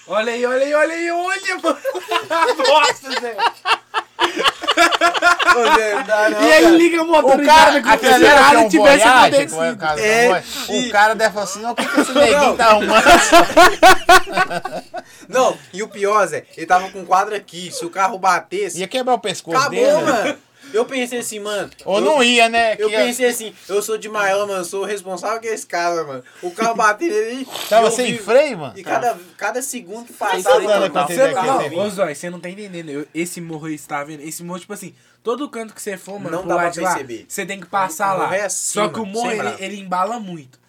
Speaker 4: Olha aí, olha aí, olha aí, olha, mano. Nossa, Zé.
Speaker 3: Ô Zé, não dá não,
Speaker 4: E aí
Speaker 3: cara.
Speaker 4: liga o motor
Speaker 1: O cara,
Speaker 4: que o
Speaker 1: aquele era que é
Speaker 4: Ferrari
Speaker 1: um
Speaker 4: tivesse
Speaker 1: Voyager, como é o
Speaker 4: acontecido.
Speaker 1: caso do
Speaker 3: É,
Speaker 1: Voyager,
Speaker 3: e-
Speaker 1: o cara deve falar assim, não, o que, que esse neguinho tá arrumando?
Speaker 3: Não, e o pior, Zé, ele tava com um quadro aqui, se o carro batesse,
Speaker 1: Ia quebrar o pescoço
Speaker 3: acabou,
Speaker 1: dele. né?
Speaker 3: mano. Eu pensei assim, mano.
Speaker 1: Ou
Speaker 3: eu-
Speaker 1: não ia,
Speaker 4: É
Speaker 1: né?
Speaker 3: Eu
Speaker 1: Que ia-
Speaker 3: pensei assim, eu sou de Maiola, mano, sou o responsável que é esse cara, mano. O carro bateu nele e.
Speaker 1: Tava
Speaker 3: eu
Speaker 1: sem
Speaker 3: vi-
Speaker 1: freio, mano?
Speaker 3: E cada, cada segundo que
Speaker 1: Tá
Speaker 3: passava. então,
Speaker 1: dando
Speaker 3: mano,
Speaker 1: acontecido
Speaker 3: você-
Speaker 1: aqui,
Speaker 3: não,
Speaker 1: né?
Speaker 4: Não, ô Zói, você não tá entendendo. Eu- esse morro aí, você tá vendo? Esse morro, tipo assim, todo canto que você for, mano,
Speaker 3: Não
Speaker 4: pro
Speaker 3: dá pra
Speaker 4: lado de lá,
Speaker 3: perceber.
Speaker 4: você tem que passar
Speaker 3: O morro
Speaker 4: lá.
Speaker 3: é
Speaker 4: Só
Speaker 3: acima,
Speaker 4: que o morro,
Speaker 3: sem
Speaker 4: ele,
Speaker 3: bravo.
Speaker 4: ele embala muito.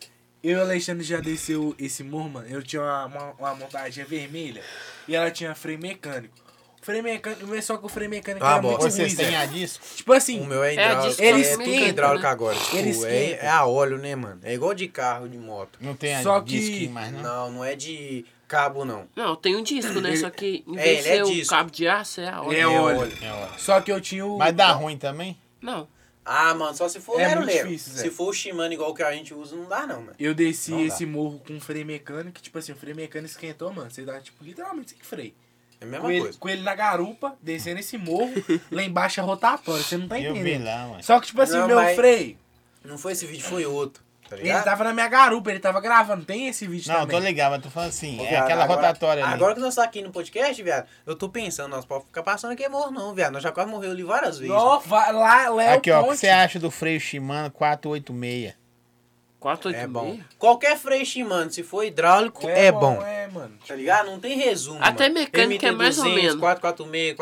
Speaker 4: Eu e o Alexandre já desceu esse morro, mano. Eu tinha uma, uma, uma montagem vermelha e ela tinha freio mecânico. Freio mecânico, mas só que o freio mecânico
Speaker 3: Ah,
Speaker 4: era
Speaker 3: bom.
Speaker 4: muito ruim,
Speaker 1: Vocês têm
Speaker 4: Zé.
Speaker 1: a disco?
Speaker 4: Tipo assim,
Speaker 3: O meu é
Speaker 2: É,
Speaker 3: hidráulico.
Speaker 2: diz que
Speaker 3: É,
Speaker 4: ele
Speaker 3: tudo
Speaker 2: esquenta,
Speaker 3: hidráulico
Speaker 2: né?
Speaker 3: agora. Tipo,
Speaker 4: Ele
Speaker 3: é,
Speaker 4: esquenta.
Speaker 3: é a óleo, né, mano? É igual de carro, de moto.
Speaker 1: Não tem a
Speaker 4: Só que-
Speaker 1: disquinho mais, não?
Speaker 3: Não, não é de cabo, não.
Speaker 2: Não, tem um disco, né? Só que em
Speaker 3: É,
Speaker 2: vez de
Speaker 3: ele
Speaker 2: ser
Speaker 3: é
Speaker 2: o
Speaker 3: disco.
Speaker 2: cabo de aço, é a hora.
Speaker 4: É óleo.
Speaker 1: É, ó.
Speaker 4: só que eu tinha o.
Speaker 1: Mas dá ruim também?
Speaker 2: Não.
Speaker 3: Ah, mano, só se for
Speaker 4: É
Speaker 3: lero
Speaker 4: muito
Speaker 3: lero.
Speaker 4: difícil, Zé.
Speaker 3: Se for o Shimano igual que a gente usa, não dá, não, mano.
Speaker 4: Eu desci
Speaker 3: Não dá.
Speaker 4: esse morro com freio mecânico, tipo assim, o freio mecânico esquentou, mano. Você dá, tipo, literalmente sem freio.
Speaker 3: É a mesma
Speaker 4: com, ele,
Speaker 3: coisa.
Speaker 4: com ele na garupa, descendo esse morro, lá embaixo é rotatório, você não tá
Speaker 1: Eu vi
Speaker 4: entendendo.
Speaker 1: lá, mano.
Speaker 4: Só que, tipo assim,
Speaker 3: Não,
Speaker 4: meu
Speaker 3: mas-
Speaker 4: freio,
Speaker 3: Não foi esse vídeo, foi outro. Tá
Speaker 4: ele
Speaker 3: ligado?
Speaker 4: tava na minha garupa, ele tava gravando, tem esse vídeo
Speaker 1: Não, tô
Speaker 4: também.
Speaker 1: ligado, mas tô falando assim,
Speaker 3: Ô,
Speaker 1: é
Speaker 3: viado,
Speaker 1: aquela
Speaker 3: agora-
Speaker 1: rotatória ali.
Speaker 3: Agora que nós tá aqui no podcast, viado, eu tô pensando, nós podemos ficar passando aqui é morro, não, viado. Nós já quase morreu ali várias vezes.
Speaker 4: Ó, vai lá, Léo
Speaker 1: Aqui, ó, o que
Speaker 4: é Ponte.
Speaker 1: você é- acha do freio Shimano 486?
Speaker 2: 486.
Speaker 3: É bom. Qualquer freio Shimano, se for hidráulico, é, bom.
Speaker 4: É, mano.
Speaker 3: Tá ligado? Não tem resumo.
Speaker 2: Até
Speaker 3: mano.
Speaker 2: mecânica é mais ou menos.
Speaker 3: 446,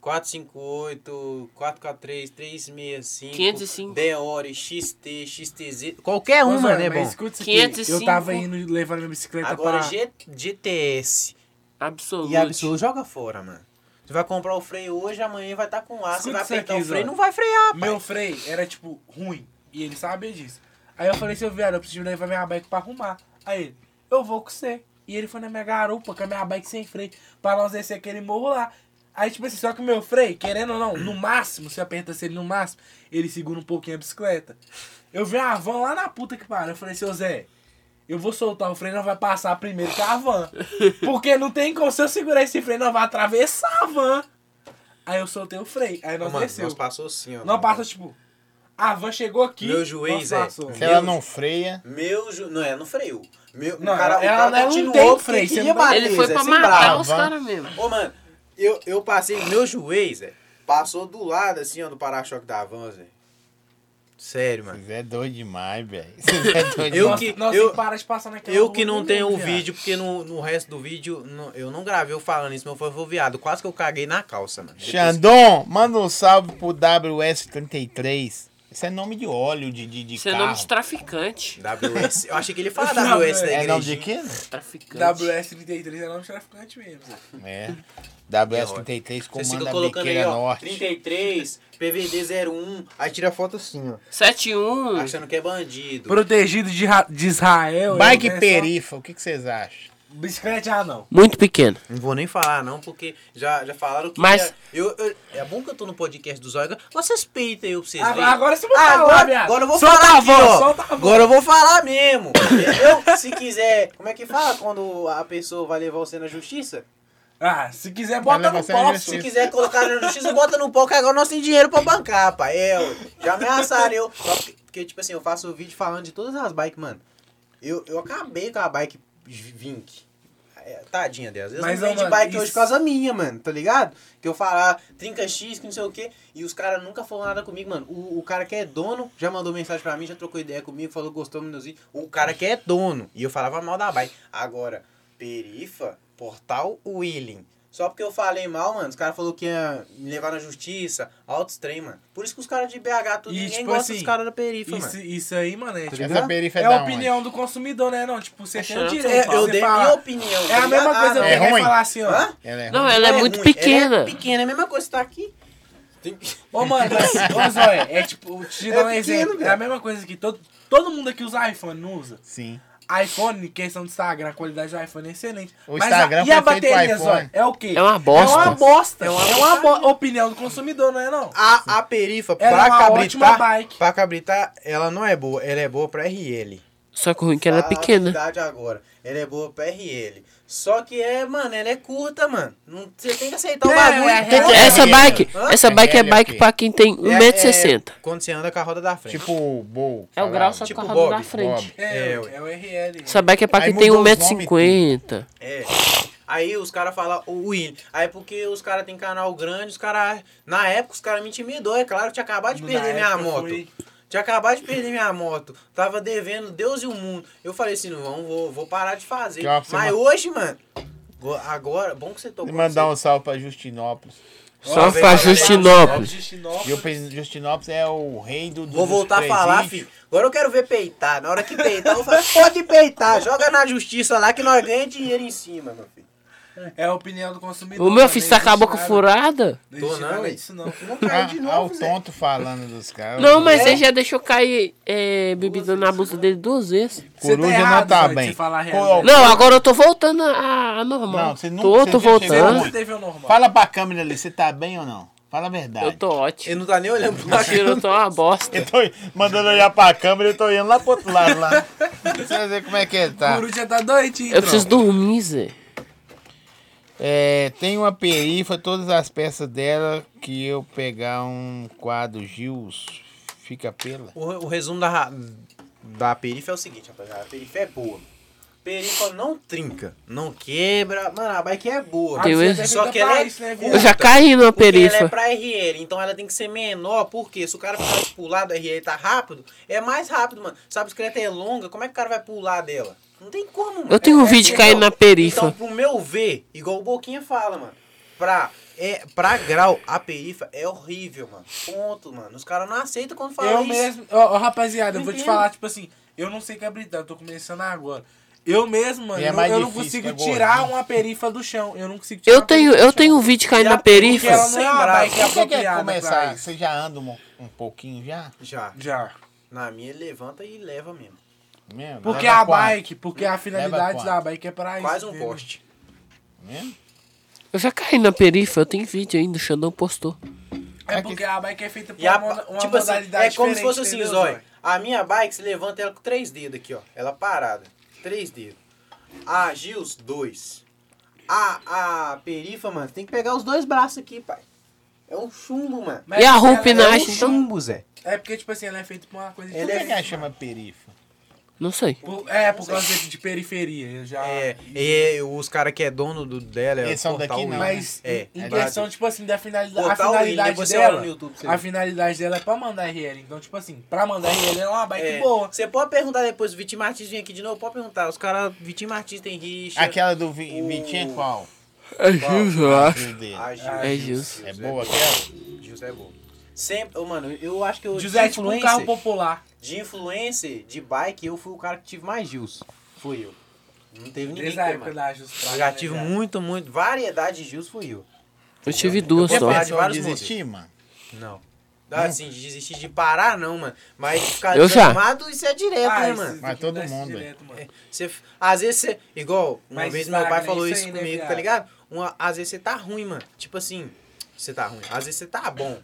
Speaker 3: 447, 458, 443, 365,
Speaker 2: 505.
Speaker 3: Deore, XT, XTZ. Qualquer
Speaker 4: Ô,
Speaker 3: uma,
Speaker 4: Zé,
Speaker 3: né,
Speaker 4: mas
Speaker 3: bom?
Speaker 4: Escuta isso aqui.
Speaker 2: 505.
Speaker 4: Eu tava indo levando minha bicicleta
Speaker 3: Agora,
Speaker 4: pra...
Speaker 3: G- GTS
Speaker 2: Absoluto.
Speaker 3: e Absoluto, joga fora, mano. Você vai comprar o freio hoje, amanhã vai estar com ar, você
Speaker 4: Escuta
Speaker 3: vai
Speaker 4: isso
Speaker 3: apertar
Speaker 4: aqui,
Speaker 3: o freio,
Speaker 4: Zé.
Speaker 3: não vai frear, pai.
Speaker 4: Meu freio era, tipo, ruim. E ele sabia disso. Aí eu falei, seu viado, eu preciso levar minha bike pra arrumar. Aí ele, eu vou com você. E ele foi na minha garupa com a minha bike sem freio pra nós descer aquele morro lá. Aí, tipo assim, só que o meu freio, querendo ou não, no máximo, se aperta ele no máximo, ele segura um pouquinho a bicicleta. Eu vi uma van lá na puta que pariu. Eu falei, seu Zé, eu vou soltar o freio, nós vai passar primeiro que a van. Porque não tem como, se eu segurar esse freio, nós vai atravessar a van. Aí eu soltei o freio, aí nós
Speaker 3: Mano,
Speaker 4: desceu.
Speaker 3: nós passou assim, ó.
Speaker 4: Não passa, tipo. A van chegou aqui.
Speaker 3: Meu juiz,
Speaker 4: nós
Speaker 3: é.
Speaker 4: passou.
Speaker 1: Se ela
Speaker 3: Meu-
Speaker 1: não freia,
Speaker 3: Meu ju... Não, é, não freio. Meu...
Speaker 4: Não,
Speaker 3: o cara,
Speaker 4: ela-
Speaker 3: o cara
Speaker 4: ela não
Speaker 3: continuou
Speaker 4: tem
Speaker 3: porque
Speaker 4: freio,
Speaker 3: queria
Speaker 4: você não dá-
Speaker 3: bater,
Speaker 2: Ele foi
Speaker 3: Zé,
Speaker 2: pra
Speaker 3: sem
Speaker 2: matar
Speaker 3: bravo.
Speaker 2: os
Speaker 1: brava.
Speaker 2: caras mesmo.
Speaker 3: Ô, mano, eu, eu passei... Meu juiz, Zé, passou do lado, assim, ó, do para-choque da van, Zé. Sério, mano.
Speaker 1: vocês é doido demais, velho. Vocês é doido
Speaker 3: Eu
Speaker 1: demais.
Speaker 3: que-
Speaker 4: Nós
Speaker 3: eu-
Speaker 4: tem para de passar naquela
Speaker 3: Eu
Speaker 4: rua
Speaker 3: que não
Speaker 4: ali,
Speaker 3: tenho o
Speaker 4: viado.
Speaker 3: vídeo, porque no, no resto do vídeo não- eu não gravei eu falando isso, mas foi foviado. Quase que eu caguei na calça, mano.
Speaker 1: Xandon, manda um salve pro WS33. Isso é nome de óleo, de, de, de
Speaker 2: Isso é
Speaker 1: carro.
Speaker 2: nome de
Speaker 3: Tá.
Speaker 2: traficante.
Speaker 3: WS. Eu achei que ele fala WS da
Speaker 1: É
Speaker 3: igreja.
Speaker 1: nome de quê?
Speaker 2: Traficante.
Speaker 4: WS33 é nome de traficante mesmo. Zé.
Speaker 1: É. WS33
Speaker 3: Vocês
Speaker 1: comanda
Speaker 3: ficam
Speaker 1: a
Speaker 3: colocando aí,
Speaker 1: biqueira
Speaker 3: ó,
Speaker 1: norte.
Speaker 3: 33, PVD01, aí tira foto assim, ó,
Speaker 2: 71.
Speaker 3: achando que é bandido.
Speaker 4: Protegido de, ra- de Israel. é, né,
Speaker 1: Bike
Speaker 4: eu penso,
Speaker 1: perifa, o que que vocês acham?
Speaker 4: ó, Bicicleta já não.
Speaker 2: Muito pequeno.
Speaker 3: Não vou nem falar, não, porque já, já falaram que.
Speaker 2: Mas-
Speaker 3: é- eu, eu- é bom que eu tô no podcast do Zóiga. Vocês peitam eu pra vocês verem.
Speaker 4: Agora, agora você vai
Speaker 3: Ah,
Speaker 4: falar,
Speaker 3: agora,
Speaker 4: viado.
Speaker 3: agora eu vou
Speaker 4: Solta
Speaker 3: falar
Speaker 4: a
Speaker 3: aqui,
Speaker 4: van,
Speaker 3: ó.
Speaker 4: solta a van.
Speaker 3: Agora eu vou falar mesmo. Eu, se quiser, como é que fala quando a pessoa vai levar você na justiça?
Speaker 4: Ah, se quiser, bota
Speaker 1: levar
Speaker 4: no
Speaker 1: você na
Speaker 4: pau.
Speaker 1: justiça.
Speaker 3: Se quiser colocar na justiça, bota no pau, que agora nós temos dinheiro pra bancar, pai. É, ué. já ameaçaram eu. Só porque, porque, tipo assim, eu faço o vídeo falando de todas as bikes, mano. Eu, eu acabei com a bike Vink. É, tadinha dela. Às vezes
Speaker 4: Mas,
Speaker 3: eu não
Speaker 4: ô,
Speaker 3: vem de
Speaker 4: mano,
Speaker 3: bike
Speaker 4: isso-
Speaker 3: hoje por causa minha, mano, tá ligado? Que eu falar trinca X, que não sei o quê, e os caras nunca falaram nada comigo, mano. O, o cara que é dono já mandou mensagem pra mim, já trocou ideia comigo, falou gostou, meu Deus. O cara que é dono. E eu falava mal da bike. Agora, Perifa, Portal Willing. Só porque eu falei mal, mano, os caras falaram que ia me levar na justiça, altos trem, mano. Por isso que os caras de BH, tudo,
Speaker 4: E,
Speaker 3: ninguém
Speaker 4: tipo
Speaker 3: gosta
Speaker 4: assim,
Speaker 3: dos caras da Perifa, mano.
Speaker 4: Isso, isso aí, mano, é, tipo,
Speaker 1: Essa perifa é,
Speaker 4: é
Speaker 1: da
Speaker 4: a
Speaker 1: onde?
Speaker 4: opinião do consumidor, né? Não, tipo, você
Speaker 2: É
Speaker 4: tem o
Speaker 2: chato,
Speaker 4: direito.
Speaker 3: É,
Speaker 4: de
Speaker 3: eu
Speaker 4: você
Speaker 3: dei
Speaker 4: falar.
Speaker 3: minha opinião.
Speaker 4: É a
Speaker 3: tá
Speaker 4: mesma
Speaker 3: ligado?
Speaker 4: coisa eu
Speaker 3: Ah,
Speaker 1: É
Speaker 4: pegar
Speaker 1: ruim?
Speaker 4: e falar assim,
Speaker 3: não.
Speaker 4: ó.
Speaker 3: Hã?
Speaker 1: Ela é ruim.
Speaker 2: Não, ela é,
Speaker 3: Ela
Speaker 2: muito
Speaker 3: ruim, ela
Speaker 2: pequena.
Speaker 3: é pequena, é a mesma coisa que tá aqui. Tem que-
Speaker 4: Ô, mano, mas, ô, Zóia, é tipo, te
Speaker 3: É
Speaker 4: dar um
Speaker 3: pequeno,
Speaker 4: exemplo. É
Speaker 3: velho.
Speaker 4: a mesma coisa que todo, todo mundo aqui usa iPhone, não usa?
Speaker 1: Sim.
Speaker 4: iPhone, questão do Instagram, a qualidade do iPhone é excelente.
Speaker 1: O Instagram
Speaker 4: a, e a
Speaker 1: foi feito pro
Speaker 4: bateria,
Speaker 1: iPhone.
Speaker 4: Zóia, é o quê?
Speaker 2: É uma bosta.
Speaker 4: É uma bosta. É uma,
Speaker 3: uma
Speaker 4: bo- opinião do consumidor, não é não?
Speaker 3: A, a perifa,
Speaker 4: Ela é
Speaker 3: pra
Speaker 4: uma ótima
Speaker 3: cabritar,
Speaker 4: bike.
Speaker 3: pra cabritar, ela não é boa, ela é boa pra RL.
Speaker 2: Só que o ruim é que ela é
Speaker 3: Fala a
Speaker 2: pequena.
Speaker 3: verdade agora, ela é boa pra RL. Só que é, mano, ela é curta, mano. Não- Você tem que aceitar o
Speaker 4: É,
Speaker 3: bagulho.
Speaker 4: é,
Speaker 3: curto.
Speaker 1: é,
Speaker 2: Essa um
Speaker 1: é,
Speaker 2: bike,
Speaker 3: Hã?
Speaker 2: essa
Speaker 1: É
Speaker 2: bike é
Speaker 1: velha,
Speaker 2: bike
Speaker 1: ok.
Speaker 2: pra quem tem
Speaker 3: É,
Speaker 2: 1,60m.
Speaker 3: é, quando você anda com a roda da frente.
Speaker 1: Tipo o Bol.
Speaker 2: É o grau só
Speaker 1: falava.
Speaker 2: com
Speaker 3: tipo
Speaker 2: a roda da
Speaker 3: Bob,
Speaker 2: frente.
Speaker 4: É,
Speaker 3: É,
Speaker 4: é,
Speaker 3: ué.
Speaker 4: o RL.
Speaker 2: Essa bike é pra
Speaker 1: Aí
Speaker 2: quem tem
Speaker 1: mudou os nomes
Speaker 2: 1,50m.
Speaker 3: É. Aí os caras falam o William. Aí porque os caras têm canal grande, os caras. Na época os caras me intimidou, é claro. Eu tinha acabado de
Speaker 4: Na
Speaker 3: perder minha
Speaker 4: época eu
Speaker 3: moto.
Speaker 4: fui-
Speaker 3: Tinha acabado de perder minha moto. Tava devendo Deus e o mundo. Eu falei assim, não, vamos, vou, vou parar de fazer.
Speaker 1: Que ó, pra você
Speaker 3: Mas
Speaker 1: ma-
Speaker 3: hoje, mano. go- Agora, bom que você tocou.
Speaker 1: Mandar um
Speaker 3: você...
Speaker 1: salve pra Justinópolis.
Speaker 2: Só
Speaker 3: velho,
Speaker 2: pra
Speaker 3: olha,
Speaker 2: Justinópolis.
Speaker 1: E o pres- Justinópolis é o rei do. do
Speaker 3: Vou
Speaker 1: dos
Speaker 3: voltar a falar,
Speaker 1: presídios.
Speaker 3: filho. Agora eu quero ver peitar. Na hora que peitar, eu vou falar, pode peitar. Joga na justiça lá que nós ganhamos dinheiro em cima, meu filho.
Speaker 4: É a opinião do consumidor.
Speaker 2: O meu filho, você
Speaker 4: também,
Speaker 2: acabou com
Speaker 4: não
Speaker 2: furada?
Speaker 4: Não
Speaker 3: Tô
Speaker 4: existe
Speaker 3: não,
Speaker 4: nada
Speaker 3: hein?
Speaker 4: disso, não.
Speaker 3: Não
Speaker 1: Ah,
Speaker 3: caiu de
Speaker 1: ah, o
Speaker 3: novo, Zé.
Speaker 1: tonto falando dos caras.
Speaker 2: Não, mas você já deixou cair é, bebida na bolsa dele duas vezes.
Speaker 4: Você tá
Speaker 1: Coruja
Speaker 4: errado,
Speaker 1: não tá
Speaker 4: Zóio, de
Speaker 1: bem.
Speaker 4: você falar a
Speaker 1: Co-
Speaker 4: realidade.
Speaker 2: Não, agora eu tô voltando a, a normal.
Speaker 1: Não, você nunca-
Speaker 2: Tô,
Speaker 1: você já
Speaker 2: tô
Speaker 4: Você
Speaker 1: chegou
Speaker 2: voltando.
Speaker 1: muito.
Speaker 4: não teve o normal.
Speaker 1: Fala pra câmera ali, você tá bem ou não? Fala a verdade.
Speaker 2: Eu tô ótimo.
Speaker 3: Ele não tá nem olhando pra lá.
Speaker 2: Mentira, eu tô uma bosta.
Speaker 1: Eu tô mandando olhar pra câmera e eu tô indo lá pro outro lado lá. Você ver como é que ele
Speaker 4: O
Speaker 1: tá.
Speaker 4: Coruja tá doidinho.
Speaker 2: Eu preciso dormir, Zé.
Speaker 1: É, tem uma perifa, todas as peças dela que eu pegar um quadro Gils, fica pela.
Speaker 3: O, o resumo da, ra- da perifa é o seguinte, rapaziada. A perifa é boa. Perifa não trinca, não quebra. Mano, a bike é boa.
Speaker 2: Tem
Speaker 4: Deus.
Speaker 2: um-
Speaker 3: Só que ela é
Speaker 2: Eu já caí numa
Speaker 3: Porque ela é
Speaker 2: perifa.
Speaker 3: pra RL, então ela tem que ser menor, porque se o cara precisar de pular da RL tá rápido, é mais rápido, mano. Se a bicicleta é longa, como é que o cara vai pular dela? Não tem como, mano.
Speaker 2: Eu tenho um vídeo
Speaker 3: entendeu?
Speaker 2: caindo na perifa.
Speaker 3: Então, pro meu ver, igual o Boquinha fala, mano, pra, é, pra grau, a perifa é horrível, mano. Ponto, mano. Os caras não aceitam quando fala
Speaker 4: Eu
Speaker 3: isso.
Speaker 4: mesmo, ó, ó, rapaziada, eu vou te
Speaker 2: Uhum.
Speaker 3: Entendo.
Speaker 4: falar, tipo assim, eu não sei cabritar, eu tô começando agora. Eu mesmo, mano,
Speaker 1: E é
Speaker 4: eu-
Speaker 1: mais
Speaker 4: eu não
Speaker 1: difícil,
Speaker 4: consigo
Speaker 1: que é
Speaker 4: tirar
Speaker 1: gordinho.
Speaker 4: uma perifa do chão. Eu não consigo tirar
Speaker 2: Eu
Speaker 4: uma
Speaker 2: tenho,
Speaker 4: perifa
Speaker 2: eu
Speaker 4: do chão.
Speaker 2: tenho um vídeo caindo
Speaker 3: E a
Speaker 2: na perifa.
Speaker 4: Porque ela não
Speaker 3: Sem
Speaker 4: é uma
Speaker 3: braço.
Speaker 4: bike
Speaker 1: Você quer
Speaker 4: apropriada pra
Speaker 1: começar?
Speaker 4: isso.
Speaker 1: Você já anda um, um pouquinho já?
Speaker 3: Já.
Speaker 4: Já.
Speaker 3: Na minha, levanta e leva mesmo.
Speaker 1: Mesmo?
Speaker 4: Porque é
Speaker 1: Leva
Speaker 4: a
Speaker 1: quatro,
Speaker 4: bike, porque a finalidade
Speaker 1: quatro.
Speaker 4: da bike é pra isso.
Speaker 3: Quase um
Speaker 4: entendeu?
Speaker 3: poste.
Speaker 1: mesmo?
Speaker 2: Eu já caí na perifa, eu tenho vídeo ainda, o Xandão postou.
Speaker 4: É porque a bike é feita por
Speaker 3: E a,
Speaker 4: uma, moda- uma
Speaker 3: tipo assim,
Speaker 4: modalidade
Speaker 3: é como se
Speaker 4: diferente,
Speaker 3: fosse assim,
Speaker 4: entendeu,
Speaker 3: Zói. A minha bike, você levanta ela com três dedos aqui, ó. Ela parada. Três dedos. A Gils, dois. A, a perifa, mano, tem que pegar os dois braços aqui, pai. É um chumbo, mano.
Speaker 4: Mas
Speaker 2: E a
Speaker 4: ela-
Speaker 3: É um
Speaker 2: rupinagem? Acho então-
Speaker 3: chumbo, Zé.
Speaker 4: É porque, tipo assim, ela é feita por uma coisa
Speaker 1: Por
Speaker 3: Ele
Speaker 1: que,
Speaker 4: diferente.
Speaker 1: que ela chama perifa?
Speaker 2: Não sei.
Speaker 4: Por- é, por causa de, de periferia. eu Já...
Speaker 3: É, é os caras que é dono do, dela... é
Speaker 1: Eles são
Speaker 3: Portal
Speaker 1: daqui, não,
Speaker 3: William.
Speaker 4: Mas
Speaker 3: É,
Speaker 4: né? em
Speaker 3: é
Speaker 4: questão,
Speaker 3: verdade.
Speaker 4: tipo assim, da finalidade, a
Speaker 3: Botar o
Speaker 4: finalidade
Speaker 3: link, né? você olha
Speaker 4: dela.
Speaker 3: no YouTube, você
Speaker 4: a
Speaker 3: vê.
Speaker 4: finalidade dela é pra mandar RL. Então, tipo assim, pra mandar RL é uma bike
Speaker 3: É,
Speaker 4: boa.
Speaker 3: Você pode perguntar depois, o Vitinho Martins vem aqui de novo, pode perguntar. Os caras, Vitinho Martins tem rixa.
Speaker 4: é
Speaker 1: Aquela do Vi-
Speaker 3: O-
Speaker 1: Vitinho é qual?
Speaker 2: É Gil, eu acho.
Speaker 1: Dele.
Speaker 3: A Gils,
Speaker 4: É
Speaker 2: Gils.
Speaker 1: É boa aquela?
Speaker 3: Gils é boa. Sempre, ô, mano, eu acho que eu.
Speaker 4: José é
Speaker 3: de
Speaker 4: tipo um
Speaker 3: influencer-
Speaker 4: carro popular.
Speaker 3: De influencer, de bike, eu fui o cara que tive mais Gils. Fui eu. Não teve ninguém.
Speaker 4: Desde
Speaker 3: que
Speaker 4: a
Speaker 3: teve
Speaker 4: época
Speaker 3: mais.
Speaker 4: da Justrada.
Speaker 3: Eu já tive muito, muito. Variedade de Gils fui eu.
Speaker 2: Eu tive duas
Speaker 3: Eu
Speaker 1: Você
Speaker 2: só.
Speaker 3: falar de
Speaker 1: pensou em
Speaker 3: vários
Speaker 1: desistir, mano?
Speaker 3: Não.
Speaker 4: Né?
Speaker 3: Assim, de desistir de parar, não, mano. Mas ficar
Speaker 2: Eu já.
Speaker 3: desanimado, isso é direto,
Speaker 4: Ah,
Speaker 3: né, mano?
Speaker 1: Mas todo mundo,
Speaker 3: Você, às vezes você. Igual, uma
Speaker 4: Mas
Speaker 3: vez meu
Speaker 4: estraga,
Speaker 3: pai
Speaker 4: né?
Speaker 3: falou
Speaker 4: Isso
Speaker 3: isso,
Speaker 4: aí, né,
Speaker 3: comigo,
Speaker 4: viado?
Speaker 3: tá ligado? Uma, às vezes você tá ruim, mano. Tipo assim, você tá ruim. Às vezes você tá bom.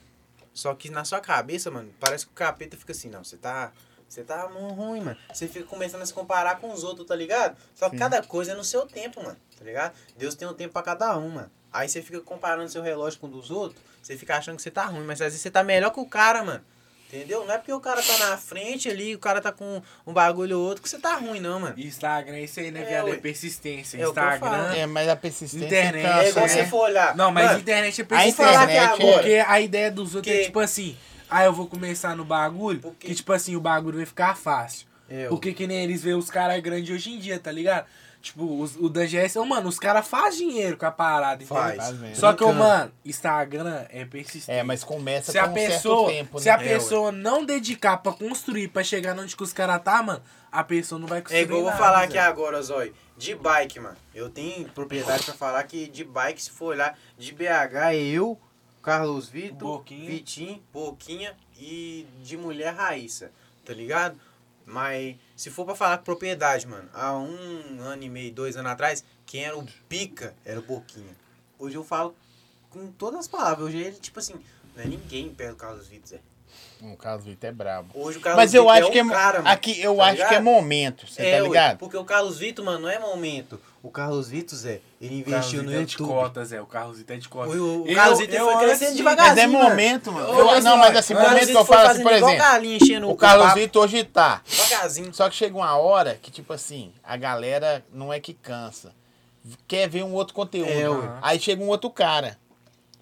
Speaker 3: Só que na sua cabeça, mano, parece que o capeta fica assim, não, você tá. Você tá mu- ruim, mano. Você fica começando a se comparar com os outros, tá ligado? Só que cada coisa é no seu tempo, mano, tá ligado? Deus tem um tempo pra cada um, mano. Aí você fica comparando seu relógio com o dos outros, você fica achando que você tá ruim, mas às vezes você tá melhor que o cara, mano. Entendeu? Não é porque o cara tá na frente ali, o cara tá com um bagulho ou outro, que você tá ruim, não, mano.
Speaker 4: Instagram, é isso aí, né,
Speaker 3: É,
Speaker 4: viado? É,
Speaker 3: ué.
Speaker 4: persistência.
Speaker 3: É o que eu
Speaker 4: Instagram.
Speaker 3: falo.
Speaker 1: É, mas a persistência
Speaker 4: Internet,
Speaker 1: cansa,
Speaker 3: É igual
Speaker 4: né?
Speaker 3: você for olhar.
Speaker 4: Não, mas
Speaker 3: Mano,
Speaker 4: internet é
Speaker 1: a
Speaker 3: Vou
Speaker 4: persistência.
Speaker 3: falar aqui
Speaker 1: internet é-
Speaker 3: agora.
Speaker 4: Porque a ideia dos outros é
Speaker 3: Que-
Speaker 4: tipo assim, ah, eu vou começar no bagulho,
Speaker 3: Porque-
Speaker 4: que tipo assim, o bagulho vai ficar fácil.
Speaker 3: Eu.
Speaker 4: Porque que nem eles veem os caras grandes hoje em dia, tá ligado? Tipo, os, o DGS, ô, mano, os caras fazem dinheiro com a parada, entendeu?
Speaker 3: Faz.
Speaker 1: Faz mesmo.
Speaker 4: Só que, ô,
Speaker 3: Brincando. tá
Speaker 4: mano, Instagram é persistente.
Speaker 1: É, mas começa
Speaker 4: se
Speaker 1: com
Speaker 4: a
Speaker 1: um
Speaker 4: pessoa,
Speaker 1: certo tempo,
Speaker 4: se a
Speaker 1: né?
Speaker 4: pessoa não dedicar pra construir, pra chegar onde que os caras tá, mano, a pessoa não vai
Speaker 3: É
Speaker 4: construir
Speaker 3: igual eu vou
Speaker 4: nada,
Speaker 3: falar aqui
Speaker 4: Zé.
Speaker 3: agora, Zói. De bike, mano. Eu tenho propriedade pra falar que de bike, se for olhar, de BH, eu, Carlos Vitor,
Speaker 4: Boquinha.
Speaker 3: Vitinho, Boquinha e de mulher Raíssa, tá ligado? Mas se for pra falar com propriedade, mano, há um ano e meio, dois anos atrás, quem era o pica era o Boquinha. Hoje eu falo com todas as palavras. Hoje ele, tipo assim, não é ninguém perto do Carlos Vitor, Zé.
Speaker 1: No caso, o Vitor é brabo.
Speaker 3: Hoje o Carlos
Speaker 1: Mas eu
Speaker 3: Vitor
Speaker 1: acho
Speaker 3: um
Speaker 1: que é.
Speaker 3: cara, mano.
Speaker 1: Aqui, eu
Speaker 3: tá
Speaker 1: acho que é
Speaker 3: ligado?
Speaker 1: momento, você tá
Speaker 3: É, ué,
Speaker 1: ligado?
Speaker 3: Porque o Carlos Vitor, mano, não é momento. O Carlos Vitor, Zé, ele
Speaker 4: O Carlos
Speaker 3: investiu no
Speaker 4: Vitor é de
Speaker 3: YouTube.
Speaker 4: cotas, é. O Carlos Vitor é de cotas.
Speaker 3: O- o
Speaker 4: Eu-
Speaker 3: Carlos Vitor
Speaker 4: eu
Speaker 3: foi
Speaker 4: antes
Speaker 3: crescendo
Speaker 4: de-
Speaker 3: devagar.
Speaker 1: Mas é
Speaker 3: Assim, mano.
Speaker 1: momento, mano.
Speaker 3: Eu-
Speaker 1: Eu-
Speaker 3: assim,
Speaker 1: não, mas assim,
Speaker 3: Carlos
Speaker 1: momento que
Speaker 3: Vitor
Speaker 1: eu
Speaker 3: foi
Speaker 1: falo assim,
Speaker 3: fazendo
Speaker 1: por
Speaker 3: igual
Speaker 1: exemplo.
Speaker 3: galinha, enchendo
Speaker 1: O Carlos
Speaker 3: papo
Speaker 1: Vitor hoje tá.
Speaker 3: Devagarzinho.
Speaker 1: Só que chega uma hora que, tipo assim, a galera não é que cansa. Quer ver um outro conteúdo.
Speaker 3: É, ué.
Speaker 1: aí chega um outro cara.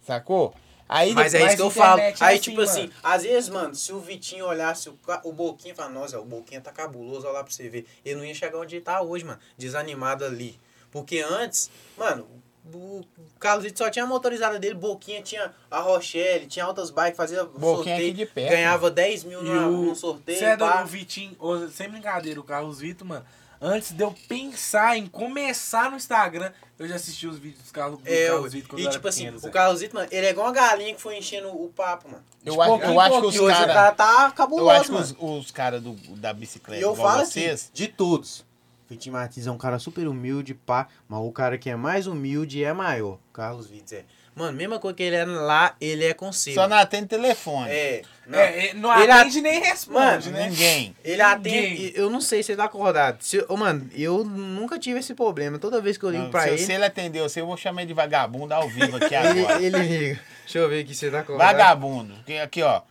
Speaker 1: Sacou? Aí
Speaker 3: Mas é
Speaker 1: depois-
Speaker 3: isso
Speaker 4: Mas
Speaker 3: que eu falo.
Speaker 4: internet
Speaker 1: né,
Speaker 4: é
Speaker 3: Aí,
Speaker 4: assim,
Speaker 3: tipo
Speaker 4: mano.
Speaker 3: assim, às vezes, mano, se o Vitinho olhasse o, ca- o Boquinha, fala, nossa, o Boquinha tá cabuloso, olha lá pra você ver. Ele não ia chegar onde ele tá hoje, mano, desanimado ali. Porque antes, mano, o Carlos Vitor só tinha a motorizada dele, Boquinha tinha a Rochelle, tinha altas bikes, fazia
Speaker 1: Boquinha
Speaker 3: sorteio,
Speaker 1: aqui de perto,
Speaker 3: ganhava 10 mil
Speaker 4: E
Speaker 3: no,
Speaker 4: o
Speaker 3: num sorteio.
Speaker 4: Cê é doido,
Speaker 3: pá.
Speaker 4: o Vitinho, ô, sem brincadeira, o Carlos Vitor, mano. Antes de eu pensar em começar no Instagram, eu já assisti os vídeos dos Carlos, do
Speaker 3: É,
Speaker 4: Carlos Vitor quando
Speaker 3: e
Speaker 4: eu
Speaker 3: tipo
Speaker 4: era
Speaker 3: assim,
Speaker 4: pequeno, Zé.
Speaker 3: o Carlosito, mano, ele é igual uma galinha que foi enchendo o papo, mano.
Speaker 1: eu,
Speaker 4: de
Speaker 1: acho,
Speaker 4: pouquinho
Speaker 1: eu
Speaker 4: em
Speaker 1: acho que os
Speaker 3: E hoje o
Speaker 1: caras.
Speaker 3: cara tá cabuloso,
Speaker 1: Eu acho que
Speaker 3: mano.
Speaker 1: os, os caras da bicicleta,
Speaker 3: E eu
Speaker 1: igual
Speaker 3: falo
Speaker 1: vocês,
Speaker 3: assim, de todos. Vitinho Martins é um cara super humilde, pá. Mas o cara que é mais humilde é maior. Carlos Vitor é. Mano, mesma coisa que ele é lá, ele é consigo.
Speaker 1: só não atende telefone.
Speaker 3: É. Não.
Speaker 4: É, é, não
Speaker 3: Ele
Speaker 4: atende nem responde,
Speaker 3: Mano,
Speaker 4: né?
Speaker 1: Ninguém.
Speaker 3: Ele atende.
Speaker 4: Ninguém.
Speaker 3: Eu não sei se ele tá acordado. Se, ô, mano, eu nunca tive esse problema. Toda vez que eu ligo
Speaker 1: Não,
Speaker 3: pra
Speaker 1: se,
Speaker 3: ele.
Speaker 1: se ele atender você, eu vou chamar ele de vagabundo ao vivo aqui agora.
Speaker 3: Ele, ele liga. Deixa eu ver aqui se ele tá acordado.
Speaker 1: vagabundo. Porque Aqui, ó.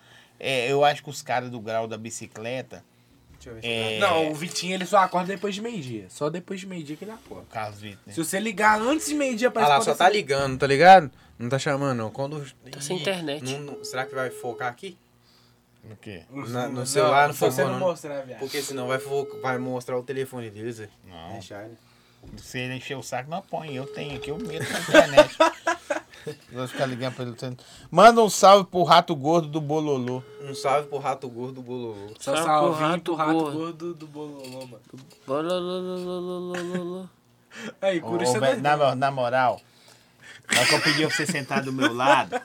Speaker 1: é, eu acho que os caras do grau da bicicleta.
Speaker 3: Deixa eu ver se ele
Speaker 1: É,
Speaker 4: Não, o Vitinho ele só acorda depois de meio-dia. Só depois de meio-dia que ele acorda.
Speaker 1: o Carlos Vitor. né?
Speaker 4: Se você ligar antes de meio-dia pra
Speaker 3: Ah lá,
Speaker 4: responder
Speaker 3: só tá
Speaker 4: essa-
Speaker 3: ligando, tá ligado? Não tá chamando, não. Quando...
Speaker 2: Tá sem
Speaker 3: Ih,
Speaker 2: internet.
Speaker 3: não- não- será que vai focar aqui?
Speaker 1: O quê?
Speaker 3: na- no né? celular, não
Speaker 4: se você
Speaker 3: focou,
Speaker 4: não
Speaker 3: não.
Speaker 4: mostrar, viado.
Speaker 3: Porque senão vai, fo- vai mostrar o telefone deles. é.
Speaker 1: Não.
Speaker 3: Deixa ele.
Speaker 1: Se ele encher o saco, não põe. Eu tenho aqui, eu meto na internet. Vou ficar ligando pra ele. Manda um salve pro rato gordo do Bololô.
Speaker 3: Um salve pro rato gordo bololô.
Speaker 4: Só
Speaker 2: Só
Speaker 4: salve
Speaker 2: pro rato
Speaker 4: rato, rato gordo.
Speaker 2: gordo.
Speaker 4: do bololô, mano.
Speaker 2: Bolololololololololo.
Speaker 4: Aí,
Speaker 1: Ô,
Speaker 4: Curitiba.
Speaker 1: velho, na, na moral, na hora que eu pedi pra você sentar do meu lado,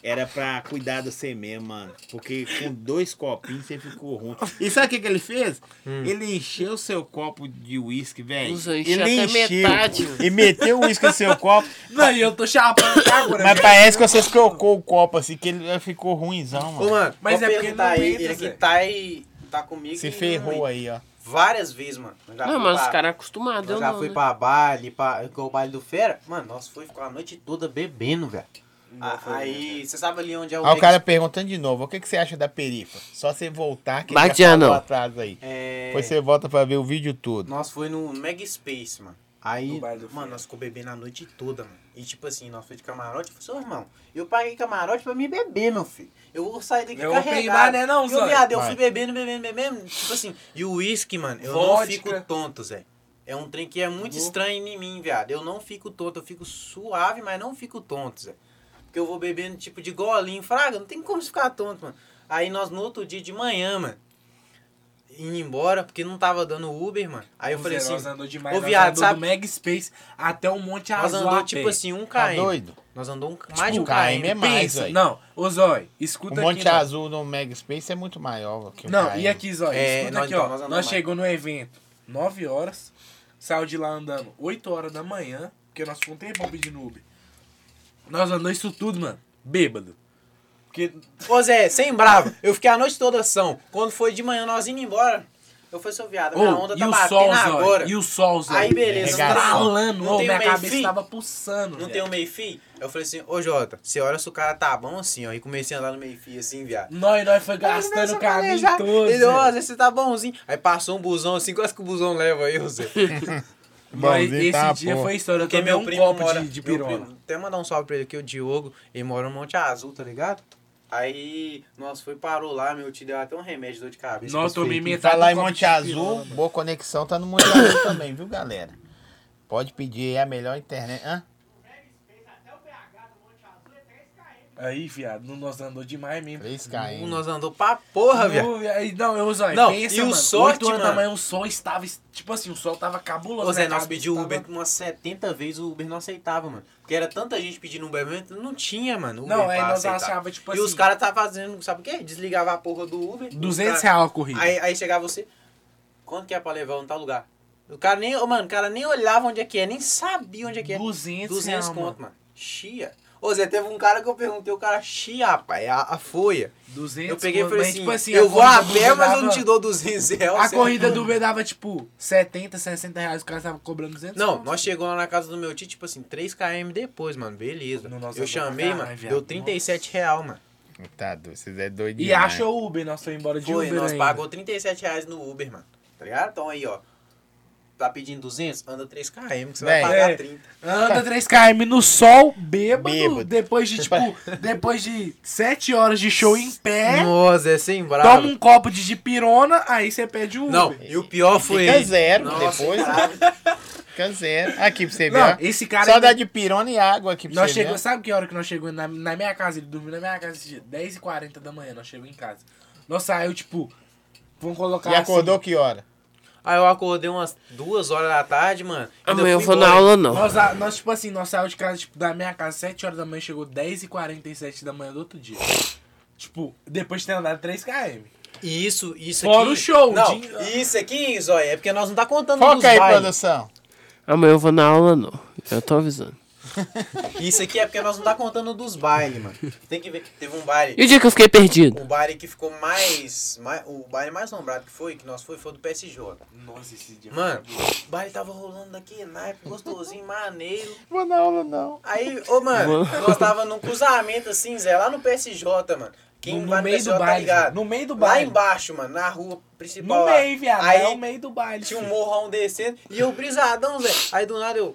Speaker 1: era pra cuidar de você mesmo, mano. Porque com dois copinhos você ficou ruim. E sabe o que, que ele fez?
Speaker 3: Hum.
Speaker 1: Ele encheu seu copo de uísque, velho.
Speaker 2: Nossa, encheu
Speaker 1: Ele
Speaker 2: até
Speaker 1: encheu.
Speaker 2: metade.
Speaker 1: E meteu o uísque no seu copo.
Speaker 4: Não, e eu tô chapando até agora.
Speaker 1: Mas
Speaker 4: viado.
Speaker 1: parece que você trocou o copo, assim, que ele ficou ruimzão,
Speaker 3: Ô,
Speaker 1: mano.
Speaker 3: mano,
Speaker 4: Mas
Speaker 3: vou
Speaker 4: é porque
Speaker 3: perguntar
Speaker 4: não
Speaker 3: aí.
Speaker 4: aguenta,
Speaker 3: Ele
Speaker 4: Zé.
Speaker 3: aqui tá aí. Tá comigo.
Speaker 1: Se
Speaker 3: e-
Speaker 1: ferrou aí, ó.
Speaker 3: Várias vezes, mano. Eu já
Speaker 2: Não,
Speaker 3: fui
Speaker 2: mas os
Speaker 3: pra-
Speaker 2: caras
Speaker 3: eu
Speaker 2: acostumados, eu
Speaker 3: já
Speaker 2: não,
Speaker 3: fui
Speaker 2: né?
Speaker 3: pra baile, pra, igual o baile do Fera. Mano, nós foi ficar a noite toda bebendo, velho. Ah, Aí, você sabe ali onde é o.
Speaker 4: Ah,
Speaker 1: Aí o
Speaker 3: Rex-
Speaker 1: cara perguntando de novo, o que, que você acha da perifa? Só você voltar que ele já
Speaker 2: Batiano.
Speaker 1: falou atrás aí.
Speaker 3: É.
Speaker 1: Depois você volta pra ver o vídeo todo.
Speaker 3: Nós foi no Mega Space, mano. Aí,
Speaker 4: No bar do Fred.
Speaker 3: mano, nós ficou bebendo a noite toda, mano. E tipo assim, nós foi de camarote. Eu falei, seu irmão, eu paguei camarote pra me beber, meu filho. Eu vou sair daqui
Speaker 4: Eu vou
Speaker 3: carregado.
Speaker 4: peidar, né, não,
Speaker 3: eu,
Speaker 4: Zóio?
Speaker 3: viado, eu
Speaker 1: Vai.
Speaker 3: fui bebendo, bebendo, bebendo. Tipo assim, e o uísque, mano, eu
Speaker 4: Vodka.
Speaker 3: não fico tonto, Zé. É um trem que é muito estranho em mim, viado. Eu não fico tonto, eu fico suave, mas não fico tonto, Zé. Porque eu vou bebendo tipo de golinho, fraga, não tem como ficar tonto, mano. Aí nós no outro dia de manhã, mano, indo embora, porque não tava dando Uber, mano. Aí eu
Speaker 4: O
Speaker 3: falei
Speaker 4: Zé,
Speaker 3: assim,
Speaker 4: nós Tá andou demais,
Speaker 3: ô,
Speaker 4: nós
Speaker 3: viado,
Speaker 4: andou
Speaker 3: sabe-
Speaker 4: do Mega Space até o Monte
Speaker 3: nós
Speaker 4: Azul.
Speaker 3: andou
Speaker 4: a pé.
Speaker 3: tipo assim, um
Speaker 1: Tá
Speaker 3: KM.
Speaker 1: doido?
Speaker 3: Nós andou um- mais de um
Speaker 1: um KM
Speaker 3: KM.
Speaker 1: é mais,
Speaker 4: Pensa,
Speaker 1: velho.
Speaker 4: não, ô Zói,
Speaker 1: O
Speaker 4: escuta
Speaker 1: Monte
Speaker 4: aqui. mano.
Speaker 1: Azul no Mega Space é muito maior que o
Speaker 4: Não,
Speaker 1: KM.
Speaker 4: e aqui, Zói,
Speaker 3: É,
Speaker 4: escuta
Speaker 3: nós-
Speaker 4: aqui,
Speaker 3: então,
Speaker 4: ó.
Speaker 3: nós
Speaker 4: Nós,
Speaker 3: andamos mais.
Speaker 4: chegou no evento 9 horas, saiu de lá andando 8 horas da manhã, porque nós ficamos um tempão pedindo Uber. Nós andamos isso tudo, mano, bêbado. Porque
Speaker 3: Ô Zé, sem bravo, eu fiquei a noite toda são. Quando foi de manhã, nós indo embora. Eu falei, seu viado, minha
Speaker 4: Ô,
Speaker 3: onda
Speaker 4: e
Speaker 3: tá
Speaker 4: o
Speaker 3: batendo
Speaker 4: sol, Zóio?
Speaker 3: agora.
Speaker 4: E o sol, Zóio?
Speaker 3: Aí, beleza,
Speaker 1: não tem-
Speaker 4: Estralando.
Speaker 3: não
Speaker 4: Ô,
Speaker 3: tem
Speaker 4: minha
Speaker 3: meio
Speaker 4: cabeça
Speaker 3: fim?
Speaker 4: tava pulsando.
Speaker 3: Não
Speaker 4: velho.
Speaker 3: tem um meio-fio? Eu falei assim, ô Jota, você olha se o cara tá bom assim, ó. E comecei a andar no meio-fio assim, viado.
Speaker 4: Nós, nós foi gastando o caminho todo.
Speaker 3: Ele, ó,
Speaker 4: velho.
Speaker 3: Zé, você tá bonzinho. Aí passou um busão assim, quase que o busão leva aí, Zé.
Speaker 4: Mas
Speaker 1: Bonzinho
Speaker 4: esse
Speaker 1: tá,
Speaker 4: dia
Speaker 1: pô.
Speaker 4: foi história. Eu
Speaker 3: Porque
Speaker 4: tomei
Speaker 3: meu
Speaker 4: um
Speaker 3: primo
Speaker 4: copo
Speaker 3: mora,
Speaker 4: de, de
Speaker 3: meu
Speaker 4: pirona.
Speaker 3: primo- até mandar um salve pra ele aqui, o Diogo, ele mora no Monte Azul, tá ligado? Aí, nós foi, parou lá, meu tio deu até um remédio de dor de cabeça. Tipo,
Speaker 4: Nós
Speaker 3: pra
Speaker 4: tomei
Speaker 3: ele.
Speaker 1: E
Speaker 4: metade
Speaker 1: tá lá em
Speaker 4: do copo
Speaker 1: Monte
Speaker 4: de
Speaker 1: Azul,
Speaker 4: pirona.
Speaker 1: boa conexão tá no Monte Azul também, viu, galera? Pode pedir aí a melhor internet. Hã?
Speaker 4: Aí, viado, não- nós andou demais mesmo.
Speaker 1: 3KM.
Speaker 3: um, Nós andou pra porra, viado.
Speaker 4: Não, aí- Não, eu usei.
Speaker 3: Não,
Speaker 4: pensa,
Speaker 3: e o
Speaker 4: mano,
Speaker 3: sorte,
Speaker 4: oito horas da
Speaker 3: mano.
Speaker 4: manhã o sol estava. Tipo assim, o sol tava cabuloso.
Speaker 3: Ô Zé,
Speaker 4: né?
Speaker 3: nós
Speaker 4: Tava-
Speaker 3: pedimos
Speaker 4: tava-
Speaker 3: Uber umas 70 vezes, o Uber não aceitava, mano. Porque era tanta gente pedindo Uber, mas não tinha, mano. Uber
Speaker 4: Não,
Speaker 3: pra
Speaker 4: aí nós
Speaker 3: aceitar.
Speaker 4: achava, tipo
Speaker 3: E
Speaker 4: assim.
Speaker 3: os caras tava fazendo, sabe o quê? Desligava a porra do Uber. os
Speaker 4: 200
Speaker 3: cara-
Speaker 4: reais a corrida.
Speaker 3: Aí, aí chegava você, quanto que é pra levar em tal lugar? O cara nem, ô, mano, o cara nem olhava onde é que é, nem sabia onde é que é.
Speaker 4: 200,
Speaker 3: 200
Speaker 4: reais,
Speaker 3: conto,
Speaker 4: mano.
Speaker 3: mano. Chia. Ô Zé, teve um cara que eu perguntei, o cara, chia, rapaz, é a, a folha.
Speaker 4: 200
Speaker 3: Eu peguei e
Speaker 4: conto,
Speaker 3: falei
Speaker 4: mas,
Speaker 3: assim,
Speaker 4: tipo assim,
Speaker 3: eu
Speaker 4: a
Speaker 3: vou a
Speaker 4: corrida do
Speaker 3: pé,
Speaker 4: Uber
Speaker 3: mas eu não
Speaker 4: dava-
Speaker 3: te dou 200 reais.
Speaker 4: A
Speaker 3: Zé.
Speaker 4: corrida do Uber dava tipo 70, 60 reais, o cara tava cobrando 200
Speaker 3: Não,
Speaker 4: conto.
Speaker 3: nós chegamos lá na casa do meu tio, tipo assim, 3km depois, mano. Beleza.
Speaker 4: Não, nós
Speaker 3: eu
Speaker 4: andamos
Speaker 3: chamei,
Speaker 4: pra
Speaker 3: mano.
Speaker 4: caralho,
Speaker 3: Deu
Speaker 4: viado.
Speaker 3: 37 real, mano.
Speaker 1: Tá doido, vocês é doido
Speaker 4: E
Speaker 1: demais.
Speaker 4: acha o Uber, nós foi embora de
Speaker 3: Foi,
Speaker 4: Uber
Speaker 3: nós
Speaker 4: ainda.
Speaker 3: pagou 37 reais no Uber, mano. Tá ligado? Então aí, ó. Tá pedindo 200? Anda 3km, que você
Speaker 1: Véi.
Speaker 3: vai pagar
Speaker 4: É.
Speaker 3: 30.
Speaker 4: Anda 3km no sol, bêbado,
Speaker 1: Bêbado.
Speaker 4: depois de tipo, depois de 7 horas de show em pé,
Speaker 3: Nossa, é sem
Speaker 4: toma um copo de dipirona, aí você pede o Uber. É
Speaker 3: Não, e o pior foi.
Speaker 1: Fica zero
Speaker 3: Nossa,
Speaker 1: depois.
Speaker 3: caralho.
Speaker 1: Fica zero. Aqui pra você ver,
Speaker 4: Não,
Speaker 1: ó.
Speaker 4: esse cara
Speaker 1: Só
Speaker 4: ainda-
Speaker 1: dá de pirona e água aqui pra
Speaker 4: nós
Speaker 1: você
Speaker 4: chegou,
Speaker 1: ver.
Speaker 4: sabe que hora que nós chegamos na, na minha casa, ele dormiu na minha casa esse dia, 10h40 da manhã, nós chegamos em casa. Nós saiu tipo Vamos colocar
Speaker 1: E acordou
Speaker 4: assim,
Speaker 1: que hora?
Speaker 3: Aí eu acordei umas duas horas da tarde, mano. Ainda
Speaker 2: Amanhã eu
Speaker 3: fui
Speaker 2: vou na
Speaker 3: embora.
Speaker 2: aula não.
Speaker 4: Nós, a- nós, tipo assim, nós saímos de casa, tipo, da minha casa 7 horas da manhã, chegou 10h47 da manhã do outro dia. Tipo, depois de ter andado 3km.
Speaker 3: E Isso, isso
Speaker 4: Fora
Speaker 3: aqui.
Speaker 4: o show,
Speaker 3: Não,
Speaker 4: de-
Speaker 3: isso aqui, Zóia, é porque nós não tá
Speaker 4: Um
Speaker 3: contando dos
Speaker 1: Foca aí,
Speaker 3: bailes.
Speaker 1: produção.
Speaker 2: Amanhã eu vou na aula não. Eu tô avisando.
Speaker 3: Isso aqui é porque nós não tá contando dos bailes, mano. Tem que ver. Teve um baile.
Speaker 2: E o dia que eu fiquei perdido?
Speaker 3: O baile que ficou mais, mais. O baile mais lembrado que foi, que nós foi, foi o do PSJ.
Speaker 4: Nossa, esse dia.
Speaker 3: Mano, o baile tava rolando daqui, naipe, gostosinho, maneiro.
Speaker 1: Vou na aula, não.
Speaker 3: Aí, ô, mano, nós tava num cruzamento assim, Zé, lá no PSJ, mano. Quem
Speaker 4: no,
Speaker 3: vai
Speaker 4: no meio do
Speaker 3: PSJ tá
Speaker 4: baile,
Speaker 3: ligado?
Speaker 4: no meio do
Speaker 3: Lá
Speaker 4: baile.
Speaker 3: embaixo, mano, na rua principal.
Speaker 4: No
Speaker 3: lá.
Speaker 4: meio, viado.
Speaker 3: Aí
Speaker 4: é o meio do baile.
Speaker 3: tinha um
Speaker 4: filho.
Speaker 3: morrão descendo e eu brisadão, Zé. Aí do nada eu.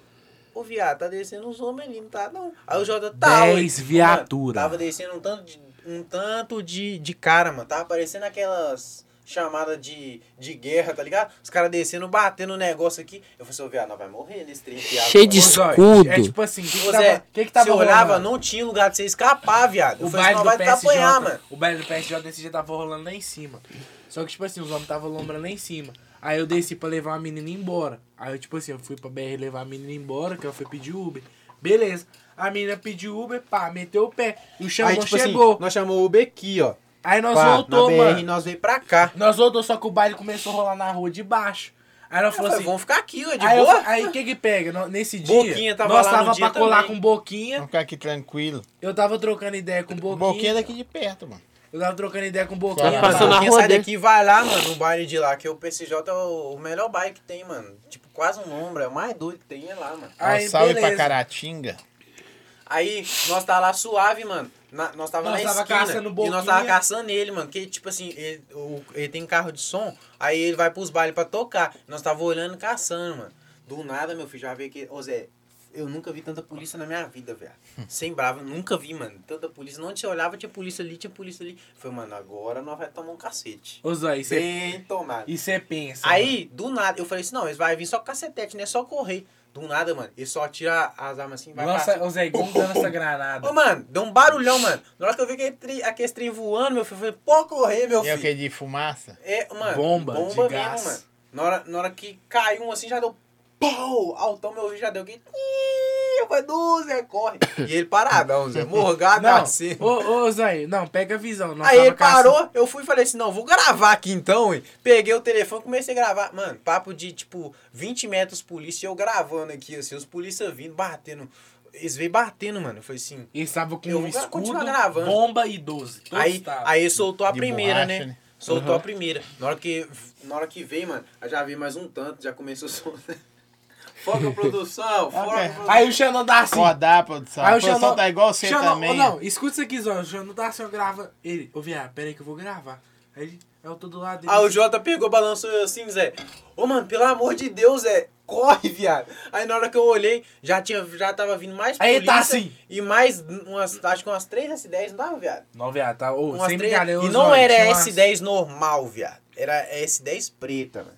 Speaker 3: Ô, viado, tá descendo uns homens ali, não tá não. Aí o Jota tá. ué.
Speaker 4: Dez viatura.
Speaker 3: Mano, Tava descendo um tanto de, um tanto de, de cara, mano. Tava parecendo aquelas chamadas de, de guerra, tá ligado? Os caras descendo, batendo o negócio aqui. Eu falei assim, ô, viado, nós vai morrer nesse trem, viado.
Speaker 2: Cheio de
Speaker 4: Ô,
Speaker 3: Ô,
Speaker 4: Zóio,
Speaker 2: escudo.
Speaker 4: É tipo assim, o que, que
Speaker 3: Zé,
Speaker 4: tava, que que tava
Speaker 3: você olhava,
Speaker 4: rolando?
Speaker 3: não tinha lugar de você escapar, viado. Eu
Speaker 4: O
Speaker 3: falei assim,
Speaker 4: baile
Speaker 3: nós
Speaker 4: do
Speaker 3: vai te
Speaker 4: PSJ,
Speaker 3: apanhar, mano.
Speaker 4: o baile do PSJ nesse dia tava rolando lá em cima. Só que, tipo assim, os homens tava lombrando lá em cima. Aí eu desci pra levar a menina embora. Aí eu, tipo assim, eu fui pra BR levar a menina embora, que eu fui pedir Uber. Beleza. A menina pediu Uber, pá, meteu o pé. E o Xangô Então, chegou.
Speaker 3: assim, nós chamamos o Uber aqui, ó.
Speaker 4: Aí nós
Speaker 3: tipo Pá,
Speaker 4: voltou,
Speaker 3: na BR,
Speaker 4: mano.
Speaker 3: nós veio pra cá.
Speaker 4: Nós voltou, só que o baile começou a rolar na rua de baixo. Aí nós
Speaker 3: Eu
Speaker 4: falou
Speaker 3: falei,
Speaker 4: assim...
Speaker 3: vamos ficar aqui, ó, Tá de
Speaker 4: aí eu-
Speaker 3: boa.
Speaker 4: aí o que que pega? No- Nesse dia,
Speaker 3: Boquinha tava
Speaker 4: nós
Speaker 3: lá no
Speaker 4: tava
Speaker 3: dia
Speaker 4: pra colar
Speaker 3: também.
Speaker 4: com Boquinha.
Speaker 1: Vamos ficar aqui tranquilo.
Speaker 4: Eu tava trocando ideia com
Speaker 1: O
Speaker 4: Boquinha.
Speaker 1: Boquinha é daqui de perto, mano.
Speaker 4: Eu tava trocando ideia com Boquinha.
Speaker 2: Tá
Speaker 4: mano.
Speaker 2: passando na
Speaker 3: Quem
Speaker 2: rua
Speaker 3: sai
Speaker 2: dele.
Speaker 3: daqui vai lá, mano, no baile de lá, que o PCJ é o o melhor baile que tem, mano. Tipo, quase um ombro, é o mais doido que tem, é lá, mano.
Speaker 1: Um
Speaker 4: Aí,
Speaker 1: salve pra
Speaker 4: beleza.
Speaker 1: Caratinga.
Speaker 3: Aí, nós tá lá suave, mano. Na- nós tava
Speaker 4: Nós
Speaker 3: na
Speaker 4: tava
Speaker 3: esquina
Speaker 4: caçando
Speaker 3: e
Speaker 4: boquinha.
Speaker 3: nós tava caçando ele, mano. Que, tipo assim, ele, o- ele tem carro de som, aí ele vai pros bailes pra tocar. Nós tava olhando e caçando, mano. Do nada, meu filho, já veio que... Ô, Zé, eu nunca vi tanta polícia na minha vida, velho. Sem brava, nunca vi, mano. Tanta polícia. Onde você olhava, tinha polícia ali, tinha polícia ali. Foi, mano, agora nós vai tomar um cacete.
Speaker 4: Ô, Zói, cê-
Speaker 3: Bem tomado.
Speaker 4: E você pensa.
Speaker 3: Aí, do nada, eu falei assim, não, eles vai vir só com cacetete, né? Só correr. Do nada, mano, eles só tira as armas assim, vai
Speaker 4: mano.
Speaker 3: Nossa,
Speaker 4: Lança, ô Zé, como dando essa granada?
Speaker 3: Ô, mano, deu um barulhão, mano. Na hora que eu vi aquele tri, aquele trem voando, meu filho, eu falei, pô, correr, meu
Speaker 1: E é o
Speaker 3: filho.
Speaker 1: que de fumaça?
Speaker 3: É, mano,
Speaker 4: Bomba de gás.
Speaker 3: Na hora, na hora que caiu um assim, já deu pau, altão, meu filho já deu que... Ih, Eu falei, "Du, Zé, corre. E ele paradão, Zé, morgado
Speaker 4: não,
Speaker 3: assim.
Speaker 4: ô, ô, Zé, não, pega a visão. Nós
Speaker 3: Aí
Speaker 4: tava
Speaker 3: ele
Speaker 4: caçando-
Speaker 3: parou, eu fui e falei assim, não, vou gravar aqui então, hein? Peguei o telefone, comecei a gravar. Mano, papo de, tipo, 20 metros polícia, eu gravando aqui, assim, os polícia vindo, batendo. Eles veio batendo, mano. Eu falei assim...
Speaker 4: Ele tava com
Speaker 3: Eu
Speaker 4: um
Speaker 3: vou
Speaker 4: escudo,
Speaker 3: continuar gravando.
Speaker 4: bomba e 12. Todos
Speaker 3: Aí,
Speaker 4: tavam.
Speaker 3: aí ele soltou a
Speaker 1: De
Speaker 3: primeira,
Speaker 1: borracha,
Speaker 3: né?
Speaker 1: né?
Speaker 3: Soltou a primeira. Na hora, que, na hora que vem, mano, eu já vi mais um tanto, já começou a soltar. Foca produção, foca
Speaker 1: Ok.
Speaker 3: produção.
Speaker 4: Aí o Xanon dá assim.
Speaker 1: Acordar, produção.
Speaker 4: Aí
Speaker 1: A
Speaker 4: o
Speaker 1: produção
Speaker 4: Xanon,
Speaker 1: tá igual você
Speaker 4: Xanon,
Speaker 1: também.
Speaker 4: ô, Não, escuta isso aqui, Zó. O Xanon dá assim, eu grava. Ele, ô viado, pera aí que eu vou gravar. Aí ele- eu tô do lado dele.
Speaker 3: Aí Ah, o Jota pegou, balançou eu assim, Zé. Ô, mano, pelo amor de Deus, Zé. Corre, viado. Aí na hora que eu olhei, já, tinha, já tava vindo mais
Speaker 4: Aí
Speaker 3: polícia
Speaker 4: tá assim.
Speaker 3: E mais, umas, acho que umas 3 S10, não dava, viado?
Speaker 4: Não, viado, tá. Ô,
Speaker 3: Umas
Speaker 4: sem
Speaker 3: três-
Speaker 4: brincadeira. ô,
Speaker 3: Um E
Speaker 4: Zó,
Speaker 3: não era
Speaker 4: tinha umas-
Speaker 3: S10 normal, viado. Era S10 preta, mano.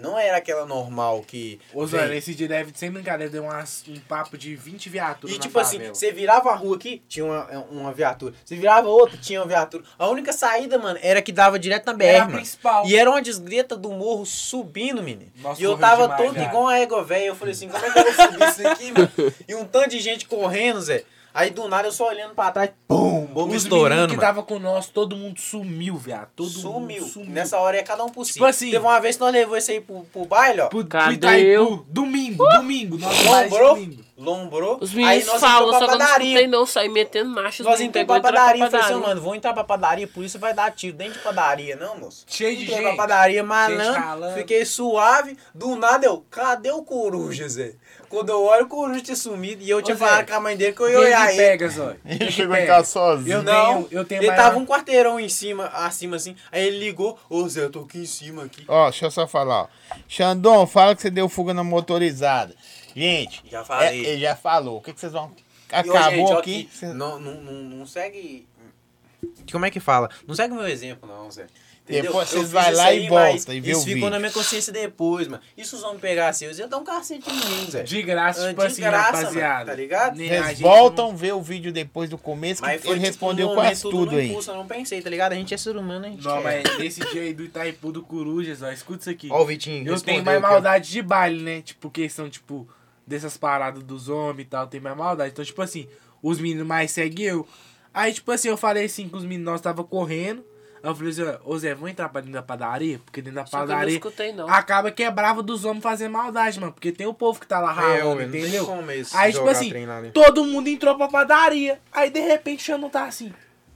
Speaker 3: Não era aquela normal que...
Speaker 4: Ô, Zó,
Speaker 3: vem.
Speaker 4: esse dia deve, sem brincadeira, deu umas, um papo de 20 viaturas.
Speaker 3: E
Speaker 4: na
Speaker 3: tipo assim,
Speaker 4: favela.
Speaker 3: você virava a rua aqui, tinha uma, é, uma viatura. Você virava outra, tinha uma viatura. A única saída, mano, era que dava direto na BR,
Speaker 4: Era a
Speaker 3: mano.
Speaker 4: principal.
Speaker 3: E é era uma desgreta do morro subindo, menino.
Speaker 4: Nossa,
Speaker 3: e eu
Speaker 4: correu
Speaker 3: tava
Speaker 4: demais,
Speaker 3: todo
Speaker 4: cara.
Speaker 3: igual uma égua velha. Eu falei assim, como é que eu vou subir isso aqui, mano? E um tanto de gente correndo, Zé. Aí do nada eu só olhando pra trás, pum, bomba
Speaker 4: Os
Speaker 3: estourando,
Speaker 4: meninos que
Speaker 3: mano.
Speaker 4: tava com nós, todo mundo sumiu, viado. Todo
Speaker 3: Sumiu.
Speaker 4: mundo sumiu.
Speaker 3: Nessa hora é cada um por si.
Speaker 4: Tipo assim-
Speaker 3: Teve uma vez que nós levou isso aí pro, pro baile, ó.
Speaker 4: Pro, pro
Speaker 2: Cadê
Speaker 4: Itaipu.
Speaker 2: eu?
Speaker 4: Domingo,
Speaker 3: Uh!
Speaker 4: domingo. Nós mais
Speaker 3: Lombrou,
Speaker 4: domingo.
Speaker 3: lombrou.
Speaker 2: Os
Speaker 3: aí
Speaker 2: meninos
Speaker 3: nós
Speaker 2: falam,
Speaker 3: entrou
Speaker 2: só
Speaker 3: pra
Speaker 2: que eu não
Speaker 3: padaria.
Speaker 2: escutei não, saí metendo marcha. os
Speaker 3: Nós
Speaker 2: meninos
Speaker 3: entramos
Speaker 2: pegou e
Speaker 3: pra
Speaker 2: entrou
Speaker 3: padaria e falei assim,
Speaker 2: padaria.
Speaker 3: mano, vou entrar pra padaria, por isso vai dar tiro dentro de padaria, não, moço?
Speaker 4: Cheio de
Speaker 3: Entrei
Speaker 4: gente.
Speaker 3: pra padaria,
Speaker 4: Gente ralando.
Speaker 3: malandro, fiquei suave, do nada eu, cadê o coruja, Zé? Quando eu olho, o coruja tinha sumido e eu tinha
Speaker 4: Zé,
Speaker 3: falado com a mãe dele que eu ia
Speaker 4: Vem
Speaker 3: olhar
Speaker 4: de
Speaker 3: ele.
Speaker 4: Pegas, ó. Vem
Speaker 1: Ele
Speaker 4: de
Speaker 1: chegou em
Speaker 4: Pegas.
Speaker 1: casa sozinho.
Speaker 4: Eu
Speaker 3: Não,
Speaker 4: tenho- eu tenho
Speaker 3: ele
Speaker 4: maior-
Speaker 3: tava um quarteirão em cima, acima assim, aí ele ligou, ô Zé, eu tô aqui em cima aqui.
Speaker 1: Ó, deixa eu só falar, ó. Xandon, fala que você deu fuga na motorizada. Gente,
Speaker 3: Já falei.
Speaker 1: é- ele já falou. O que, que vocês vão.
Speaker 3: E, ô, gente,
Speaker 1: Acabou
Speaker 3: ó,
Speaker 1: aqui.
Speaker 3: que
Speaker 1: cê-
Speaker 3: Não, não, não, não segue... Como é que fala? Não segue meu exemplo, não, Zé.
Speaker 1: Depois vocês
Speaker 3: Eu fiz
Speaker 1: vai
Speaker 3: isso
Speaker 1: lá
Speaker 3: aí,
Speaker 1: e
Speaker 3: mas
Speaker 1: volta e vê
Speaker 3: Isso
Speaker 1: o
Speaker 3: ficou
Speaker 1: vídeo.
Speaker 3: na minha consciência depois, mano. E se os homens pegassem eu, eles iam dar um cacete em mim, Zé.
Speaker 4: De graça, tipo
Speaker 3: De
Speaker 4: assim,
Speaker 3: graça,
Speaker 4: rapaziada.
Speaker 3: mano, tá ligado?
Speaker 4: Né, a
Speaker 1: Vocês
Speaker 4: gente
Speaker 1: voltam ver o vídeo depois do começo que
Speaker 3: Mas foi
Speaker 1: ele
Speaker 3: tipo,
Speaker 1: respondeu
Speaker 3: no
Speaker 1: quase
Speaker 3: momento,
Speaker 1: tudo
Speaker 3: no
Speaker 1: aí.
Speaker 3: Impulso, eu não é pensei, tá ligado? A gente é ser humano, a gente
Speaker 4: Não,
Speaker 3: quer.
Speaker 4: mas esse dia aí do Itaipu do Corujas, ó, escuta isso aqui.
Speaker 3: Ó o Vitinho,
Speaker 4: Eu
Speaker 3: respondeu
Speaker 4: tenho mais
Speaker 3: aqui, ó.
Speaker 4: maldade de baile, né? Tipo, questão, tipo, dessas paradas dos homens e tal, tem mais maldade. Então, tipo assim, os meninos mais seguem eu. Aí, tipo assim, eu falei assim que os meninos nós tava correndo. Aí eu falei assim, ó, ô Zé, vamos entrar pra dentro da padaria? Porque dentro da
Speaker 2: Só que eu não
Speaker 4: padaria
Speaker 2: escutei não.
Speaker 4: acaba que é brava dos homens fazer maldade, mano. Porque tem o povo que tá lá
Speaker 3: É,
Speaker 4: ralando,
Speaker 3: ué, não tem
Speaker 4: entendeu?
Speaker 3: como eles
Speaker 4: Aí, tipo
Speaker 3: jogar
Speaker 4: assim,
Speaker 3: trem lá, né?
Speaker 4: todo mundo entrou pra padaria. Aí, de repente, o Xandão tá assim,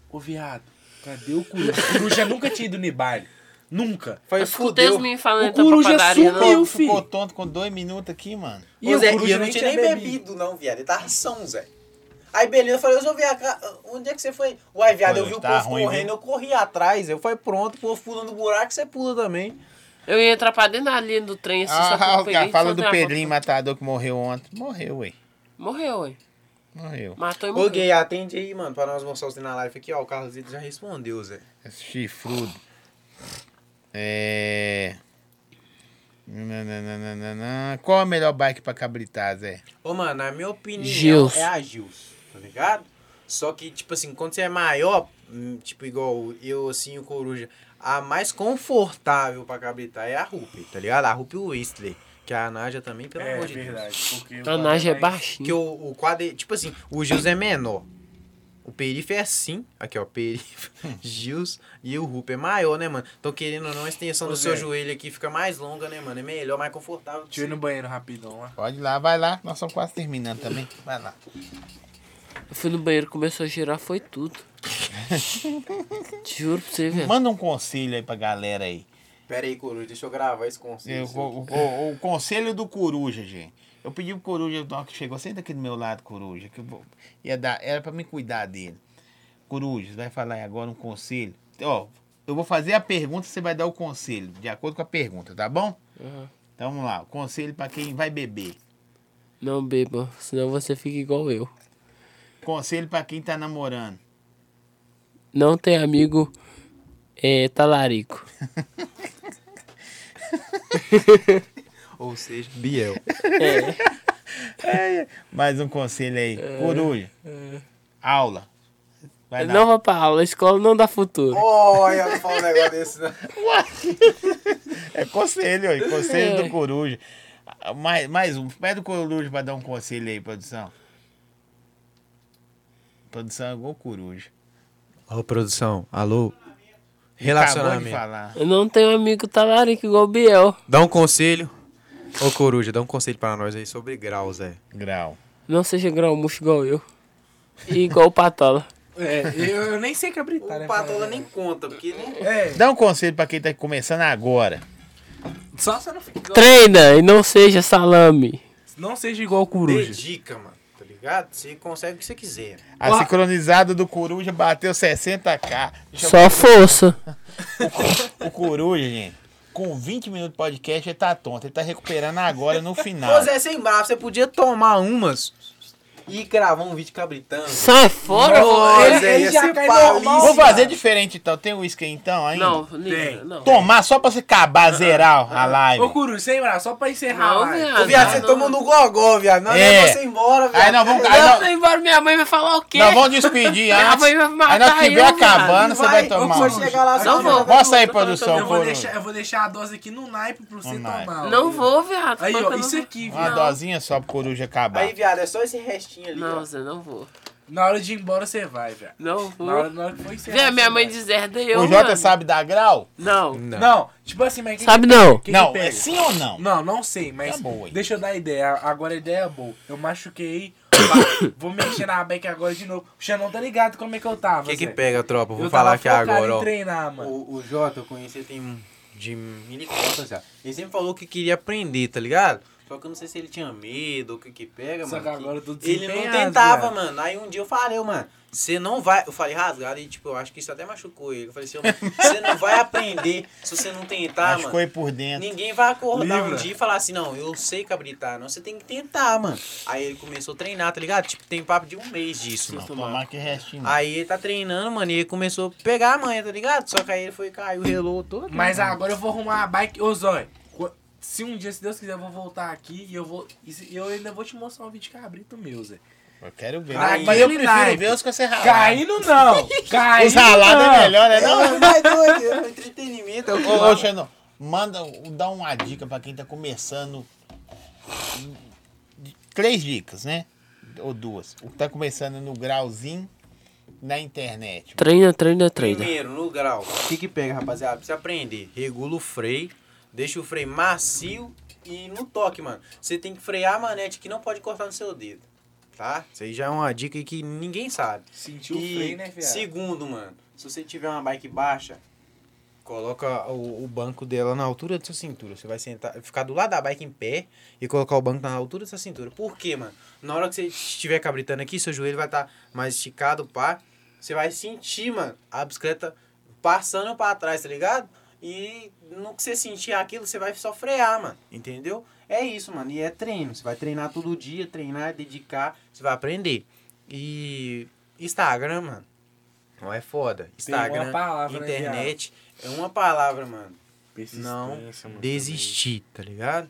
Speaker 4: ô viado, cadê o Coruja? O Coruja nunca tinha ido no baile. Nunca.
Speaker 2: Eu
Speaker 3: Foi
Speaker 2: escutei os
Speaker 3: fudeu.
Speaker 2: meninos falando
Speaker 4: O
Speaker 2: entrou
Speaker 4: coruja
Speaker 2: pra padaria,
Speaker 4: sumiu.
Speaker 2: não.
Speaker 4: Meu
Speaker 1: Ficou
Speaker 4: filho.
Speaker 1: tonto com dois minutos aqui, mano.
Speaker 3: Ô,
Speaker 4: o
Speaker 3: Zé, é, e
Speaker 4: Coruja
Speaker 3: eu não
Speaker 4: nem
Speaker 3: tinha
Speaker 4: tinha
Speaker 3: nem bebido, não, viado. Ele tava são, Zé. Aí, beleza, eu falei, eu sou viado, ca- onde é que você foi? Uai, viado,
Speaker 1: Pô,
Speaker 3: eu vi o
Speaker 1: tá
Speaker 3: povo
Speaker 1: ruim,
Speaker 3: correndo,
Speaker 1: viu?
Speaker 3: eu corri atrás, eu falei, pronto, o povo pulando no buraco, você pula também.
Speaker 2: Eu ia entrar pra dentro da linha do trem, assim, só que
Speaker 1: Ah,
Speaker 2: eu
Speaker 1: o
Speaker 2: peguei
Speaker 1: cara
Speaker 2: e
Speaker 1: fala
Speaker 2: só
Speaker 1: do
Speaker 2: dei uma
Speaker 1: Pedrinho
Speaker 2: volta.
Speaker 1: matador que morreu ontem. Morreu, ué.
Speaker 2: Morreu, ué.
Speaker 1: Morreu.
Speaker 2: Matou e
Speaker 3: Ô,
Speaker 2: morreu.
Speaker 3: gay, atende aí, mano, pra nós mostrar os na live aqui, ó. O Carlosito já respondeu, Zé.
Speaker 1: Esse chifrudo. É. Nananana. Qual a melhor bike pra cabritar, Zé?
Speaker 3: Ô, mano, na minha opinião,
Speaker 2: Gilson.
Speaker 3: é a Gilson, tá ligado? Só que, tipo assim, quando você é maior, hum, tipo igual eu, assim, o Coruja, a mais confortável pra cabritar é a Rupi, tá ligado? A Rupi Whistler, que a Naja também, pelo
Speaker 4: É
Speaker 3: amor de Deus.
Speaker 4: verdade, porque... o
Speaker 2: A Naja é
Speaker 4: Guarda-
Speaker 2: baixinha.
Speaker 3: Porque o, o quadro, tipo assim, o Gilson é menor. O Perif é assim, aqui ó, Perif, Gils e o Rupi é maior, né, mano? Então, querendo ou não, a extensão
Speaker 4: Ô,
Speaker 3: do seu
Speaker 4: Zé.
Speaker 3: joelho aqui fica mais longa, né, mano? É melhor, mais confortável. pra
Speaker 4: é. Deixa eu ir
Speaker 3: você.
Speaker 4: no banheiro rapidão lá.
Speaker 1: Pode ir lá, vai lá. Nós estamos quase terminando também. Vai lá.
Speaker 2: Eu fui no banheiro, começou a girar, foi tudo. Te juro pra você, velho.
Speaker 1: Manda um conselho aí pra galera aí.
Speaker 3: Pera aí, Coruja, deixa eu gravar esse conselho.
Speaker 1: Eu vou- o, o- o conselho do coruja, gente. Eu pedi pro coruja, na hora que chegou, senta aqui do meu lado, coruja, que eu vou- ia dar, era pra me cuidar dele. Coruja, você vai falar aí agora um conselho. Ó, eu vou fazer a pergunta, você vai dar o conselho, de acordo com a pergunta, tá bom?
Speaker 2: Uhum.
Speaker 1: Então vamos lá, o conselho pra quem vai beber.
Speaker 2: Não beba, senão você fica igual eu.
Speaker 1: Conselho pra quem tá namorando.
Speaker 2: Não tem amigo é, talarico.
Speaker 3: Ou seja, Biel.
Speaker 2: É,
Speaker 1: Mais um conselho aí. Coruja. Aula. Vai dar.
Speaker 2: É, não vá pra aula, a escola não dá futuro.
Speaker 3: Olha, não fala um negócio desse, não.
Speaker 1: É conselho aí, conselho
Speaker 2: É.
Speaker 1: do coruja. Ah, Mais, mais um, pede o coruja pra dar um conselho aí, produção. Produção é igual coruja.
Speaker 3: Ô, produção, alô?
Speaker 1: Acabou de
Speaker 3: Relacionamento.
Speaker 1: falar.
Speaker 2: Eu não tenho amigo talarico igual o Biel.
Speaker 3: Dá um conselho. Ô, Coruja, dá um conselho pra nós aí sobre graus, é. Zé.
Speaker 1: Grau.
Speaker 2: Não seja grão murcho igual eu. E igual o Patola.
Speaker 4: É, eu, eu nem sei que é Britânia.
Speaker 3: O Patola nem conta, porque, né?
Speaker 4: É,
Speaker 1: Dá um conselho pra quem tá começando agora.
Speaker 4: só você não fica...
Speaker 2: Treina e não seja salame.
Speaker 4: Não seja igual o
Speaker 3: Dê
Speaker 4: coruja.
Speaker 3: dica, mano. Tá ligado? Você consegue o que você quiser.
Speaker 1: A
Speaker 4: Ó.
Speaker 1: sincronizada do Coruja bateu 60k. Deixa eu-
Speaker 2: Só força.
Speaker 1: O Coruja, gente, com 20 minutos de podcast, ele tá tonto. Ele tá recuperando agora no final.
Speaker 3: Ô Zé, sem bravo, você podia tomar umas e gravar um vídeo cabritando.
Speaker 2: Sai é fora,
Speaker 3: Ô,
Speaker 4: Ele-
Speaker 3: Zé,
Speaker 4: ele
Speaker 3: ia
Speaker 4: já
Speaker 3: ser
Speaker 4: cai
Speaker 3: paulista.
Speaker 4: normal.
Speaker 1: Vou fazer diferente então. Tem uísque aí então ainda?
Speaker 2: Não, liga, não.
Speaker 1: Tomar só pra você acabar, zerar a live.
Speaker 4: Ô, Coruja, sem lá, só pra encerrar
Speaker 2: Não,
Speaker 4: lá.
Speaker 2: viado.
Speaker 3: Ô, viado, você
Speaker 2: Não.
Speaker 3: tomou no gogó, viado. Não,
Speaker 1: É.
Speaker 3: é. você ir embora, viado.
Speaker 1: Aí nós vamos. Aí
Speaker 2: Eu
Speaker 1: nós,
Speaker 2: tô embora, minha mãe vai falar o quê?
Speaker 1: nós vamos despedir
Speaker 2: Minha
Speaker 1: antes.
Speaker 2: mãe vai matar
Speaker 1: Aí nós que vier
Speaker 2: eu, viado.
Speaker 1: acabando, você vai
Speaker 3: Vai,
Speaker 1: tomar. um
Speaker 3: Você chegar lá, você
Speaker 2: Não
Speaker 3: vai
Speaker 2: vou.
Speaker 3: jogar
Speaker 1: Mostra aí,
Speaker 2: Eu tô- eu tô-
Speaker 1: produção.
Speaker 2: eu
Speaker 4: Eu vou,
Speaker 1: Coruja.
Speaker 4: deixar, eu vou deixar a dose aqui no naipe pra você
Speaker 1: No naipe. Ah,
Speaker 4: tomar. ó.
Speaker 2: Não vou, viado.
Speaker 4: Aí,
Speaker 2: Como
Speaker 4: ó,
Speaker 2: que eu
Speaker 4: isso
Speaker 2: não-
Speaker 4: aqui.
Speaker 1: Uma
Speaker 2: Não.
Speaker 1: dosinha só pro Coruja acabar.
Speaker 3: Aí, viado, é só esse restinho ali.
Speaker 2: Não,
Speaker 3: Não.
Speaker 2: Zé, não vou.
Speaker 4: Na hora de ir embora, você vai, velho.
Speaker 2: Não é
Speaker 4: Na hora,
Speaker 2: vou.
Speaker 4: na hora que for encerrar,
Speaker 2: Vê,
Speaker 4: você
Speaker 2: minha mãe
Speaker 4: vai.
Speaker 2: deserda eu,
Speaker 1: o Jota
Speaker 2: mano.
Speaker 1: sabe dar grau?
Speaker 2: Não.
Speaker 4: Não.
Speaker 3: Não.
Speaker 4: tipo assim, mas... quem
Speaker 2: Sabe
Speaker 4: que-
Speaker 2: não.
Speaker 4: quem que
Speaker 1: Não,
Speaker 4: pega?
Speaker 1: é sim ou não?
Speaker 4: Não, não sei, mas
Speaker 1: Tá bom, hein?
Speaker 4: deixa eu dar a ideia. Agora a ideia é boa. Eu machuquei, pá, vou mexer na beca agora de novo. O Xanon tá ligado como é que eu tava,
Speaker 7: O que que
Speaker 4: Zé.
Speaker 7: pega, tropa?
Speaker 4: Eu
Speaker 7: Vou
Speaker 4: tava
Speaker 7: falar aqui
Speaker 4: focado
Speaker 7: agora,
Speaker 4: em
Speaker 7: ó.
Speaker 4: treinar, mano.
Speaker 3: O, o Jota, eu conheci ele tem um- de mil e contas já. Ele sempre falou que queria aprender, tá ligado? Só que eu não sei se ele tinha medo ou o que que pega,
Speaker 4: Só
Speaker 3: mano.
Speaker 4: que agora eu tô
Speaker 3: Ele não
Speaker 4: desempenhado,
Speaker 3: tentava,
Speaker 4: viado.
Speaker 3: mano. Aí um dia eu falei, ô, mano, você não vai. Eu falei rasgado e, tipo, eu acho que isso até machucou ele. Eu falei assim, ô, mano, você não vai aprender se você não tentar,
Speaker 1: Acho que
Speaker 3: mano.
Speaker 1: foi por dentro.
Speaker 3: Ninguém vai acordar
Speaker 4: Livra.
Speaker 3: um dia e falar assim, não, eu sei cabritar. Não, você tem que tentar, mano. Aí ele começou a treinar, tá ligado? Tipo, tem papo de um mês disso,
Speaker 1: Não,
Speaker 3: mano.
Speaker 1: tomar que restinho. não.
Speaker 3: Aí ele tá treinando, mano, e ele começou a pegar a manha, tá ligado? Só que aí ele foi, caiu, relou todo.
Speaker 4: Mas agora eu vou arrumar a bike. Ô, Zói, co- se um dia, se Deus quiser, eu vou voltar aqui e eu vou. e se- eu ainda vou te mostrar um vídeo cabrito meu, Zé.
Speaker 1: Eu quero ver.
Speaker 4: Aí
Speaker 1: Mas eu
Speaker 4: ele
Speaker 1: prefiro
Speaker 4: naipe.
Speaker 1: ver os que você ralado.
Speaker 4: Caindo não! Caindo!
Speaker 1: Os ralados
Speaker 4: não.
Speaker 1: é melhor, né? Não,
Speaker 3: Não, vai doido, é um entretenimento. é o que
Speaker 1: Ô, ô
Speaker 3: vale.
Speaker 1: Xandão, manda, dá uma dica pra quem tá começando. Três dicas, né? Ou duas. O que tá começando no grauzinho na internet.
Speaker 2: Treina, treina, treina.
Speaker 3: Primeiro, no grau. O que que pega, rapaziada? Pra você aprender, regula o freio, deixa o freio macio e no toque, mano. Você tem que frear a manete que não pode cortar no seu dedo, tá? Isso aí já é uma dica aí que ninguém sabe.
Speaker 4: Sentiu
Speaker 3: E
Speaker 4: o freio, né, viado?
Speaker 3: Segundo, mano, se você tiver uma bike baixa, coloca o, o banco dela na altura da sua cintura. Você vai sentar, ficar do lado da bike em pé e colocar o banco na altura da sua cintura. Por quê, mano? Na hora que você estiver cabritando aqui, seu joelho vai estar mais esticado, pá. Você vai sentir, mano, a bicicleta passando pra trás, tá ligado? E no que você sentir aquilo, você vai só frear, mano. Entendeu? É isso, mano. E é treino. Você vai treinar todo dia, treinar, dedicar, você vai aprender. E Instagram, mano. Não é foda.
Speaker 4: Tem uma
Speaker 3: Instagram,
Speaker 4: palavra, né,
Speaker 3: internet, é uma palavra, mano. Não
Speaker 4: Persistência, mano,
Speaker 3: desistir, tá ligado?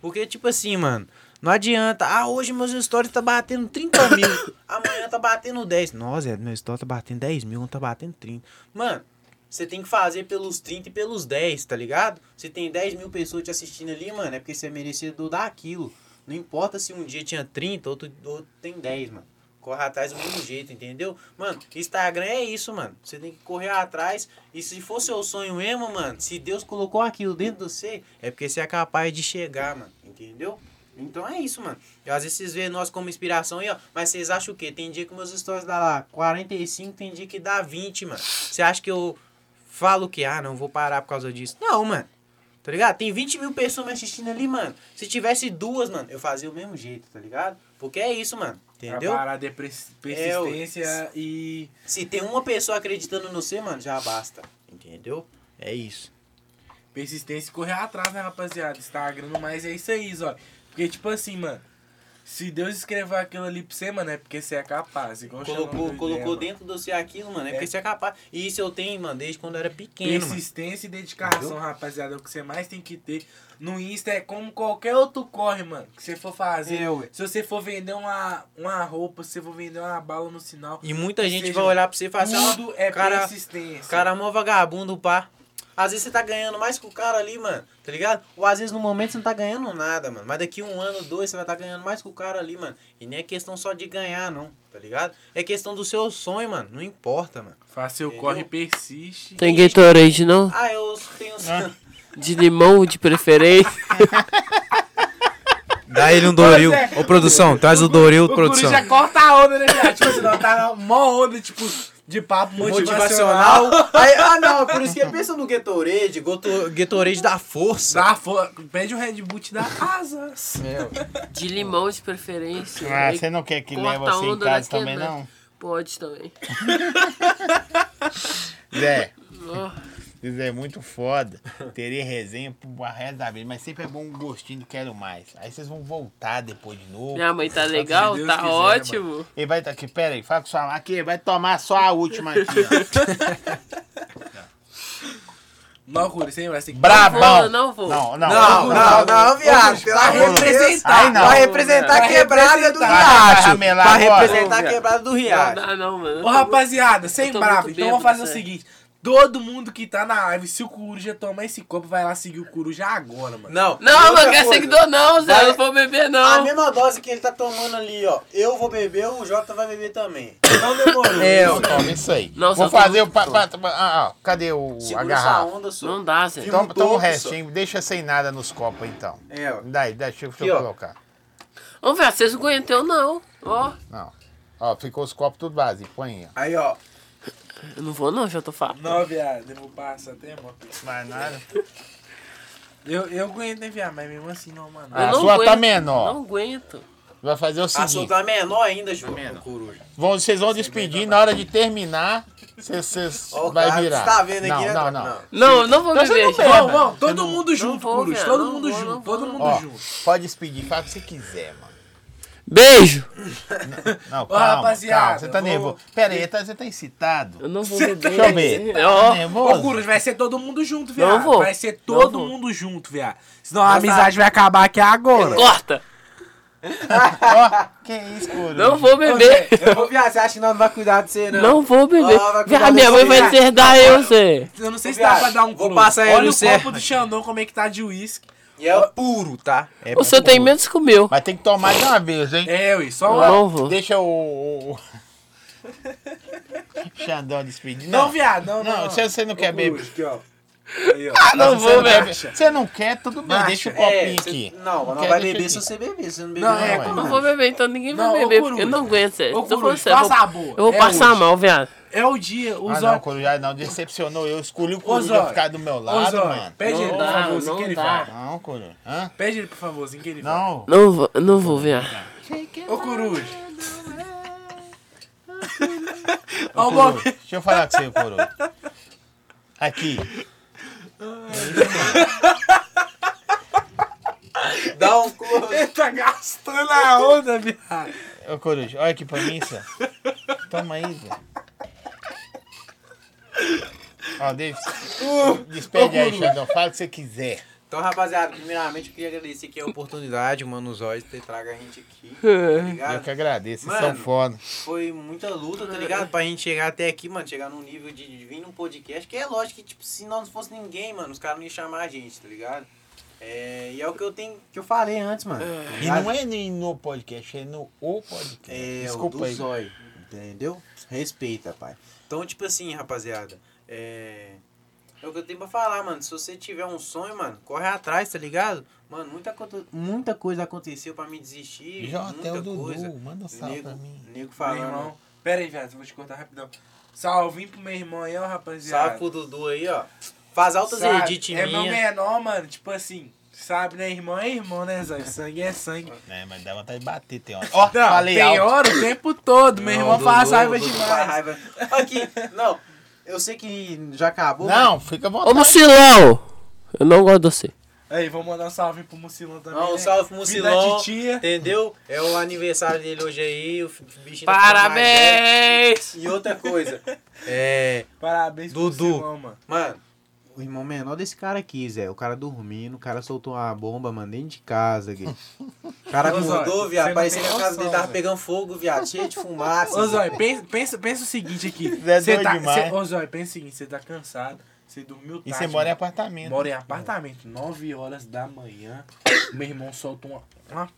Speaker 3: Porque, tipo assim, mano, não adianta. Ah, hoje meus stories tá batendo 30 mil. amanhã tá batendo 10. Nossa, Zé, meu story tá batendo 10 mil, não tá batendo 30. Mano, você tem que fazer pelos 30 e pelos 10, tá ligado? Você tem 10 mil pessoas te assistindo ali, mano, é porque você é merecedor daquilo. Não importa se um dia tinha 30, outro, outro tem 10, mano. Corre atrás do mesmo jeito, entendeu? Mano, Instagram é isso, mano. Você tem que correr atrás. E se for seu sonho mesmo, mano, se Deus colocou aquilo dentro de você, é porque você é capaz de chegar, mano. Entendeu? Então é isso, mano. E às vezes vocês veem nós como inspiração aí, ó. Mas vocês acham o quê? Tem dia que meus stories dá lá 45, tem dia que dá 20, mano. Você acha que eu falo que, ah, não vou parar por causa disso? Não, mano. Tá ligado? Tem 20 mil pessoas me assistindo ali, mano. Se tivesse duas, mano, eu fazia o mesmo jeito, tá ligado? Porque é isso, mano. Entendeu? É
Speaker 4: A parada é pres- persistência e.
Speaker 3: Se tem uma pessoa acreditando no você, mano, já basta. Entendeu? É isso.
Speaker 4: Persistência e correr atrás, né, rapaziada? Instagram, mas é isso aí, Zó. Porque, tipo assim, mano. Se Deus escrever aquilo ali pra você, mano, é porque você é capaz. Igual o tá Xanon
Speaker 3: Colocou,
Speaker 4: do
Speaker 3: colocou
Speaker 4: Dilema.
Speaker 3: dentro do você aquilo, mano. É, porque você é capaz. E isso eu tenho, mano, desde quando eu era pequeno, mano.
Speaker 4: Persistência e dedicação, rapaziada. É o que você mais tem que ter. No Insta é como qualquer outro corre, mano. Que você for fazer.
Speaker 3: É, ué.
Speaker 4: se você for vender uma, uma roupa, se você for vender uma bala no sinal.
Speaker 3: E muita gente
Speaker 4: seja,
Speaker 3: vai olhar pra você e falar assim, ó,
Speaker 4: Tudo é
Speaker 3: cara,
Speaker 4: persistência.
Speaker 3: cara mó vagabundo, pá. Às vezes você tá ganhando mais que o cara ali, mano, tá ligado? Ou às vezes no momento você não tá ganhando nada, mano. Mas daqui um ano, dois, você vai tá ganhando mais que o cara ali, mano. E nem é questão só de ganhar, não, tá ligado? É questão do seu sonho, mano. Não importa, mano.
Speaker 4: Faça seu
Speaker 3: Entendeu?
Speaker 4: corre, persiste.
Speaker 2: Tem Gatorade não?
Speaker 3: Ah, eu tenho.
Speaker 2: De limão de preferência.
Speaker 8: Dá ele um Doril.
Speaker 4: Pois é.
Speaker 8: Ô, produção, traz o Doril, produção.
Speaker 3: é
Speaker 4: já corta a onda, né, viado? Tipo assim, não, tá na mó onda, tipo, de papo motivacional.
Speaker 3: Motivacional. Aí, ah, não, é por isso que ele pensa no Gatorade, Goto- Gatorade da força.
Speaker 4: Dá fo- Pede o Red Bull te dá asas.
Speaker 3: É.
Speaker 2: De limão de preferência.
Speaker 1: Ah,
Speaker 2: Aí
Speaker 1: você não quer que
Speaker 2: corta
Speaker 1: leve
Speaker 2: a
Speaker 1: você em
Speaker 2: onda né?
Speaker 1: casa
Speaker 2: da
Speaker 1: também,
Speaker 2: quebrada.
Speaker 1: não?
Speaker 2: Pode também.
Speaker 1: Zé,
Speaker 2: Ó,
Speaker 1: isso é muito foda. Teria resenha pro resto da vida, mas sempre é bom um gostinho do Quero Mais. Aí vocês vão voltar depois de novo.
Speaker 2: minha mãe tá legal,
Speaker 4: Deus
Speaker 2: tá
Speaker 4: quiser,
Speaker 2: ótimo.
Speaker 1: Ele vai estar aqui, pera aí, fala com sua mãe aqui, vai tomar só a última aqui, ó.
Speaker 4: Não, Curi, sem mais.
Speaker 1: Brabão!
Speaker 2: não vou.
Speaker 1: Não, não,
Speaker 3: Não, não, não, viado. Pelo amor de Deus.
Speaker 4: representar.
Speaker 1: Aí não.
Speaker 3: Pra representar a
Speaker 4: Pra
Speaker 3: quebrada do
Speaker 1: representar. Vai
Speaker 3: Riacho.
Speaker 1: ramelar
Speaker 3: Pra
Speaker 1: agora.
Speaker 3: representar a quebrada do
Speaker 2: Não
Speaker 3: Riacho.
Speaker 2: dá não, mano. Eu
Speaker 4: Ô,
Speaker 2: tô
Speaker 4: rapaziada, sem
Speaker 2: Eu tô
Speaker 4: bravo.
Speaker 2: muito
Speaker 4: Então vamos
Speaker 2: bêbado,
Speaker 4: fazer o
Speaker 2: sério.
Speaker 4: seguinte. Todo mundo que tá na live, se o Coruja tomar esse copo, vai lá seguir o Coruja agora, mano.
Speaker 3: Não,
Speaker 2: muito- Não, mano, quer
Speaker 3: quer
Speaker 2: seguidor não, Zé.
Speaker 3: Vai-
Speaker 2: Eu não vou beber
Speaker 3: A
Speaker 2: não.
Speaker 3: mesma dose que ele tá tomando ali, ó. Eu vou beber, o Jota vai beber também. Não demorou.
Speaker 1: É, eu tomo isso aí.
Speaker 2: Não,
Speaker 1: Vou
Speaker 2: só toma
Speaker 1: fazer o.
Speaker 2: um
Speaker 1: Pa,
Speaker 2: pouco.
Speaker 1: pa- pa- ah, ah, cadê o
Speaker 3: Segura
Speaker 1: a
Speaker 3: essa
Speaker 1: garrafa?
Speaker 3: onda só.
Speaker 2: Não dá, Zé.
Speaker 1: Toma, toma o
Speaker 3: todo
Speaker 1: resto, hein? deixa sem nada nos copos então.
Speaker 3: É, ó.
Speaker 1: Daí, deixa, deixa
Speaker 3: Aqui,
Speaker 1: eu
Speaker 3: ó.
Speaker 1: colocar.
Speaker 2: Ô, velho, vocês não aguentam não. Ó,
Speaker 1: Não. Ó, ficou os copos tudo vazios. Põe aí. ó.
Speaker 3: Aí, ó.
Speaker 2: eu não vou não, já tô falando.
Speaker 4: Não, viado, eu vou passar até, mano.
Speaker 1: Mais nada.
Speaker 4: Eu, eu aguento, né, viado, mas mesmo assim não, mano.
Speaker 1: Ah,
Speaker 2: Eu
Speaker 1: a
Speaker 2: não
Speaker 1: sua tá
Speaker 2: aguento,
Speaker 1: menor.
Speaker 2: Não aguento.
Speaker 1: Vai fazer o
Speaker 3: A sua
Speaker 1: seguinte:
Speaker 3: tá menor ainda, Ju. Coruja.
Speaker 1: vão, vocês vão despedir. Na hora de terminar, vocês- vocês
Speaker 3: Ó, o
Speaker 1: vai
Speaker 3: cara,
Speaker 1: virar.
Speaker 3: você tá vendo
Speaker 1: não,
Speaker 3: aqui, né?
Speaker 1: não, não,
Speaker 3: Não.
Speaker 2: Não, eu não
Speaker 4: Tá
Speaker 2: vou
Speaker 1: Então você
Speaker 2: beber.
Speaker 1: não
Speaker 2: gente.
Speaker 1: bebe.
Speaker 4: Vamos, vamos,
Speaker 1: Eu
Speaker 4: todo
Speaker 1: não-
Speaker 4: mundo junto,
Speaker 2: vou,
Speaker 4: Coruja.
Speaker 2: viado,
Speaker 4: Todo
Speaker 2: não vou,
Speaker 4: mundo
Speaker 2: não
Speaker 4: junto,
Speaker 2: vou,
Speaker 4: todo
Speaker 2: não
Speaker 4: mundo
Speaker 1: Ó,
Speaker 4: junto.
Speaker 1: pode despedir, faz o que você quiser, mano.
Speaker 2: Beijo.
Speaker 1: Não, calma,
Speaker 4: rapaziada,
Speaker 1: calma, você tá
Speaker 4: eu vou-
Speaker 1: nervoso. Pera aí, tá- você tá excitado?
Speaker 2: Eu não vou
Speaker 4: Cê
Speaker 2: beber.
Speaker 1: Deixa eu ver.
Speaker 2: Ó,
Speaker 1: Tá
Speaker 4: Ô,
Speaker 1: nervoso?
Speaker 4: Coruja, vai ser todo mundo junto, viado.
Speaker 2: Não vou.
Speaker 4: Vai ser todo
Speaker 2: Não vou.
Speaker 4: mundo junto, viado. Senão a amizade vai acabar aqui agora.
Speaker 2: corta.
Speaker 1: Ó, que isso, Coruja?
Speaker 2: Não vou
Speaker 3: Ô, Zé,
Speaker 2: beber.
Speaker 3: Eu vou viajar, você acha que nós não vai cuidar de você, não?
Speaker 2: Não vou beber.
Speaker 3: Ah, vai cuidar
Speaker 2: Viado, minha
Speaker 3: desse
Speaker 2: mãe vai
Speaker 3: viado.
Speaker 2: deserdar eu, Zé.
Speaker 4: Eu não sei
Speaker 3: Ô,
Speaker 4: se dá
Speaker 3: viado,
Speaker 4: pra dar um
Speaker 3: vou
Speaker 4: close.
Speaker 3: passar aí
Speaker 4: Olha
Speaker 3: no
Speaker 4: o
Speaker 3: Serra.
Speaker 4: copo do Xandão, como é que tá de uísque.
Speaker 3: E é puro, tá? É
Speaker 2: O senhor tem menos que o meu.
Speaker 1: Mas tem que tomar de uma vez, hein?
Speaker 4: É, ui, só
Speaker 2: Eu
Speaker 4: uma.
Speaker 2: não vou.
Speaker 1: Deixa o. o- o- Xandão despedir.
Speaker 4: Não, viado, não, não.
Speaker 1: Não, se você não quer beber.
Speaker 4: Aqui, ó.
Speaker 1: Ah,
Speaker 2: não vou, velho.
Speaker 1: Você não quer, tudo bem, deixa o copinho
Speaker 3: É, cê-
Speaker 1: aqui.
Speaker 3: Não, mas não
Speaker 1: quer, deixa
Speaker 3: vai beber
Speaker 1: aqui.
Speaker 3: se você beber. Se não beber,
Speaker 4: é Não,
Speaker 3: não,
Speaker 4: é,
Speaker 3: vai.
Speaker 1: eu
Speaker 2: Não vou beber, então ninguém vai
Speaker 4: Não, ô,
Speaker 2: beber, porque
Speaker 4: Coruja.
Speaker 2: eu não aguento, Zé.
Speaker 4: Ô,
Speaker 2: Tô falando
Speaker 4: Coruja,
Speaker 2: sério, eu
Speaker 4: passa a
Speaker 2: vou-
Speaker 4: boa.
Speaker 2: Eu vou
Speaker 4: É
Speaker 2: passar
Speaker 4: hoje.
Speaker 2: mal, viado.
Speaker 4: É o dia, o
Speaker 1: Ah,
Speaker 4: Zó.
Speaker 1: não, Corujá não, decepcionou. Eu escolhi o
Speaker 4: Ô,
Speaker 1: Coruja
Speaker 4: Zó.
Speaker 1: ficar do meu
Speaker 4: Ô,
Speaker 1: lado,
Speaker 4: Zó,
Speaker 1: mano.
Speaker 4: Pede ele, por
Speaker 2: dá,
Speaker 4: favor,
Speaker 2: não
Speaker 4: sem que ele
Speaker 2: dá.
Speaker 4: vá.
Speaker 1: Não, Coruja. Hã?
Speaker 4: Pede ele, por favor, sem que ele vá.
Speaker 1: Não.
Speaker 2: Não vou, não vou, viado.
Speaker 4: Ô, Coruja. Ó, o Bob.
Speaker 1: Deixa eu falar com você, Coruja. Aqui.
Speaker 3: Dá um close.
Speaker 4: Ele tá gastando a onda, viado.
Speaker 1: Ô, Coruja, olha aqui pra mim, Zé. Toma aí, Zé. Ó, deixa. Despede aí, Xandão. Fala o que você quiser.
Speaker 3: Então, rapaziada, primeiramente eu queria agradecer aqui a oportunidade, mano, os olhos ter trago a gente aqui, tá
Speaker 1: Eu que
Speaker 3: ligado?
Speaker 1: agradeço. Vocês são
Speaker 3: Mano.
Speaker 1: foda.
Speaker 3: Foi muita luta, tá ligado? Pra gente chegar até aqui, mano, chegar num nível de, de vir num podcast, que é lógico que, tipo, se nós não fosse ninguém, mano, os caras não iam chamar a gente, tá ligado? É, e é o que eu tenho, Tá que eu falei antes, mano.
Speaker 1: E não é nem no podcast, é no O podcast.
Speaker 3: É,
Speaker 1: Desculpa
Speaker 3: o do
Speaker 1: aí.
Speaker 3: zóio, entendeu? Respeita, pai. Então, tipo assim, rapaziada, é... é o que eu tenho pra falar, mano. Se você tiver um sonho, mano, corre atrás, tá ligado? Mano, muita, conta- muita coisa aconteceu pra me desistir,
Speaker 1: Jota, é o
Speaker 3: muita
Speaker 1: Dudu.
Speaker 3: coisa.
Speaker 1: Manda um salve pra
Speaker 3: Nego,
Speaker 1: mim.
Speaker 3: nego
Speaker 4: Meu
Speaker 3: falando.
Speaker 4: irmão. Pera aí, viado, vou te cortar rapidão. Salve pro meu irmão aí, ó, rapaziada.
Speaker 3: Salve pro Dudu aí, ó. Faz altas
Speaker 4: Sabe?
Speaker 3: edit
Speaker 4: É meu
Speaker 3: minha.
Speaker 4: menor, mano. Tipo assim, sabe, né? Irmão é irmão, né, Zé? Sangue é sangue.
Speaker 1: É, mas dá vontade de bater, tem hora. Ó,
Speaker 4: Não,
Speaker 1: Ah, falei
Speaker 4: tem
Speaker 1: alto.
Speaker 4: hora o tempo todo. Meu irmão faz raiva demais.
Speaker 3: Raiva. Aqui, não. Eu sei que já acabou.
Speaker 1: Não, fica à
Speaker 2: Ô,
Speaker 1: vontade.
Speaker 2: Mucilão! Eu não gosto de você.
Speaker 4: Aí, vou mandar um salve pro Mucilão também.
Speaker 3: Não,
Speaker 4: né?
Speaker 3: um salve pro Mucilão.
Speaker 4: Vida de tia.
Speaker 3: Entendeu? É o aniversário dele hoje aí, o bicho ainda ficou mais
Speaker 2: Parabéns!
Speaker 3: velho. E outra coisa, é.
Speaker 4: Parabéns pro
Speaker 3: Dudu.
Speaker 4: Mucilão, mano.
Speaker 3: Mano, o irmão menor desse cara aqui, Zé. O cara dormindo, o cara soltou uma bomba, mano, dentro de casa aqui. O cara
Speaker 4: Ô, Zóio,
Speaker 3: acordou,
Speaker 4: você
Speaker 3: viado.
Speaker 4: não
Speaker 3: Parecia que
Speaker 4: tem
Speaker 3: a casa dele
Speaker 4: noção,
Speaker 3: tava
Speaker 4: velho.
Speaker 3: pegando fogo, viado. Cheio de fumaça.
Speaker 4: Ô, Zói, pensa, pensa, pensa o seguinte aqui.
Speaker 1: Zé é
Speaker 4: Você
Speaker 1: doido
Speaker 4: tá,
Speaker 1: demais.
Speaker 4: cê, ô, Zói, pensa o seguinte. Você tá cansado, você dormiu tarde. né?
Speaker 1: E você mora em
Speaker 4: mano.
Speaker 1: apartamento.
Speaker 4: Mora em apartamento. 9 horas da manhã, meu irmão solta uma, uma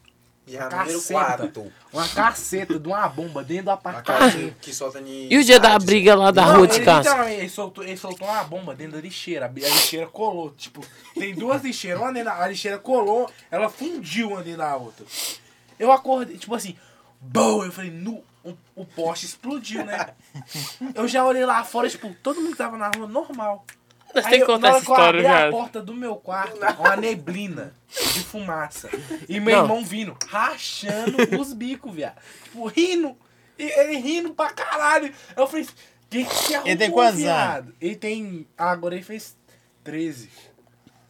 Speaker 9: Guerra
Speaker 4: Caceta.
Speaker 9: número 4.
Speaker 4: Uma caceta de uma bomba dentro do apartamento.
Speaker 9: Aquela que solta ni-
Speaker 2: E o dia da briga lá da
Speaker 4: Não,
Speaker 2: rua de
Speaker 4: ele
Speaker 2: casa?
Speaker 4: literalmente- Ele soltou, ele soltou uma bomba dentro da lixeira. A lixeira colou. Tipo, tem duas lixeiras. Uma dentro da, a lixeira colou, ela fundiu uma dentro da outra. Eu acordei, tipo assim, bom, eu falei, nu, o, o poste explodiu, né? Eu já olhei lá fora, tipo, todo mundo que tava na rua normal.
Speaker 2: Nós
Speaker 4: Aí
Speaker 2: tem que
Speaker 4: eu-
Speaker 2: contar
Speaker 4: na
Speaker 2: essa
Speaker 4: hora que
Speaker 2: história
Speaker 4: eu abri
Speaker 2: já.
Speaker 4: a porta do meu quarto, é uma neblina de fumaça. E meu
Speaker 2: Não.
Speaker 4: irmão vindo, rachando os bicos, viado. Tipo, rindo. E ele rindo pra caralho. Eu falei, que que você
Speaker 1: Ele tem
Speaker 4: arrumou,
Speaker 1: quantos
Speaker 4: viado?" Ele tem... ah, agora ele fez 13.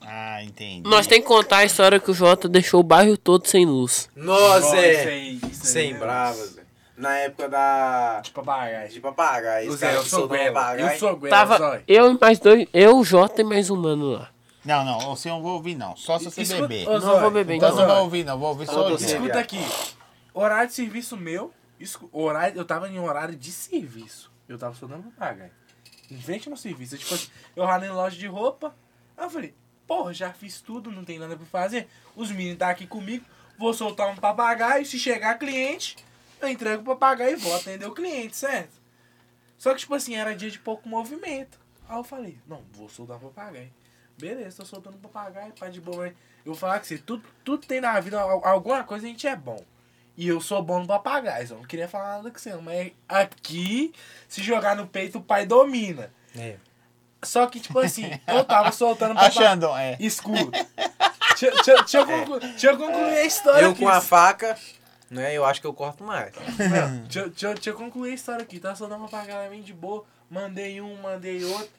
Speaker 1: Ah, entendi.
Speaker 2: Nós tem que contar a história que o Jota deixou o bairro todo sem luz.
Speaker 9: Nossa,
Speaker 4: Isso
Speaker 9: é.
Speaker 4: aí, isso aí,
Speaker 9: Sem
Speaker 4: né?
Speaker 9: bravas, velho. Na época da.
Speaker 4: Tipo,
Speaker 3: é,
Speaker 4: bagagem.
Speaker 9: De papagaio.
Speaker 4: Eu
Speaker 9: Esse cara que
Speaker 4: sou
Speaker 9: soltou um
Speaker 4: Guela.
Speaker 9: papagaio.
Speaker 4: Eu sou Guela,
Speaker 2: Tava
Speaker 4: zói.
Speaker 2: eu e mais dois, eu, o Jota e mais um mano lá.
Speaker 1: Não, não, você não vai ouvir, não. Só se você
Speaker 4: Escuta-
Speaker 1: beber.
Speaker 4: Ô,
Speaker 2: Não
Speaker 4: zói,
Speaker 2: vou beber,
Speaker 1: Então
Speaker 2: então.
Speaker 1: você não vai ouvir, não. Vou ouvir só
Speaker 9: Todo
Speaker 1: o
Speaker 9: mundo.
Speaker 1: dele.
Speaker 4: Escuta aqui. Horário de serviço meu. escu- Horário, eu tava em um horário de serviço. Eu tava estudando pra pagar. Em frente ao meu serviço. Eu, tipo assim, eu ralei em loja de roupa. Aí eu falei, porra, já fiz tudo, não tem nada pra fazer. Os meninos tá aqui comigo. Vou soltar um papagaio. Se chegar cliente, eu entrego o papagaio e vou atender o cliente, certo? Só que, tipo assim, era dia de pouco movimento. Aí eu falei, não, vou soltar um papagaio. Beleza, tô soltando um papagaio, pá de boa. né? Eu vou falar que você, tudo, tudo tem na vida, al- alguma coisa a gente é bom. E eu sou bom no papagaio, só não queria falar nada com você, não, mas aqui, se jogar no peito, o pai domina.
Speaker 3: É.
Speaker 4: Só que, tipo assim, eu tava soltando papagaio.
Speaker 1: Achando, é.
Speaker 4: Escuro. Deixa, deixa- deixa eu conclu- deixa eu concluir a história
Speaker 9: Eu
Speaker 4: aqui.
Speaker 9: com a faca, né? Eu acho que eu corto mais.
Speaker 4: Não, deixa, eu- deixa eu- deixa eu concluir a história aqui. Tava soltando uma galera bem de boa. Mandei um, mandei outro.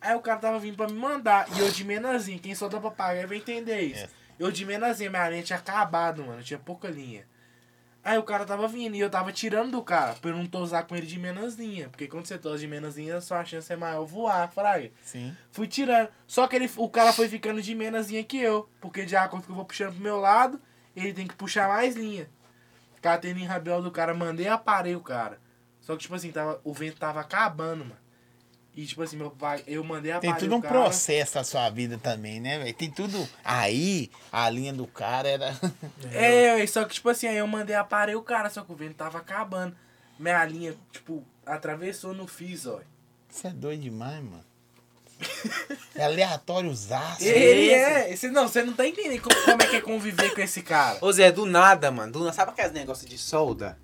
Speaker 4: Aí o cara tava vindo pra me mandar. E eu de menazinho. Quem solta papagaio vai entender isso.
Speaker 1: É.
Speaker 4: Eu de menazinho. Minha linha tinha acabado, mano. Tinha pouca linha. Aí o cara tava vindo e eu tava tirando do cara. Pra eu não tosar com ele de menazinha. Porque quando você tosa de menazinha, sua chance é maior voar, fraga.
Speaker 1: Sim.
Speaker 4: Fui tirando. Só que ele, o cara foi ficando de menazinha que eu. Porque de acordo que eu vou puxando pro meu lado, ele tem que puxar mais linha. Catei em rabel do cara, mandei e aparei o cara. Só que, tipo assim, tava, o vento tava acabando, mano. E, tipo assim, meu pai, eu mandei aparei
Speaker 1: Tem tudo
Speaker 4: o
Speaker 1: um
Speaker 4: cara.
Speaker 1: processo na sua vida também, né, velho? Tem tudo. Aí, a linha do cara era. né?
Speaker 4: É, só que, tipo assim, aí eu mandei aparei o cara, só que o vento tava acabando. Minha linha, tipo, atravessou no fiz, ó.
Speaker 1: Você é doido demais, mano. É aleatório usar.
Speaker 4: Ele é. Esse, não, você não tá entendendo como, como é que é conviver com esse cara.
Speaker 9: Ô Zé, do nada, mano. Do nada. Sabe aqueles negócios de solda?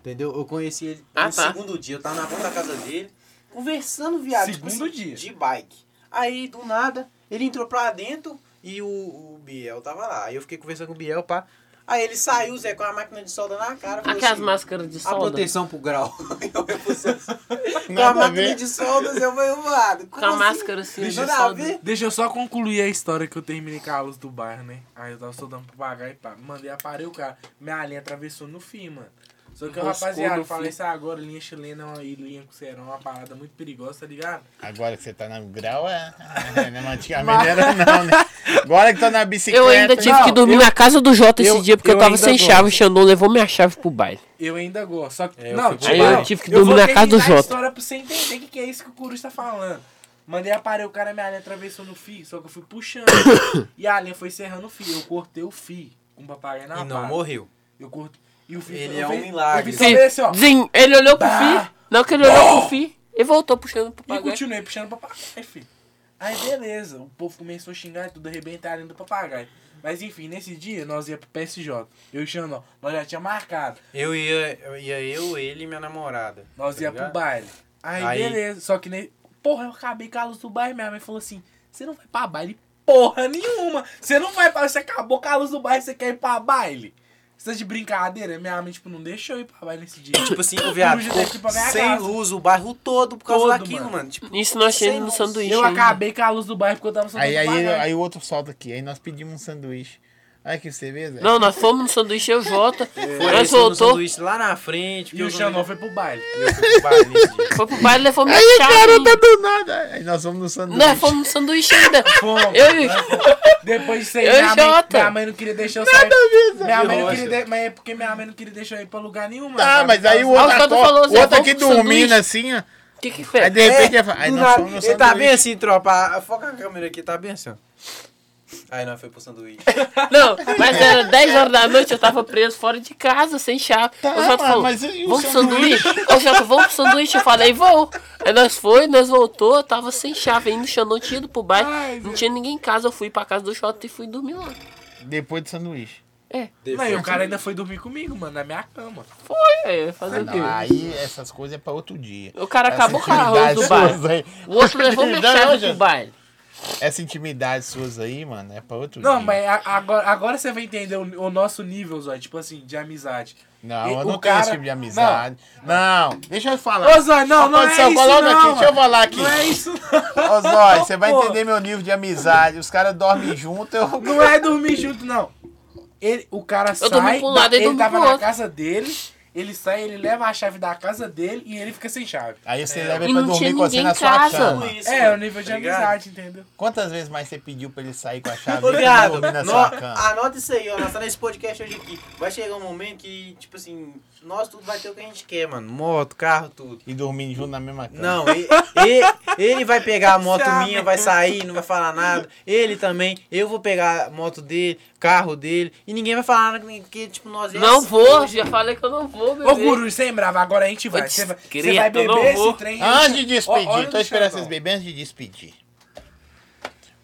Speaker 9: Entendeu? Eu conheci ele
Speaker 2: Ah,
Speaker 9: no
Speaker 2: tá.
Speaker 9: segundo dia. Eu tava na porta da casa dele, conversando, viado. tipo
Speaker 4: Segundo
Speaker 9: assim,
Speaker 4: dia.
Speaker 9: De bike. Aí, do nada, ele entrou pra dentro e o, o Biel tava lá. Aí eu fiquei conversando com o Biel, pá. Aí ele saiu, Zé, com a máquina de solda na cara. falou
Speaker 2: Aquelas
Speaker 9: assim,
Speaker 2: máscaras de
Speaker 9: A
Speaker 2: solda.
Speaker 9: proteção pro grau. Eu ia pro Zé. com a
Speaker 1: Nada a
Speaker 9: máquina
Speaker 1: ver.
Speaker 9: de solda, Zé, eu falei, mano.
Speaker 2: Com a máscara assim, de
Speaker 9: Nada a
Speaker 2: solda.
Speaker 9: ver.
Speaker 4: Deixa eu só concluir a história que eu terminei com a luz do bairro, né? Aí eu tava soldando pro papagaio e pá. Mandei aparei o cara. Minha linha atravessou no fim, mano. Só que,
Speaker 2: Roscou
Speaker 4: rapaziada,
Speaker 2: no
Speaker 4: falei
Speaker 2: fio.
Speaker 4: isso agora, linha chilena é uma- e linha com serão é uma parada muito perigosa, tá ligado?
Speaker 1: Agora que você tá na grau, é. é né? mas Antigamente era não, né? Agora que tô na bicicleta.
Speaker 2: Eu ainda tive
Speaker 4: Não,
Speaker 2: que dormir
Speaker 4: eu-
Speaker 2: na casa do Jota esse
Speaker 4: eu-
Speaker 2: dia porque eu,
Speaker 4: eu
Speaker 2: tava
Speaker 4: ainda
Speaker 2: sem
Speaker 4: gosto.
Speaker 2: chave. O Xandão levou minha chave pro baile.
Speaker 4: Eu ainda gosto. Só que.
Speaker 9: É, eu
Speaker 4: não,
Speaker 9: fui
Speaker 4: tipo,
Speaker 2: pro
Speaker 4: não,
Speaker 2: baile. tive que
Speaker 4: eu
Speaker 2: dormir
Speaker 4: vou
Speaker 2: na casa do
Speaker 4: terminar a
Speaker 2: Jota.
Speaker 4: história pra você entender o que, que é isso que o Curu está falando. Mandei aparei o cara, minha linha atravessou no fio, só que eu fui puxando. e a linha foi serrando o fio. Eu cortei o fio com o papagaio na
Speaker 9: E não
Speaker 4: pá.
Speaker 9: morreu.
Speaker 4: Eu cortei. E o fio
Speaker 9: Ele
Speaker 4: eu
Speaker 9: é um
Speaker 4: fiz-
Speaker 9: milagre.
Speaker 4: Eu fiz só
Speaker 2: Sim,
Speaker 4: meio assim, ó.
Speaker 2: sim, ele olhou pro
Speaker 4: Bah!
Speaker 2: Fi. Não, que ele olhou pro Fi e voltou puxando pro
Speaker 4: E
Speaker 2: papagaio.
Speaker 4: continuei puxando o papagaio, filho. Aí beleza, o povo começou a xingar e tudo, arrebentar dentro do papagaio. Mas enfim, nesse dia nós ia pro PSJ. Eu e o Xandão, nós já tinha marcado.
Speaker 9: Eu ia, eu ia eu, ele e minha namorada.
Speaker 4: Nós
Speaker 9: tá
Speaker 4: ia
Speaker 9: ligado?
Speaker 4: pro baile. Aí,
Speaker 9: Aí-
Speaker 4: beleza, só que nem. Porra, eu acabei com a luz do baile. Minha mãe falou assim: você não vai pra baile porra nenhuma. Você não vai pra. Você acabou com a luz do baile, você quer ir pra baile? Você tá de brincadeira? Minha mãe, tipo, não deixou eu ir pra baile nesse dia.
Speaker 9: Tipo assim, o viado
Speaker 4: Coruja
Speaker 9: ficou
Speaker 4: daqui pra minha
Speaker 9: sem
Speaker 4: casa.
Speaker 9: luz o bairro todo por causa
Speaker 4: Todo,
Speaker 9: daquilo,
Speaker 4: mano.
Speaker 9: mano. Tipo,
Speaker 2: Isso nós
Speaker 9: Sem
Speaker 2: tínhamos no
Speaker 9: luz.
Speaker 2: sanduíche.
Speaker 4: eu
Speaker 2: ainda.
Speaker 4: acabei com a luz do baile porque eu tava soltando
Speaker 1: Aí, aí,
Speaker 4: papagaio.
Speaker 1: aí o outro solta aqui. Aí nós pedimos um sanduíche. Olha que você vê, Zé.
Speaker 2: Não, nós fomos no sanduíche eu e o Jota.
Speaker 4: É,
Speaker 9: foi
Speaker 2: Nós
Speaker 9: esse no
Speaker 2: voltou,
Speaker 9: sanduíche lá na frente.
Speaker 4: E
Speaker 9: porque
Speaker 4: o
Speaker 9: eu
Speaker 4: Xandão foi pro baile.
Speaker 9: não- eu fui pro baile
Speaker 3: tipo
Speaker 9: nesse dia.
Speaker 2: foi pro baile e levou minha
Speaker 1: Aí,
Speaker 2: chave.
Speaker 1: garota do nada. Aí nós vamos no sanduíche.
Speaker 2: Nós Né, fomos no sanduíche ainda.
Speaker 4: Fomos.
Speaker 2: Eu e
Speaker 4: Depois disso aí,
Speaker 2: Eu tá. e
Speaker 4: minha mãe,
Speaker 2: Jota.
Speaker 4: minha mãe não queria deixar eu sair. minha mãe não
Speaker 9: Rocha.
Speaker 4: queria de- mas é porque minha mãe não queria deixar eu ir pra lugar nenhum, mano.
Speaker 1: Tá,
Speaker 4: Sabe?
Speaker 1: mas aí o
Speaker 2: Ah, o
Speaker 1: outro,
Speaker 2: Santo
Speaker 1: acorda-
Speaker 2: falou, Zé,
Speaker 1: o outro
Speaker 2: vamos
Speaker 1: aqui
Speaker 2: pro sanduíche.
Speaker 1: dormindo assim, ó.
Speaker 2: o que que
Speaker 1: Aí
Speaker 2: fez?
Speaker 1: de repente ele fala, aí
Speaker 9: Do
Speaker 1: nós
Speaker 9: nada,
Speaker 1: fomos no
Speaker 9: ele tá
Speaker 1: sanduíche.
Speaker 9: bem assim, tropa. Foca a câmera aqui, tá bem assim, ó.
Speaker 3: Aí nós foi pro sanduíche.
Speaker 2: Não, mas era 10 horas da noite, eu tava preso fora de casa, sem chave.
Speaker 1: Tá,
Speaker 2: o Jota
Speaker 1: mas-
Speaker 2: falou,
Speaker 1: mas e o
Speaker 2: vamos pro sanduíche? Ô, Jota, vamos pro sanduíche? Eu falei, vou. Aí nós foi, nós voltou, eu tava sem chave ainda, o Xandão não tinha ido pro bairro, não tinha ninguém em casa, eu fui pra casa do Jota e fui dormir lá.
Speaker 1: Depois do sanduíche.
Speaker 4: Não, e o cara ainda foi dormir comigo, mano, na minha cama.
Speaker 2: Foi, é, fazer o quê?
Speaker 1: Aí essas coisas é pra outro dia.
Speaker 2: O cara
Speaker 1: Essa
Speaker 2: acabou com a arroz do
Speaker 1: intimidade
Speaker 2: baile.
Speaker 1: suas aí-
Speaker 2: O outro levou minha
Speaker 1: Não, não,
Speaker 2: chave pro
Speaker 1: Jota.
Speaker 2: baile.
Speaker 1: Essa intimidade suas aí, mano, é pra outro dia.
Speaker 4: Não, mas a- agora, agora você vai entender o, o nosso nível, Zóio, tipo assim, de amizade.
Speaker 1: Não,
Speaker 4: E
Speaker 1: eu
Speaker 4: o
Speaker 1: não tenho
Speaker 4: cara-
Speaker 1: esse tipo de amizade. Não, deixa eu falar.
Speaker 4: Ô, Zóio, não, não é
Speaker 1: Condição,
Speaker 4: isso
Speaker 1: coloca
Speaker 4: não,
Speaker 1: aqui,
Speaker 4: mano.
Speaker 1: deixa eu falar aqui.
Speaker 4: Não é isso não.
Speaker 1: Ô, Zói, você vai
Speaker 4: Pô.
Speaker 1: entender meu nível de amizade. Os caras dormem junto, eu...
Speaker 4: Não é dormir junto, não. Ele, o cara sai,
Speaker 2: dormi pra um lado, ele
Speaker 4: ele
Speaker 2: dorme
Speaker 4: tava
Speaker 2: pro
Speaker 4: na
Speaker 2: outro.
Speaker 4: casa dele, ele sai, ele leva a chave da casa dele e ele fica sem chave.
Speaker 1: Aí você leva
Speaker 2: E
Speaker 1: ele pra
Speaker 2: não
Speaker 1: dormir
Speaker 2: tinha
Speaker 1: com você
Speaker 2: ninguém
Speaker 1: na
Speaker 2: em
Speaker 1: sua
Speaker 2: casa.
Speaker 1: cama.
Speaker 3: Isso,
Speaker 4: é, o nível de
Speaker 3: tá ligado?
Speaker 4: amizade, entendeu?
Speaker 1: Quantas vezes mais você pediu pra ele sair com a chave e ele
Speaker 3: Obrigado.
Speaker 1: dormir na
Speaker 3: No-
Speaker 1: sua cama?
Speaker 3: anota isso aí, ó. Nós tá nesse podcast hoje aqui. Vai chegar um momento que, tipo assim, nós tudo vai ter o que a gente quer, mano. Moto, carro, tudo.
Speaker 1: E dormindo junto na mesma cama.
Speaker 3: Não, e- e- ele vai pegar a moto minha, vai sair, não vai falar nada. Ele também, eu vou pegar a moto dele, carro dele, e ninguém vai falar nada, porque, tipo, nós é
Speaker 2: Não
Speaker 3: assim.
Speaker 2: vou, já falei que eu não vou, bebê.
Speaker 4: Ô, Guru, você lembrava, agora a gente vai. Você vai, você vai
Speaker 2: Discreto, não
Speaker 4: beber esse
Speaker 2: vou.
Speaker 4: trem.
Speaker 1: Antes de despedir,
Speaker 4: Ó, olha
Speaker 1: tô
Speaker 4: no
Speaker 1: esperando
Speaker 4: chão,
Speaker 1: vocês
Speaker 4: ó.
Speaker 1: beberem antes de despedir.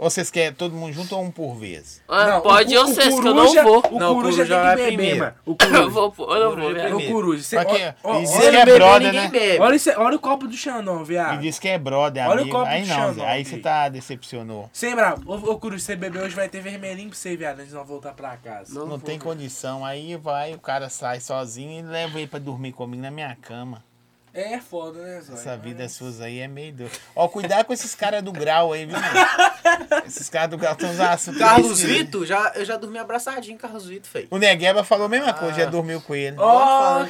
Speaker 1: Ou vocês querem todo mundo junto ou um por vez?
Speaker 2: Ah,
Speaker 4: Não,
Speaker 2: pode
Speaker 4: o-
Speaker 2: eu
Speaker 4: o
Speaker 2: ser, que eu não
Speaker 4: Coruja-
Speaker 2: vou.
Speaker 4: O
Speaker 3: Não, o
Speaker 4: Coruja
Speaker 3: Coruja vai
Speaker 4: tem que beber,
Speaker 3: primeiro.
Speaker 4: mano. O
Speaker 2: Eu vou,
Speaker 4: Coruja.
Speaker 2: eu não vou,
Speaker 3: Coruja
Speaker 2: viado.
Speaker 3: primeiro.
Speaker 4: O Coruja. Você,
Speaker 1: Pra quê?
Speaker 4: ó- ó-
Speaker 1: E
Speaker 4: olha,
Speaker 1: diz que é brother, né?
Speaker 2: bebe.
Speaker 4: olha esse- olha o copo do Xandão,
Speaker 1: E
Speaker 4: viado.
Speaker 1: diz que é brother,
Speaker 4: Olha o
Speaker 1: amigo.
Speaker 4: copo
Speaker 1: Aí
Speaker 4: de
Speaker 1: não,
Speaker 4: Xandão
Speaker 1: Zé, aí
Speaker 4: aqui.
Speaker 1: você tá decepcionou.
Speaker 4: Você lembra? Ô, ô Coruja, você bebeu hoje, vai ter vermelhinho pra você, viado, antes de nós voltar pra casa.
Speaker 2: Não,
Speaker 1: Não
Speaker 2: vou,
Speaker 1: tem
Speaker 2: bebê.
Speaker 1: condição. Aí vai, o cara sai sozinho e leva ele pra dormir comigo na minha cama.
Speaker 4: É foda, né, Zóio?
Speaker 1: Essa
Speaker 4: Mas-
Speaker 1: vida suas aí é meio doida. Ó, cuidado com esses caras do grau aí, viu? esses caras do grau estão usando açúcar.
Speaker 3: Carlos
Speaker 1: esquisito.
Speaker 3: Vito, já, eu já dormi abraçadinho com Carlos Vito, feio.
Speaker 1: O Negueba falou a mesma coisa, já dormiu com ele.
Speaker 4: Ó,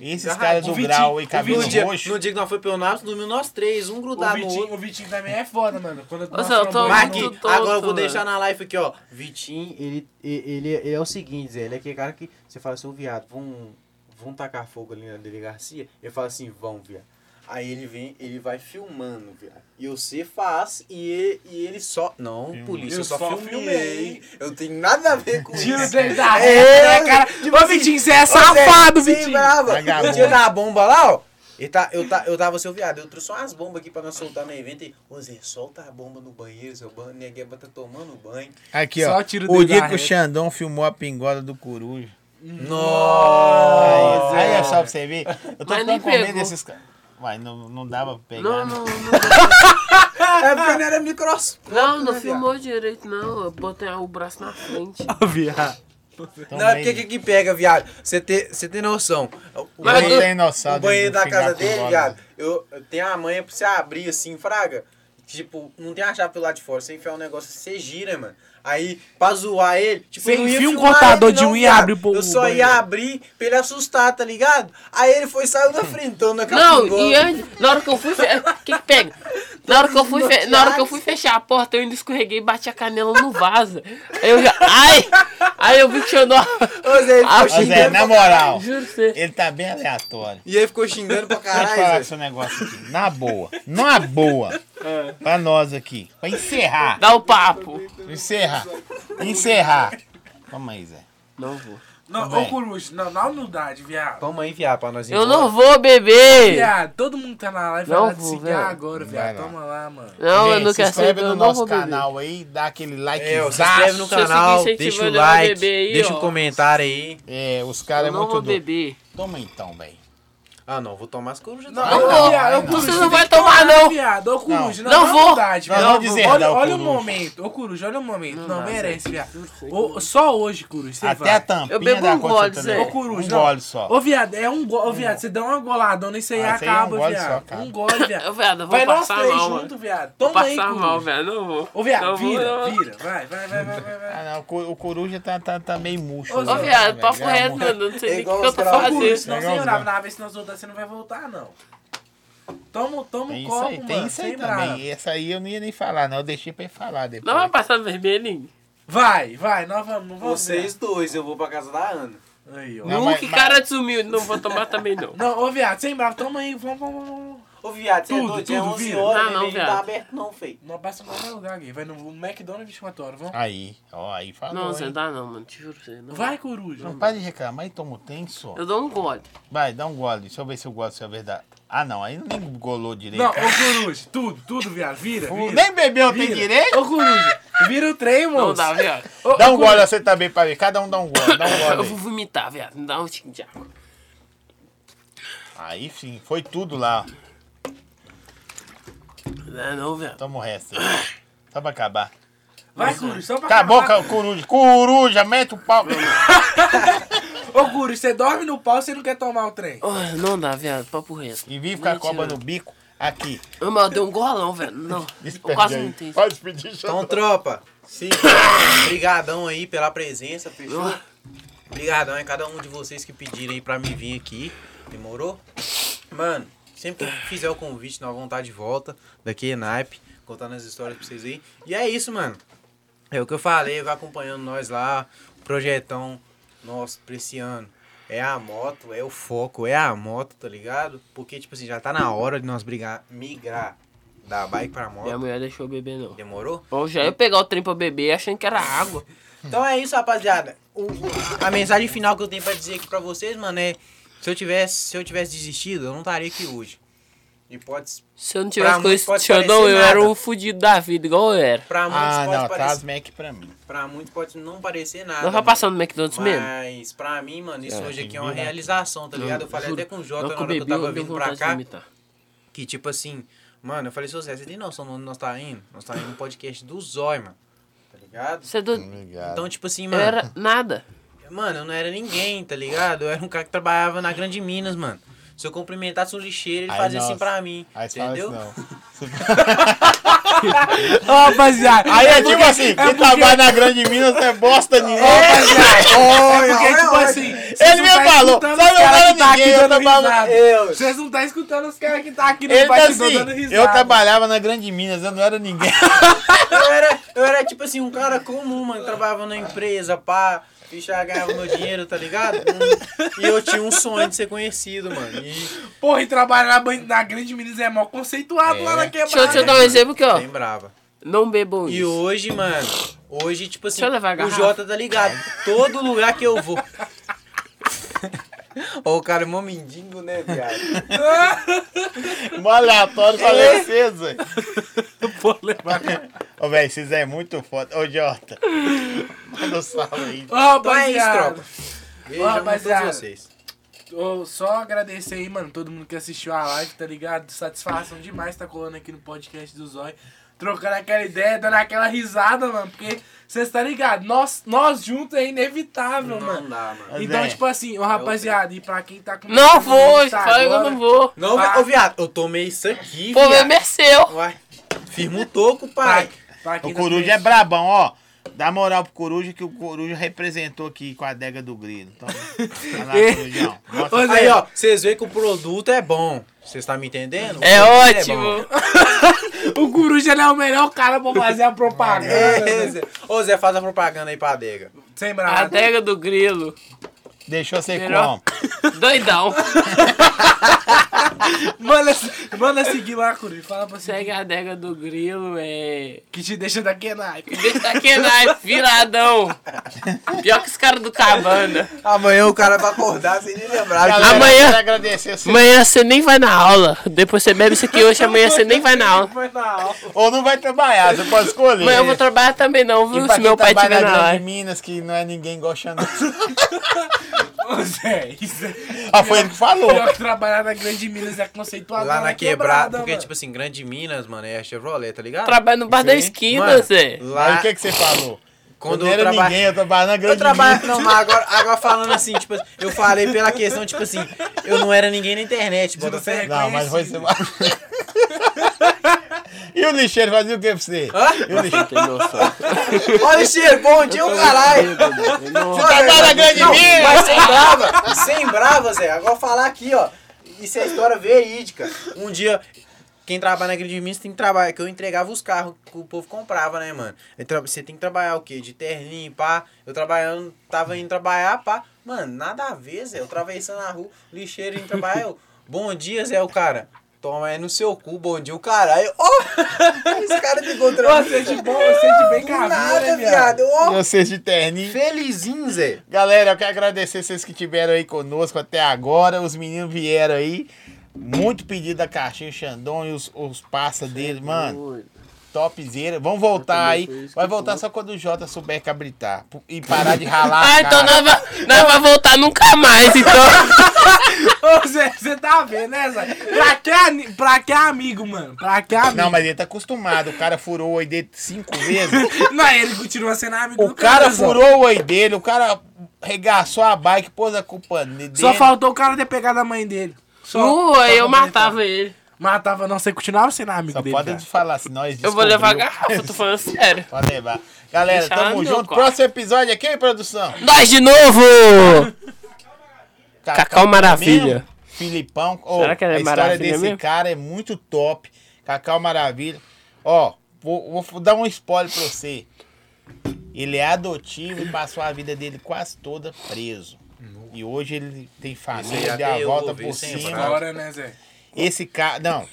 Speaker 1: Esses caras do
Speaker 4: o Vitinho-
Speaker 1: grau e
Speaker 4: o
Speaker 1: cabelo
Speaker 3: No dia,
Speaker 1: roxo.
Speaker 3: no dia que nós foi pro Nápoles, dormiu nós três, um
Speaker 4: o
Speaker 3: grudado no outro.
Speaker 4: Vitinho, o Vitinho também é foda, mano. Quando
Speaker 2: Ô,
Speaker 4: nós
Speaker 2: Zé, eu tô-
Speaker 4: trombamos
Speaker 3: Marque,
Speaker 4: no-
Speaker 2: muito tonto,
Speaker 3: agora eu vou
Speaker 2: mano.
Speaker 3: deixar na live aqui, ó. Vitinho, ele, ele, ele é o seguinte, Zé. Ele é aquele cara que você fala assim, ô viado, vão, vão tacar fogo ali na delegacia. Eu falo assim, vão, viado. Aí ele vem, ele vai filmando, viado. E você faz e ele, e ele só. Não, polícia, eu,
Speaker 4: Eu
Speaker 3: só,
Speaker 4: só
Speaker 3: filmei. Eu tenho nada a ver com
Speaker 4: Tira o
Speaker 3: isso.
Speaker 4: dedo da
Speaker 3: É,
Speaker 4: reta, né, cara?
Speaker 3: tipo
Speaker 4: Ô,
Speaker 3: assim,
Speaker 4: Vitinho, você é
Speaker 3: Ô, Zé,
Speaker 4: safado,
Speaker 3: você
Speaker 4: Vitinho!
Speaker 3: brava.
Speaker 1: Vagabundo.
Speaker 3: O dia da bomba lá, ó. Ele tá, eu, tá, eu tava seu viado, eu trouxe umas bombas aqui pra nós soltar no evento e. Ô Zé, solta a bomba no banheiro, seu banho, negueba tá tomando banho.
Speaker 1: Aqui,
Speaker 4: Só
Speaker 1: ó.
Speaker 4: tira o
Speaker 1: O
Speaker 4: dedo da
Speaker 1: dia que o
Speaker 4: reta.
Speaker 1: Xandão filmou a pingola do coruja.
Speaker 3: Nossa!
Speaker 1: Aí, aí é só pra você ver. Eu tô
Speaker 2: Mas
Speaker 1: ficando
Speaker 2: nem
Speaker 1: com medo
Speaker 2: pegou.
Speaker 1: desses caras. Vai, não, não dava pra pegar.
Speaker 2: Não,
Speaker 1: né?
Speaker 2: não, não,
Speaker 3: É porque não era né, micros.
Speaker 2: não, não filmou direito, não. Eu botei o braço na frente.
Speaker 1: Então,
Speaker 3: Não, é
Speaker 1: meio-
Speaker 3: porque que, que pega, viado? Você tem, cê tem noção. O
Speaker 1: Eu
Speaker 2: Mas
Speaker 1: não
Speaker 2: do-
Speaker 1: tenho noção
Speaker 3: o
Speaker 1: de-
Speaker 3: banheiro
Speaker 1: de
Speaker 3: da
Speaker 1: pingar
Speaker 3: casa
Speaker 1: com
Speaker 3: dele,
Speaker 1: bola.
Speaker 3: viado, eu, eu tenho a manha pra você abrir assim, fraga. Tipo, não tem a chave pelo lado de fora. Você enfiar um negócio, você gira, mano. Aí, pra zoar ele, tipo,
Speaker 4: Você
Speaker 3: eu não ia
Speaker 4: enfia um
Speaker 3: filmar
Speaker 4: cortador
Speaker 3: ele,
Speaker 4: de
Speaker 3: não,
Speaker 4: unha e
Speaker 3: viado.
Speaker 4: abre pro-
Speaker 3: Eu só
Speaker 4: pro
Speaker 3: ia
Speaker 4: banheiro.
Speaker 3: abrir pra ele assustar, tá ligado? Aí ele foi e saiu da então, frentona na
Speaker 2: Não, e é- antes, na hora que eu fui. fe- O que que pega? Na hora que, eu fui fe- na hora que eu fui fechar a porta, eu ainda escorreguei e bati a canela no vaso. Aí eu já. Ai! Aí eu vi que eu não.
Speaker 3: Ô, Zé, é ele
Speaker 2: Ah,
Speaker 3: ficou
Speaker 1: Ô, Zé,
Speaker 3: xingando.
Speaker 1: é, na moral,
Speaker 2: Juro pra você.
Speaker 1: ele tá bem aleatório.
Speaker 3: E ele ficou xingando pra
Speaker 1: Deixa eu falar
Speaker 3: caralho,
Speaker 1: com
Speaker 3: Zé.
Speaker 1: seu negócio aqui. Na boa. Na boa.
Speaker 4: É.
Speaker 1: Pra nós aqui. Pra encerrar.
Speaker 2: Dá o papo.
Speaker 1: Encerrar. Encerrar. Calma aí, Zé.
Speaker 2: Não vou.
Speaker 4: Não,
Speaker 1: Também.
Speaker 4: ô Coruja, não, na humildade, viado.
Speaker 3: Vamos aí, viado, pra nós ir
Speaker 2: Eu
Speaker 3: embora.
Speaker 2: não vou beber!
Speaker 4: Viado, todo mundo tá na live
Speaker 2: Não
Speaker 4: falando de
Speaker 2: vou,
Speaker 4: cigarro
Speaker 2: velho.
Speaker 4: agora,
Speaker 1: Vai
Speaker 4: viado.
Speaker 1: lá.
Speaker 4: Toma lá, mano.
Speaker 2: Não, eu
Speaker 1: Gente,
Speaker 2: não
Speaker 1: se
Speaker 2: quero
Speaker 1: inscreve
Speaker 2: saber,
Speaker 1: no
Speaker 2: eu não
Speaker 1: nosso
Speaker 2: vou beber.
Speaker 1: canal aí, dá aquele like.
Speaker 3: É, ó, se inscreve no
Speaker 2: Se eu seguir
Speaker 3: canal,
Speaker 2: incentivando
Speaker 3: deixa o
Speaker 2: ele a
Speaker 3: like,
Speaker 2: beber aí,
Speaker 3: deixa
Speaker 2: ó.
Speaker 3: um comentário aí.
Speaker 1: É, os
Speaker 2: Eu
Speaker 1: caras é
Speaker 2: não
Speaker 1: muito
Speaker 2: vou
Speaker 1: doido.
Speaker 2: beber.
Speaker 1: Toma então, velho.
Speaker 3: Ah, não, vou tomar as corujas.
Speaker 4: Não,
Speaker 1: Não,
Speaker 4: ô,
Speaker 1: não,
Speaker 4: viado, ô,
Speaker 1: não.
Speaker 4: Coruja,
Speaker 2: Você não
Speaker 4: tem
Speaker 2: vai
Speaker 4: que tomar,
Speaker 2: tomar, não.
Speaker 4: viado. Ô, Coruja,
Speaker 2: Não
Speaker 4: na
Speaker 2: vou.
Speaker 4: humildade,
Speaker 1: Não,
Speaker 4: viado.
Speaker 1: não dizer,
Speaker 4: Olha,
Speaker 1: não,
Speaker 4: olha o
Speaker 1: Coruja.
Speaker 4: momento. Ô, Coruja, olha o momento. Não,
Speaker 2: dá,
Speaker 4: merece, viado.
Speaker 2: Juro pra você.
Speaker 4: Ô, Só hoje, Coruja, você
Speaker 1: Até
Speaker 4: vai.
Speaker 1: a tampinha
Speaker 2: Eu bebo
Speaker 1: da
Speaker 2: um
Speaker 1: conta
Speaker 2: gole,
Speaker 1: também.
Speaker 2: Zé.
Speaker 4: Ô, Coruja,
Speaker 1: um
Speaker 4: não.
Speaker 1: gole só.
Speaker 4: Ô, viado, é um
Speaker 2: Hum.
Speaker 4: gole. Ô, viado, você dá uma goladona, isso aí
Speaker 1: Ah, isso aí é um
Speaker 4: acaba,
Speaker 1: gole
Speaker 4: viado.
Speaker 1: só, cara.
Speaker 4: Um gole, viado.
Speaker 2: Eu, viado, eu vou
Speaker 4: Vai nós
Speaker 2: passar
Speaker 4: três
Speaker 2: mal,
Speaker 4: juntos,
Speaker 2: mano.
Speaker 4: viado.
Speaker 2: Vou
Speaker 4: Toma aí,
Speaker 2: passar mal,
Speaker 4: Coruja.
Speaker 2: velho. Não vou.
Speaker 4: Ô, viado,
Speaker 2: Não vou,
Speaker 4: vira,
Speaker 2: não.
Speaker 4: vira. Vai, vai, vai, vai, vai. vai.
Speaker 1: Ah, não, o co- o coruja tá, tá, tá meio murcho.
Speaker 4: Ô,
Speaker 1: né,
Speaker 2: Ô, viado,
Speaker 1: velho?
Speaker 2: papo
Speaker 1: Já
Speaker 2: reto,
Speaker 1: morreu.
Speaker 2: mano. eu Não sei
Speaker 3: É
Speaker 2: nem o que
Speaker 3: igual
Speaker 2: que eu
Speaker 3: os
Speaker 2: tô
Speaker 3: caras-
Speaker 4: Por
Speaker 2: fazendo.
Speaker 4: senão você
Speaker 1: Legal,
Speaker 4: orava
Speaker 1: né?
Speaker 4: na ave, senão os outros você não vai voltar, não. Toma, toma
Speaker 1: Tem
Speaker 4: um
Speaker 1: isso
Speaker 4: copo,
Speaker 1: aí, tem
Speaker 4: mano.
Speaker 1: isso aí
Speaker 4: sem
Speaker 1: também.
Speaker 4: brava.
Speaker 1: Essa aí eu não ia nem falar, não. Eu deixei pra ele falar depois.
Speaker 2: Não vai passar vermelhinho?
Speaker 4: Vai, vai, nós vamos, não vamos.
Speaker 3: Vocês dois, eu vou pra casa da Ana.
Speaker 4: Aí, ó.
Speaker 1: Não,
Speaker 2: Nu,
Speaker 1: mas-
Speaker 2: que
Speaker 1: mas-
Speaker 2: cara de sumiu. Não vou tomar também, não.
Speaker 4: Não, ô viado, sem bravo, toma aí, vamos, vamos, vamos.
Speaker 3: Ô, viado, você é
Speaker 4: Tudo,
Speaker 3: doido, já é
Speaker 4: tudo,
Speaker 3: 11
Speaker 4: vira.
Speaker 3: horas,
Speaker 2: Não, não,
Speaker 3: não, não
Speaker 2: viado.
Speaker 3: tá aberto não, feio.
Speaker 4: Não passa em qualquer lugar, gay. Vai no McDonald's 24 horas, vamos.
Speaker 1: Aí, ó, aí
Speaker 3: Tá
Speaker 1: falou.
Speaker 2: Não, você
Speaker 1: hein?
Speaker 2: não dá não, mano. Te juro pra você. Não.
Speaker 4: Vai, coruja.
Speaker 1: Não para de reclamar e toma o tenso.
Speaker 2: Eu dou um gole.
Speaker 1: Vai, dá um gole. Deixa eu ver se eu gosto, se é verdade. Ah, não, aí nem golou direito.
Speaker 4: Não, ô coruja, tudo, tudo, viado. Vira,
Speaker 1: Pô,
Speaker 4: vira.
Speaker 1: nem bebeu, tem
Speaker 4: vira.
Speaker 1: direito?
Speaker 4: Ô coruja, vira o trem, moço.
Speaker 2: Não dá, viado.
Speaker 4: Ô,
Speaker 1: Dá
Speaker 4: ô,
Speaker 1: um gole você também pra ver. Cada um dá um gole, dá um
Speaker 2: Eu
Speaker 1: gole.
Speaker 2: vou
Speaker 1: aí.
Speaker 2: vomitar, viado. Me dá um tiquinho de água.
Speaker 1: Aí sim, foi tudo lá.
Speaker 2: Não, não, viado.
Speaker 1: Toma o resto. aí. Só pra acabar.
Speaker 4: Vai, coruja, só pra
Speaker 1: Acabou
Speaker 4: acabar.
Speaker 1: com coruja. Coruja, mete o pau.
Speaker 4: Ô coruja, você dorme no pau, você não quer tomar o trem.
Speaker 2: Ô, não dá, viado. Papo reto.
Speaker 1: E vim com a
Speaker 2: Mentira.
Speaker 1: cobra no bico. Aqui.
Speaker 2: Ô, mas eu dei um golão, velho. Não. Eu
Speaker 1: Despede
Speaker 2: quase
Speaker 1: aí.
Speaker 2: não tenho.
Speaker 1: Pode pedir
Speaker 3: Então,
Speaker 1: xodó.
Speaker 3: tropa, sim, brigadão aí pela presença, fechou? Obrigadão a cada um de vocês que pediram aí pra mim vir aqui, demorou? Mano, sempre que eu fizer o convite, nós vamos estar de volta daqui é naipe, contando as histórias pra vocês aí. E é isso, mano. É o que eu falei, vai acompanhando nós lá, projetão nosso pra esse ano. É a moto, é o foco, é a moto, tá ligado? Porque, tipo assim, já tá na hora de nós brigar, migrar da bike pra
Speaker 2: Minha
Speaker 3: moto.
Speaker 2: mulher deixou eu beber, não.
Speaker 3: Demorou?
Speaker 2: Bom, já ia pegar o trem pra beber achando que era água.
Speaker 3: Então é isso, rapaziada. O- o- a mensagem final que eu tenho pra dizer aqui pra vocês, mano, é... Se eu tivesse, se eu tivesse desistido, eu não estaria aqui hoje. E pode...
Speaker 2: Se eu não
Speaker 3: Pra
Speaker 2: tivesse
Speaker 3: muitos
Speaker 2: conhecido
Speaker 3: pode
Speaker 2: esse Xandão,
Speaker 3: parecer
Speaker 2: eu era
Speaker 3: nada.
Speaker 2: um fudido da vida, igual eu era.
Speaker 3: Pra muitos
Speaker 1: Ah,
Speaker 3: pode
Speaker 1: não, traz
Speaker 3: parecer...
Speaker 1: Mac pra mim.
Speaker 3: Pra muitos pode não parecer nada.
Speaker 2: Nós vai
Speaker 3: mano.
Speaker 2: passando no McDonald's mesmo.
Speaker 3: Mas pra mim, mano, isso
Speaker 2: É,
Speaker 3: hoje
Speaker 1: tem
Speaker 3: aqui é uma
Speaker 1: vida.
Speaker 3: realização, tá ligado? Eu falei
Speaker 2: juro,
Speaker 3: até com o Jota
Speaker 2: não
Speaker 3: na
Speaker 2: que eu
Speaker 3: hora que eu
Speaker 2: bebi,
Speaker 3: tava
Speaker 2: eu dei
Speaker 3: vindo pra
Speaker 2: vontade de
Speaker 3: cá.
Speaker 2: vomitar.
Speaker 3: Que tipo assim, mano, eu falei, seu Zé, você tem noção de onde nós tá indo? Nós tá indo no podcast do Zói, mano. Tá ligado?
Speaker 2: Você é doido?
Speaker 1: Obrigado.
Speaker 3: Então, tipo assim,
Speaker 2: Eu
Speaker 3: mano.
Speaker 2: era nada.
Speaker 3: Mano, eu não era ninguém, tá ligado? Eu era um cara que trabalhava na Grande Minas, mano. Se eu cumprimentasse um lixeiro, ele
Speaker 1: Aí,
Speaker 3: fazia assim
Speaker 1: nossa.
Speaker 3: pra mim.
Speaker 1: Aí você fala isso
Speaker 3: entendeu?
Speaker 1: não.
Speaker 4: Rapaziada.
Speaker 1: Aí é tipo assim, quem trabalha na Grande Minas não é bosta nenhuma.
Speaker 4: Porque, tipo assim,
Speaker 1: Ele me falou, só não fala
Speaker 4: tá
Speaker 1: ninguém, eu trabalho. Eu.
Speaker 4: Vocês não tá escutando os caras que tá aqui no
Speaker 1: Ele tá
Speaker 4: bastidor
Speaker 1: assim,
Speaker 4: dando risada.
Speaker 1: eu trabalhava na Grande Minas, eu não era ninguém.
Speaker 3: Eu era, eu era tipo assim, um cara comum, mano. Trabalhava na empresa, pá. E já ganhava meu dinheiro, tá ligado? Hum, E eu tinha um sonho de ser conhecido, mano. E
Speaker 4: Porra, e trabalhar na, ban- na Grande Minas é mó conceituado lá na
Speaker 2: Deixa eu, deixa eu
Speaker 4: quebrada.
Speaker 2: dar um exemplo aqui, ó.
Speaker 3: bem brava.
Speaker 2: Não bebam
Speaker 3: E
Speaker 2: isso.
Speaker 3: hoje, mano, hoje, tipo assim,
Speaker 2: Deixa eu levar a
Speaker 3: o
Speaker 2: garrafa.
Speaker 3: Jota tá ligado. Todo lugar que eu vou. Ó, o cara é mó mendigo, né, viado?
Speaker 1: Mó Um aleatório pra vocês, velho. Ô, velho, vocês é muito foda. Ô, Jota. Manda um salve aí.
Speaker 4: Ô,
Speaker 3: Então é isso,
Speaker 4: rapaziada.
Speaker 3: tropa. Beijo a
Speaker 4: rapaziada.
Speaker 3: todos vocês.
Speaker 4: Ô, só agradecer aí, mano, todo mundo que assistiu a live, tá ligado? Satisfação demais tá colando aqui no podcast do Zói. Trocando aquela ideia, dando aquela risada, mano. Porque vocês tá ligado? Nós, nós juntos é inevitável,
Speaker 3: Não
Speaker 4: mano.
Speaker 3: dá, mano.
Speaker 1: Mas
Speaker 4: Então,
Speaker 1: é.
Speaker 4: tipo assim, ô rapaziada, e pra quem tá com.
Speaker 2: Não vou, hoje, fala que eu não vou.
Speaker 3: Não,
Speaker 4: Vai.
Speaker 3: ô viado, eu tomei isso aqui,
Speaker 2: O
Speaker 3: viado.
Speaker 2: problema é seu.
Speaker 3: Uai, firma o toco, pai.
Speaker 4: Pra, pra quem
Speaker 1: O
Speaker 4: tá
Speaker 1: Coruja é
Speaker 4: conhecendo-
Speaker 1: brabão, ó. Dá moral pro Coruja, que o Coruja representou aqui com a adega do grilo. Então, vai lá, Corujão. Mostra
Speaker 4: Ô, Zé,
Speaker 3: Aí, ó, vocês veem que o produto é bom. Vocês tá me entendendo? O
Speaker 2: É
Speaker 3: produto
Speaker 2: ótimo.
Speaker 4: O Coruja ele é o melhor cara pra fazer a propaganda. né,
Speaker 3: bom. É, Zé. Ô, Zé, faz a propaganda aí pra adega.
Speaker 4: Sem
Speaker 2: A
Speaker 4: brava.
Speaker 2: adega do grilo.
Speaker 1: Deixou ser
Speaker 2: Melhor.
Speaker 1: como?
Speaker 2: Doidão.
Speaker 4: Manda, manda seguir lá, Coruja. Fala pra você
Speaker 2: Segue a adega do grilo, é.
Speaker 4: que te deixa daqui é naipe.
Speaker 2: Deixa daquele lá, viradão. Pior que os caras do cabana.
Speaker 3: Amanhã o cara vai acordar sem nem lembrar.
Speaker 1: Galera,
Speaker 2: Amanhã-
Speaker 1: quero agradecer você.
Speaker 2: Amanhã você nem vai na aula. Depois você bebe isso aqui hoje, amanhã você nem vai na aula.
Speaker 4: Foi na aula.
Speaker 1: Ou não vai trabalhar, você pode escolher.
Speaker 2: Amanhã eu vou trabalhar também não, viu?
Speaker 1: E pra
Speaker 2: Se
Speaker 1: quem
Speaker 2: meu pai
Speaker 1: trabalha
Speaker 2: tiver na
Speaker 1: Grande
Speaker 2: live.
Speaker 1: Minas, que não é ninguém gostando.
Speaker 4: Ô, Zé, isso é.
Speaker 1: ah, foi ele que falou.
Speaker 4: Pior que trabalhar na Grande Minas é conceituado
Speaker 3: Lá na quebrada, porque,
Speaker 4: mano.
Speaker 3: tipo assim, Grande Minas, mano, é a Chevrolet, tá ligado?
Speaker 2: Trabalho no bar da
Speaker 3: Sim.
Speaker 2: esquina,
Speaker 3: Mano,
Speaker 2: Zé.
Speaker 1: Mas
Speaker 3: Lá,
Speaker 1: o que, que você falou?
Speaker 3: quando
Speaker 1: não
Speaker 3: eu
Speaker 1: era
Speaker 3: trabalho...
Speaker 1: ninguém, eu trabalho na grande
Speaker 3: Eu trabalho,
Speaker 1: Minas.
Speaker 3: não, mas agora, agora falando assim, tipo, eu falei pela questão, tipo assim, eu não era ninguém na internet,
Speaker 1: Tipo
Speaker 3: bota
Speaker 4: você
Speaker 3: fé.
Speaker 4: é
Speaker 1: Não, mas foi semana. e o lixeiro fazia o que pra você?
Speaker 3: Hã?
Speaker 1: E o lixeiro?
Speaker 2: Tem noção.
Speaker 3: Olha, cheiro, bom dia, o caralho.
Speaker 1: Você trabalha na grande
Speaker 3: Não,
Speaker 1: Minas?
Speaker 3: mas sem brava, sem brava, Zé. Agora falar aqui, ó. Isso é história verídica. Um dia, quem trabalha na Grande Minas tem que trabalhar, que eu entregava os carros que o povo comprava, né, mano? Eu tra- Você tem que trabalhar o quê? De terninho, pá. Eu trabalhando, tava indo trabalhar, pá. Mano, nada a ver, Zé. Eu atravessando a rua, lixeiro indo trabalhar. Eu, Bom dia, Zé, o cara. Toma, é no seu cu, bom dia, o caralho. Ó, esse cara me encontrou.
Speaker 4: Você é de bom, você é de bem
Speaker 3: Do
Speaker 4: cavalo,
Speaker 3: nada,
Speaker 4: né,
Speaker 3: viado.
Speaker 4: viado?
Speaker 1: E
Speaker 3: Ó,
Speaker 1: vocês de terninho.
Speaker 3: felizinho, Zé.
Speaker 1: Galera, eu quero agradecer vocês que tiveram aí conosco até agora. Os meninos vieram aí. Muito pedido da caixinha Xandão e os, os passa dele, mano. Topzera. Vamos voltar
Speaker 2: também
Speaker 1: aí.
Speaker 2: foi isso
Speaker 1: Vai
Speaker 2: que
Speaker 1: voltar
Speaker 2: foi.
Speaker 1: só quando o Jota souber cabritar. Pu- E parar de ralar. a
Speaker 2: Ah, então
Speaker 1: cara.
Speaker 2: nós vai, nós vai voltar nunca mais, então.
Speaker 4: Ô, Zé, você tá vendo, né, Zé? Pra que, ani- pra que amigo, mano? Pra que amigo?
Speaker 1: Não, mas ele tá acostumado. O cara furou o oi dele cinco vezes.
Speaker 4: Não, é ele continua sendo amigo
Speaker 1: O
Speaker 4: do
Speaker 1: cara
Speaker 4: Zé.
Speaker 1: furou o oi dele. O cara regaçou a bike, pôs a culpa ne- dele.
Speaker 4: Só faltou o cara ter pegado a mãe dele. Só,
Speaker 2: Nu,
Speaker 4: só
Speaker 2: aí eu
Speaker 4: pra ele
Speaker 2: matava ele.
Speaker 4: tá- Matava, não, você continuava sendo amigo
Speaker 1: Só
Speaker 4: dele.
Speaker 1: pode
Speaker 3: é
Speaker 4: cara.
Speaker 1: falar, senão nós
Speaker 2: Eu vou levar a
Speaker 1: descobriu.
Speaker 2: garrafa, tô falando sério.
Speaker 1: Pode levar. Galera,
Speaker 2: Deixa
Speaker 1: tamo
Speaker 2: lá no
Speaker 1: junto.
Speaker 2: quarto.
Speaker 1: Próximo episódio aqui, hein, produção?
Speaker 2: Nós de novo! Cacau Maravilha.
Speaker 1: mesmo? Filipão. Ô,
Speaker 2: Será que ele é
Speaker 1: a história
Speaker 2: maravilha
Speaker 1: desse
Speaker 2: mesmo?
Speaker 1: cara é muito top. Cacau Maravilha. Ó, vou, vou dar um spoiler pra você. Ele é adotivo e passou a vida dele quase toda preso. E hoje ele tem
Speaker 10: Isso
Speaker 1: família,
Speaker 10: aí
Speaker 1: deu a
Speaker 10: até eu
Speaker 1: volta
Speaker 10: ouvi,
Speaker 1: por
Speaker 10: sim,
Speaker 1: cima.
Speaker 10: bravo.
Speaker 4: Agora, né, Zé?
Speaker 1: Esse cara. Não,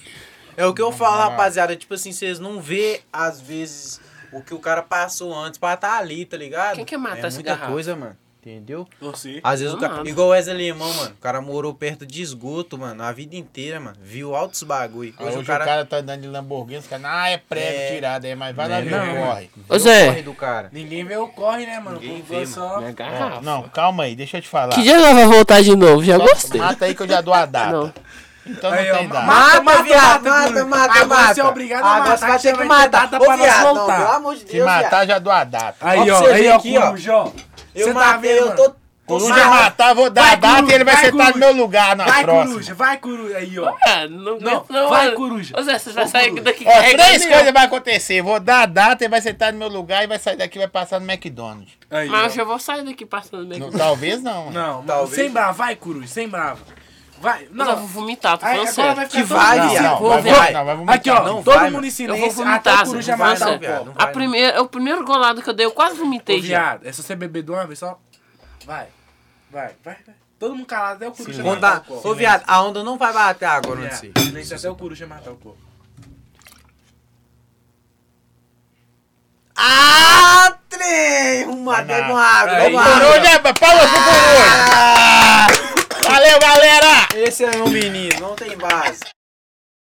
Speaker 3: É o que eu falo,
Speaker 1: lá.
Speaker 3: rapaziada. Tipo assim, vocês não vê, às vezes, o que o cara passou antes pra estar ali, tá ligado?
Speaker 2: Quem quer matar
Speaker 3: é
Speaker 2: esse
Speaker 3: muita
Speaker 2: garrafa?
Speaker 3: coisa, mano. Entendeu?
Speaker 4: Você.
Speaker 3: Às vezes o
Speaker 2: Não,
Speaker 3: cara.
Speaker 2: mano.
Speaker 3: Igual o Wesley Limão, mano. O cara morou perto de esgoto, mano, a vida inteira, mano. Viu altos bagulho.
Speaker 4: Ah,
Speaker 1: hoje o cara... tá andando de Lamborghini, os caras. Ah, é prego
Speaker 3: É.
Speaker 1: tirado aí, mas vai lá
Speaker 3: Né,
Speaker 1: ver o
Speaker 4: não.
Speaker 1: corre.
Speaker 3: Viu
Speaker 2: Ô,
Speaker 3: o
Speaker 2: Zé.
Speaker 3: corre do cara.
Speaker 4: Ninguém vê o corre, né, mano?
Speaker 3: Ninguém
Speaker 4: Ninguém
Speaker 3: vê, né?
Speaker 4: só...
Speaker 2: Minha
Speaker 1: Ó,
Speaker 2: garrafa.
Speaker 1: não, calma aí, deixa eu te falar.
Speaker 2: Que dia nós vamos voltar de novo? Já gostei.
Speaker 1: Mata aí que eu já dou a data.
Speaker 2: Não.
Speaker 1: Então não
Speaker 4: Aí, ó,
Speaker 1: tem data.
Speaker 3: Mata, viado, mata,
Speaker 4: Bruno.
Speaker 3: mata,
Speaker 4: Agora
Speaker 3: mata.
Speaker 4: você é obrigado a matar,
Speaker 3: Agora você vai
Speaker 4: que
Speaker 3: ter
Speaker 4: já
Speaker 3: que
Speaker 4: vai ter
Speaker 3: matar.
Speaker 4: data
Speaker 3: Ô,
Speaker 4: pra nós
Speaker 3: viado, não,
Speaker 4: voltar.
Speaker 3: pelo amor de
Speaker 1: Se
Speaker 3: Deus, viado.
Speaker 1: matar, já dou a data.
Speaker 4: Aí,
Speaker 3: Ó,
Speaker 4: ó,
Speaker 3: pra você
Speaker 4: aí,
Speaker 3: ver
Speaker 4: ó,
Speaker 3: aqui, ó.
Speaker 4: Coruja, ó.
Speaker 3: Eu
Speaker 4: Você tá
Speaker 3: matei, eu
Speaker 4: vendo?
Speaker 3: tô...
Speaker 1: Coruja matar, vou dar a
Speaker 4: Vai,
Speaker 1: data e
Speaker 4: coruja,
Speaker 1: ele vai
Speaker 4: vai,
Speaker 1: sentar no
Speaker 4: coruja.
Speaker 1: meu lugar na
Speaker 4: Vai,
Speaker 1: próxima.
Speaker 4: coruja, vai, coruja. Aí, ó.
Speaker 2: Ah, não,
Speaker 4: Não,
Speaker 2: aguento não,
Speaker 4: vai,
Speaker 2: mano.
Speaker 4: coruja.
Speaker 2: Ô É, Zé, você vai sair daqui
Speaker 1: Ó, É,
Speaker 4: é
Speaker 1: três
Speaker 2: carregando,
Speaker 1: coisas vai acontecer. Vou dar a data, ele vai sentar no meu lugar e vai sair daqui e vai passar no McDonald's.
Speaker 4: Aí,
Speaker 2: Mas eu
Speaker 4: ó.
Speaker 2: já vou sair daqui passando bem.
Speaker 1: Não,
Speaker 2: Não,
Speaker 1: talvez não. né?
Speaker 4: Não, mano,
Speaker 3: Talvez.
Speaker 4: sem brava, vai, coruja, sem brava. Vai,
Speaker 2: não. Eu vou
Speaker 4: não.
Speaker 2: vomitar, tô
Speaker 4: Aí,
Speaker 2: falando
Speaker 4: agora vai
Speaker 2: sério.
Speaker 4: ficar
Speaker 3: Que
Speaker 4: todo
Speaker 3: vai,
Speaker 4: mundo em
Speaker 3: viado.
Speaker 4: silêncio.
Speaker 2: Vou
Speaker 1: vai,
Speaker 2: vomitar.
Speaker 1: vai, não, vai vomitar.
Speaker 4: Aqui, ó,
Speaker 3: Não
Speaker 4: todo
Speaker 3: vai,
Speaker 4: mundo em
Speaker 2: Eu vou
Speaker 4: silêncio, até
Speaker 2: vomitar,
Speaker 4: a
Speaker 2: Zé.
Speaker 4: coruja
Speaker 2: não vai,
Speaker 4: matar o
Speaker 2: Zé.
Speaker 4: copo.
Speaker 2: A primeira, é o primeiro golado que eu dei, eu quase vomitei
Speaker 4: Ô,
Speaker 2: já.
Speaker 4: viado, é só você beber de uma vez só. Vai, vai, vai. vai. Todo mundo calado, até o coruja
Speaker 3: Vamos
Speaker 4: matar
Speaker 3: dar...
Speaker 4: o copo.
Speaker 3: Ô, viado, a onda não vai bater agora, não sei.
Speaker 4: Viado, Silêncio até é o coruja matar o copo.
Speaker 3: Ah, trem! Uma,
Speaker 1: Vai lá.
Speaker 3: bebe uma água,
Speaker 4: Aí.
Speaker 3: bebe uma água.
Speaker 1: Coruja, palmas pro
Speaker 4: Ah!
Speaker 1: coruja. Valeu, galera!
Speaker 3: um Esse é meu menino, não tem base.